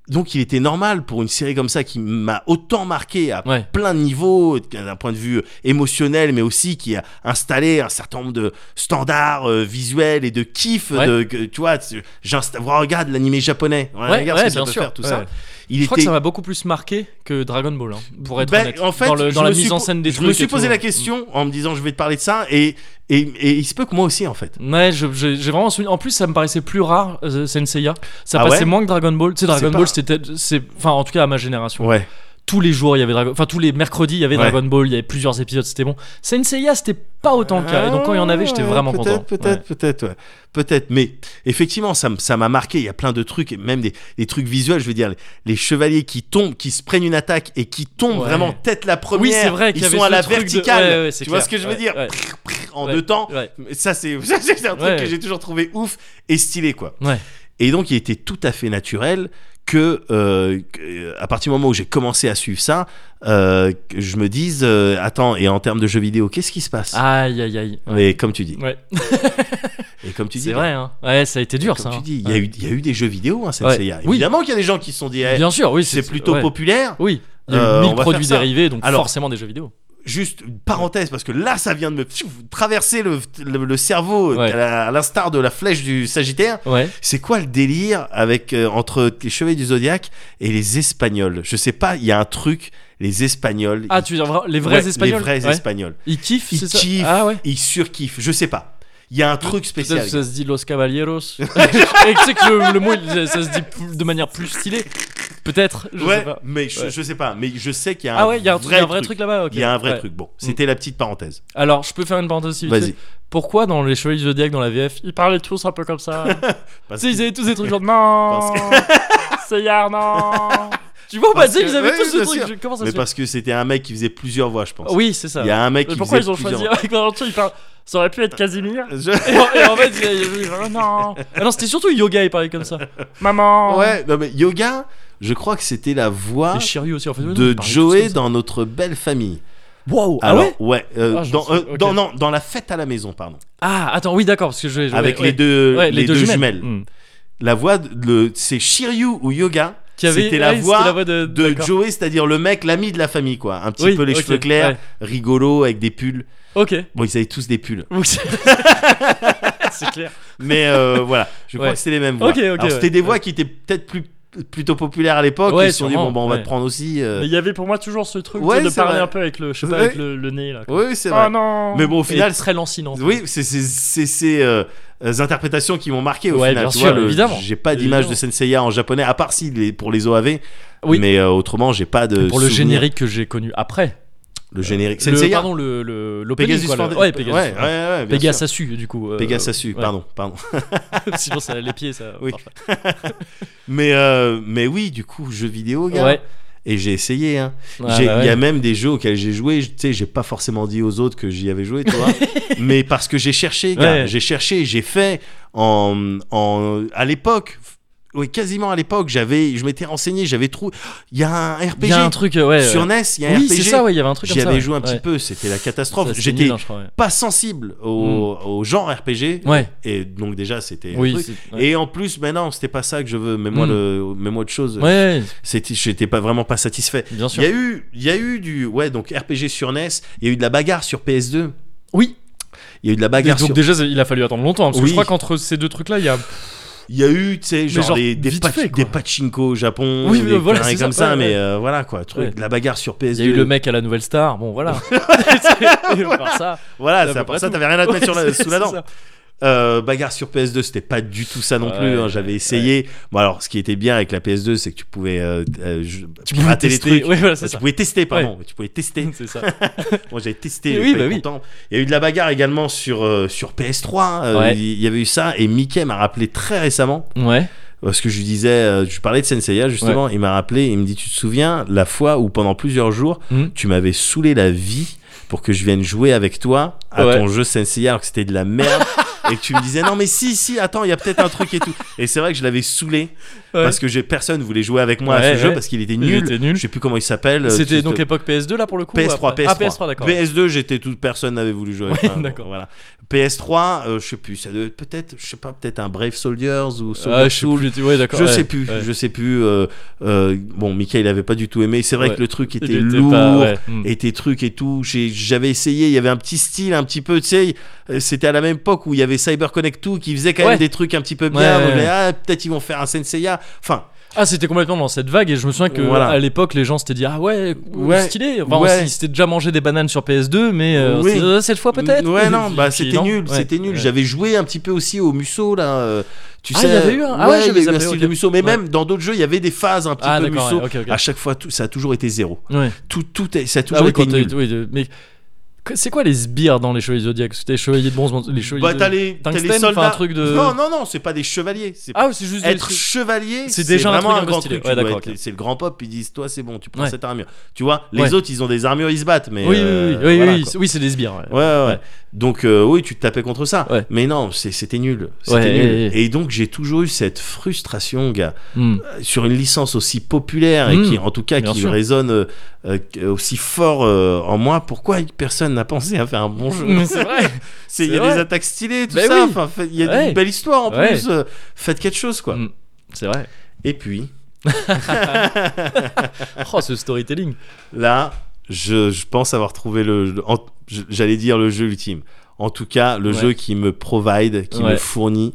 donc, il était normal pour une série comme ça qui m'a autant marqué à
Ouais.
plein de niveaux, d'un point de vue émotionnel, mais aussi qui a installé un certain nombre de standards euh, visuels et de kiff.
Ouais.
De, que, tu vois, tu- j'insta- voilà, regarde l'animé japonais. Voilà,
Ouais,
regarde
ouais,
ce que ça
bien
peut
sûr.
faire, tout
Ouais.
ça. Il
Je crois que ça
était-
m'a beaucoup plus marqué que Dragon Ball, hein, pour être
ben,
honnête.
en fait,
dans, le-
je
dans la
me suis
mise en
po-
scène des
je
trucs.
me suis
et tout.
posé
hein.
la question en me disant je vais te parler de ça et, et, et il se peut que moi aussi en fait.
Ouais, je- j'ai j'ai vraiment souvenir. En plus, ça me paraissait plus rare, euh, Senseiya. Ça
Ah
passait
ouais
moins que Dragon Ball. Tu sais, Dragon
C'est pas-
Ball, c'était. c'est- Enfin, en tout cas, à ma génération.
Ouais.
Tous les jours, il y avait Dragon. Enfin, tous les mercredis, il y avait
Ouais.
Dragon Ball. Il y avait plusieurs épisodes, c'était bon. Senseiya, c'était pas autant le cas. Et donc, quand il y en avait, j'étais
Ah,
vraiment
peut-être,
content.
Peut-être, peut-être, ouais. peut-être. Mais effectivement, ça m- ça m'a marqué. Il y a plein de trucs, et même des, des trucs visuels. Je veux dire, les, les chevaliers qui tombent, qui se prennent une attaque et qui tombent
Ouais.
vraiment tête la première.
Oui, c'est vrai qu'il
Ils
y avait
sont à
ce
la
truc de-
verticale.
ouais, ouais, c'est
tu vois
clair.
ce que je veux
Ouais,
dire
ouais.
Prrr, prrr, En
Ouais.
deux temps.
Ouais.
Ça, c'est ça, c'est un truc
Ouais.
que j'ai toujours trouvé ouf et stylé, quoi.
Ouais.
Et donc, il était tout à fait naturel que, euh, que- à partir du moment où j'ai commencé à suivre ça, euh, que je me dise, euh, attends, et en termes de jeux vidéo, qu'est-ce qui se passe
Aïe, aïe, aïe.
Mais comme tu dis.
Ouais,
Et comme tu dis,
c'est vrai, hein. Ouais, ça a été dur,
comme
ça.
tu
hein.
dis, il y, a
Ouais.
eu- il y a eu des jeux vidéo, hein, Senseiya.
Ouais. Oui.
Évidemment qu'il y a des gens qui se sont dit, eh,
Bien sûr, oui.
c'est plutôt
ouais.
populaire.
Oui, il y a eu
Euh, on
mille
va
produits
faire ça.
dérivés, donc
Alors-
forcément des jeux vidéo.
Juste une parenthèse, parce que là, ça vient de me pfiou, traverser le, le- le cerveau, euh,
Ouais.
à la- à l'instar de la flèche du Sagittaire.
Ouais.
C'est quoi le délire avec euh, entre les chevaliers du zodiaque et les Espagnols Je sais pas, il y a un truc, les Espagnols.
Ah,
ils-
tu veux dire vra- les vrais
Ouais,
Espagnols
Les vrais
Ouais.
Espagnols.
Ils kiffent,
Ils
c'est ça
kiffent,
Ah ouais.
ils surkiffent, je sais pas. Il y a un truc spécial.
Ça, ça se dit Los Caballeros. Et tu sais que le, le mot, il- ça se dit plus- de manière plus stylée. Peut-être, je
ouais,
sais pas.
mais je,
Ouais.
je sais pas, mais je sais qu'il y a un
Ah ouais, il y a un, truc-
vrai
il y a un vrai truc là-bas. ok.
Il y a un vrai
Ouais. Mm.
truc. Bon, c'était la petite parenthèse.
Alors, je peux faire une parenthèse aussi. vite
Vas-y.
fait Pourquoi dans les Chevaliers du Zodiac, dans la VF, ils parlaient tous un peu comme ça Tu
Parce
sais,
que-
ils avaient tous des trucs genre non, c'est Yard, non. Tu vois, bah,
Parce
tu sais,
que-
ils avaient
oui,
tous ce
bien
truc.
sûr.
je- Comment ça
Mais
se fait
parce que c'était un mec qui faisait plusieurs voix, je pense.
Oui, c'est ça.
Il y a un mec qui
Mais pourquoi
faisait
ils ont choisi
plusieurs-
avec Valentin Ils parlent. Ça aurait pu être Casimir.
Je-
Et en, et en fait, il y a- il y a- oh non. Ah non, c'était surtout Yoga, il parlait comme ça. Maman.
Ouais, non mais Yoga, je crois que c'était la voix
Et Shiryu aussi, en fait.
de Joey dans notre belle famille.
Wow. Ah
Alors,
ouais
euh,
Ah, je
dans,
sais,
euh,
ok.
dans- non, dans la fête à la maison, pardon.
Ah, attends, oui, d'accord, parce que je. je-
Avec
ouais,
les
ouais.
deux,
Ouais,
les deux jumelles.
Hmm.
La voix, de- le- c'est Shiryu ou Yoga.
Qui avait-
C'était la,
ouais,
voix
c'était la voix de-
de
d'accord.
Joey, c'est-à-dire le mec, l'ami de la famille, quoi. Un petit
Oui,
peu les
ok,
cheveux clairs,
ouais.
rigolo, avec des pulls.
Ok.
Bon, ils avaient tous des pulls.
Donc, c'est- C'est clair.
Mais euh, voilà, je crois
Ouais.
que c'était les mêmes voix.
Ok, ok,
Alors,
ouais.
c'était des voix qui étaient peut-être plus plutôt populaires à l'époque.
Ouais,
ils se sont dit
sûrement,
bon bah on va
ouais.
te prendre aussi. euh.
Mais il y avait pour moi toujours ce truc tu
Ouais,
sais, de
c'est
parler
vrai.
un peu avec le, je sais pas,
Ouais.
avec le, le nez là. quoi.
Oui, c'est
Ah
vrai.
non.
Mais bon, au final,
Et très lancinant.
Oui, c'est c'est- c'est ces euh, euh, interprétations qui m'ont marqué au
Ouais,
final.
bien
tu
sûr,
vois, le-
évidemment.
J'ai pas d'image de
Évidemment.
Senseiya en japonais, à part si les- pour les OAV.
Oui.
Mais euh, autrement, j'ai pas de.
Pour le
souvenir.
générique que j'ai connu après.
Le générique.
Le,
Senseiya.
pardon, le, le, l'opening,
Pegasus
quoi, le-
Fanda-
Ouais, Pegasus.
Ouais, ouais, ouais, bien sûr.
Pegasasu, du coup. euh, ouais.
Pegasasu, pardon, pardon.
Sinon, ça, les pieds, ça.
Oui.
marche pas.
Mais, euh, mais oui, du coup, jeu vidéo, gars.
Ouais.
Et j'ai essayé, hein.
Ouais,
J'ai- Il
bah
y
ouais.
a même des jeux auxquels j'ai joué, je- tu sais, j'ai pas forcément dit aux autres que j'y avais joué, tu vois. mais parce que j'ai cherché, gars.
Ouais.
j'ai cherché, j'ai fait en, en à l'époque, oui, quasiment à l'époque, j'avais, je m'étais renseigné, j'avais trouvé. Il y a un RPG
Il y a un truc, euh, ouais.
sur
ouais.
NES, il y a un
Oui,
RPG.
c'est ça, ouais, il y avait un truc comme
J'y
ça.
avais
ouais.
joué un petit
Ouais.
peu, c'était la
Ça,
catastrophe.
c'était
J'étais
nul, hein, je crois, ouais.
pas sensible au, au genre RPG,
Ouais.
et donc déjà c'était. un
Oui.
truc.
c'est- ouais.
Et euh, en plus, maintenant, c'était pas ça que je veux. mais moi
Mm.
le, mets-moi autre chose.
Ouais,
C'était, j'étais pas vraiment pas satisfait.
bien
Il
sûr.
y a eu, il y a eu du, ouais, donc RPG sur NES. Il y a eu de la bagarre sur PS2.
Oui.
Il y a eu de la
Et
bagarre
donc
sur.
déjà c'est- il a fallu attendre longtemps parce que
Oui.
je crois qu'entre ces deux trucs là il y a
Il y a eu, tu sais, genre,
genre,
des, des,
vite
pac-
fait, quoi.
des pachinko au Japon.
Oui,
des
mais voilà,
conneries
c'est
comme
ça,
ça,
ouais,
mais
ouais.
euh, voilà quoi, truc,
Ouais.
de la bagarre sur PS2.
il y a eu le mec à la nouvelle star bon voilà C'est- par ça
Voilà,
à
c'est
peu
pour
près
ça,
tout.
t'avais rien à te mettre sur la-
Ouais, c'est-
sous la
c'est
dent.
ça.
Euh, bagarre sur PS2, c'était pas du tout ça non
Ouais,
plus. hein, J'avais
ouais.
essayé. Bon alors, ce qui était bien avec la PS2, c'est que tu pouvais euh, euh, je-
tu pouvais
pirater les
tester
trucs.
oui voilà
Enfin,
c'est
tu
ça
pouvais tester, pardon. Tu pouvais tester.
c'est ça
Moi, j'avais testé.
Et
j'étais
oui, bah
pas
oui.
content. Il y a eu de la bagarre également sur, euh, sur PS3. euh,
Ouais.
Il y avait eu ça. Et Mickey m'a rappelé très récemment
ouais
Parce que je lui disais, euh, je parlais de Senseiya justement, il m'a rappelé, il me dit Tu te souviens la fois où pendant plusieurs jours,
Mhm.
tu m'avais saoulé la vie pour que je vienne jouer avec toi à
Ouais.
ton jeu Senseiya alors que c'était de la merde et que tu me disais Non, mais si, si, attends, il y a peut-être un truc et tout. Et c'est vrai que je l'avais saoulé
Ouais.
parce que j'ai- personne voulait jouer avec moi à
Ouais,
ce jeu
ouais.
parce qu'il était
Il
nul.
était nul.
Je sais plus comment il s'appelle. euh,
C'était
tu-
donc
te-
époque PS2 là pour le coup ou
PS3,
après
PS3.
Ah, PS3, d'accord.
PS2, j'étais tout, personne n'avait voulu jouer. avec
Ouais,
moi,
d'accord.
Voilà. PS3, euh, je sais plus, ça devait être peut-être, je sais pas, peut-être un Brave Soldiers ou Soldier
Ah, je sais
Soul.
plus. Ouais, d'accord.
Je
ouais,
sais plus,
ouais.
je sais plus. euh, euh, bon, Mika, il avait pas du tout aimé. C'est vrai
Ouais.
que le truc était,
Il était
lourd,
pas- ouais. Mm.
et tes trucs et tout. J'ai- J'avais essayé, il y avait un petit style, un petit peu, tu sais. euh, C'était à la même époque où il y avait Cyber Connect 2 qui faisait quand
Ouais.
même des trucs un petit peu bien.
Ouais,
donc,
ouais,
mais, ah, peut-être ils vont faire un Senseiya. Enfin,
Ah, c'était complètement dans cette vague et je me souviens que
Voilà.
à l'époque les gens s'étaient dit ah ouais,
Ouais.
stylé. Enfin,
Ouais.
on s- ils s'étaient déjà mangé des bananes sur PS2 mais euh, on
Oui.
s'est dit, Ah, cette fois peut-être.
Ouais,
Et
non,
puis,
bah
puis
c'était
non.
nul,
Ouais.
c'était nul.
Ouais.
J'avais joué un petit peu aussi au Musso, là. euh, tu
Ah,
sais,
il y avait eu un- ah ouais,
il y
j'avais
avait eu un
zappé,
style
ok.
de Musso, mais
Ouais.
même dans d'autres jeux, il y avait des phases un petit
Ah,
peu
d'accord.
Musso.
ouais, ok, ok.
À chaque fois, tout- ça a toujours été zéro.
Ouais.
Tout, tout est- ça a
Ah
toujours
oui,
été
quand t'as-
nul.
oui, de- mais que- c'est quoi les sbires dans les chevaliers zodiaques C'était les chevaliers de bronze, les chevaliers.
Bah,
de-
t'as les, t'as les
tungstène, enfin,
soldats.
un truc de-
Non, non, non, c'est pas des chevaliers. C'est
Ah, c'est juste des-
Être chevalier,
C'est déjà un
vraiment
truc un
un
peu
grand
stylé.
truc.
Ouais,
tu dois
d'accord,
être-
ok.
C'est le grand pop, ils disent Toi, c'est bon, tu prends
Ouais.
cette armure. Tu vois, les
Ouais.
autres, ils ont des armures, ils se battent, mais.
Oui, oui,
euh,
oui, oui,
voilà,
oui,
quoi.
oui, c'est des sbires. ouais.
Ouais, ouais, ouais.
Ouais.
Donc euh, oui, tu te tapais contre ça.
Ouais.
Mais non, c'est- c'était nul. C'était
Ouais,
nul.
ouais, ouais.
Et donc j'ai toujours eu cette frustration, gars,
Mm.
euh, sur une licence aussi populaire et
Mm.
qui, en tout cas,
Bien
qui
sûr.
résonne euh, euh, aussi fort euh, en moi. Pourquoi personne n'a pensé à faire un bon jeu
Mais c'est vrai.
C'est- Il y
c'est
a
vrai.
des attaques stylées, tout
Ben
ça.
oui.
Enfin, fait- il y a
Ouais.
une belle histoire en
Ouais.
plus. euh, faites quelque chose, quoi.
Mm. C'est vrai.
Et puis
Oh, ce storytelling.
là, je, je pense avoir trouvé le. le- en- je- J'allais dire le jeu ultime. En tout cas, le
Ouais.
jeu qui me provide, qui
Ouais.
me fournit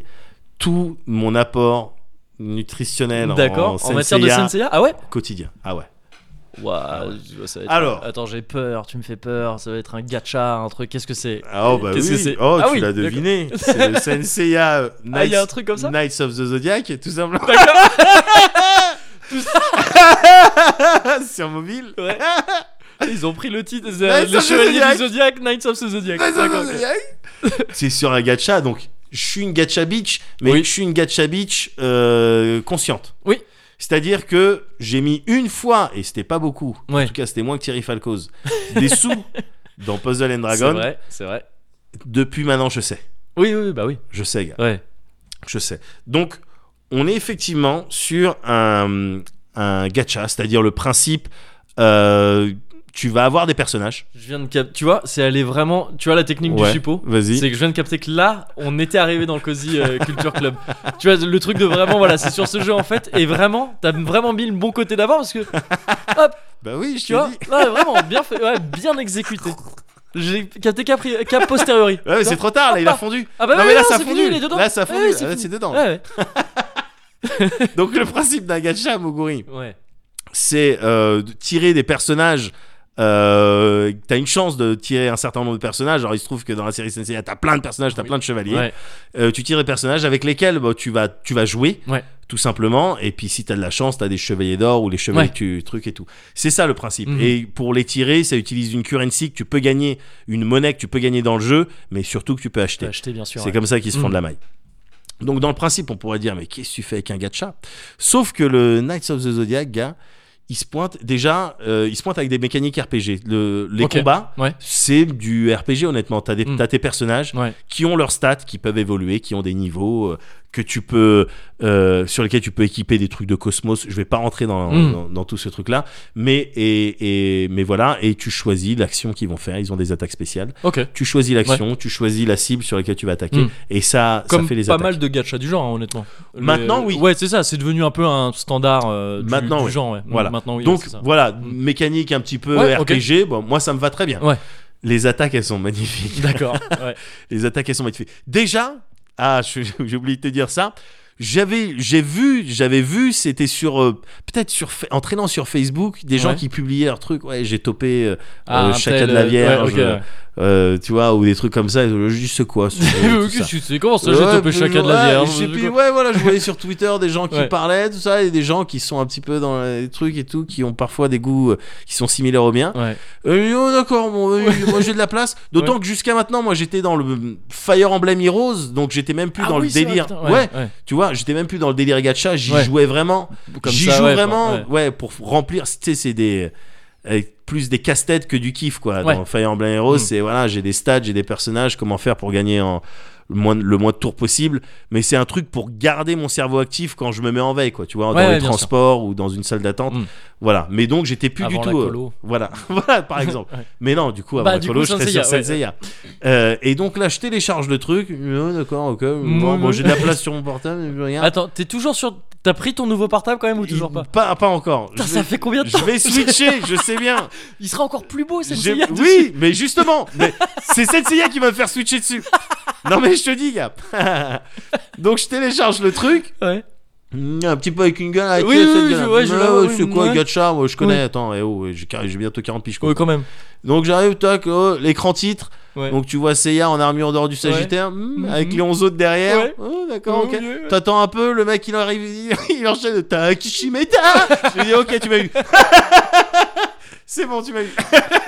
tout mon apport nutritionnel en-
D'accord.
en,
En matière de
Eh Senseiya
Senseiya, ah ouais.
quotidien. Ah ouais.
Ouah, ça va être-
Alors.
Attends, j'ai peur. Tu me fais peur. Ça va être un gacha, un truc. Qu'est-ce que c'est
Ah, Oh bah
Qu'est-ce que
oui.
c'est
Oh,
Ah
tu
oui,
l'as
d'accord.
deviné. C'est le Senseiya euh, Knights,
Ah, il y a un truc comme ça
Knights of the Zodiac, tout simplement. Sur mobile.
Ouais. Ils ont pris le titre.
Knights
les
of the
Chevaliers
Zodiac.
du Zodiac, Knights of the Zodiac.
Knights of the
D'accord, ok.
Zodiac. C'est sur un gacha, donc je suis une gacha bitch, mais
Oui.
je suis une gacha bitch euh, consciente.
Oui.
C'est-à-dire que j'ai mis une fois, et c'était pas beaucoup, en
Ouais.
tout cas c'était moins que Thierry Falcoz, des sous dans Puzzle and
C'est
Dragon.
vrai, c'est vrai.
Depuis maintenant, je sais.
Oui, oui, oui, bah oui.
Je sais, gars.
Ouais.
Je sais. Donc, on est effectivement sur un, un gacha, c'est-à-dire le principe, euh, tu vas avoir des personnages.
Je viens de cap- Tu vois, c'est aller vraiment. Tu vois la technique
Ouais,
du suppôt
vas-y.
C'est que je viens de capter que là, on était arrivé dans le Cozy euh, Culture Club. tu vois, le truc de vraiment, voilà, c'est sur ce jeu en fait. Et vraiment, t'as vraiment mis le bon côté d'avant parce que,
Bah oui, je
tu vois, ouais, vraiment, bien fait, ouais, bien exécuté. J'ai capté qu'à pri- qu'à posteriori.
Ouais, mais c'est trop tard, là, il a fondu.
Ah bah
non,
oui,
mais là,
non,
ça a
c'est
fondu.
fini, il est dedans.
Là, ça a fondu.
Ouais, ouais, c'est
Ah,
fini.
c'est dedans.
Ouais,
Donc, le principe d'un gacha, Moguri,
ouais. ouais.
c'est euh, de tirer des personnages. Euh, t'as une chance de tirer un certain nombre de personnages. Alors, il se trouve que dans la série Sensei, t'as plein de personnages, t'as
Oui.
plein de chevaliers.
Ouais.
Euh, tu tires des personnages avec lesquels bah, tu, vas, tu vas jouer,
Ouais.
tout simplement. Et puis, si t'as de la chance, t'as des chevaliers d'or ou les chevaliers
Ouais.
que tu trucs et tout. C'est ça le principe.
Mhm.
Et pour les tirer, ça utilise une currency que tu peux gagner, une monnaie que tu peux gagner dans le jeu, mais surtout que tu peux acheter.
Acheté, bah, bien sûr.
C'est
ouais.
comme ça qu'ils se font
Mm.
de la maille. Donc dans le principe, on pourrait dire mais qu'est-ce que tu fais avec un gacha Sauf que le Knights of the Zodiac, gars, il se pointe déjà, euh, il se pointe avec des mécaniques RPG. Le- les
Ok.
combats,
Ouais.
c'est du RPG honnêtement. T'as des-
Mm.
t'as tes personnages
Ouais.
qui ont leurs stats, qui peuvent évoluer, qui ont des niveaux euh, que tu peux, euh, sur lesquels tu peux équiper des trucs de cosmos. Je vais pas rentrer dans,
Mm.
dans, dans tout ce truc là, mais et, et mais voilà. Et tu choisis l'action qu'ils vont faire. Ils ont des attaques spéciales
Ok.
tu choisis l'action, tu choisis la cible sur laquelle tu vas attaquer,
Mm.
et ça,
Comme
ça fait les
pas
attaques.
mal de gachas du genre, hein, honnêtement. Le-
Maintenant, oui.
Ouais, c'est ça, c'est devenu un peu un standard euh, du,
Maintenant,
du
oui.
genre, ouais.
Voilà.
Maintenant, oui.
Donc
c'est ça.
voilà,
Mm.
mécanique un petit peu
Ouais,
RPG.
ok.
Bon, moi ça me va très bien.
Ouais.
Les attaques, elles sont magnifiques.
D'accord.
Euh,
ouais.
Les attaques, elles sont magnifiques. Déjà, ah, je- j'ai oublié de te dire ça. J'avais, j'ai vu, j'avais vu, c'était sur, euh, peut-être sur, fa- en traînant sur Facebook, des gens
Ouais.
qui publiaient leurs trucs. Ouais, j'ai topé euh,
Ah,
euh,
un
Chaka
tel,
de la
euh,
Vierge,
ouais, ok, ouais.
euh, tu vois, ou des trucs comme ça. Je dis c'est quoi ce- tout ça.
Qu'est-ce que c'est Comment ça, j'ai
Ouais,
topé
puis-
chacun de la
ouais,
bière
et puis-
je sais
puis,
quoi.
ouais, voilà, je voyais sur Twitter des gens qui
Ouais.
parlaient, tout ça, et des gens qui sont un petit peu dans les trucs et tout, qui ont parfois des goûts euh, qui sont similaires aux miens.
Ouais.
Euh, ils disent, oh, d'accord, bon, euh, moi j'ai de la place. D'autant que jusqu'à maintenant, moi j'étais dans le Fire Emblem Heroes, donc j'étais même plus
Ah
dans
oui,
le
c'est vrai,
délire.
putain,
ouais. tu vois, j'étais même plus dans le délire gacha, j'y
Ouais.
jouais vraiment.
Comme
J'y
ça,
joue
ouais,
vraiment,
ouais.
ouais. pour remplir. Tu sais, c'est des. euh, plus des casse-têtes que du kiff, quoi.
Ouais.
Dans Fire Emblem Heroes,
Mm.
c'est voilà, j'ai des stats, j'ai des personnages, comment faire pour gagner en le moins, le moins de tours possible. Mais c'est un truc pour garder mon cerveau actif quand je me mets en veille, quoi. Tu vois,
Ouais,
dans
ouais,
les
bien
transports ou dans une salle d'attente.
Mm.
Voilà. Mais donc, j'étais plus
Avant
du
la
tout. euh,
colo.
voilà, voilà, par exemple.
Ouais.
Mais non, du coup, avant
Bah,
la
du
colo,
coup,
je serais sur
Saint Seiya,
Senseiya. Euh, et donc là, je télécharge le truc. Euh, D'accord, ok. Bon,
Mm.
bon, j'ai de la place sur mon portable. je regarde.
Attends, t'es toujours sur. T'as pris ton nouveau portable quand même ou Ah, toujours
Il-
pas
pas encore.
Putain,
Je
ça
vais-
fait combien de temps
je vais switcher, je sais bien.
Il sera encore plus beau, c'est
J'ai- Oui, mais justement, mais c'est cette CIA qui va me faire switcher dessus. Non mais je te dis, gars. Donc je télécharge le truc.
Ouais.
Mm, Un petit peu avec une gueule. Avec
Oui,
euh,
oui,
cette
oui,
gueule.
je vois, je
Ah,
vois,
ouais,
oui,
C'est quoi,
ouais.
gacha Moi, Je connais.
Oui.
Attends, eh oh, j'ai car- j'ai bientôt 40 piges. quoi.
Ouais, quand même.
Donc j'arrive, tac, oh, l'écran titre.
Ouais. Mmh,
Donc tu vois Seiya en armure d'or du Sagittaire, mm, avec les 11 autres derrière.
Ouais.
Oh, d'accord, ok.
Ouais, ouais, ouais.
T'attends un peu, le mec il arrive, il, il enchaîne, t'as Kishimeta Je lui dis, ok, tu m'as eu. C'est bon, tu m'as eu.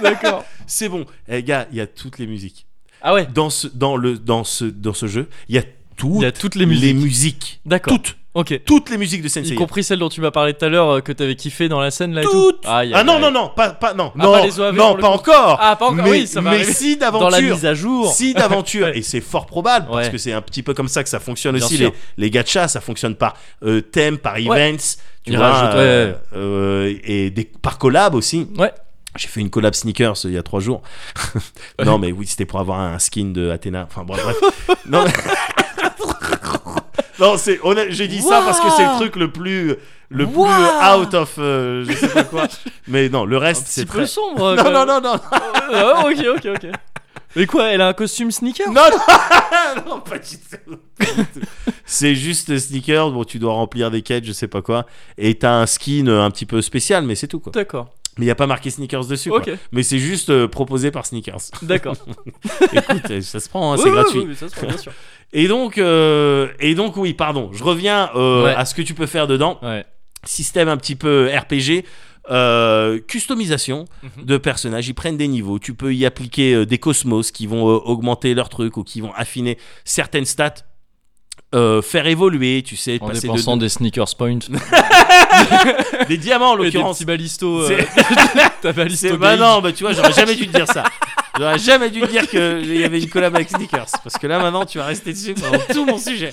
D'accord.
C'est bon. Eh, gars, il y a toutes les musiques.
Ah ouais,
Dans ce, dans le, dans ce, dans ce jeu, il y a toutes
il y a toutes les musiques.
les musiques.
D'accord.
Toutes.
Ok.
Toutes les musiques de Sensei.
Y compris celle dont tu m'as parlé tout à l'heure euh, que t'avais kiffé dans la scène là et tout.
Toutes.
Aïe, aïe,
Ah non,
aïe.
non, non, pas, pas, non,
Ah,
non,
pas les OAV
non,
pour le
pas
compte.
encore.
Ah, pas encore,
Mais,
oui, ça va
mais
arriver.
si
Dans la
d'aventure.
mise à jour.
Si d'aventure, et c'est fort probable, parce
Ouais.
que c'est un petit peu comme ça que ça fonctionne
Bien
aussi,
sûr.
les, les gachas, ça fonctionne par euh, thème, par events, tu
Ils
vois,
rajoutent,
euh,
ouais.
euh, et des, par collab aussi.
Ouais.
J'ai fait une collab sneakers euh, il y a trois jours. non, mais oui, c'était pour avoir un skin de Athéna. Enfin, bon, bref. non, mais- Non, c'est honnête, j'ai dit ça parce que c'est le truc le plus le plus
Waouh.
out of euh, je sais pas quoi. Mais non, le reste
C'est
c'est
peu
très
sombre.
Non non non non.
Ah, ok, ok, ok. Mais quoi, elle a un costume sneaker
Non, non, non, pas du tout. Pas du tout. C'est juste le sneaker, bon, tu dois remplir des quêtes, je sais pas quoi, et t'as un skin euh, un petit peu spécial, mais c'est tout quoi.
D'accord.
Mais y a pas marqué sneakers dessus. quoi.
Ok,
Mais c'est juste euh, proposé par sneakers.
d'accord.
Écoute, euh, ça se prend, hein, c'est
Oui, oui,
gratuit.
oui, oui, ça se prend, bien sûr.
Et donc, euh, et donc oui, pardon, je reviens euh,
Ouais.
à ce que tu peux faire dedans.
Ouais.
Système un petit peu RPG. euh, customisation
Mhm.
de personnages, ils prennent des niveaux, tu peux y appliquer euh, des cosmos qui vont euh, augmenter leurs trucs ou qui vont affiner certaines stats, euh, faire évoluer, tu sais,
En
passer
dépensant
de,
des sneakers point.
des diamants en
Et des
l'occurrence.
petits balistos. euh,
C'est-
T'as balisto
C'est- bah
gay.
non, bah tu vois, j'aurais jamais dû te dire ça. J'aurais jamais dû te dire qu'il y avait une collab avec Sneakers. Parce que là maintenant, tu vas rester dessus pendant tout mon sujet.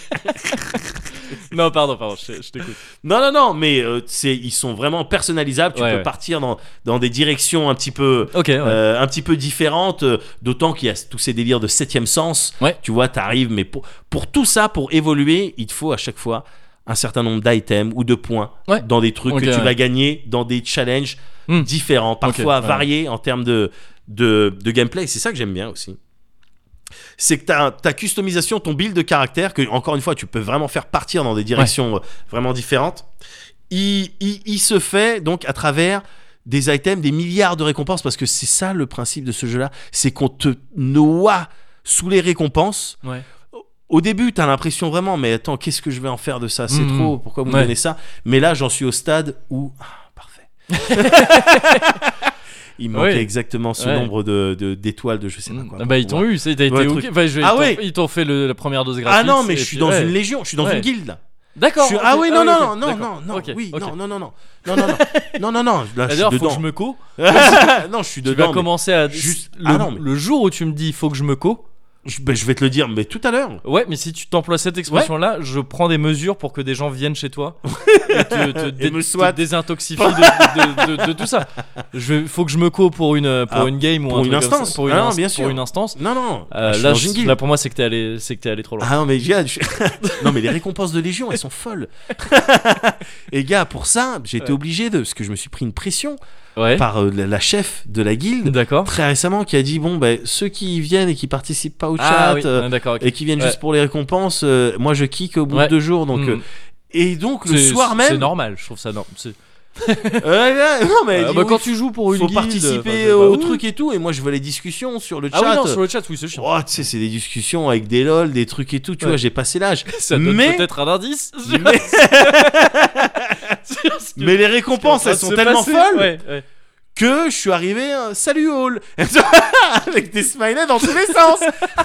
Non, pardon, pardon, je, je t'écoute.
Non, non, non, mais euh, c'est, ils sont vraiment personnalisables. Tu
Ouais,
peux
ouais.
partir dans, dans des directions un petit peu.
Ok, ouais.
euh, un petit peu différentes euh, d'autant qu'il y a tous ces délires de septième sens.
Ouais.
Tu vois, t'arrives, mais pour, pour tout ça, pour évoluer, il te faut à chaque fois un certain nombre d'items ou de points
Ouais. euh,
dans des trucs
Ok,
que tu
ouais.
vas gagner, dans des challenges
Hmm.
différents, parfois
ouais.
variés en termes de, de, de gameplay. C'est ça que j'aime bien aussi. C'est que ta, ta customisation, ton build de caractère, que encore une fois, tu peux vraiment faire partir dans des directions euh, vraiment différentes, il, il- il se fait donc à travers des items, des milliards de récompenses, parce que c'est ça le principe de ce jeu-là, c'est qu'on te noie sous les récompenses.
Ouais.
Au début, t'as l'impression vraiment, mais attends, qu'est-ce que je vais en faire de ça C'est
Mhm.
trop, pourquoi vous me
Ouais.
donnez ça Mais là, j'en suis au stade où... Ah, parfait. Il me manquait
Oui.
exactement ce
Ouais.
nombre de- de- d'étoiles de, je sais pas
Mm.
quoi.
Ah bah ils
pour
t'ont eu, c'est- t'as été
Ouais,
ok.
truc.
Enfin, je-
Ah
ils t'ont-
ouais.
ils t'ont fait le- la première dose gratuite.
Ah non, mais
et
je suis
puis-
dans
ouais.
une légion, je suis dans
Ouais.
une guilde. là. Je
D'accord.
suis-
ok.
Ah oui, non,
ok,
non, non,
d'accord.
non, non,
Ok,
non, oui,
ok.
non, non, non, non, non, non, non, non, non, non, là, je suis
D'ailleurs, faut que
dedans.
je me co.
non, je suis
Tu
dedans.
vas
mais
commencer à.
juste-
Le,
ah non, mais-
le jour où tu me dis faut que je me co.
je, ben, je vais te le dire, mais tout à l'heure.
Ouais, mais si tu t'emploies cette expression-là, je prends des mesures pour que des gens viennent chez toi et te, te, dé-
me
te
swat.
désintoxifient de, de- de- de- de tout ça. Je vais- faut que je me co pour une pour
Ah,
une game ou
pour
un
une
truc comme ça,
instance.
Pour une,
Ah non,
inst-
bien
pour
sûr.
une instance.
Non, non,
Euh,
je suis
là,
dans
je-
une guilde.
là, pour moi, c'est que t'es allé, c'est que t'es allé trop loin.
Ah non, mais gars, je- non, mais les récompenses de Légion, elles sont folles. Et gars, pour ça, j'ai été
Ouais. Eh
obligé de, parce que je me suis pris une pression
ouais.
par euh, la, la chef de la guilde
D'accord.
très récemment qui a dit bon ben ceux qui y viennent et qui participent pas au chat.
Ah oui.
euh,
ah, D'accord. ok.
et qui viennent
Ouais.
juste pour les récompenses, euh, moi je kick au bout
Ouais.
de deux jours. Donc,
Mm.
euh, et donc le
C'est-
soir
c'est-
même,
C'est normal, je trouve ça normal.
Euh, non, mais elle
Euh,
dit,
bah,
oui,
quand tu joues pour une
faut
guilde,
participer
enfin, bah,
au
oui.
truc et tout. Et moi, je vois les discussions sur le
Ah
chat.
oui, non, sur le chat, oui, c'est chiant.
Oh, tu sais, c'est des discussions avec des lol, des trucs et tout. Tu
Ouais.
vois, j'ai passé l'âge.
Ça donne
mais,
peut-être un indice. sur-
mais,
sur ce qui est
mais les
en train
récompenses, elles
de
sont
se
tellement
passer.
folles
Ouais, ouais.
que je suis arrivé. euh, Salut Hall Avec des smileys dans tous les sens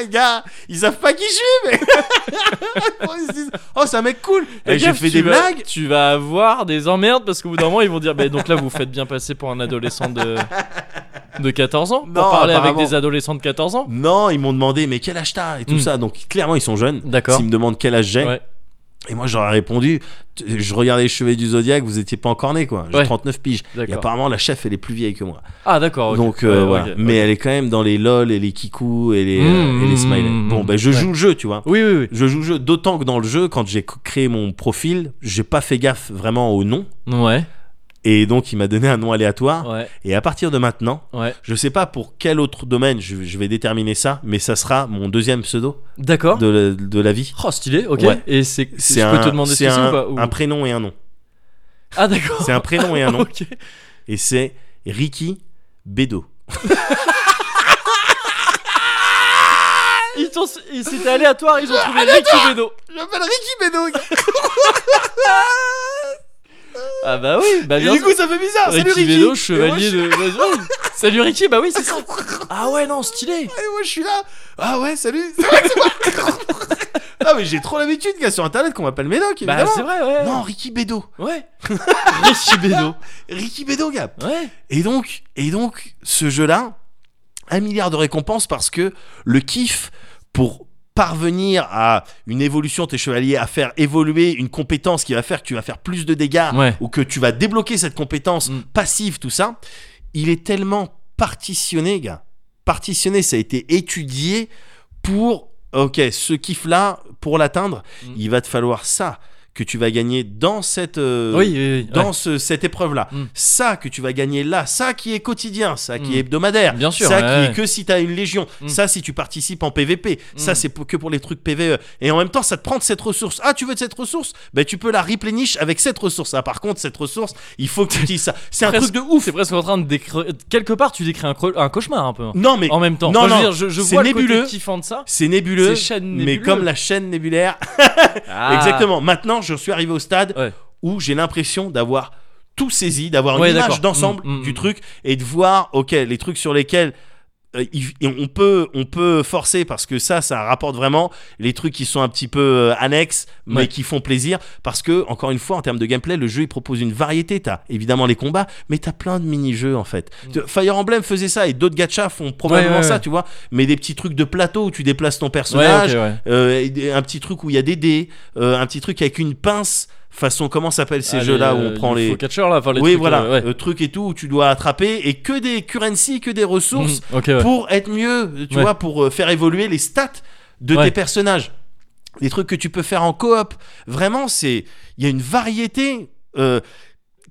Les gars, ils savent pas qui je suis, mais. ils se disent Oh, c'est un mec cool
Fais
Et J'ai
gaffe,
fait
tu
des
vas-
blagues
Tu vas avoir des emmerdes parce qu'au bout d'un moment, ils vont dire bah, Donc là, vous faites bien passer pour un adolescent de, de 14 ans. Pour
Non,
parler avec
apparemment.
des adolescents de 14 ans.
Non, ils m'ont demandé Mais quel âge t'as Et tout
Mm.
ça. Donc, clairement, ils sont jeunes.
D'accord.
S'ils me demandent quel âge j'ai.
Ouais.
Et moi, j'aurais répondu, t- je regardais les cheveux du Zodiac, vous étiez pas encore né, quoi. J'ai
Ouais.
39 piges. Et
D'accord.
apparemment, la chef, elle est plus vieille que moi.
Ah, d'accord. ok.
Donc, euh,
Ouais,
voilà.
ok, ok.
Mais elle est quand même dans les lol et les kikou et les,
Mmh,
euh, et les
mmh,
smileys.
mmh,
bon,
mmh.
ben, je joue
Ouais.
le jeu, tu vois.
Oui, oui, oui.
Je joue le jeu. D'autant que dans le jeu, quand j'ai co- créé mon profil, j'ai pas fait gaffe vraiment au nom.
Ouais,
Et donc, il m'a donné un nom aléatoire.
ouais,
Et à partir de maintenant,
ouais.
je sais pas pour quel autre domaine je, je vais déterminer ça, mais ça sera mon deuxième pseudo
D'accord.
de, la- de la vie.
Oh, stylé, ok.
Ouais.
Et c'est.
C'est
je
un,
peux te demander ce
c'est
que c'est
un-
ou pas ou-
un prénom et un nom.
Ah, d'accord.
C'est un prénom et un nom.
ok.
et c'est Ricky Bedo.
Ils t'ont- ils- C'était aléatoire, ils ont trouvé Ricky Bedo.
Je m'appelle Ricky Bedo.
Ah, bah oui, bah bien sûr.
ça fait bizarre.
Ricky, Bedo, chevalier de. Ouais, ouais. Salut Ricky, bah oui, c'est ça. Ah, ouais, non, stylé.
Et moi je suis là. Ah ouais, salut. C'est vrai, c'est moi. ah mais j'ai trop l'habitude qu'il y a sur internet qu'on m'appelle Médoc
Bah,
évidemment.
c'est vrai, ouais.
non, Ricky Bedo.
Ouais. Ricky Bedo.
Ricky Bedo, gars.
Ouais.
Et donc, et donc ce jeu-là, un milliard de récompenses parce que le kiff pour parvenir à une évolution de tes chevaliers, à faire évoluer une compétence qui va faire que tu vas faire plus de dégâts
Ouais.
ou que tu vas débloquer cette compétence
Mm.
passive, tout ça, il est tellement partitionné, gars. Partitionné, ça a été étudié pour, ok, ce kiff-là, pour l'atteindre,
Mm.
il va te falloir ça que tu vas gagner dans cette... euh,
oui, oui, oui.
dans
ouais.
ce- cette épreuve-là.
Mm.
Ça que tu vas gagner là, ça qui est quotidien, ça qui
Mm.
est hebdomadaire,
Bien sûr,
ça
ouais,
qui
ouais.
est que si tu as une légion,
Mm.
ça si tu participes en PVP, ça
Mm.
c'est pour- que pour les trucs PVE. Et en même temps, ça te prend de cette ressource. Ah, tu veux de cette ressource Ben tu peux la replenish avec cette ressource. Ah, par contre, cette ressource, il faut que tu utilises ça. C'est un
Presque-
truc de ouf.
C'est presque en train de décrire. Quelque part, tu décris un, cro- un cauchemar un peu. hein.
Non, mais
En même temps.
Non,
Enfin, je veux
non,
dire, je, je
c'est
vois le côté
nébuleux.
kiffant de ça.
c'est nébuleux.
C'est chaîne
Mais
nébuleuse.
comme la chaîne nébulaire, Ah. exactement. Maintenant, je suis arrivé au stade
Ah. Ouais.
où j'ai l'impression d'avoir tout saisi, d'avoir une
Ouais,
image
d'accord.
d'ensemble
Mm, mm,
du
mm.
truc et de voir, ok, les trucs sur lesquels euh, il- et on peut on peut forcer parce que ça, ça rapporte vraiment les trucs qui sont un petit peu euh, annexes mais
Ouais.
qui font plaisir parce que encore une fois en termes de gameplay, le jeu il propose une variété. T'as évidemment les combats, mais t'as plein de mini-jeux en fait. Tu- Fire Emblem faisait ça et d'autres gachas font probablement
Mm. ouais,
ça,
ouais.
tu vois. Mais des petits trucs de plateau où tu déplaces ton
Ouais, ok,
personnage,
ouais.
euh, et des- un petit truc où il y a des dés, euh, un petit truc avec une pince, façon comment s'appellent ces
Ah,
jeux-là où
les-
on prend
les.
les,
faux catcheurs, là, enfin, les
oui
trucs,
voilà,
euh, ouais.
euh, truc et tout où tu dois attraper et que des currency, que des ressources
Mhm, ok, ouais.
pour être mieux, tu
Ouais.
vois, pour euh, faire évoluer les stats de
Ouais.
tes personnages, des trucs que tu peux faire en coop. Vraiment, c'est il y a une variété. euh,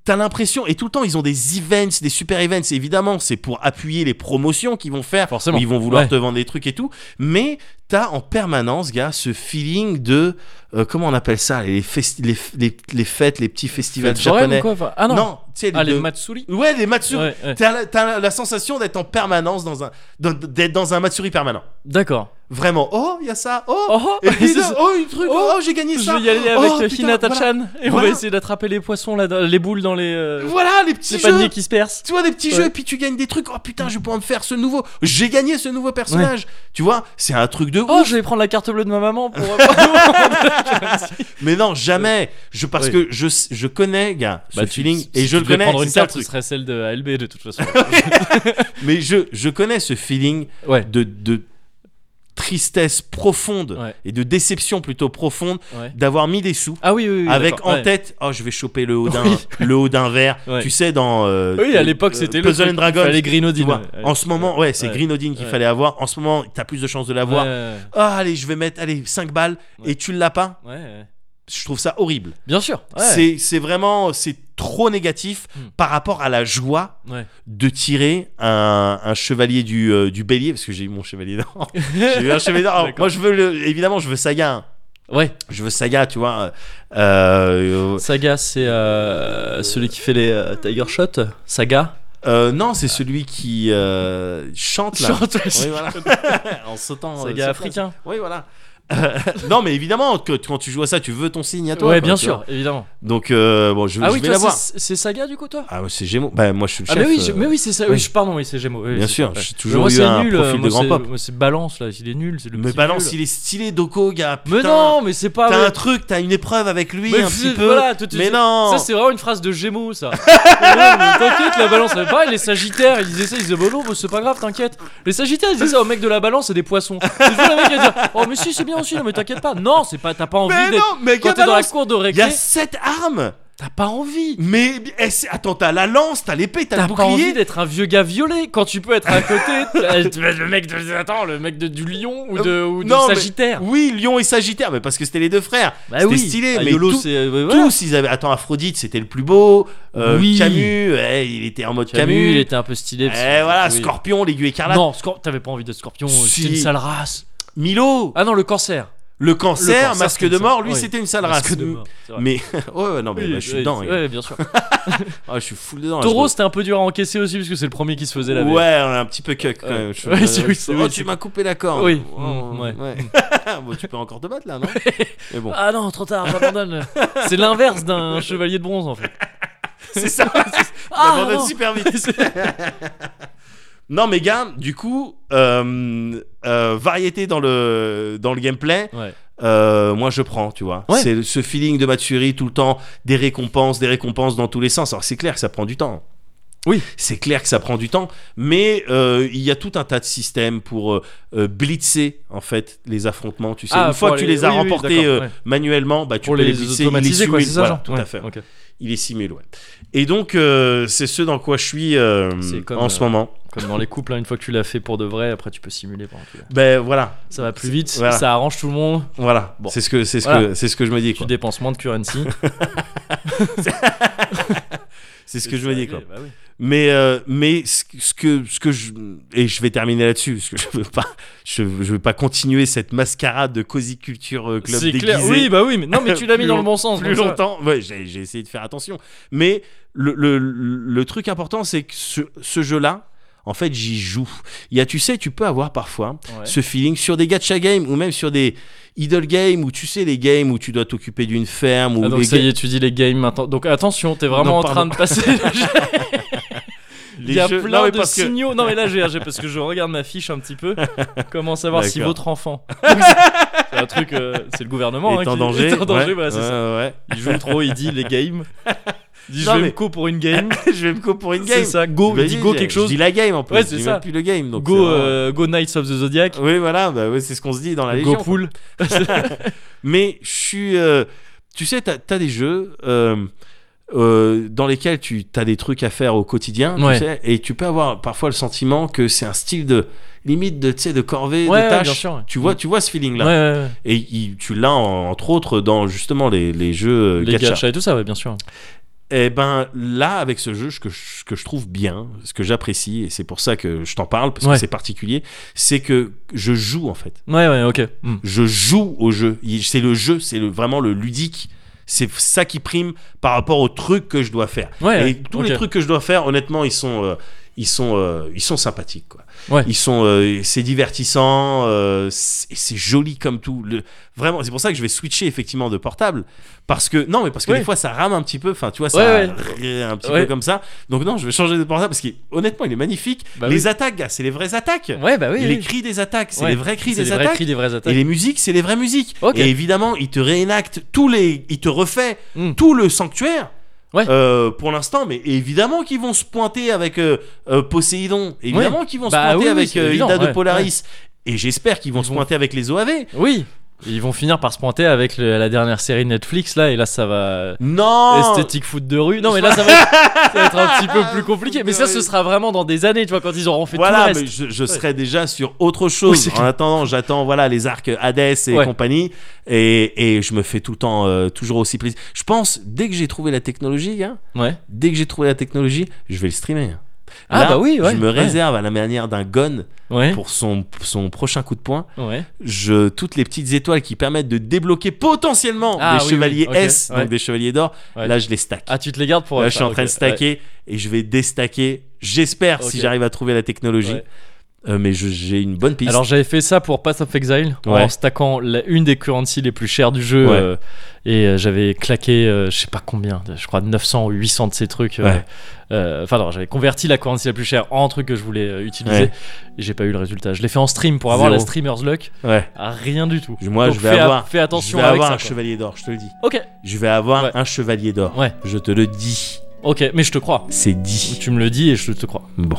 T'as l'impression, et tout le temps, ils ont des events, des super events, évidemment, c'est pour appuyer les promotions qu'ils vont faire.
Forcément.
Où Ils vont vouloir
Ouais.
te vendre des trucs et tout. Mais t'as en permanence, gars, ce feeling de. euh, comment on appelle ça les, festi- les, les- les fêtes, les petits festivals
Fête foraine
japonais.
ou quoi, enfin, Ah non.
tu sais,
Ah, les
le-
Matsuri.
Ouais, les Matsuri.
Ouais, ouais.
T'as la, t'as la- la sensation d'être en permanence dans un. dans- d'être dans un Matsuri permanent.
D'accord.
Vraiment. Oh, il y a ça. Oh,
Oh,
et puis
c'est
là,
ça.
oh, une truc. Oh,
Oh,
j'ai gagné
je
ça.
vais y aller avec
Oh,
euh,
putain, voilà.
Hinata-chan et on va
Voilà.
essayer d'attraper les poissons là, dans- les boules dans les, euh,
Voilà, les petits
les
jeux.
paniers qui se percent.
Tu vois des petits
Ouais.
jeux et puis tu gagnes des trucs. Oh putain, je vais pouvoir me faire ce nouveau. J'ai gagné ce nouveau personnage. Tu vois, c'est un truc de ouf.
Oh, je vais prendre la carte bleue de ma maman pour. euh,
Bah, Mais non, jamais. Je parce
Oui.
que je je connais gars
Bah,
ce feeling et je le connais.
Prendre
c'est
une
ça le
carte, ce
truc.
serait celle de ALB de toute façon.
Mais je je connais ce feeling
ouais.
de, de tristesse profonde
Ouais.
et de déception plutôt profonde
Ouais.
d'avoir mis des sous
Ah oui, oui, oui,
avec
d'accord,
en
ouais.
tête oh je vais choper le haut d'un
Oui.
le haut d'un verre
Ouais.
tu sais dans euh,
Oui, à
euh,
l'époque,
euh,
c'était le.
Puzzle
truc
and
qu'il
Dragons
Fallait
tu
Grenodine.
vois.
ouais.
en ce moment ouais c'est
Ouais.
Green Odin qu'il
Ouais.
fallait avoir en ce moment t'as plus de chances de
Ouais,
l'avoir
ouais,
ah allez je vais mettre allez 5 balles
Ouais.
et tu l'as pas
ouais, ouais.
je trouve ça horrible
Bien sûr. ouais.
c'est c'est vraiment c'est trop négatif
Hmm.
par rapport à la joie
Ouais.
de tirer un, un chevalier du, euh, du bélier parce que j'ai eu mon chevalier d'or j'ai eu un chevalier d'or Alors,
D'accord.
moi je veux le- évidemment je veux Saga hein.
Ouais,
Je veux Saga, tu vois. Euh, euh,
Saga, c'est euh, celui qui fait les euh, Tiger Shot. Saga.
euh, non, c'est celui qui euh, chante là.
Chante,
Oui, voilà. en sautant. euh,
Saga
sautant.
africain.
Oui, voilà. Euh, non, mais évidemment, que, quand tu joues à ça, tu veux ton signe à toi.
ouais,
quoi,
bien
tu
sûr,
vois.
évidemment.
Donc, euh, bon, je,
Ah
je
oui,
vais
toi,
l'avoir.
c'est c'est Saga du coup, toi
Ah, moi, c'est Gémeaux. Bah, moi, je suis le
Ah,
chef.
mais oui, je-
euh,
mais oui, c'est ça.
oui.
Oui, je- pardon, oui, c'est Gémeaux. oui,
Bien
c'est-
sûr,
ouais.
j'ai
Mais
toujours
moi,
eu
c'est
un
nul, euh,
profil
moi,
de grand
c'est-
pop.
moi, C'est Balance là, il est nul, c'est le
Mais
petit
balance,
nul.
il est stylé, Doko, gars.
Mais
putain.
non, ah, mais c'est pas.
T'as
vrai.
un truc, t'as une épreuve avec lui
Mais
un
c'est-
petit peu.
voilà, toi, tu-
mais non.
Ça, c'est vraiment une phrase de Gémeaux, ça. Ouais, mais t'inquiète, la balance, pas, les Sagittaires, ils disaient ça, ils disaient, bon, non, bah, c'est pas grave, t'inquiète. Les Sagittaires, ils disaient ça au mec de la balance, c'est des poissons. Et je vois le mec il va dire, oh, mais si, c'est bien aussi, non, mais t'inquiète pas. Non, c'est pas, t'as pas
mais
envie d'être.
non, mais
Quand
gars,
t'es dans la
balance.
cour de
Il y
récré,
a sept armes.
t'as pas envie.
Mais eh, c'est- attends, t'as la lance, t'as l'épée, t'as
T'as
le
pas envie
bouclier.
d'être un vieux gars violé quand tu peux être à côté. t'as- le mec de. Attends, le mec de, du lion ou, de, ou du
Euh, Non, mais-
Sagittaire.
Oui, Lion et Sagittaire, mais parce que c'était les deux frères.
Bah
c'était
oui,
stylé,
Ah,
mais
YOLO,
tout-
c'est. euh, voilà.
Tous, ils avaient. Attends, Aphrodite, c'était le plus beau. Euh,
Oui.
Camus, eh, il était en mode
Camus,
Camus.
il était un peu stylé.
Eh,
parce-
voilà,
oui.
Scorpion, l'aiguille écarlate.
Non, Scor- t'avais pas envie de Scorpion,
Si.
c'était une sale race.
Milo,
Ah non, le cancer.
le
le
cancer,
cancer,
masque
c'était
de
ça.
mort, lui,
Oui.
c'était une sale
Parce
race.
que de mort, c'est vrai.
Mais. ouais, ouais, non, mais
Oui,
bah, je suis
oui,
dedans.
oui,
les gars.
oui, bien sûr.
Ah, je suis full dedans. là, je
Taureau,
me-
c'était un peu dur à encaisser aussi parce que c'est le premier qui se faisait la
Ouais, on a un petit peu cuck quand
Ouais.
même. Je-
Ouais, c'est- oui, c'est-
oh,
oui,
tu
c'est-
m'as coupé la corde.
Oui.
Oh,
Mm, ouais.
Bon, tu peux encore te battre là, non Mais bon.
Ah non, trop tard, j'abandonne. c'est l'inverse d'un chevalier de bronze en fait.
C'est ça.
Ah
T'abandonnes
non.
super vite. non, mais gars, du coup, euh, euh, variété dans le, dans le gameplay.
Ouais.
euh, moi je prends, tu vois.
Ouais.
C'est le- ce feeling de Matsuri tout le temps, des récompenses, des récompenses dans tous les sens. Alors c'est clair que ça prend du temps.
Oui.
C'est clair que ça prend du temps, mais euh, il y a tout un tas de systèmes pour euh, euh, blitzer en fait les affrontements. Tu sais,
Ah,
une fois
pour
que tu
aller-
les as
oui, oui,
remportés
d'accord,
euh,
ouais.
manuellement, bah tu
Pour
peux les,
les,
blitzer, ils les
automatiser quoi, c'est
simulent.
ça
Voilà,
genre
tout
Ouais,
à fait.
ok.
Il est simulé, ouais. Et donc, euh, c'est ce dans quoi je suis euh,
C'est comme,
en
euh,
ce moment.
Comme dans les couples, hein, une fois que tu l'as fait pour de vrai, après tu peux simuler pendant tout.
Ben voilà,
Ça va plus vite,
Voilà.
ça arrange tout le monde,
voilà.
Bon.
C'est ce que c'est ce
Voilà.
que c'est ce que je me dis
tu
quoi.
dépenses moins de currency.
C'est ce que je me dis quoi.
Bah oui.
Mais euh, mais ce ce que ce que je et je vais terminer là-dessus parce que je veux pas je, je veux pas continuer cette mascarade de cosy culture euh, club
C'est clair,
déguisé.
oui, bah oui, mais non, mais tu l'as mis
Plus
dans
long-
le bon sens.
plus
donc ça-
longtemps. Ouais, j'ai j'ai essayé de faire attention. Mais le, le- le truc important, c'est que ce, ce jeu-là, en fait, j'y joue. Il y a, tu sais, tu peux avoir parfois
Ouais.
ce feeling sur des gacha games ou même sur des idle games où tu sais les games où tu dois t'occuper d'une ferme ou
Ah, donc
des
ça y
ga-
est, tu dis les games maintenant. Donc attention, t'es vraiment
Non,
en train
pardon.
de passer. Il
les
y a
jeux-
plein
Non, mais
de
parce que-
signaux. Non mais là j'ai RG parce que je regarde ma fiche un petit peu. Comment savoir si
D'accord.
votre enfant. c'est un truc, euh, c'est le gouvernement. hein,
est en
qui-
danger.
est en danger,
ouais,
voilà, c'est
ouais,
ça.
ouais.
Il joue trop, il dit les games. Il dit
Non,
je vais
mais-
me co pour une game.
je vais me couper pour une game.
C'est ça, go, il dit
Vas-y,
go
je-
quelque
Je
chose.
dis la game en plus.
Ouais,
je
c'est
dis
ça.
même plus le game. Donc
Go,
c'est vraiment-
euh, go Knights of the Zodiac.
Oui, voilà, bah, ouais, c'est ce qu'on se dit dans la
go
Légion. quoi.
pool.
Mais je suis. euh, tu sais, t'as as des jeux euh, euh, dans lesquels tu as des trucs à faire au quotidien, tu
Ouais.
sais, et tu peux avoir parfois le sentiment que c'est un style de limite de, tu sais, de corvée,
Ouais,
de
ouais,
tâche.
bien sûr, ouais.
Tu vois, tu vois ce feeling
Ouais,
là.
ouais, ouais.
Et il- tu l'as en- entre autres dans justement les, les jeux euh,
Les
gacha.
gachas et tout ça, ouais, bien sûr.
Et ben là, avec ce jeu, ce que je, ce que je trouve bien, ce que j'apprécie, et c'est pour ça que je t'en parle parce
Ouais.
que c'est particulier, c'est que je joue en fait
Ouais, ouais, ok. Hmm.
je joue au jeu. Il- C'est le jeu, c'est le, vraiment le ludique. C'est ça qui prime par rapport aux trucs que je dois faire.
Ouais,
et tous
ok.
les trucs que je dois faire, honnêtement, ils sont, euh, ils sont, euh, ils sont sympathiques. Quoi.
Ouais.
Ils sont, euh, c'est divertissant, euh, c'est c'est joli comme tout. Le, vraiment, c'est pour ça que je vais switcher effectivement de portable parce que non, mais parce que
Ouais.
des fois ça rame un petit peu. Enfin, tu vois, ça
Ouais,
un petit
Ouais.
peu comme ça. Donc non, je vais changer de portable parce qu'honnêtement, il est magnifique.
Bah
les
oui.
attaques, gars, c'est les vraies attaques.
Ouais, bah oui.
les
oui.
cris des attaques, c'est
Ouais.
les vrais cris
C'est
des
les vrais
attaques.
cris des vraies
Et
attaques.
les musiques, c'est les vraies musiques.
Ok.
Et évidemment, il te réénacte tous les, il te refait
Mm.
tout le sanctuaire.
Ouais.
Euh, pour l'instant, mais évidemment qu'ils vont se pointer avec euh, euh, Poséidon. Évidemment qu'ils vont
Bah
se pointer
oui, oui,
avec
c'est
euh,
évident,
Ida de
ouais,
Polaris. Et j'espère qu'ils vont se pointer avec les OAV.
Oui. Et ils vont finir par se pointer avec le- la dernière série Netflix là et là ça va
Non.
esthétique foot de rue. Non mais là ça va, ça va être un petit peu plus compliqué. Mais ça ce sera vraiment dans des années, tu vois, quand ils auront fait tout
Voilà,
le
mais
reste.
je, je serai déjà sur autre
Oui,
chose.
c'est
en attendant, j'attends voilà les arcs Hades et
Ouais.
compagnie, et, et je me fais tout le temps euh, toujours aussi plaisir. Je pense dès que j'ai trouvé la technologie, hein, gars,
Ouais.
dès que j'ai trouvé la technologie, je vais le streamer.
Ah,
Là,
bah oui, ouais,
je me
ouais.
réserve à la manière d'un gun
Ouais.
pour son, son prochain coup de poing.
Ouais.
Je, toutes les petites étoiles qui permettent de débloquer potentiellement
Ah,
des
oui,
chevaliers
oui, ok,
S,
ouais.
donc des chevaliers d'or,
Ouais.
là je les stack.
Ah, tu te les gardes pour.
là je suis en train de
stacker
stacker et je vais déstacker, j'espère, si
Ok.
j'arrive à trouver la technologie.
Ouais.
Euh, mais je- j'ai une bonne piste.
Alors j'avais fait ça pour Path of Exile en
Ouais.
stackant la- une des currencies les plus chères du jeu
Ouais.
euh, et euh, j'avais claqué euh, je sais pas combien, de- je crois 900 ou 800 de ces trucs. euh,
Ouais.
euh, Enfin non, j'avais converti la currency la plus chère en truc que je voulais euh, utiliser
Ouais.
et j'ai pas eu le résultat. Je l'ai fait en stream pour avoir
Zéro.
la streamer's luck,
ouais.
Ah, rien du tout.
Moi,
Donc,
je vais
fais a-
avoir-
fais attention
je vais
avec
avoir un
ça, quoi.
chevalier d'or, je te le dis.
Ok,
Je vais avoir
Ouais.
un chevalier d'or.
Ouais.
Je te le dis.
ok, mais je te crois.
C'est dit.
Tu me le dis et je te crois.
Bon.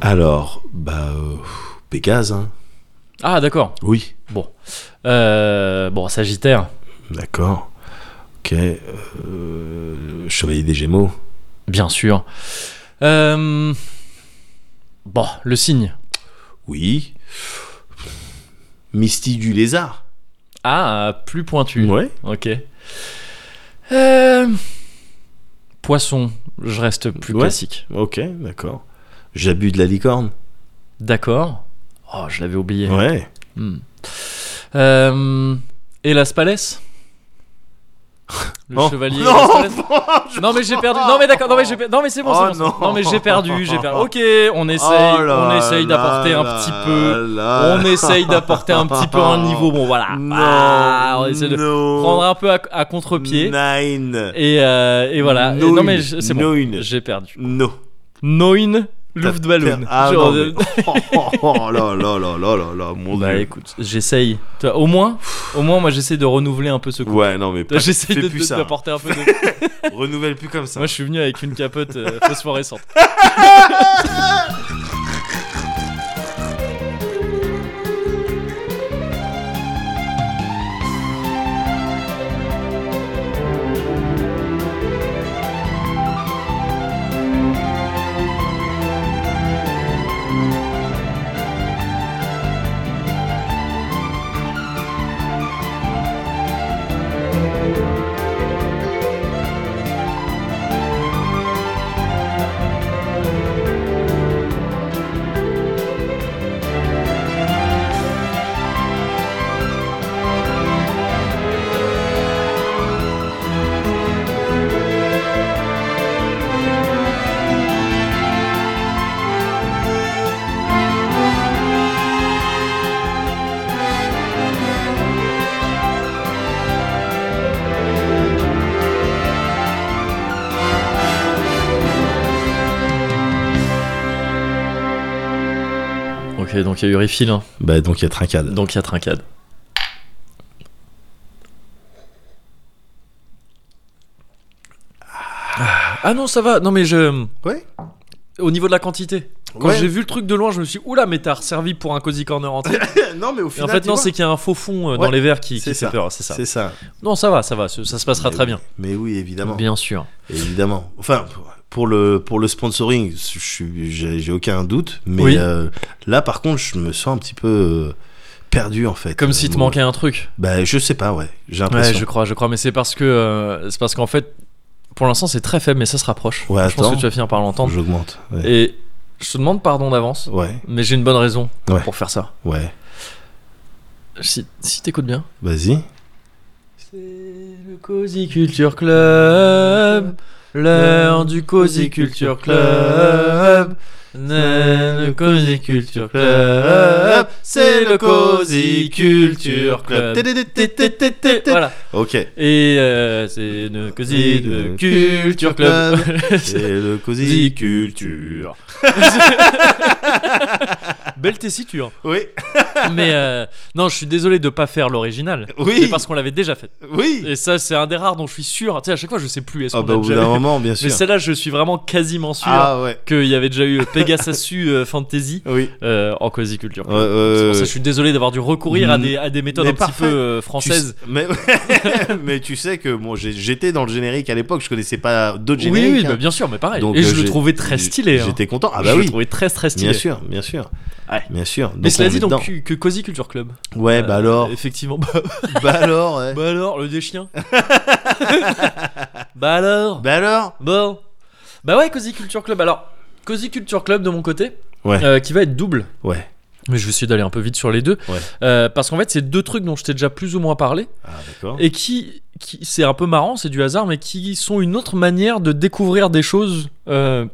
Alors, bah, euh, Pégase, hein.
Ah d'accord.
Oui.
Bon, Euh, bon Sagittaire,
D'accord. Ok. euh, Chevalier des Gémeaux.
bien sûr. Euh, Bon, le signe.
Oui. Misty du Lézard.
Ah, plus pointu.
Ouais.
Ok. Euh, Poisson, je reste plus
Ouais.
classique.
Ok, d'accord. J'abus de la licorne.
D'accord. Oh, je l'avais oublié.
Ouais.
Hmm. Euh, Hélas Palès Le
Oh.
chevalier.
Non,
Hélas Palès non mais j'ai perdu. Non mais d'accord. Non mais, j'ai per- non, mais c'est bon.
Oh,
c'est bon, c'est bon.
non.
non mais j'ai perdu. J'ai perdu. Ok, on essaye.
Oh là
on essaye
là
d'apporter un
là
petit peu.
là
On
là.
essaye d'apporter un petit peu un niveau. Bon voilà.
Non.
Ah, on essaie de
non.
prendre un peu à, à contre-pied.
Nine.
Et, euh, et voilà. Et
Noin.
non mais je- c'est bon.
Noin.
J'ai perdu.
No.
Noin Luftballon.
Ah,
Genre,
non,
euh,
mais- oh, oh, oh, là là là là là là, mon
Bah
dieu.
écoute, j'essaye. Tu vois, Au moins, au moins, moi j'essaie de renouveler un peu ce coup.
Ouais, non mais pas-
J'essaye
fais
de,
plus
de-
ça.
d'apporter un peu de.
Renouvelle plus comme ça.
moi je suis venu avec une capote euh, phosphorescente. Ok, donc il y a eu refill, hein.
Bah donc il y a trincade.
donc il y a trincade. Ah non, ça va. Non mais je.
Ouais.
Au niveau de la quantité. Quand
Ouais.
j'ai vu le truc de loin, je me suis dit, oula, mais t'as resservi pour un cozy corner entier.
non mais au
Et en
final.
fait,
tu
non,
vois,
c'est qu'il y a un faux fond euh, dans
Ouais,
les verres qui, qui
c'est
fait
ça.
peur, c'est ça.
c'est ça.
Non, ça va, ça va, ça, ça se passera
Mais
très
oui.
bien.
Mais oui, évidemment.
Bien sûr.
Évidemment. Enfin, pour le, pour le sponsoring, je suis- j'ai j'ai aucun doute. Mais
Oui.
euh, là, par contre, je me sens un petit peu euh, perdu, en fait.
Comme
Euh,
si te
moi.
manquait un truc.
Bah, je sais pas, ouais. J'ai
Ouais,
l'impression.
je crois, je crois, mais c'est parce que euh, c'est parce qu'en fait, pour l'instant, c'est très faible, mais ça se rapproche.
Ouais,
je pense
attends.
que tu vas finir par l'entendre.
J'augmente. Ouais.
Et je te demande pardon d'avance,
ouais,
mais j'ai une bonne raison
Ouais.
pour faire ça.
ouais.
Si, si t'écoutes bien.
Vas-y.
C'est le Cozy Culture Club, l'heure du Cozy Culture Club. Le Cozy Culture
Club, c'est le Cozy Culture Club.
Voilà.
Ok.
Et euh, c'est le Cozy de Culture Club.
C'est le Cozy Culture.
Belle tessiture.
Oui,
Mais euh, non, je suis désolé de pas faire l'original.
Oui.
C'est parce qu'on l'avait déjà fait.
oui.
Et ça, c'est un des rares dont je suis sûr. Tu sais, à chaque fois, je sais plus. Est-ce
Ah
qu'on
bah
a
au bout
déjà
d'un
eu-
moment, bien
Mais
sûr.
celle-là, je suis vraiment quasiment sûr
Ah ouais.
qu'il y avait déjà eu Pegasasu euh, Fantasy
Oui.
euh, en Cozy Culture.
Ouais, ouais,
C'est pour ça
ouais.
que je suis désolé d'avoir dû recourir à des, à des méthodes
Mais
un petit
parfait.
peu euh,
Tu
françaises.
sais- mais, mais tu sais que moi j'ai- j'étais dans le générique à l'époque, je connaissais pas d'autres
Oui, oui,
génériques. hein.
bah, bien sûr, mais pareil.
Donc,
Et
euh,
je le
j'ai-
trouvais très stylé. hein.
J'étais content. Ah bah
je le
oui.
trouvais très très stylé.
Bien sûr, bien sûr.
Ouais.
Bien sûr.
Mais
Donc, on
cela dit,
est
donc,
dedans.
que, que Cozy Culture Club.
Ouais, bah
Euh,
alors.
Effectivement. Bah,
bah alors, ouais.
bah alors, le déchien. bah alors.
Bah alors
Bon. Bah ouais, Cozy Culture Club. Alors, Cozy Culture Club de mon côté,
Ouais.
euh, qui va être double.
Ouais.
Mais je vais essayer d'aller un peu vite sur les deux.
Ouais.
Euh, parce qu'en fait, c'est deux trucs dont je t'ai déjà plus ou moins parlé.
Ah d'accord.
Et qui, qui c'est un peu marrant, c'est du hasard, mais qui sont une autre manière de découvrir des choses euh,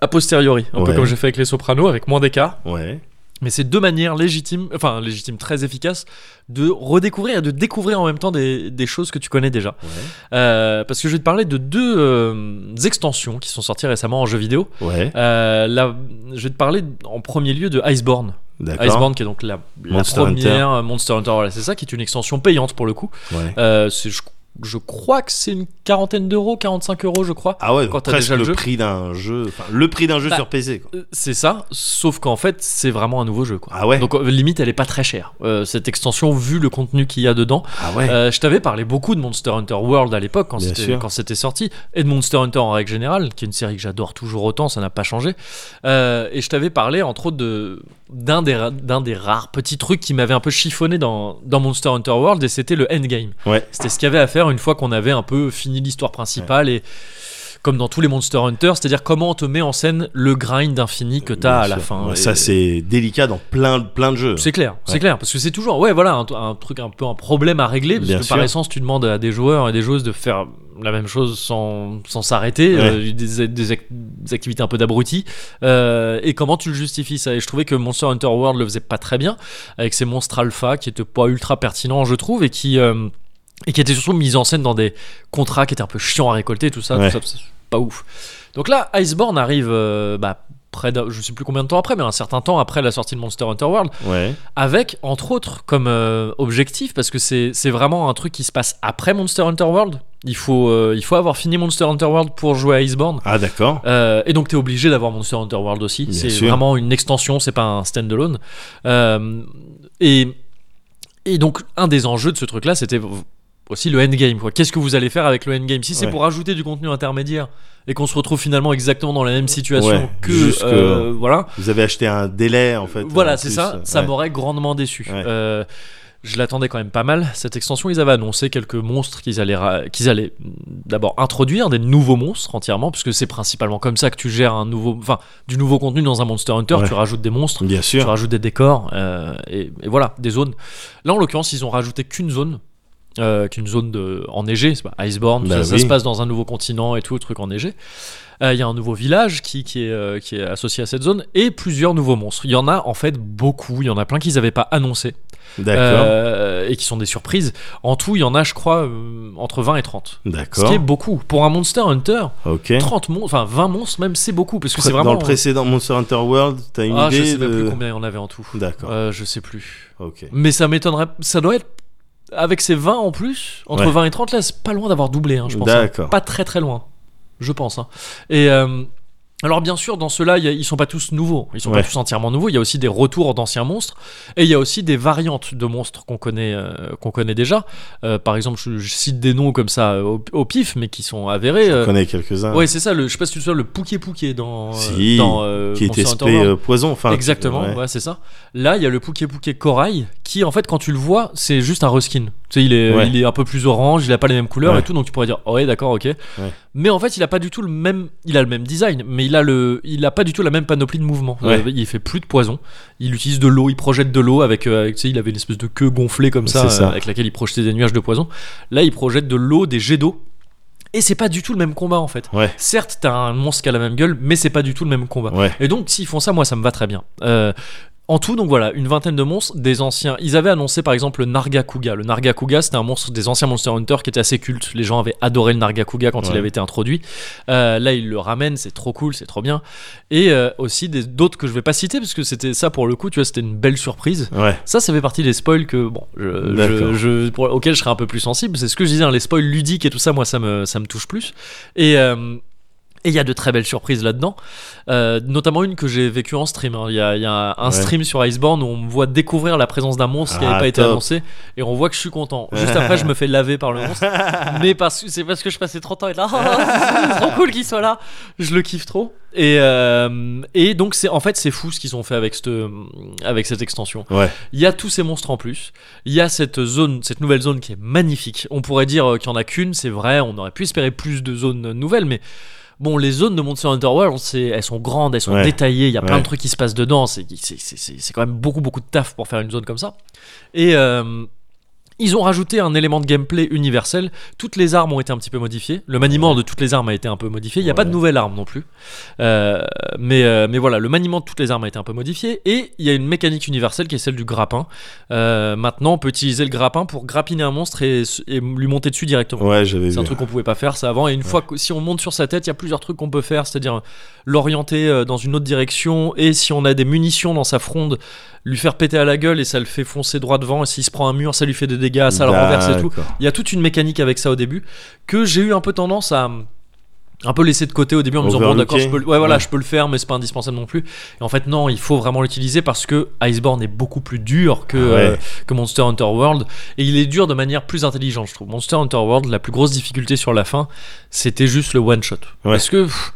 a posteriori. Un peu
Ouais.
comme j'ai fait avec les sopranos, avec moins d'écart.
Ouais.
Mais c'est deux manières légitimes, enfin légitimes, très efficaces, de redécouvrir et de découvrir en même temps des, des choses que tu connais déjà.
Ouais.
Euh, parce que je vais te parler de deux euh, extensions qui sont sorties récemment en jeu vidéo.
Ouais.
Euh, la- je vais te parler en premier lieu de Iceborne.
D'accord.
Iceborne qui est donc la, la
Monster
première euh, Monster Hunter, voilà, c'est ça, qui est une extension payante pour le coup.
Ouais.
Euh, c'est- je, je crois que c'est une quarantaine d'euros, 45 euros, je crois.
Ah ouais,
Quand
donc
t'as
presque
déjà le
le,
jeu.
prix d'un jeu, enfin le prix d'un jeu
Bah.
sur PC. Quoi.
Euh, C'est ça, sauf qu'en fait, c'est vraiment un nouveau jeu. Quoi.
Ah ouais.
Donc, euh, limite, elle est pas très chère. Euh, cette extension, vu le contenu qu'il y a dedans.
ah ouais.
Euh, je t'avais parlé beaucoup de Monster Hunter World à l'époque, quand
Bien
c'était-
sûr.
quand c'était sorti, et de Monster Hunter en règle générale, qui est une série que j'adore toujours autant, ça n'a pas changé. Euh, et je t'avais parlé, entre autres, de- d'un des, ra- d'un des rares petits trucs qui m'avait un peu chiffonné dans, dans Monster Hunter World, et c'était le endgame.
Ouais.
C'était ce qu'il y avait à faire une fois qu'on avait un peu fini l'histoire principale et comme dans tous les Monster Hunter, c'est-à-dire comment on te met en scène le grind infini que t'as
Euh, Bien
à la
sûr.
fin.
Ouais,
Et-
Ça c'est délicat dans plein plein de jeux.
c'est clair, c'est clair, parce que c'est toujours, ouais, voilà, un, un truc un peu un problème à régler, parce
Bien
que
sûr.
par essence, tu demandes à des joueurs et des joueuses de faire la même chose sans sans s'arrêter,
Ouais.
euh, des, des ac- des activités un peu d'abruti, euh, et comment tu le justifies ça Et je trouvais que Monster Hunter World le faisait pas très bien, avec ses monstres alpha qui étaient pas ultra pertinents, je trouve, et qui euh, et qui étaient surtout mis en scène dans des contrats qui étaient un peu chiants à récolter, tout ça,
Ouais.
tout ça, c'est pas ouf. Donc là, Iceborne arrive. euh, bah, Près d'un- je sais plus combien de temps après, mais un certain temps après la sortie de Monster Hunter World,
Ouais.
avec entre autres comme euh, objectif parce que c'est c'est vraiment un truc qui se passe après Monster Hunter World il faut, euh, il faut avoir fini Monster Hunter World pour jouer à Iceborne
Ah d'accord.
Euh, et donc t'es obligé d'avoir Monster Hunter World aussi
Bien
c'est
sûr.
vraiment une extension c'est pas un standalone Euh, et, et donc un des enjeux de ce truc là c'était aussi le endgame quoi qu'est-ce que vous allez faire avec le endgame si c'est
Ouais.
pour ajouter du contenu intermédiaire et qu'on se retrouve finalement exactement dans la même situation
Ouais,
que
jusque-
euh, voilà
Vous avez acheté un délai en fait. en
voilà, c'est
plus. euh,
ça. Ça
Ouais.
m'aurait grandement déçu.
Ouais.
Euh, je l'attendais quand même pas mal. Cette extension, ils avaient annoncé quelques monstres qu'ils allaient, ra- qu'ils allaient mm, d'abord introduire, des nouveaux monstres entièrement, parce que c'est principalement comme ça que tu gères un nouveau, enfin, du nouveau contenu dans un Monster Hunter.
Ouais.
Tu rajoutes des monstres,
Bien
tu
sûr.
rajoutes des décors, euh, et, et voilà, des zones. Là, en l'occurrence, ils ont rajouté qu'une zone. euh, qu'une zone de, enneigée, c'est pas Iceborne, tout
Bah
ça, ça
oui.
se passe dans un nouveau continent et tout, le truc enneigé. Euh, Il y a un nouveau village qui, qui, est, euh, qui est associé à cette zone et plusieurs nouveaux monstres. Il y en a en fait beaucoup, il y en a plein qu'ils n'avaient pas annoncé
D'accord.
euh, et qui sont des surprises. En tout, il y en a, je crois, euh, entre 20 et 30. Ce
D'accord.
qui est beaucoup. Pour un Monster Hunter,
Ok.
30 monstres, enfin 20 monstres même, c'est beaucoup parce que c'est vraiment. euh,
Dans le précédent Monster Hunter World, t'as une
ah, je
idée
sais même
de.
plus combien il y en avait en tout.
D'accord.
Euh, je sais plus.
Ok.
Mais ça m'étonnerait. Ça doit être. Avec ces 20 en plus, entre
Ouais.
20 et 30, là, c'est pas loin d'avoir doublé, hein, je pense. hein.
D'accord.
Pas très très loin, je pense. hein. Et. euh, alors bien sûr, dans ceux-là, il y a- ils sont pas tous nouveaux, ils sont
Ouais.
pas tous entièrement nouveaux. Il y a aussi des retours d'anciens monstres et il y a aussi des variantes de monstres qu'on connaît, euh, qu'on connaît déjà. Euh, par exemple, je, je cite des noms comme ça euh, au, au pif, mais qui sont avérés.
Je
euh.
connais quelques-uns.
ouais, c'est ça. Le, je sais pas si tu te souviens le Pouké Pouké dans, euh,
Si,
dans euh,
qui
Monster
était
Hunter
SP
World.
euh, poison. Enfin.
Exactement,
ouais.
ouais, c'est ça. Là, il y a le Pouké Pouké Corail qui, en fait, quand tu le vois, c'est juste un reskin. Tu sais, il est,
Ouais.
il est un peu plus orange, il a pas les mêmes couleurs
Ouais.
et tout, donc tu pourrais dire, oh, ouais, d'accord, ok. Mais en fait, il a pas du tout le même, il a le même design, mais il a le, il a pas du tout la même panoplie de mouvements.
Ouais.
Euh, il fait plus de poison, il utilise de l'eau, il projette de l'eau avec, euh, avec- tu sais, il avait une espèce de queue gonflée comme ça,
C'est ça.
euh, avec laquelle il projetait des nuages de poison. Là, il projette de l'eau, des jets d'eau. Et c'est pas du tout le même combat en fait.
Ouais.
Certes, t'as un monstre qui a la même gueule, mais c'est pas du tout le même combat.
Ouais.
Et donc, s'ils font ça, moi, ça me va très bien. Euh, en tout, donc voilà, une vingtaine de monstres, des anciens. Ils avaient annoncé par exemple le Nargacuga. Le Nargacuga, c'était un monstre des anciens Monster Hunter qui était assez culte. Les gens avaient adoré le Nargacuga quand il
Ouais.
avait été introduit. Euh, là, ils le ramènent, c'est trop cool, c'est trop bien. Et euh, aussi des- d'autres que je vais pas citer, parce que c'était ça pour le coup, tu vois, c'était une belle surprise.
Ouais.
Ça, ça fait partie des spoils que, bon, je, je,
D'accord.
je- pour- auxquels je serais un peu plus sensible. C'est ce que je disais, hein, les spoils ludiques et tout ça, moi, ça me, ça me touche plus. Et. euh, et il y a de très belles surprises là-dedans, Euh, notamment une que j'ai vécue en stream. hein. Il y, a, il y a un
Ouais.
stream sur Iceborne où on me voit découvrir la présence d'un monstre qui
Ah,
n'avait pas été
top.
annoncé, et on voit que je suis content. Juste après, je me fais laver par le monstre, mais parce que c'est parce que je passais 30 ans et là, c'est trop cool qu'il soit là. Je le kiffe trop. Et, euh, et donc c'est en fait c'est fou ce qu'ils ont fait avec cette euh, avec cette extension.
Ouais.
Il y a tous ces monstres en plus. Il y a cette zone, cette nouvelle zone qui est magnifique. On pourrait dire euh, qu'il y en a qu'une, c'est vrai. On aurait pu espérer plus de zones euh, nouvelles, mais bon, les zones de Monster Hunter World, on sait, elles sont grandes, elles sont
Ouais.
détaillées. Il y a plein
Ouais.
de trucs qui se passent dedans. C'est c'est- c'est- c'est- c'est quand même beaucoup beaucoup de taf pour faire une zone comme ça. Et euh, ils ont rajouté un élément de gameplay universel. Toutes les armes ont été un petit peu modifiées. Le maniement de toutes les armes a été un peu modifié. Il n'y a pas de
Ouais.
nouvelles armes non plus. Euh, mais, euh, mais voilà, le maniement de toutes les armes a été un peu modifié. Et il y a une mécanique universelle qui est celle du grappin. Euh, maintenant, on peut utiliser le grappin pour grappiner un monstre et, et lui monter dessus directement.
Ouais, j'avais
C'est
vu.
un truc qu'on pouvait pas faire ça avant. Et une fois que si on monte sur sa tête, il y a plusieurs trucs qu'on peut faire, c'est-à-dire euh, l'orienter euh, dans une autre direction. Et si on a des munitions dans sa fronde, lui faire péter à la gueule et ça le fait foncer droit devant. Et s'il se prend un mur, ça lui fait des dégâts, ça le
Bah,
renverse et tout.
D'accord.
Il y a toute une mécanique avec ça au début que j'ai eu un peu tendance à hum, un peu laisser de côté au début en me disant bon
Overlooker.
d'accord je peux le- ouais, voilà
Ouais.
je peux le faire mais c'est pas indispensable non plus et en fait non il faut vraiment l'utiliser parce que Iceborne est beaucoup plus dur que
Ah ouais.
euh, que Monster Hunter World et il est dur de manière plus intelligente je trouve Monster Hunter World la plus grosse difficulté sur la fin c'était juste le one shot
Ouais.
parce que pff,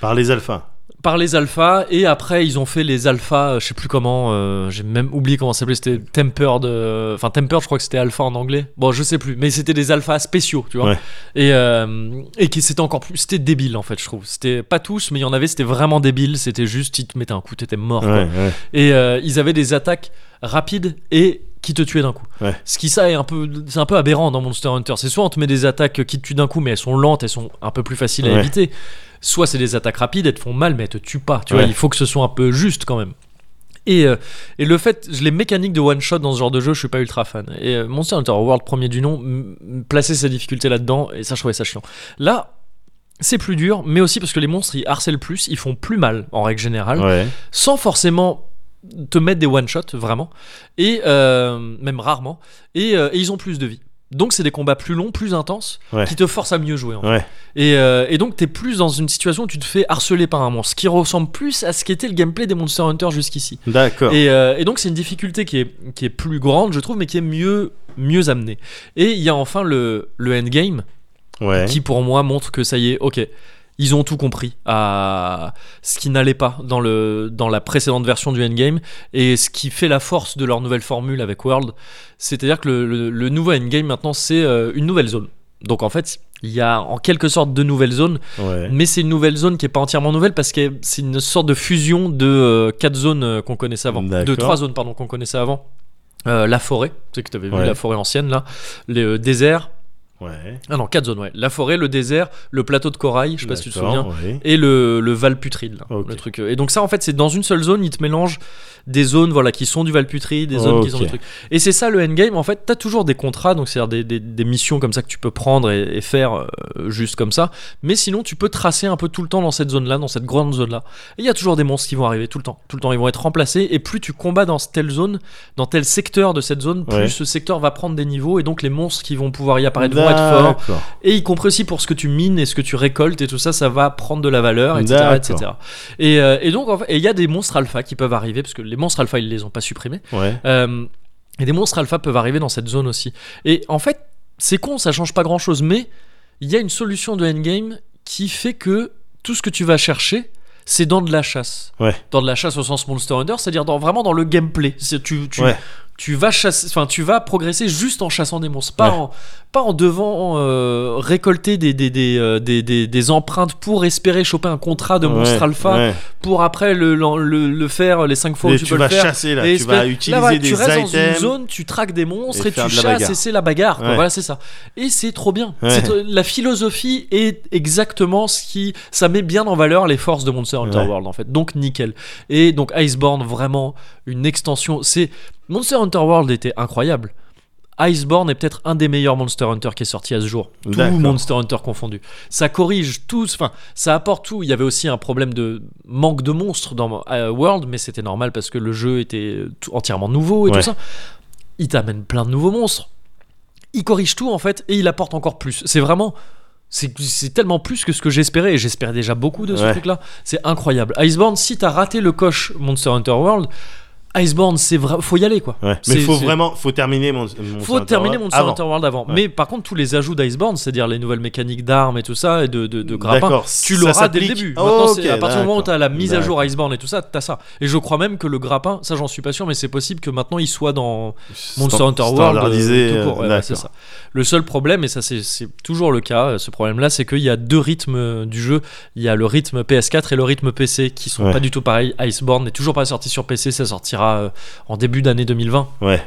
Par les alphas.
par les alphas et après ils ont fait les alphas euh, je sais plus comment euh, j'ai même oublié comment ça s'appelait c'était tempered euh, enfin tempered je crois que c'était alpha en anglais bon je sais plus mais c'était des alphas spéciaux tu vois
Ouais.
et euh, et qui c'était encore plus c'était débile en fait je trouve c'était pas tous mais il y en avait c'était vraiment débile c'était juste ils te mettaient un coup t'étais mort quoi.
Ouais, ouais.
et euh, ils avaient des attaques rapides et qui te tuaient d'un coup.
Ouais.
Ce qui ça est un peu c'est un peu aberrant dans Monster Hunter, c'est soit on te met des attaques qui te tuent d'un coup mais elles sont lentes, elles sont un peu plus faciles à
Ouais.
éviter, soit c'est des attaques rapides, elles te font mal mais elles te tuent pas, tu vois,
Ouais.
il faut que ce soit un peu juste quand même. Et, euh, et le fait, je- les mécaniques de one shot dans ce genre de jeu, je suis pas ultra fan. Et euh, Monster Hunter World, premier du nom, m- m- placer sa difficulté là-dedans, et ça, je trouvais ça chiant. Là, c'est plus dur, mais aussi parce que les monstres, ils harcèlent plus, ils font plus mal, en règle générale
Ouais.
sans forcément te mettre des one shots vraiment et euh, même rarement et, euh, et ils ont plus de vie donc c'est des combats plus longs plus intenses
Ouais.
qui te forcent à mieux jouer en fait.
Ouais.
et, euh, et donc t'es plus dans une situation où tu te fais harceler par un monstre qui ressemble plus à ce qu'était le gameplay des Monster Hunter jusqu'ici
D'accord.
et, euh, et donc c'est une difficulté qui est, qui est plus grande je trouve mais qui est mieux mieux amenée et il y a enfin le, le endgame
Ouais.
qui pour moi montre que ça y est, ok, ils ont tout compris à ce qui n'allait pas dans, le, dans la précédente version du Endgame et ce qui fait la force de leur nouvelle formule avec World. C'est-à-dire que le, le- le nouveau Endgame maintenant c'est euh, une nouvelle zone. Donc en fait, il y a en quelque sorte deux nouvelles zones,
Ouais.
mais c'est une nouvelle zone qui est pas entièrement nouvelle parce que c'est une sorte de fusion de euh, quatre zones euh, qu'on connaissait avant, de
D'accord.
trois zones pardon qu'on connaissait avant. Euh, la forêt, tu sais que tu avais vu
Ouais.
la forêt ancienne là, les euh, déserts,
Ouais.
ah non, quatre zones, ouais. La forêt, le désert, le plateau de corail, je sais pas si tu te souviens,
D'accord, ouais.
et le, le val putride, là,
Ok.
le truc. euh, Et donc ça, en fait, c'est dans une seule zone, ils te mélangent des zones voilà, qui sont du val putride, des zones qui sont
Ok.
du truc. Et c'est ça le endgame, en fait, t'as toujours des contrats, donc c'est-à-dire des, des- des missions comme ça que tu peux prendre et, et faire euh, juste comme ça, mais sinon tu peux tracer un peu tout le temps dans cette zone-là, dans cette grande zone-là. Et il y a toujours des monstres qui vont arriver, tout le temps, tout le temps, ils vont être remplacés, et plus tu combats dans telle zone, dans tel secteur de cette zone, plus
Ouais.
ce secteur va prendre des niveaux, et donc les monstres qui vont pouvoir y apparaître vont être forts,
D'accord.
et y compris aussi pour ce que tu mines et ce que tu récoltes et tout ça, ça va prendre de la valeur, etc.
D'accord.
etc. Et, euh, et donc, en fait- et il y a des monstres alpha qui peuvent arriver, parce que les monstres alpha, ils les ont pas supprimés.
Ouais.
Euh, et des monstres alpha peuvent arriver dans cette zone aussi. Et en fait, c'est con, ça change pas grand chose, mais il y a une solution de endgame qui fait que tout ce que tu vas chercher, c'est dans de la chasse.
Ouais.
Dans de la chasse au sens Monster Hunter, c'est-à-dire dans, vraiment dans le gameplay. C'est- Tu, tu,
Ouais.
tu vas chasser, enfin tu vas progresser juste en chassant des monstres, pas
Ouais.
en pas en devant euh, récolter des des, des, euh, des- des- des empreintes pour espérer choper un contrat de monstre
Ouais,
alpha
ouais.
pour après le, l'en- le, le faire les cinq fois
Et
où tu,
tu
peux
vas
le faire.
chasser, là,
Et
tu vas
espèce-
utiliser
voilà,
des
tu restes dans
items
une zone, tu traques des monstres
et
et, tu
faire de la
chasses
bagarre.
et c'est la bagarre. quoi.
Ouais.
Voilà, c'est ça. Et c'est trop bien.
Ouais.
C'est tr- la philosophie est exactement ce qui ça met bien en valeur les forces de Monster Hunter
Ouais.
World en fait. Donc nickel. Et donc Iceborne vraiment une extension. C'est Monster Hunter World était incroyable. Iceborne est peut-être un des meilleurs Monster Hunter qui est sorti à ce jour. Tout
D'accord.
Monster Hunter confondu. Ça corrige tout, enfin, ça apporte tout. Il y avait aussi un problème de manque de monstres dans euh, World, mais c'était normal parce que le jeu était tout- entièrement nouveau et
Ouais.
tout ça. Il t'amène plein de nouveaux monstres. Il corrige tout en fait et il apporte encore plus. C'est vraiment. C'est c'est tellement plus que ce que j'espérais et j'espérais déjà beaucoup de ce
Ouais.
truc-là. C'est incroyable. Iceborne, si t'as raté le coche Monster Hunter World, Iceborne, c'est vrai, faut y aller quoi.
Ouais. Mais
C'est-
faut
c'est-
vraiment, faut terminer mon. mon
faut
Monster
terminer
Hunter
Monster
avant.
Hunter World avant.
Ouais.
Mais par contre, tous les ajouts d'Iceborne, c'est-à-dire les nouvelles mécaniques d'armes et tout ça, et de, de, de grappins,
D'accord,
tu
ça
l'auras dès le
s'applique.
début.
Oh,
Maintenant, c'est- à
ok,
partir du moment où tu as la mise à
d'accord.
jour Iceborne et tout ça, tu as ça. Et je crois même que le grappin, ça j'en suis pas sûr, mais c'est possible que maintenant il soit dans Monster
Stand-
Hunter World. euh,
standardisé,
tout court.
euh,
Ouais, ouais,
d'accord.
c'est ça. Le seul problème, et ça c'est- c'est toujours le cas, euh, ce problème-là, c'est qu'il y a deux rythmes euh, du jeu. Il y a le rythme PS4 et le rythme PC qui sont
Ouais.
pas du tout pareils. Iceborne n'est toujours pas sorti sur PC, ça sortira euh, en début d'année 2020.
Ouais.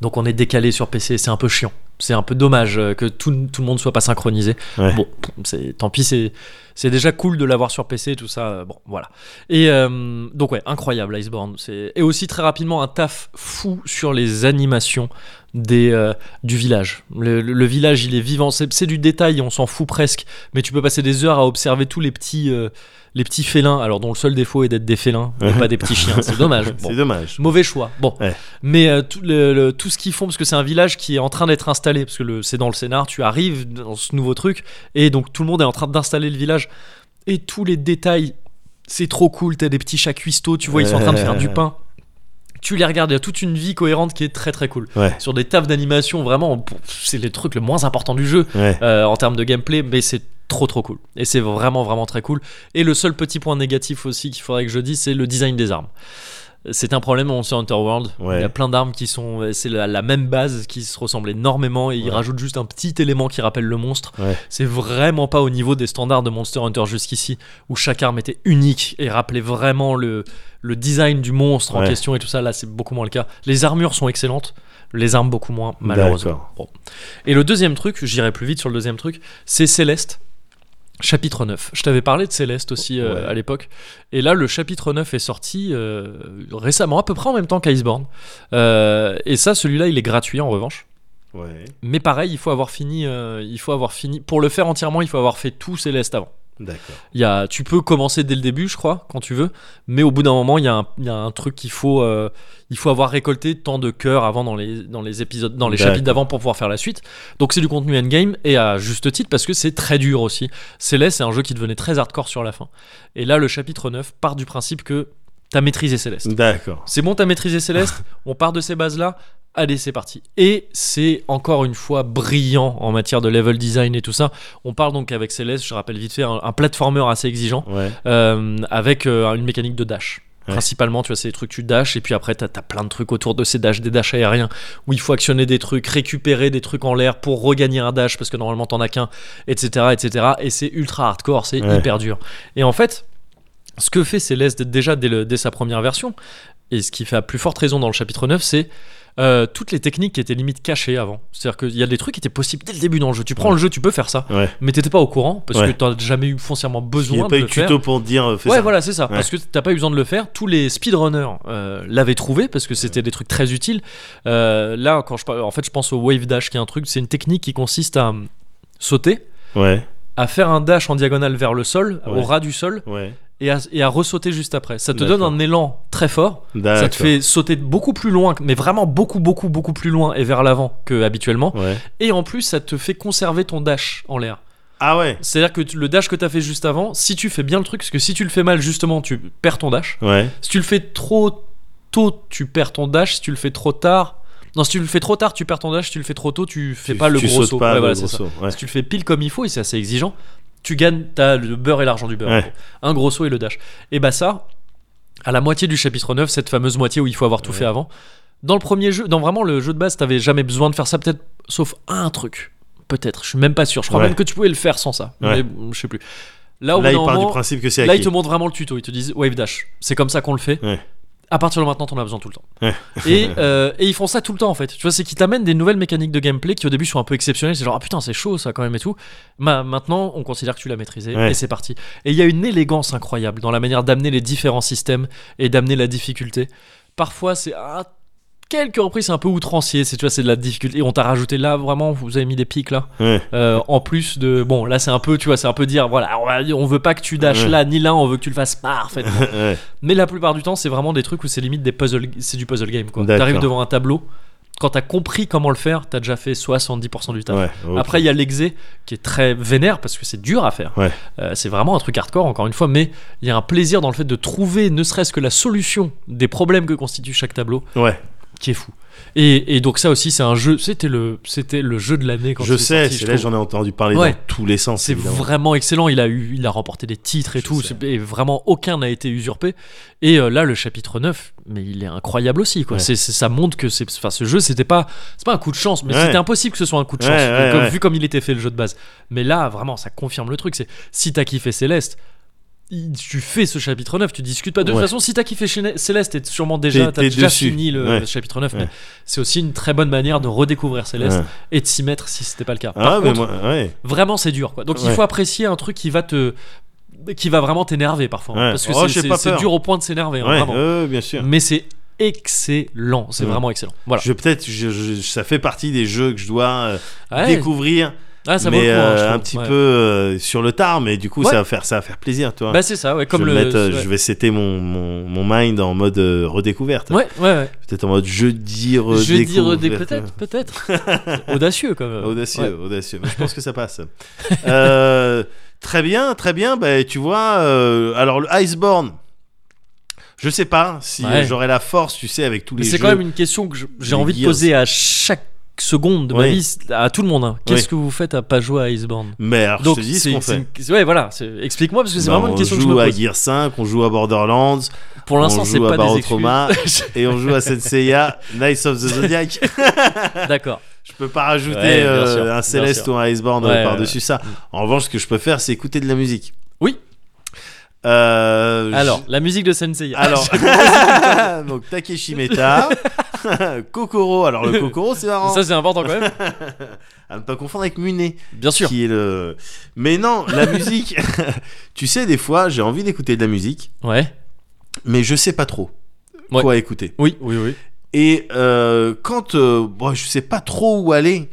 Donc on est décalé sur PC, c'est un peu chiant. C'est un peu dommage euh, que tout, tout le monde soit pas synchronisé.
Ouais.
Bon, c'est tant pis, c'est c'est déjà cool de l'avoir sur PC, tout ça. euh, Bon, voilà. Et euh, donc ouais, incroyable Iceborne. C'est et aussi très rapidement un taf fou sur les animations des euh, du village. Le, le- le village, il est vivant. C'est c'est du détail, on s'en fout presque. Mais tu peux passer des heures à observer tous les petits euh, les petits félins. Alors dont le seul défaut est d'être des félins et pas des petits chiens. C'est dommage. Bon.
C'est dommage.
Mauvais choix. Bon.
Ouais.
Mais euh, tout, le- le- tout ce qu'ils font, parce que c'est un village qui est en train d'être installé, parce que le- c'est dans le scénar, tu arrives dans ce nouveau truc, et donc tout le monde est en train d'installer le village. Et tous les détails, c'est trop cool. T'as des petits chats cuistots, tu vois, ils sont en train de faire du pain. Tu les regardes, il y a toute une vie cohérente qui est très très cool.
Ouais.
Sur des tables d'animation, vraiment, pour- c'est les trucs le moins important du jeu
Ouais.
euh, en termes de gameplay, mais c'est trop trop cool. Et c'est vraiment vraiment très cool. Et le seul petit point négatif aussi qu'il faudrait que je dise, c'est le design des armes. C'est un problème dans Monster Hunter World.
Ouais.
Il y a plein d'armes qui sont. C'est la, la même base qui se ressemble énormément et ils
Ouais.
rajoutent juste un petit élément qui rappelle le monstre.
Ouais.
C'est vraiment pas au niveau des standards de Monster Hunter jusqu'ici où chaque arme était unique et rappelait vraiment le, le design du monstre en
Ouais.
question et tout ça. Là, c'est beaucoup moins le cas. Les armures sont excellentes, les armes beaucoup moins, malheureusement.
D'accord.
Bon. Et le deuxième truc, j'irai plus vite sur le deuxième truc, c'est Céleste, chapitre 9. Je t'avais parlé de Céleste aussi euh,
Ouais.
à l'époque. Et là, le chapitre 9 est sorti euh, récemment, à peu près en même temps qu'Iceborne. Euh, et ça, celui-là, il est gratuit en revanche.
Ouais.
Mais pareil, il faut avoir fini. euh, il faut avoir fini. Pour le faire entièrement, il faut avoir fait tout Céleste avant.
D'accord.
Il y a, tu peux commencer dès le début, je crois, quand tu veux, mais au bout d'un moment, il y, a un- il y a un truc qu'il faut, euh, il faut avoir récolté tant de cœurs avant dans les, dans les épisodes, dans les
D'accord.
chapitres d'avant pour pouvoir faire la suite. Donc c'est du contenu endgame et à juste titre parce que c'est très dur aussi. Céleste, c'est un jeu qui devenait très hardcore sur la fin. Et là, le chapitre 9 part du principe que t'as maîtrisé Céleste.
D'accord.
C'est bon, t'as maîtrisé Céleste, on part de ces bases-là, allez, c'est parti. Et c'est encore une fois brillant en matière de level design et tout ça. On parle donc avec Céleste, je rappelle vite fait, un, un platformer assez exigeant,
Ouais.
euh, avec euh, une mécanique de dash.
Ouais.
Principalement, tu vois, c'est des trucs que tu dash, et puis après, t'as as plein de trucs autour de ces dashs, des dashs aériens, où il faut actionner des trucs, récupérer des trucs en l'air pour regagner un dash, parce que normalement, t'en as qu'un, etc., etc. Et c'est ultra hardcore, c'est
Ouais.
hyper dur. Et en fait, ce que fait Céleste déjà dès, le- dès sa première version, et ce qui fait à plus forte raison dans le chapitre 9, c'est euh, toutes les techniques qui étaient limite cachées avant. C'est-à-dire qu'il y a des trucs qui étaient possibles dès le début dans le jeu. Tu prends le jeu, tu peux faire ça,
Ouais.
mais t'étais pas au courant parce que
Ouais.
t'en as jamais eu foncièrement
Il n'y
besoin
a pas
de
eu
le
de
faire.
tuto pour te dire. euh, Fais
Ouais,
ça.
voilà, c'est ça.
Ouais.
Parce que t'as pas eu besoin de le faire. Tous les speedrunners euh, l'avaient trouvé parce que c'était des trucs très utiles. Euh, là, quand je parle, en fait, je pense au wave dash, qui est un truc, c'est une technique qui consiste à hum, sauter,
Ouais.
à faire un dash en diagonale vers le sol,
Ouais.
au ras du sol,
Ouais.
et à, et à ressauter juste après. Ça te donne
D'accord.
un élan très fort.
D'accord.
Ça te fait sauter beaucoup plus loin, mais vraiment beaucoup, beaucoup, beaucoup plus loin et vers l'avant que habituellement.
Ouais.
Et en plus, ça te fait conserver ton dash en l'air.
Ah ouais.
C'est-à-dire que tu- le dash que t'as fait juste avant, si tu fais bien le truc, parce que si tu le fais mal, justement, tu perds ton dash.
Ouais.
Si tu le fais trop tôt, tu perds ton dash. Si tu le fais trop tard. Non, si tu le fais trop tard, tu perds ton dash. Si tu le fais trop tôt, tu fais
Tu-
pas le
tu
gros
sautes
saut.
pas
Ouais,
le
voilà,
gros
c'est ça.
saut. Ouais.
Si tu le fais pile comme il faut, et c'est assez exigeant, tu gagnes, t'as le beurre et l'argent du beurre.
Ouais.
Un gros saut et le dash. Et bah ça, à la moitié du chapitre 9, cette fameuse moitié où il faut avoir tout fait avant, Dans le premier jeu, dans vraiment le jeu de base, t'avais jamais besoin de faire ça, peut-être, sauf un truc. Peut-être, je suis même pas sûr. Je crois
Ouais.
même que tu pouvais le faire sans ça.
Ouais.
Mais bon, je sais plus. Là, au
Là,
bout
il
d'un
part du
moment,
principe que c'est
là, ils
acquis.
te montrent vraiment le tuto. Ils te disent Wave Dash, c'est comme ça qu'on le fait.
Ouais.
À partir de maintenant, t'en as besoin tout le temps.
Ouais.
Et, euh, et ils font ça tout le temps en fait. Tu vois, c'est qu'ils t'amènent des nouvelles mécaniques de gameplay qui au début sont un peu exceptionnelles. C'est genre, ah putain, c'est chaud ça quand même et tout. Ma- maintenant, on considère que tu l'as maîtrisé
Ouais.
et c'est parti. Et il y a une élégance incroyable dans la manière d'amener les différents systèmes et d'amener la difficulté. Parfois, c'est à quelques reprises, c'est un peu outrancier. C'est, tu vois, c'est de la difficulté. Et on t'a rajouté là, vraiment, vous avez mis des pics là.
Ouais.
Euh, en plus de bon là c'est un peu tu vois c'est un peu dire voilà on, va- on veut pas que tu dashes
Ouais.
là ni là on veut que tu le fasses parfaitement
Ouais.
mais la plupart du temps c'est vraiment des trucs où c'est limite des puzzle c'est du puzzle game quoi
D'accord.
t'arrives devant un tableau quand t'as compris comment le faire t'as déjà fait 70% du taf
Ouais, ok.
après il y a l'exé qui est très vénère parce que c'est dur à faire
Ouais.
Euh, c'est vraiment un truc hardcore encore une fois mais il y a un plaisir dans le fait de trouver ne serait-ce que la solution des problèmes que constitue chaque tableau
Ouais.
qui est fou et, et donc ça aussi c'est un jeu c'était le c'était le jeu de l'année quand
Je
il est
sais,
sorti,
c'est
je
là
trouve.
j'en ai entendu parler
Ouais.
dans tous les sens.
C'est
évidemment.
vraiment excellent. Il a eu, il a remporté des titres et
Je
tout.
sais.
C'est- Et vraiment aucun n'a été usurpé. Et euh, là, le chapitre 9, mais il est incroyable aussi. Quoi.
Ouais.
C'est- c'est- ça montre que c'est, enfin, ce jeu, c'était pas, c'est pas un coup de chance, mais
Ouais.
c'était impossible que ce soit un coup de
Ouais,
chance
ouais,
comme-
ouais.
vu comme il était fait le jeu de base. Mais là, vraiment, ça confirme le truc. C'est si t'as kiffé Céleste. il- Tu fais ce chapitre 9, tu discutes pas. De toute
Ouais.
façon, si t'as kiffé Chéne- Céleste, t'es sûrement déjà,
T'es-
t'as
t'es
déjà
dessus.
fini le
Ouais.
chapitre 9.
Ouais.
Mais c'est aussi une très bonne manière de redécouvrir Céleste
Ouais.
et de s'y mettre si c'était pas le cas.
Ah,
Par
mais
contre,
moi, ouais.
vraiment c'est dur quoi. Donc il
Ouais.
faut apprécier un truc qui va te qui va vraiment t'énerver parfois hein,
Ouais.
parce que
Oh,
c'est-
j'ai
c'est
pas
c'est
peur.
dur au point de s'énerver hein,
Ouais,
vraiment.
euh, bien sûr.
Mais c'est excellent, c'est
Ouais.
vraiment excellent. Voilà.
Je peut-être, je- je- ça fait partie des jeux que je dois euh,
Ouais.
découvrir,
Ah, ça vaut le
mais
coup, hein,
euh,
je trouve.
un petit
Ouais.
peu euh, sur le tard. Mais du coup,
Ouais.
ça va faire, ça va faire plaisir, toi.
Bah c'est ça, ouais, comme
je, vais
le.
mettre, euh,
ouais.
je vais setter mon, mon, mon mind en mode euh, redécouverte.
Ouais, ouais, ouais.
Peut-être en mode jeudi redécouverte. Euh,
Je dirais des- peut-être, peut-être. Audacieux quand même. Ouais.
Audacieux, audacieux. Mais je pense que ça passe. Euh, très bien, très bien. Bah, tu vois, euh, alors le Iceborne, je sais pas si euh,
Ouais.
j'aurai la force, tu sais, avec tous
Mais
les
c'est
jeux.
quand même une question que je- j'ai
Les
envie de
Gears.
poser à chaque seconde de ma
Oui.
vie à tout le monde. hein. Qu'est-ce
Oui.
que vous faites à pas jouer à Iceborne
Mais alors,
Donc
je te dis ce
c'est-
qu'on
c'est
fait.
une- ouais voilà, c'est- explique-moi parce que c'est
Bah,
vraiment une
on
question que je
joue
me
à
pose.
Gear 5, on joue à Borderlands,
Pour l'instant
on
c'est
joue
pas
à
des
Baro
excuses.
Trauma et on joue à Senseiya, Knights of the Zodiac.
D'accord.
Je peux pas rajouter
Ouais, bien
euh,
sûr, bien
un Céleste
sûr.
ou un Iceborne euh,
Ouais, Mm.
par-dessus ça. En revanche, ce que je peux faire, c'est écouter de la musique.
Oui.
Euh, je-
Alors, la musique de Sensei.
Alors, donc Takeshi Meta, Kokoro. Alors le Kokoro, c'est marrant.
ça c'est important quand même.
À ne pas confondre avec Muné,
Bien sûr.
qui est le. Mais non, la musique. tu sais, des fois, j'ai envie d'écouter de la musique,
Ouais.
mais je sais pas trop
Ouais.
quoi écouter.
Oui, oui, oui.
Et euh, quand euh, bon, je sais pas trop où aller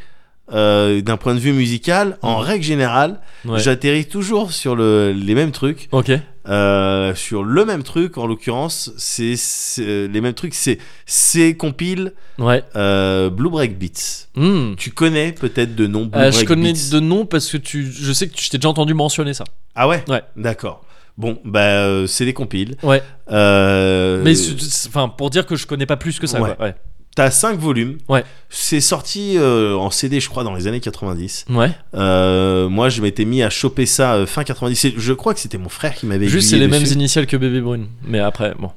euh, d'un point de vue musical, en
Mm.
règle générale,
Ouais.
j'atterris toujours sur le- les mêmes trucs.
Ok.
Euh, sur le même truc, en l'occurrence, c'est c'est- euh, les mêmes trucs. C'est c'est compile
Ouais.
Euh, Blue Break Beats.
Hmm.
Tu connais peut-être de nom Blue
Euh, je
Break
connais
Beats.
de nom parce que tu, je sais que tu, je t'ai déjà entendu mentionner ça.
Ah ouais
Ouais.
D'accord. Bon, bah euh, c'est des compiles.
Ouais.
Euh,
Mais c'est- c'est- enfin, pour dire que je connais pas plus que ça.
Ouais.
quoi. Ouais.
t'as 5 volumes.
Ouais.
C'est sorti euh, en CD, je crois, dans les années 90.
Ouais.
Euh, moi, je m'étais mis à choper ça euh, fin 90. C'est- Je crois que c'était mon frère qui m'avait
Juste
aiguillé
c'est les mêmes
dessus.
initiales que Bébé Brune. Mais après, bon.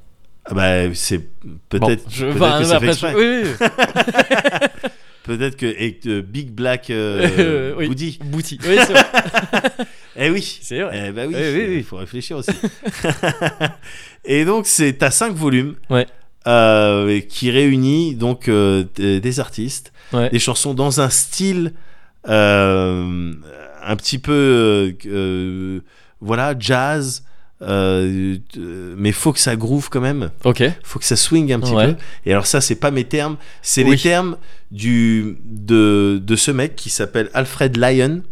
Ah bah, c'est
Bon,
peut-être
je-
peut-être
enfin,
que c'est fait
après,
exprès.
je- oui, oui, oui.
Peut-être que et que, euh, Big Black euh,
Euh, oui.
Woody.
Bouti. Oui, c'est vrai.
Eh oui.
C'est vrai.
Eh bah oui,
Oui, oui, oui.
il faut réfléchir aussi. et donc, c'est t'as 5 volumes
Ouais.
euh, et qui réunit donc euh, des des artistes,
Ouais.
des chansons dans un style euh, un petit peu euh, euh, voilà jazz, euh, euh, mais faut que ça groove quand même,
Ok.
faut que ça swing un petit
Ouais.
peu. Et alors ça, c'est pas mes termes, c'est
Oui.
les termes du de, de ce mec qui s'appelle Alfred Lyon.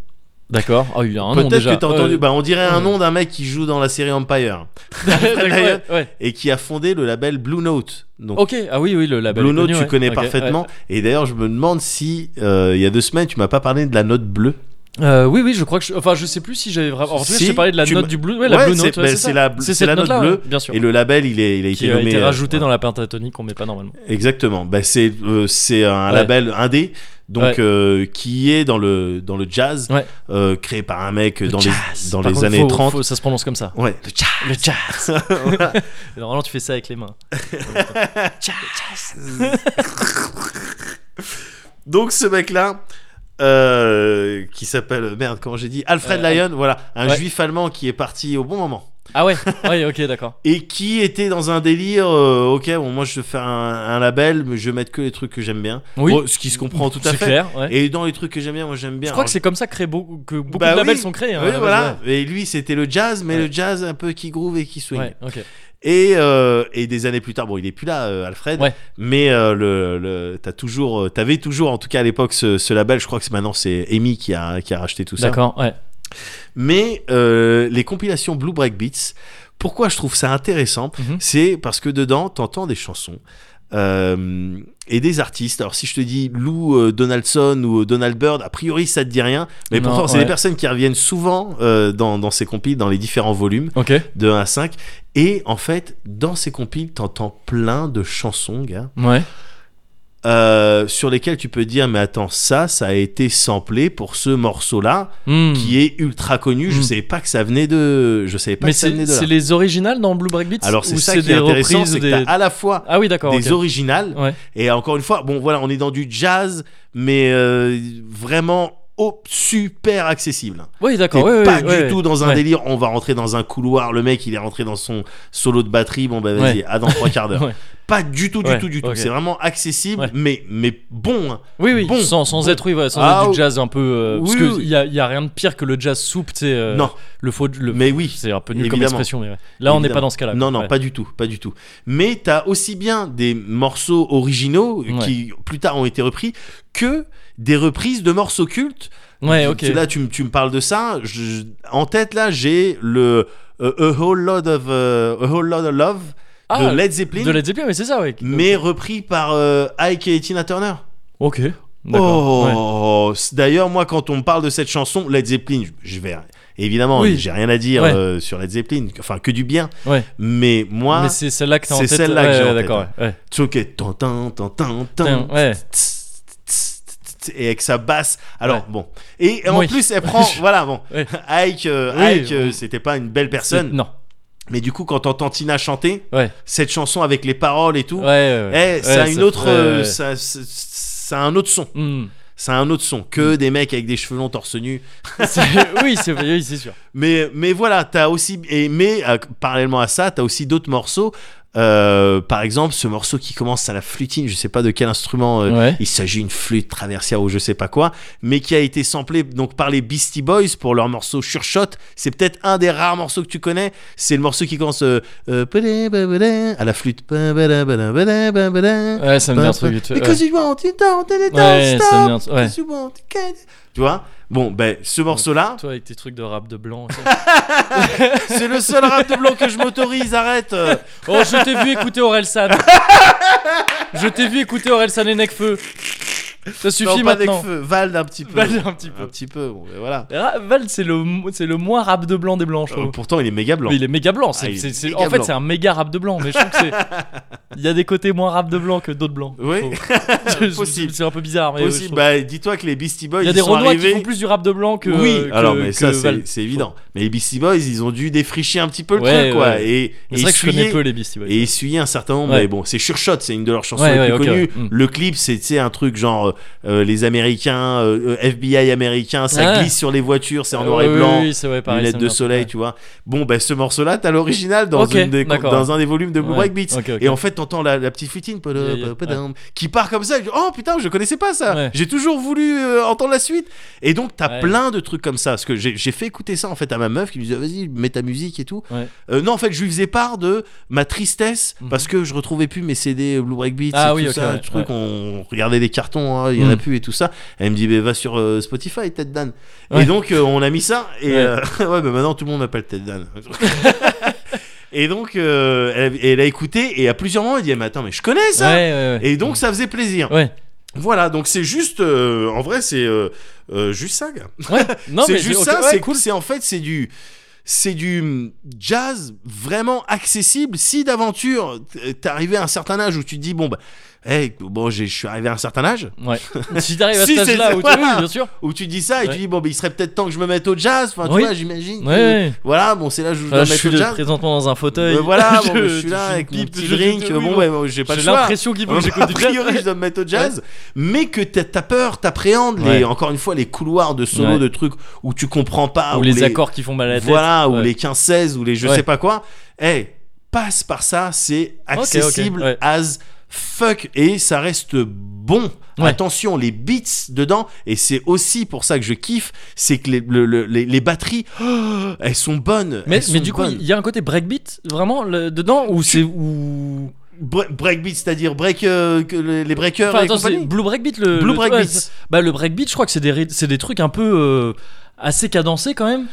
D'accord. Oh, il a un nom
Peut-être
déjà. Euh,
que t'as entendu.
Ouais.
Bah, on dirait un
ouais.
nom d'un mec qui joue dans la série Empire
D'accord,
D'ailleurs.
ouais, ouais.
et qui a fondé le label Blue Note. Donc,
Ok. Ah oui, oui, le label.
Blue
est
Note,
connu,
tu
ouais.
connais
Ok,
parfaitement.
ouais.
Et d'ailleurs, je me demande si euh, il y a deux semaines, tu m'as pas parlé de la note bleue.
Euh, oui, oui, je crois que. Je... Enfin, je sais plus si j'avais vraiment. En tout cas,
Si,
je t'ai parlé de la
tu
note
m'as-
du bleu. Ouais, la
Ouais,
blue
c'est-
note. ouais,
bah,
c'est
c'est
ça.
la- c'est
cette
la note
note-là,
bleue
ouais, bien sûr.
Et le label, il, est, il a été
qui a
nommé.
été
euh,
rajouté
voilà.
dans la pentatonique qu'on met pas normalement.
Exactement. Bah, c'est euh, c'est un
Ouais.
label indé. Donc
Ouais.
euh, qui est dans le dans le jazz
Ouais.
euh, créé par un mec dans les dans
Par
les
contre,
années
faut-
30
faut- ça se prononce comme ça.
ouais
Le jazz. Et Normalement, tu fais ça avec les mains.
donc ce mec là qui s'appelle merde comment j'ai dit Alfred
Euh,
Lyon voilà un
ouais.
juif allemand qui est parti au bon moment
Ah ouais. Ouais, ok, d'accord.
et qui était dans un délire euh, ok bon moi je fais un, un label mais je vais mettre que les trucs que j'aime bien
Oui.
Bon, ce qui se comprend tout à
C'est
fait
clair. Ouais.
et dans les trucs que j'aime bien moi j'aime bien
Je crois
Alors,
que c'est comme ça que, créé beaucoup- que beaucoup
Bah
de labels
oui.
sont créés. hein,
oui,
à la
voilà
base,
et lui c'était le jazz mais
Ouais.
le jazz un peu qui groove et qui
Ouais,
swing
Ouais, ok.
et, euh, et des années plus tard bon il est plus là euh, Alfred
Ouais.
mais euh, le, le- t'as toujours euh, t'avais toujours en tout cas à l'époque ce, ce label je crois que c'est maintenant c'est Amy qui a qui a racheté tout ça
D'accord, ouais.
mais euh, les compilations Blue Break Beats, pourquoi je trouve ça intéressant
Mhm.
C'est parce que dedans, t'entends des chansons euh, et des artistes. Alors, si je te dis Lou euh, Donaldson ou Donald Byrd, a priori, ça te dit rien. Mais
Non,
pourtant, c'est
ouais.
des personnes qui reviennent souvent euh, dans, dans ces compiles, dans les différents volumes
Ok.
de 1 à 5. Et en fait, dans ces compiles, t'entends plein de chansons, gars,
Ouais.
euh, sur lesquelles tu peux dire, mais attends, ça, ça a été samplé pour ce morceau-là
Hmm.
qui est ultra connu. Je
Mm.
savais pas que ça venait de. Je savais pas
Mais
que ça venait
c'est
de
c'est
là.
les originales dans Blue Break Beats
Alors c'est
ou
ça qui
des
est intéressant,
reprises
c'est
ou
que
des...
t'as à la fois
Ah oui, d'accord.
des
ok.
originales
Ouais.
et encore une fois, bon voilà, on est dans du jazz, mais euh, vraiment au- super accessible.
Oui,
T'es
d'accord. Ouais,
pas
ouais,
du
ouais,
tout
ouais.
dans un
Ouais.
délire. On va rentrer dans un couloir. Le mec, il est rentré dans son solo de batterie. Bon bah vas-y,
Ouais.
à dans trois quarts d'heure.
Ouais.
Pas du tout, du
Ouais,
tout, du tout.
ok.
C'est vraiment accessible,
Ouais.
mais mais bon. hein.
Oui, oui.
Bon.
sans sans être, oui, voilà, sans
Ah,
être
ou-
du jazz un peu. euh, parce
Oui,
que
oui.
il y, a, y a rien de pire que le jazz soupe, tu sais. euh,
non,
Le faux. Le...
mais oui.
C'est un peu nul comme
évidemment.
expression, mais ouais. Là, on n'est
Évidemment.
pas dans ce cas-là.
Non, non,
Ouais.
pas du tout, pas du tout. Mais t'as aussi bien des morceaux originaux euh,
Ouais.
qui plus tard ont été repris que des reprises de morceaux cultes.
Ouais,
Tu-
ok.
tu- Là, tu, me- tu me parles de ça. je- je- en tête, là, j'ai le euh, A Whole Lot of euh, A Whole Lot of Love
Ah,
de Led Zeppelin,
de Led Zeppelin, mais c'est ça, ouais.
mais repris par euh, Ike et Tina Turner.
Ok. D'accord. ouais.
Oh, c'est- d'ailleurs, moi, quand on me parle de cette chanson, Led Zeppelin, je- je vais évidemment,
Oui.
j'ai rien à dire
Ouais.
euh, sur Led Zeppelin, enfin que du bien.
Ouais.
Mais moi,
Mais c'est celle-là que t'as en
Ah. c'est
tête.
celle-là que
ouais,
j'ai en tête,
D'accord, ouais.
Choquet, tan, tan, tan, tan, tan,
Tiens, ouais.
tss, tss, tss, tss, et avec sa basse alors
Ouais.
bon et en
Oui.
plus elle prend voilà bon
Ouais.
Ike, euh,
Oui,
Ike, euh, c'était pas une belle
C'est-
personne
Non.
mais du coup quand t'entends Tina chanter
Ouais.
cette chanson avec les paroles et tout
Ouais, ouais.
eh,
ouais.
ça a
Ouais,
une
ça-
autre
ouais,
euh,
ouais.
ça, ça- ça a un autre son
Hmm.
ça a un autre son
Mm.
que des mecs avec des cheveux longs torse nu
C'est- oui, c'est oui, c'est sûr.
mais mais voilà t'as aussi et mais euh, parallèlement à ça t'as aussi d'autres morceaux Euh, par exemple ce morceau qui commence à la flutine je sais pas de quel instrument euh,
Ouais.
il s'agit d'une flûte traversière ou je sais pas quoi, mais qui a été samplée donc par les Beastie Boys pour leur morceau Sure Shot. C'est peut-être un des rares morceaux que tu connais. C'est le morceau qui commence euh, euh, à la flûte.
Ouais, ça me dit un truc. vite fait, ouais.
Because you want, you don't, you don't
Ouais, ça me dit un
stop.
truc- ouais.
Because you want, you can't. Tu vois Bon, ben, ce morceau-là,
Toi avec tes trucs de rap de blanc. ça.
c'est le seul rap de blanc que je m'autorise, arrête euh.
Oh, je t'ai vu écouter Orelsan. je t'ai vu écouter Orelsan et Necfeu. Ça
Non,
suffit
pas avec
maintenant.
feu, Vald un petit peu.
Val, un petit
Un
peu.
petit peu, bon, ben voilà.
Ra- Val, c'est le, mo- c'est le moins rap de blanc des blancs, je
Euh,
trouve.
pourtant, il est méga blanc.
Mais il est méga blanc. c'est-
Ah, il est
c'est- c'est-
méga
en fait,
blanc.
c'est un méga rap de blanc. Mais je trouve que c'est. Il y a des côtés moins rap de blanc que d'autres blancs. je
Oui.
trouve. Je- je-
Possible.
C'est un peu bizarre. Mais ouais, je
Possible.
trouve.
Bah, dis-toi que les Beastie Boys,
Il y a
ils
des
sont
Renois
arrivés.
qui font plus du rap de blanc que.
oui,
que-
alors mais
que
ça c'est
Val.
c'est évident. Mais les Beastie Boys, ils ont dû défricher un petit peu le
Ouais,
truc quoi
ouais.
et,
Mais
et
C'est vrai que je connais
essuyer-
peu les Beastie Boys.
et essuyer un certain nombre.
Ouais.
Mais bon, c'est Sure Shot, c'est une de leurs chansons
Ouais,
les
ouais,
plus
ok,
connues.
ouais. Mm.
Le clip, c'est tu sais, un truc genre euh, les Américains, euh, FBI américain, ça
Ah.
glisse sur les voitures, c'est en
Euh,
noir
oui,
et blanc.
Oui, oui, c'est vrai, pareil.
lunettes
ça me
de
vient.
soleil, tu vois. Bon, bah ce morceau-là, t'as l'original dans,
Ok,
une des-
d'accord.
dans un des volumes de Blue
Ouais,
Breakbeats.
ok, ok.
Et en fait, t'entends la, la petite flutine padam,
Yeah, yeah,
padam, qui part comme ça. et je- Oh putain, je connaissais pas ça.
Ouais.
J'ai toujours voulu euh, entendre la suite. Et donc, t'as
Ouais.
plein de trucs comme ça. Parce que j'ai j'ai fait écouter ça en fait à ma meuf qui me disait vas-y, mets ta musique et tout.
Ouais.
Euh, non, en fait, je lui faisais part de ma tristesse
Mhm.
parce que je retrouvais plus mes CD Blue Breakbeats.
Ah
et
oui,
tout
ok,
ça,
ouais,
le truc, on regardait des cartons, hein, il y en a
Mhm.
plus et tout ça. Elle me dit bah, va sur euh, Spotify, Ted Dan.
Ouais.
Et donc euh, on a mis ça et
Ouais.
euh, ouais, bah maintenant tout le monde m'appelle Ted Dan. et donc euh, elle, elle a écouté et à plusieurs moments elle dit Ah, mais attends mais je connais ça
Ouais, ouais, ouais.
et donc ça faisait plaisir.
Ouais.
Voilà, donc c'est juste, euh, en vrai, c'est euh, euh, juste ça. gars.
Ouais, non,
c'est
mais
juste
ok,
ça.
ouais,
c'est
cool.
C'est en fait, c'est du, c'est du mm, jazz vraiment accessible. Si d'aventure t- t'es arrivé à un certain âge où tu te dis bon bah, hey, bon, j'ai- je suis arrivé à un certain âge,
Ouais. si t'arrives à
Si,
cet
c'est-
âge-là, où tu-
voilà.
oui, bien sûr.
où tu te dis ça et
Ouais.
tu dis bon, bah, il serait peut-être temps que je me mette au jazz. Enfin,
Oui.
tu vois, j'imagine. que-
Ouais.
Voilà, bon, c'est là où je dois
Enfin,
me
je
mettre
suis
au jazz.
présentement dans un fauteuil.
Euh, voilà, bon, bah,
Je-
je, suis là
je
avec mon
pipe,
petit
je- je-
drink.
oui,
Bon,
oui.
bah, bon, j'ai pas le
J'ai
choix.
l'impression qu'il faut
Euh,
que j'écoute
a
du jazz.
priori, je dois me mettre au jazz, mais que t'as t'as peur, t'appréhendes les,
Ouais.
encore une fois les couloirs de solo,
Ouais.
de trucs où tu comprends pas.
Ou
où
les accords qui font mal à la tête.
Ah, Voilà, ou
Ouais.
les 15-16, ou les je
Ouais.
sais pas quoi. Eh, passe par ça, c'est accessible
ok, ouais.
as fuck et ça reste bon.
Ouais.
Attention, les beats dedans, et c'est aussi pour ça que je kiffe, c'est que les, le- le- les, les batteries, oh, elles sont bonnes.
Mais,
elles sont
mais du coup,
bonnes.
il y a un côté breakbeat vraiment le- dedans ou c'est ou
Bre- breakbeat, c'est-à-dire break euh, que les, les breakers
Enfin,
et
attends, c'est
compagnie.
Blue Breakbeat le
Blue
le-
breakbeat.
ouais, c'est- bah le breakbeat, je crois que c'est des ry- c'est des trucs un peu euh, assez cadencés quand même.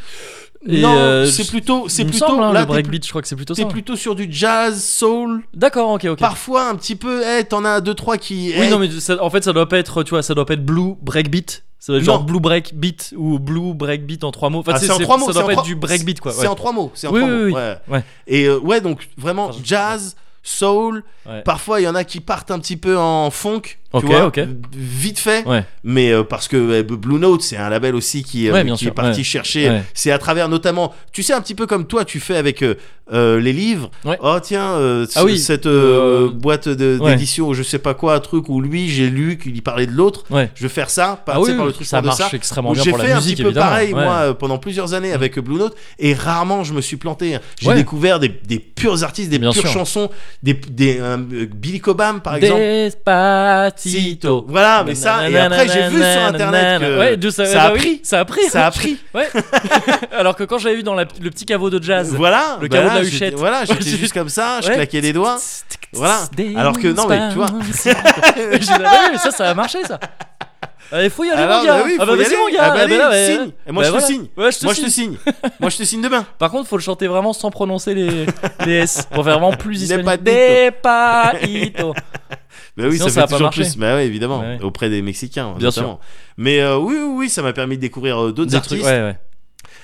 Et,
non,
euh,
c'est
je-
plutôt, c'est
il me
plutôt
semble, hein,
là,
le
t'es
breakbeat, je crois que c'est plutôt
plus- t'es
ça.
plutôt sur du jazz, soul.
D'accord, OK, OK.
Parfois un petit peu, eh, t'en as deux trois qui.
Oui,
eh,
non mais ça- en fait, ça doit pas être tu vois, ça doit pas être Blue Breakbeat. Ça doit être
Non.
genre Blue Breakbeat ou Blue Breakbeat en trois mots. Enfin,
Ah,
c'est-
c'est en
c'est-
trois mots,
ça
c'est
doit
en
pas être
trois-
du breakbeat quoi.
C'est
ouais.
en trois mots. C'est en
Oui,
trois
oui,
mots.
oui.
ouais.
Ouais.
Et euh, ouais, donc vraiment
Enfin, je-
jazz, soul.
Ouais.
Parfois, il y en a qui partent un petit peu en funk. tu
Ok,
vois,
ok.
Vite fait.
Ouais.
Mais euh, parce que euh, Blue Note, c'est un label aussi qui, euh,
Ouais, bien
qui
sûr,
est parti
ouais.
chercher.
Ouais.
C'est à travers notamment, tu sais, un petit peu comme toi, tu fais avec euh, euh, les livres.
Ouais.
Oh tiens, euh, ce-
Ah oui,
cette euh,
euh,
boîte de-
ouais.
d'édition, ou je sais pas quoi, un truc où lui, j'ai lu qu'il y parlait de l'autre.
Ouais.
Je vais faire ça, par,
Ah
tu
oui,
sais, par le
oui,
truc
ça
de
marche
ça.
extrêmement bien
J'ai
pour
fait
la
un petit
musique
peu
évidemment.
pareil
ouais.
moi euh, pendant plusieurs années avec euh, Blue Note et rarement je me suis planté. J'ai
Ouais.
découvert des, des purs artistes, des
Bien
pures
sûr.
chansons, des, des euh, Billy Cobham par exemple.
Despacito.
Voilà, mais ça et après j'ai vu sur internet que
Ouais, de- ça,
ça a
bah oui,
pris.
ça a pris.
Ça a pris.
Ouais. Alors que quand j'avais vu dans la- le petit caveau de jazz.
Voilà,
Le
bah
caveau de
là,
la
j'étais-
huchette.
Voilà, j'étais
Ouais,
juste comme ça, je
ouais.
claquais les doigts. Voilà.
Des
Alors que non, mais tu vois.
Spanish. Je disais, ah ouais, mais ça, ça a marché ça. Il faut y aller,
Alors,
mon gars.
bah oui,
ah
faut
bah
y
vas-y,
aller.
mon gars.
Ah bah
Ah
allez,
bah là, ouais,
signe.
ouais.
Et moi,
Bah
je te
voilà.
signe.
Ouais, je te
Moi je
signe.
te signe. Moi je te signe demain.
Par contre, faut le chanter vraiment sans prononcer les, les S. Pour faire vraiment plus hispanique. Despacito.
Bah oui,
Sinon,
ça
ça
fait
a pas
toujours
marché.
plus. Bah oui, évidemment,
Ouais, ouais.
auprès des Mexicains.
Bien sûr.
notamment. Mais euh, oui, oui, oui, ça m'a permis de découvrir euh, d'autres
Des
artistes.
trucs, ouais, ouais.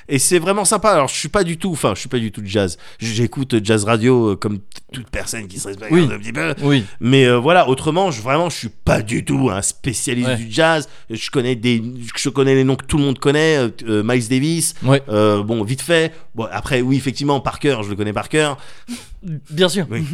Et c'est vraiment sympa. Alors, je suis pas du tout, enfin, je suis pas du tout de jazz. J- J'écoute jazz radio euh, comme t- toute personne qui se respecte
Oui.
un petit peu.
Oui.
Mais euh, voilà, autrement, je, vraiment, je suis pas du tout un spécialiste
Ouais.
du jazz. Je connais des, je connais les noms que tout le monde connaît. euh, euh, Miles Davis.
Ouais.
Euh, bon, vite fait. Bon, après, oui, effectivement, par cœur, je le connais par cœur.
Bien sûr.
Oui.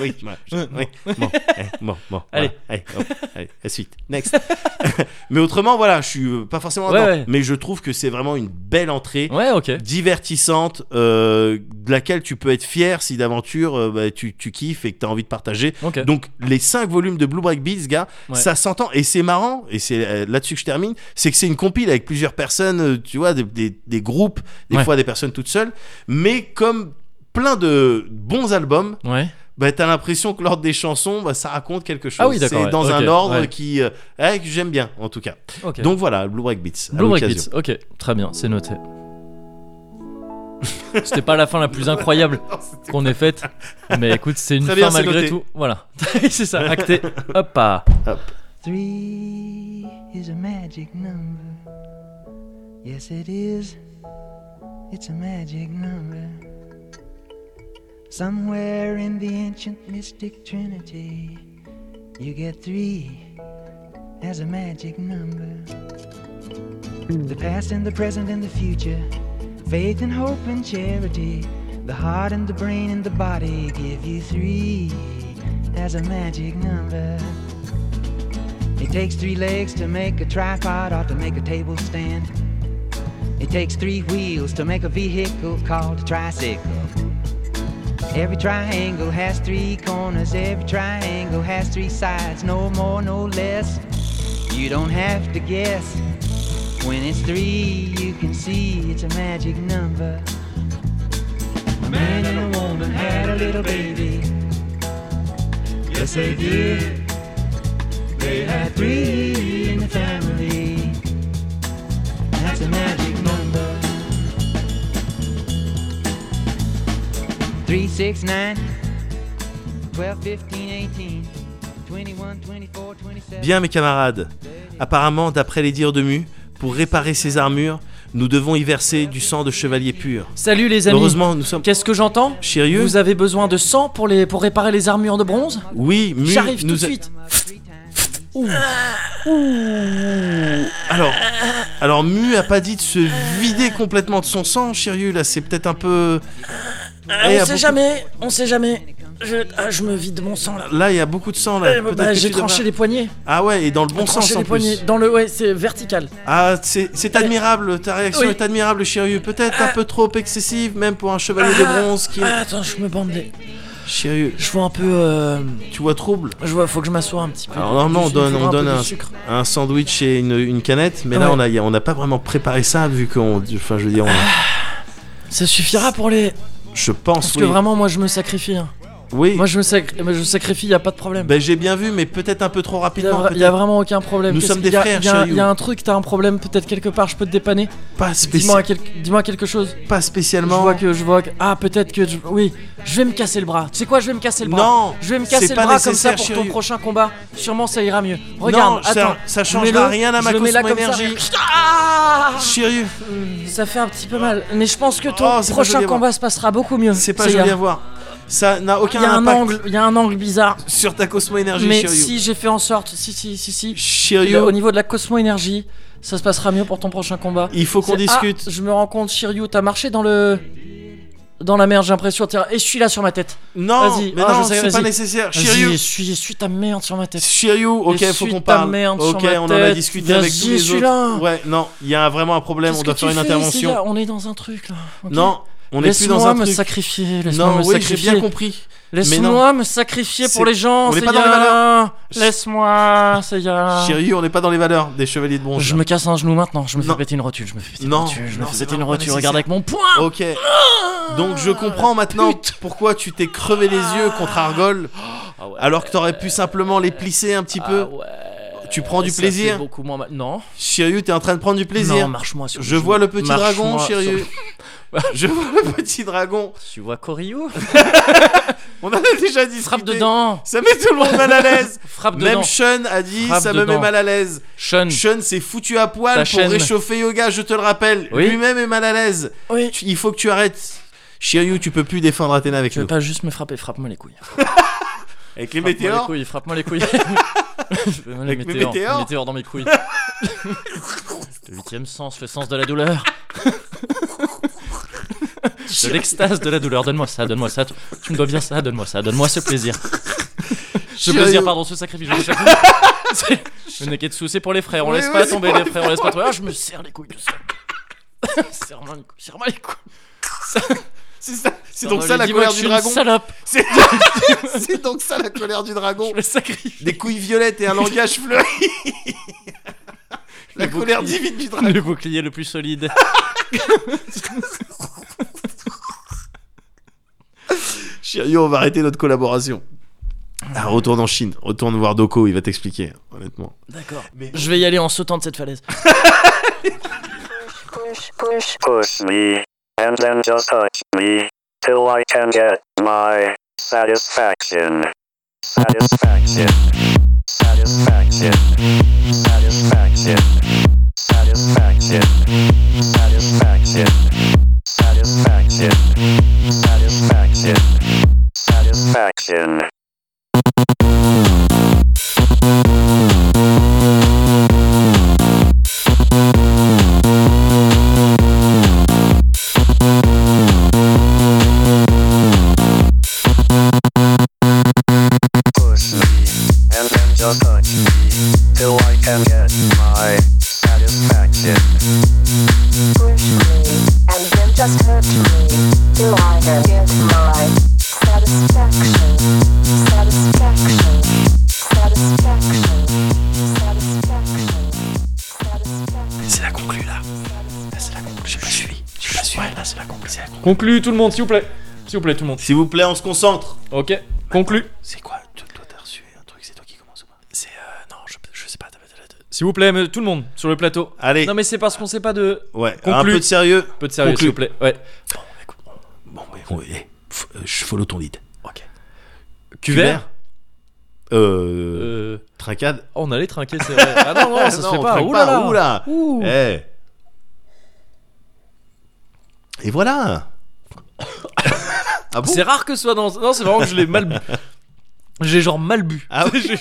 oui, voilà, je- oui. Bon, eh, bon, bon,
Allez.
voilà. Allez, hop, allez, la suite. Next. mais autrement, voilà, je suis euh, pas forcément
Ouais,
dedans.
ouais.
Mais je trouve que c'est vraiment une belle entrée
Ouais, ok.
divertissante euh, de laquelle tu peux être fier si d'aventure euh, bah, tu, tu kiffes et que tu as envie de partager.
Ok.
Donc les 5 volumes de Blue Break Beats, gars,
Ouais.
ça s'entend et c'est marrant et c'est euh, là-dessus que je termine, c'est que c'est une compile avec plusieurs personnes, euh, tu vois, des, des- des groupes, des
Ouais.
fois des personnes toutes seules, mais comme plein de bons albums,
Ouais.
bah t'as l'impression que l'ordre des chansons, bah, ça raconte quelque chose.
Ah oui, d'accord,
c'est
ouais.
dans
Ok,
un ordre
ouais.
qui, euh, eh, que j'aime bien en tout cas.
Ok.
Donc voilà, Blue Break Beats. à
Blue Break
l'occasion.
Beats, ok, très bien, c'est noté. C'était pas la fin la plus incroyable qu'on ait faite, mais écoute, c'est une
Très
fin
bien, c'est
malgré
noté.
tout. Voilà, c'est ça, acté. Hop, ah.
Three is a magic number. Yes, it is. It's a magic number. Somewhere in the ancient mystic trinity, you get three as a magic number. The past and the present and the future, faith and hope and charity, the heart and the brain and the body give you three as a magic number. It takes three legs to make a tripod or to make a table stand. It takes three wheels to make a vehicle called a tricycle. Every triangle has three corners, every triangle has three sides, no more, no less. You don't have to guess. When it's three, you can see it's a magic number. A man and a woman had a little baby. Yes, they did. They had three in the family. That's a magic number. Three, six, nine, twelve, fifteen, eighteen. 21, 24, 27.
Bien mes camarades, apparemment d'après les dires de Mu, pour réparer ces armures, nous devons y verser du sang de chevalier pur.
Salut les amis.
Heureusement, nous sommes
Qu'est-ce que j'entends
Chérieux
Vous avez besoin de sang pour, les, pour réparer les armures de bronze
Oui, Mu
J'arrive tout
nous
de
a-
suite.
Alors, alors Mu a pas dit de se vider complètement de son sang, Chérieux, là c'est peut-être un peu...
Ah,
Eh, il y a
on sait
beaucoup-
jamais, on sait jamais. Je, ah, je me vide de mon sang là.
Là il y a beaucoup de sang là.
Eh, bah,
Peut-être
bah,
que
j'ai
tu
tranché
devras-
les poignets.
Ah ouais, et dans le bon
tranché
sens en
les poignets.
plus.
Dans le ouais, c'est vertical.
Ah, c'est c'est admirable, ta réaction
Oui.
est admirable, Chérieux. Peut-être un peu trop excessive, même pour un chevalier de bronze qui est...
Ah, attends, je me bande. les-
Chérieux,
Je vois un peu. euh,
tu vois trouble
je vois, faut que je m'assoie un petit peu.
Alors normalement on
Il faudra
donne, on
un peu
donne
de
un,
sucre.
un sandwich et une, une canette, mais là
Ouais.
on a y a- on n'a pas vraiment préparé ça vu qu'on, enfin je veux dire, on-
Ça suffira pour les.
je pense
Parce
oui.
que vraiment, moi, je me sacrifie. hein.
oui.
Moi, je me sac- moi, je sacrifie, y a pas de problème.
Ben j'ai bien vu, mais peut-être un peu
Il
trop
y, a
rapidement.
vra-
peut-être.
y a vraiment aucun problème.
Nous
Qu'est-ce
sommes
qu'il y
des
a-
frères,
y a un-
Chériou.
y a un truc, t'as un problème peut-être quelque part, je peux te dépanner.
Pas,
Dis-moi
spéci-
quel- dis-moi quelque chose.
pas
Je
spécialement.
vois que je vois que ah peut-être que je- oui, je vais me casser le bras. Tu sais quoi, je vais me casser le bras.
Non,
je vais me
c'est
casser le
pas
bras comme ça
nécessaire,
pour ton
chérie.
prochain combat. Sûrement ça ira mieux. Regarde,
ça-
attends,
ça
je
changera
mets-le,
rien à ma
je le mets là comme ça.
cosmo-énergie.
Ah
Chérieux,
ça fait un petit peu mal, mais je pense que ton
Oh, c'est pas joli à
prochain
voir.
combat se passera beaucoup mieux.
c'est pas
Ça
joli
ira.
à voir. Ça n'a
Il
aucun
y a un
impact
angle, il y a un angle bizarre.
sur ta cosmo-énergie,
Mais
Chérieux.
si j'ai fait en sorte, si si si si,
Chérieux,
Au niveau de la Cosmo Énergie, ça se passera mieux pour ton prochain combat.
il faut qu'on
C'est- ah,
discute.
je me rends compte, Shiryu, t'as marché dans le. Dans la merde, j'ai l'impression. Tiens, Et je suis là sur ma tête.
Non,
vas-y,
mais
ah,
non,
je sais,
c'est
vas-y.
pas nécessaire.
Vas-y,
Chérieux,
suis, essuie ta merde sur ma tête.
Bah, Shiryu, ok,
Essuie
faut qu'on
ta
parle.
merde sur
ok,
ma
on en
tête.
a discuté avec
Vas-y,
tous les autres.
celui-là.
Ouais, non, il y a un- vraiment un problème.
Qu'est-ce
On
que
doit faire
tu
une
fais,
intervention.
c'est là On est dans un truc là. ok
Non, on n'est plus dans
Laisse-moi
un
me
truc.
sacrifier. Laisse-moi
non,
me
oui, j'ai
sacrifier.
bien compris.
Laisse-moi me sacrifier pour
C'est-
les gens.
on
c'est
est pas dans les
y a-
Ch-
Laisse-moi, c'est y a-
Chérieux, on n'est pas dans les valeurs des chevaliers de bronze.
Je me casse un genou maintenant. Je me fais
Non.
péter une rotule. Je me fais péter une
Non,
rotule. Je me
non,
fais
c'est
péter une
vraiment
rotule.
pas
Regarde avec mon poing.
Ok. Donc je comprends maintenant pourquoi tu t'es crevé les yeux contre Argol, alors que t'aurais pu simplement les plisser un petit peu. Tu prends du
Ah Ça fait
plaisir.
beaucoup moins mal. Non.
Shiryu, t'es en train de prendre du plaisir.
Non, marche-moi sur
je
le genou.
vois le petit
Marche-moi
dragon,
sur-
Shiryu. je vois le petit dragon.
Tu vois Koryu
On en a déjà discuté.
Frappe dedans
Ça met tout le monde mal à l'aise.
Frappe dedans
Même Sean a dit
Frappe
ça me
dedans.
met mal à l'aise.
Sean
Sean s'est foutu à poil
Ta
pour
chaîne.
réchauffer Yoga, je te le rappelle.
Oui.
Lui-même est mal à l'aise.
Oui.
Tu- Il faut que tu arrêtes. Shiryu, tu peux plus défendre Athéna avec
Tu veux
nous.
pas juste me frapper Frappe-moi les couilles.
Avec les
Frappe-moi les
météores.
couilles, frappe-moi les couilles. Fais-moi les
Avec mes
météores.
météores.
Les météores dans mes couilles. le huitième sens, le sens de la douleur. de l'extase de la douleur. Donne-moi ça, donne-moi ça. Tu, tu me dois bien ça, donne-moi ça, donne-moi ce plaisir. Ce
Shiryu.
plaisir, pardon, ce sacrifice. je sais. C'est- Le Neketsu, c'est pour les frères. On
Oui,
laisse
oui,
pas
c'est
tomber
pour
les frères, on laisse pas tomber. Ah, je me serre les couilles tout seul. Serre-moi les couilles. Serre-moi les couilles.
C'est ça- c'est
Attends,
donc ça
lui,
la
dis-moi
colère
que
du
je suis une
dragon.
salope.
C'est c'est donc ça la colère du dragon.
Je le sacrifie.
Des couilles violettes et un langage fleuri. la colère divine du dragon.
Le bouclier le plus solide.
Shiryu, on va arrêter notre collaboration. Ah, retourne en Chine, retourne voir Doko, il va t'expliquer, honnêtement.
D'accord. Je vais y aller en sautant de cette falaise.
Push, push, push me, and then just touch me, till I can get my satisfaction. Satisfaction. Satisfaction. Satisfaction. Satisfaction. Satisfaction. Satisfaction. Satisfaction. Satisfaction. Push me, and then just touch me, till I can get my satisfaction.
push me, and then just hurt me, till I can get my satisfaction, satisfaction, satisfaction, satisfaction, satisfaction.
C'est la conclue là. Là, c'est la conclue. Je suis. Je suis. Ouais, là, c'est la conclue.
Conclu tout le monde, s'il vous plaît. S'il vous plaît, tout le monde.
S'il vous plaît, on se concentre.
Ok. Conclu.
C'est quoi Toi, toi, t'as reçu un truc, c'est toi qui commence ou pas C'est. euh, non, je, je sais pas. t'as- t'as- t'as-
S'il vous plaît, mais tout le monde, sur le plateau.
Allez,
Non, mais c'est parce qu'on sait pas de.
ouais, un
conclu.
peu de sérieux.
Peu de sérieux,
Conclu.
s'il vous plaît. Ouais.
Bon, mais bon, eh, f- euh, je follow ton lead. Ok.
Cuvert
Euh.
Euh,
Tracade
on allait trinquer, c'est vrai. Ah non, non, ça se
Non,
fait
on
pas.
trinque
Ouh là
pas,
là.
ouh là.
Ouh.
Eh. Et voilà Ah bon
C'est rare que ce soit dans. Non, c'est vraiment que je l'ai mal bu. J'ai genre mal bu.
Ah oui.
J'ai-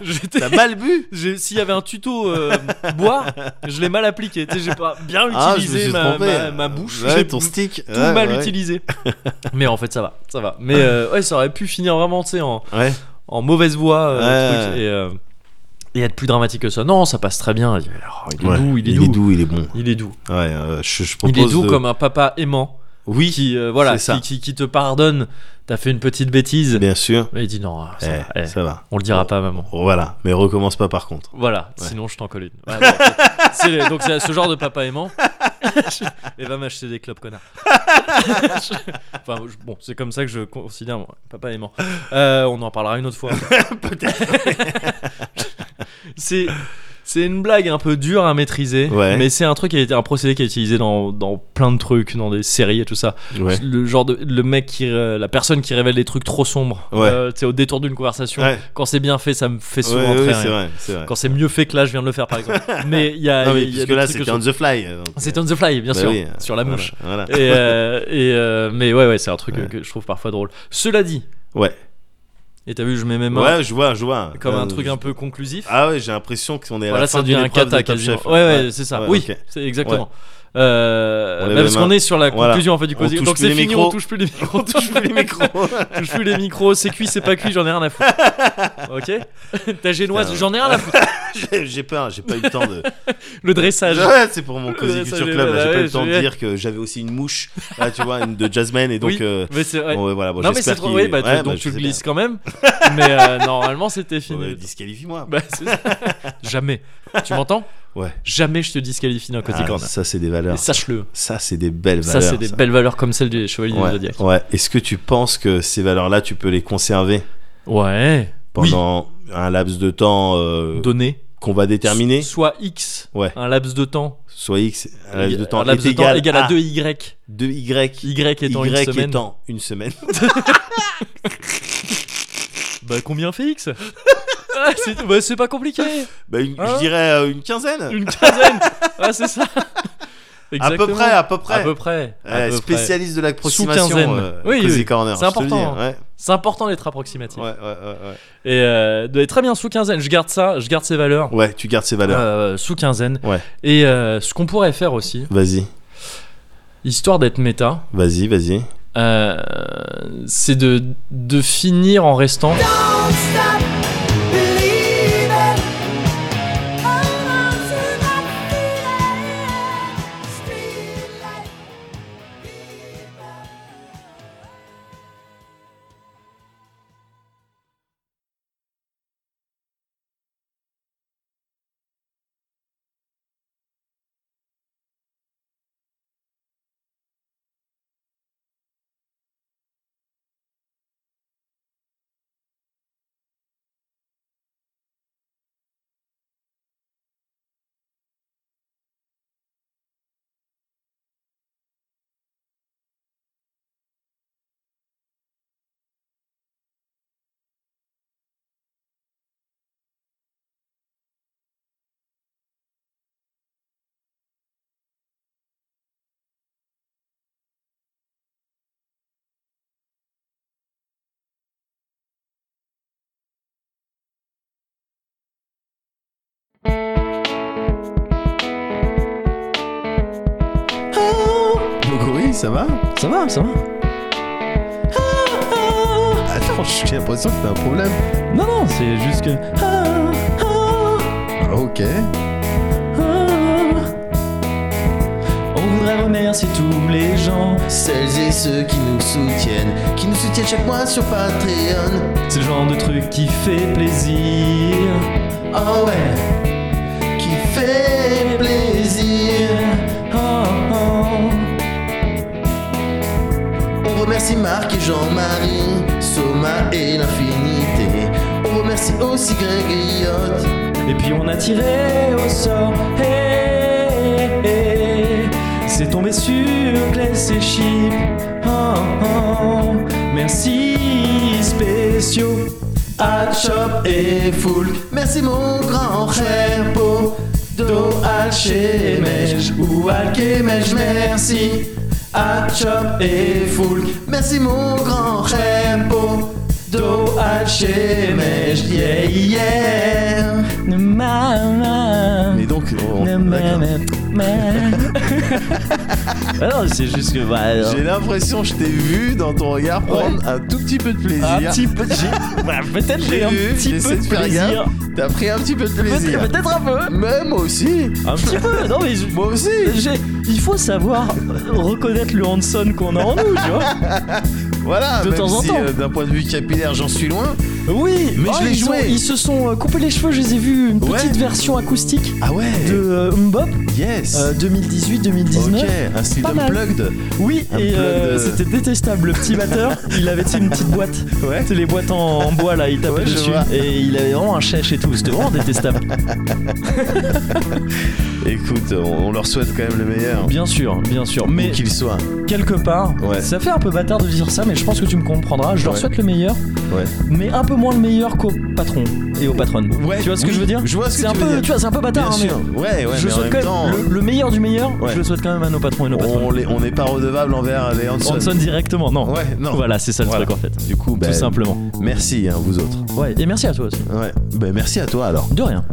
J'étais.
T'as mal bu
j'ai- S'il y avait un tuto euh, boire, je l'ai mal appliqué. Tu sais, j'ai pas bien
Ah, je me
utilisé
suis
ma,
trompé.
ma- ma bouche.
Ouais,
j'ai
ton stick.
tout mal utilisé. Mais en fait, ça va, ça va. Mais euh, ouais, ça aurait pu finir vraiment, tu sais, en,
Ouais.
en mauvaise voix. euh,
Ouais.
truc, et, euh, et être plus dramatique que ça. Non, ça passe très bien. Il, oh, il est
Ouais.
doux, il est
il
doux.
est doux, il est bon.
Il est doux.
Ouais, euh, je, je
Il
propose
est doux
de-
comme un papa aimant. Oui. Qui, euh, voilà,
c'est ça.
qui, qui, qui te pardonne. T'as fait une petite bêtise.
Bien sûr.
Mais il dit non, ça
Eh,
va, eh,
ça va.
on le dira pas à maman.
Voilà, mais recommence pas par contre.
Voilà,
Ouais.
sinon je t'en colle une. Ouais, bon, ok. C'est- donc c'est ce genre de papa aimant. Et va m'acheter des clopes, connard. enfin, je- bon, c'est comme ça que je considère moi, papa aimant. Euh, on en parlera une autre fois. Peut-être. c'est. C'est une blague un peu dure à maîtriser,
Ouais.
mais c'est un truc qui a été un procédé qui est utilisé dans, dans plein de trucs, dans des séries et tout ça.
Ouais.
Le genre de le mec qui euh, la personne qui révèle des trucs trop sombres,
Ouais.
euh, tu sais, au détour d'une conversation.
Ouais.
Quand c'est bien fait, ça me fait souvent
Ouais, ouais,
très rire
c'est vrai, c'est vrai.
quand c'est mieux fait que là je viens de le faire par exemple mais il y a,
Non, mais
il y a
puisque
des
là
trucs
c'était
que
on
je-
the fly. euh, donc,
c'est on the fly bien
bah
sûr
oui, euh,
sur la
voilà,
mouche
Voilà.
et, euh, et, euh, mais ouais ouais c'est un truc que- que je trouve parfois drôle cela dit
Ouais.
et t'as vu je mets mes mains
Ouais, je vois, je vois.
comme
Euh,
un truc
je-
un peu conclusif
Ah ouais, j'ai l'impression qu'on est à
voilà
la
ça
fin
devient
d'une
un
épreuve de
cata
Top
quasiment
Chef.
ouais ouais c'est ça
Ouais,
oui
ok.
c'est exactement
On
Euh,
lève
même
les
parce qu'on
mains.
est sur la
Voilà.
conclusion en fait du
On
cosy
touche
donc
plus
c'est
les
fini
micros.
on touche plus les micros on touche plus les micros touche plus les micros c'est cuit c'est pas cuit j'en ai rien à foutre ok ta génoise
Putain.
j'en ai rien à foutre
J'ai- j'ai peur, j'ai pas eu le temps de.
le dressage
Ouais, c'est pour mon
Ouais,
Cozy
ça,
Culture
j'ai-
Club. là, J'ai
ouais,
pas eu le temps de
j'ai-
dire que j'avais aussi une mouche, là, tu vois, une de Jasmine, et donc.
Oui.
euh,
mais c'est ouais.
bon, ouais, voilà, bon,
non mais c'est
j'espère
trop
qu'il-
oui bah, tu-
ouais,
donc
bah, je
tu le
sais
glisses quand même mais euh, normalement c'était
bien.
fini
Ouais, Disqualifie-moi.
Bah, c'est ça. jamais tu m'entends
Ouais.
jamais je te disqualifie d'un côté
Ah,
corner
ça, c'est des
Et
valeurs.
sache-le
Ça, c'est des belles
ça
valeurs.
c'est des belles valeurs comme celle des chevaliers du
Ouais,
Zodiac
ouais. Est-ce que tu penses que ces valeurs-là, tu peux les conserver
ouais
pendant un laps de temps euh,
donner
qu'on va déterminer
soit x
Ouais.
un laps de temps
Soit X, un laps de temps,
un laps
est
de temps
égal,
égal à
à
2y
2Y.
y étant une
Y
semaine
étant une semaine.
bah combien fait x Ah, c'est bah, c'est pas compliqué
Bah, une-
Hein
je dirais euh, une quinzaine.
une quinzaine ah c'est ça
à peu
Exactement.
près, à peu près.
à peu près à
Ouais,
peu près.
spécialiste de l'approximation. euh,
Sous quinzaine. Oui,
Cozy
oui,
Corner,
c'est
je te le dis, hein.
important. hein.
ouais.
C'est important d'être approximatif.
Ouais, ouais, ouais,
Et euh, de- très bien, sous quinzaine, je garde ça, je garde ces valeurs.
ouais. Ouais, tu gardes ces valeurs.
euh, sous quinzaine.
Ouais.
Et euh, ce qu'on pourrait faire aussi,
Vas-y,
histoire d'être méta,
vas-y, vas-y.
euh, c'est de, de finir en restant.
Moguri, ça va
Ça va, ça va.
Attends, j'ai l'impression que t'as un problème.
Non, non, c'est juste que.
Ok.
On voudrait remercier tous les gens.
Celles et ceux qui nous soutiennent, qui nous soutiennent chaque mois sur Patreon.
C'est le genre de truc qui fait plaisir.
Oh ouais, qui fait plaisir.
Oh,
On remercie Marc et Jean-Marie, Soma et l'infinité. On remercie aussi Greg et Yacht.
Et puis on a tiré au sort. Hey, hey, hey. C'est tombé sur Glace et
oh.
Chip. Oh, oh. Merci spéciaux.
Hatshop et Foulk. Merci mon grand frère Poe. Do Alchemej ou Alchemej, merci. Hatshop et Foulk. Merci mon grand frère Poe. Do Alchemej, yeah, yeah. Mais donc,
Oh,
on- d'accord.
non, c'est juste que. bah, alors,
j'ai l'impression que je t'ai vu dans ton regard prendre un tout petit peu de plaisir.
un petit peu. j'ai- bah, peut-être j'ai un
vu,
petit
j'essaie
peu
de
de
faire
plaisir.
gaffe. T'as pris un petit peu de plaisir.
Peut-être peut-être un peu.
Mais moi aussi.
Un petit peu. Non, mais je-
Moi aussi.
j'ai- il faut savoir reconnaître le Hanson qu'on a en nous, tu vois.
Voilà.
De
même
temps en
si,
temps.
euh, D'un point de vue capillaire, j'en suis loin.
Oui, oh,
Mais je l'ai
ils, ont-
joué.
ils se sont euh, coupés les cheveux, je les ai vus, une
Ouais.
petite version acoustique
Ah ouais.
de euh, Mbop
Yes.
2018-2019.
ok. Un style
pas mal.
unplugged.
Oui,
Un
et
plug
euh,
de-
c'était détestable. Le petit batteur, il avait tu sais, une petite boîte.
Ouais.
C'est les boîtes en, en bois là, il tapait
Ouais, je
dessus.
vois.
Et il avait vraiment un chèche et tout, c'était vraiment détestable.
Écoute, on, on leur souhaite quand même le meilleur.
Bien sûr, bien sûr.
Mais
Mais
qu'il soit.
quelque part,
Ouais.
ça fait un peu bâtard de dire ça, mais je pense que tu me comprendras. Je leur
Ouais.
souhaite le meilleur,
Ouais.
mais un peu moins le meilleur qu'au patron et aux patronnes.
Ouais,
tu vois ce que
oui,
je veux dire
je vois ce que tu
C'est un
veux
peu,
dire.
tu vois, c'est un peu
Bien
bâtard. hein, mais
sûr. Ouais, ouais.
je
mais en
souhaite
même
quand
temps,
même le, le meilleur du meilleur.
Ouais. Oh,
Je le souhaite quand même à nos patrons et nos patronnes.
on les- on n'est pas redevable envers les Hanson.
Hanson directement, non.
Ouais. Non.
Voilà, c'est ça le
Voilà.
truc en fait.
Du coup, ben,
bah,
Tout simplement.
merci hein, vous autres.
Ouais, et merci à toi aussi.
Ouais. Ben merci à toi alors.
De rien.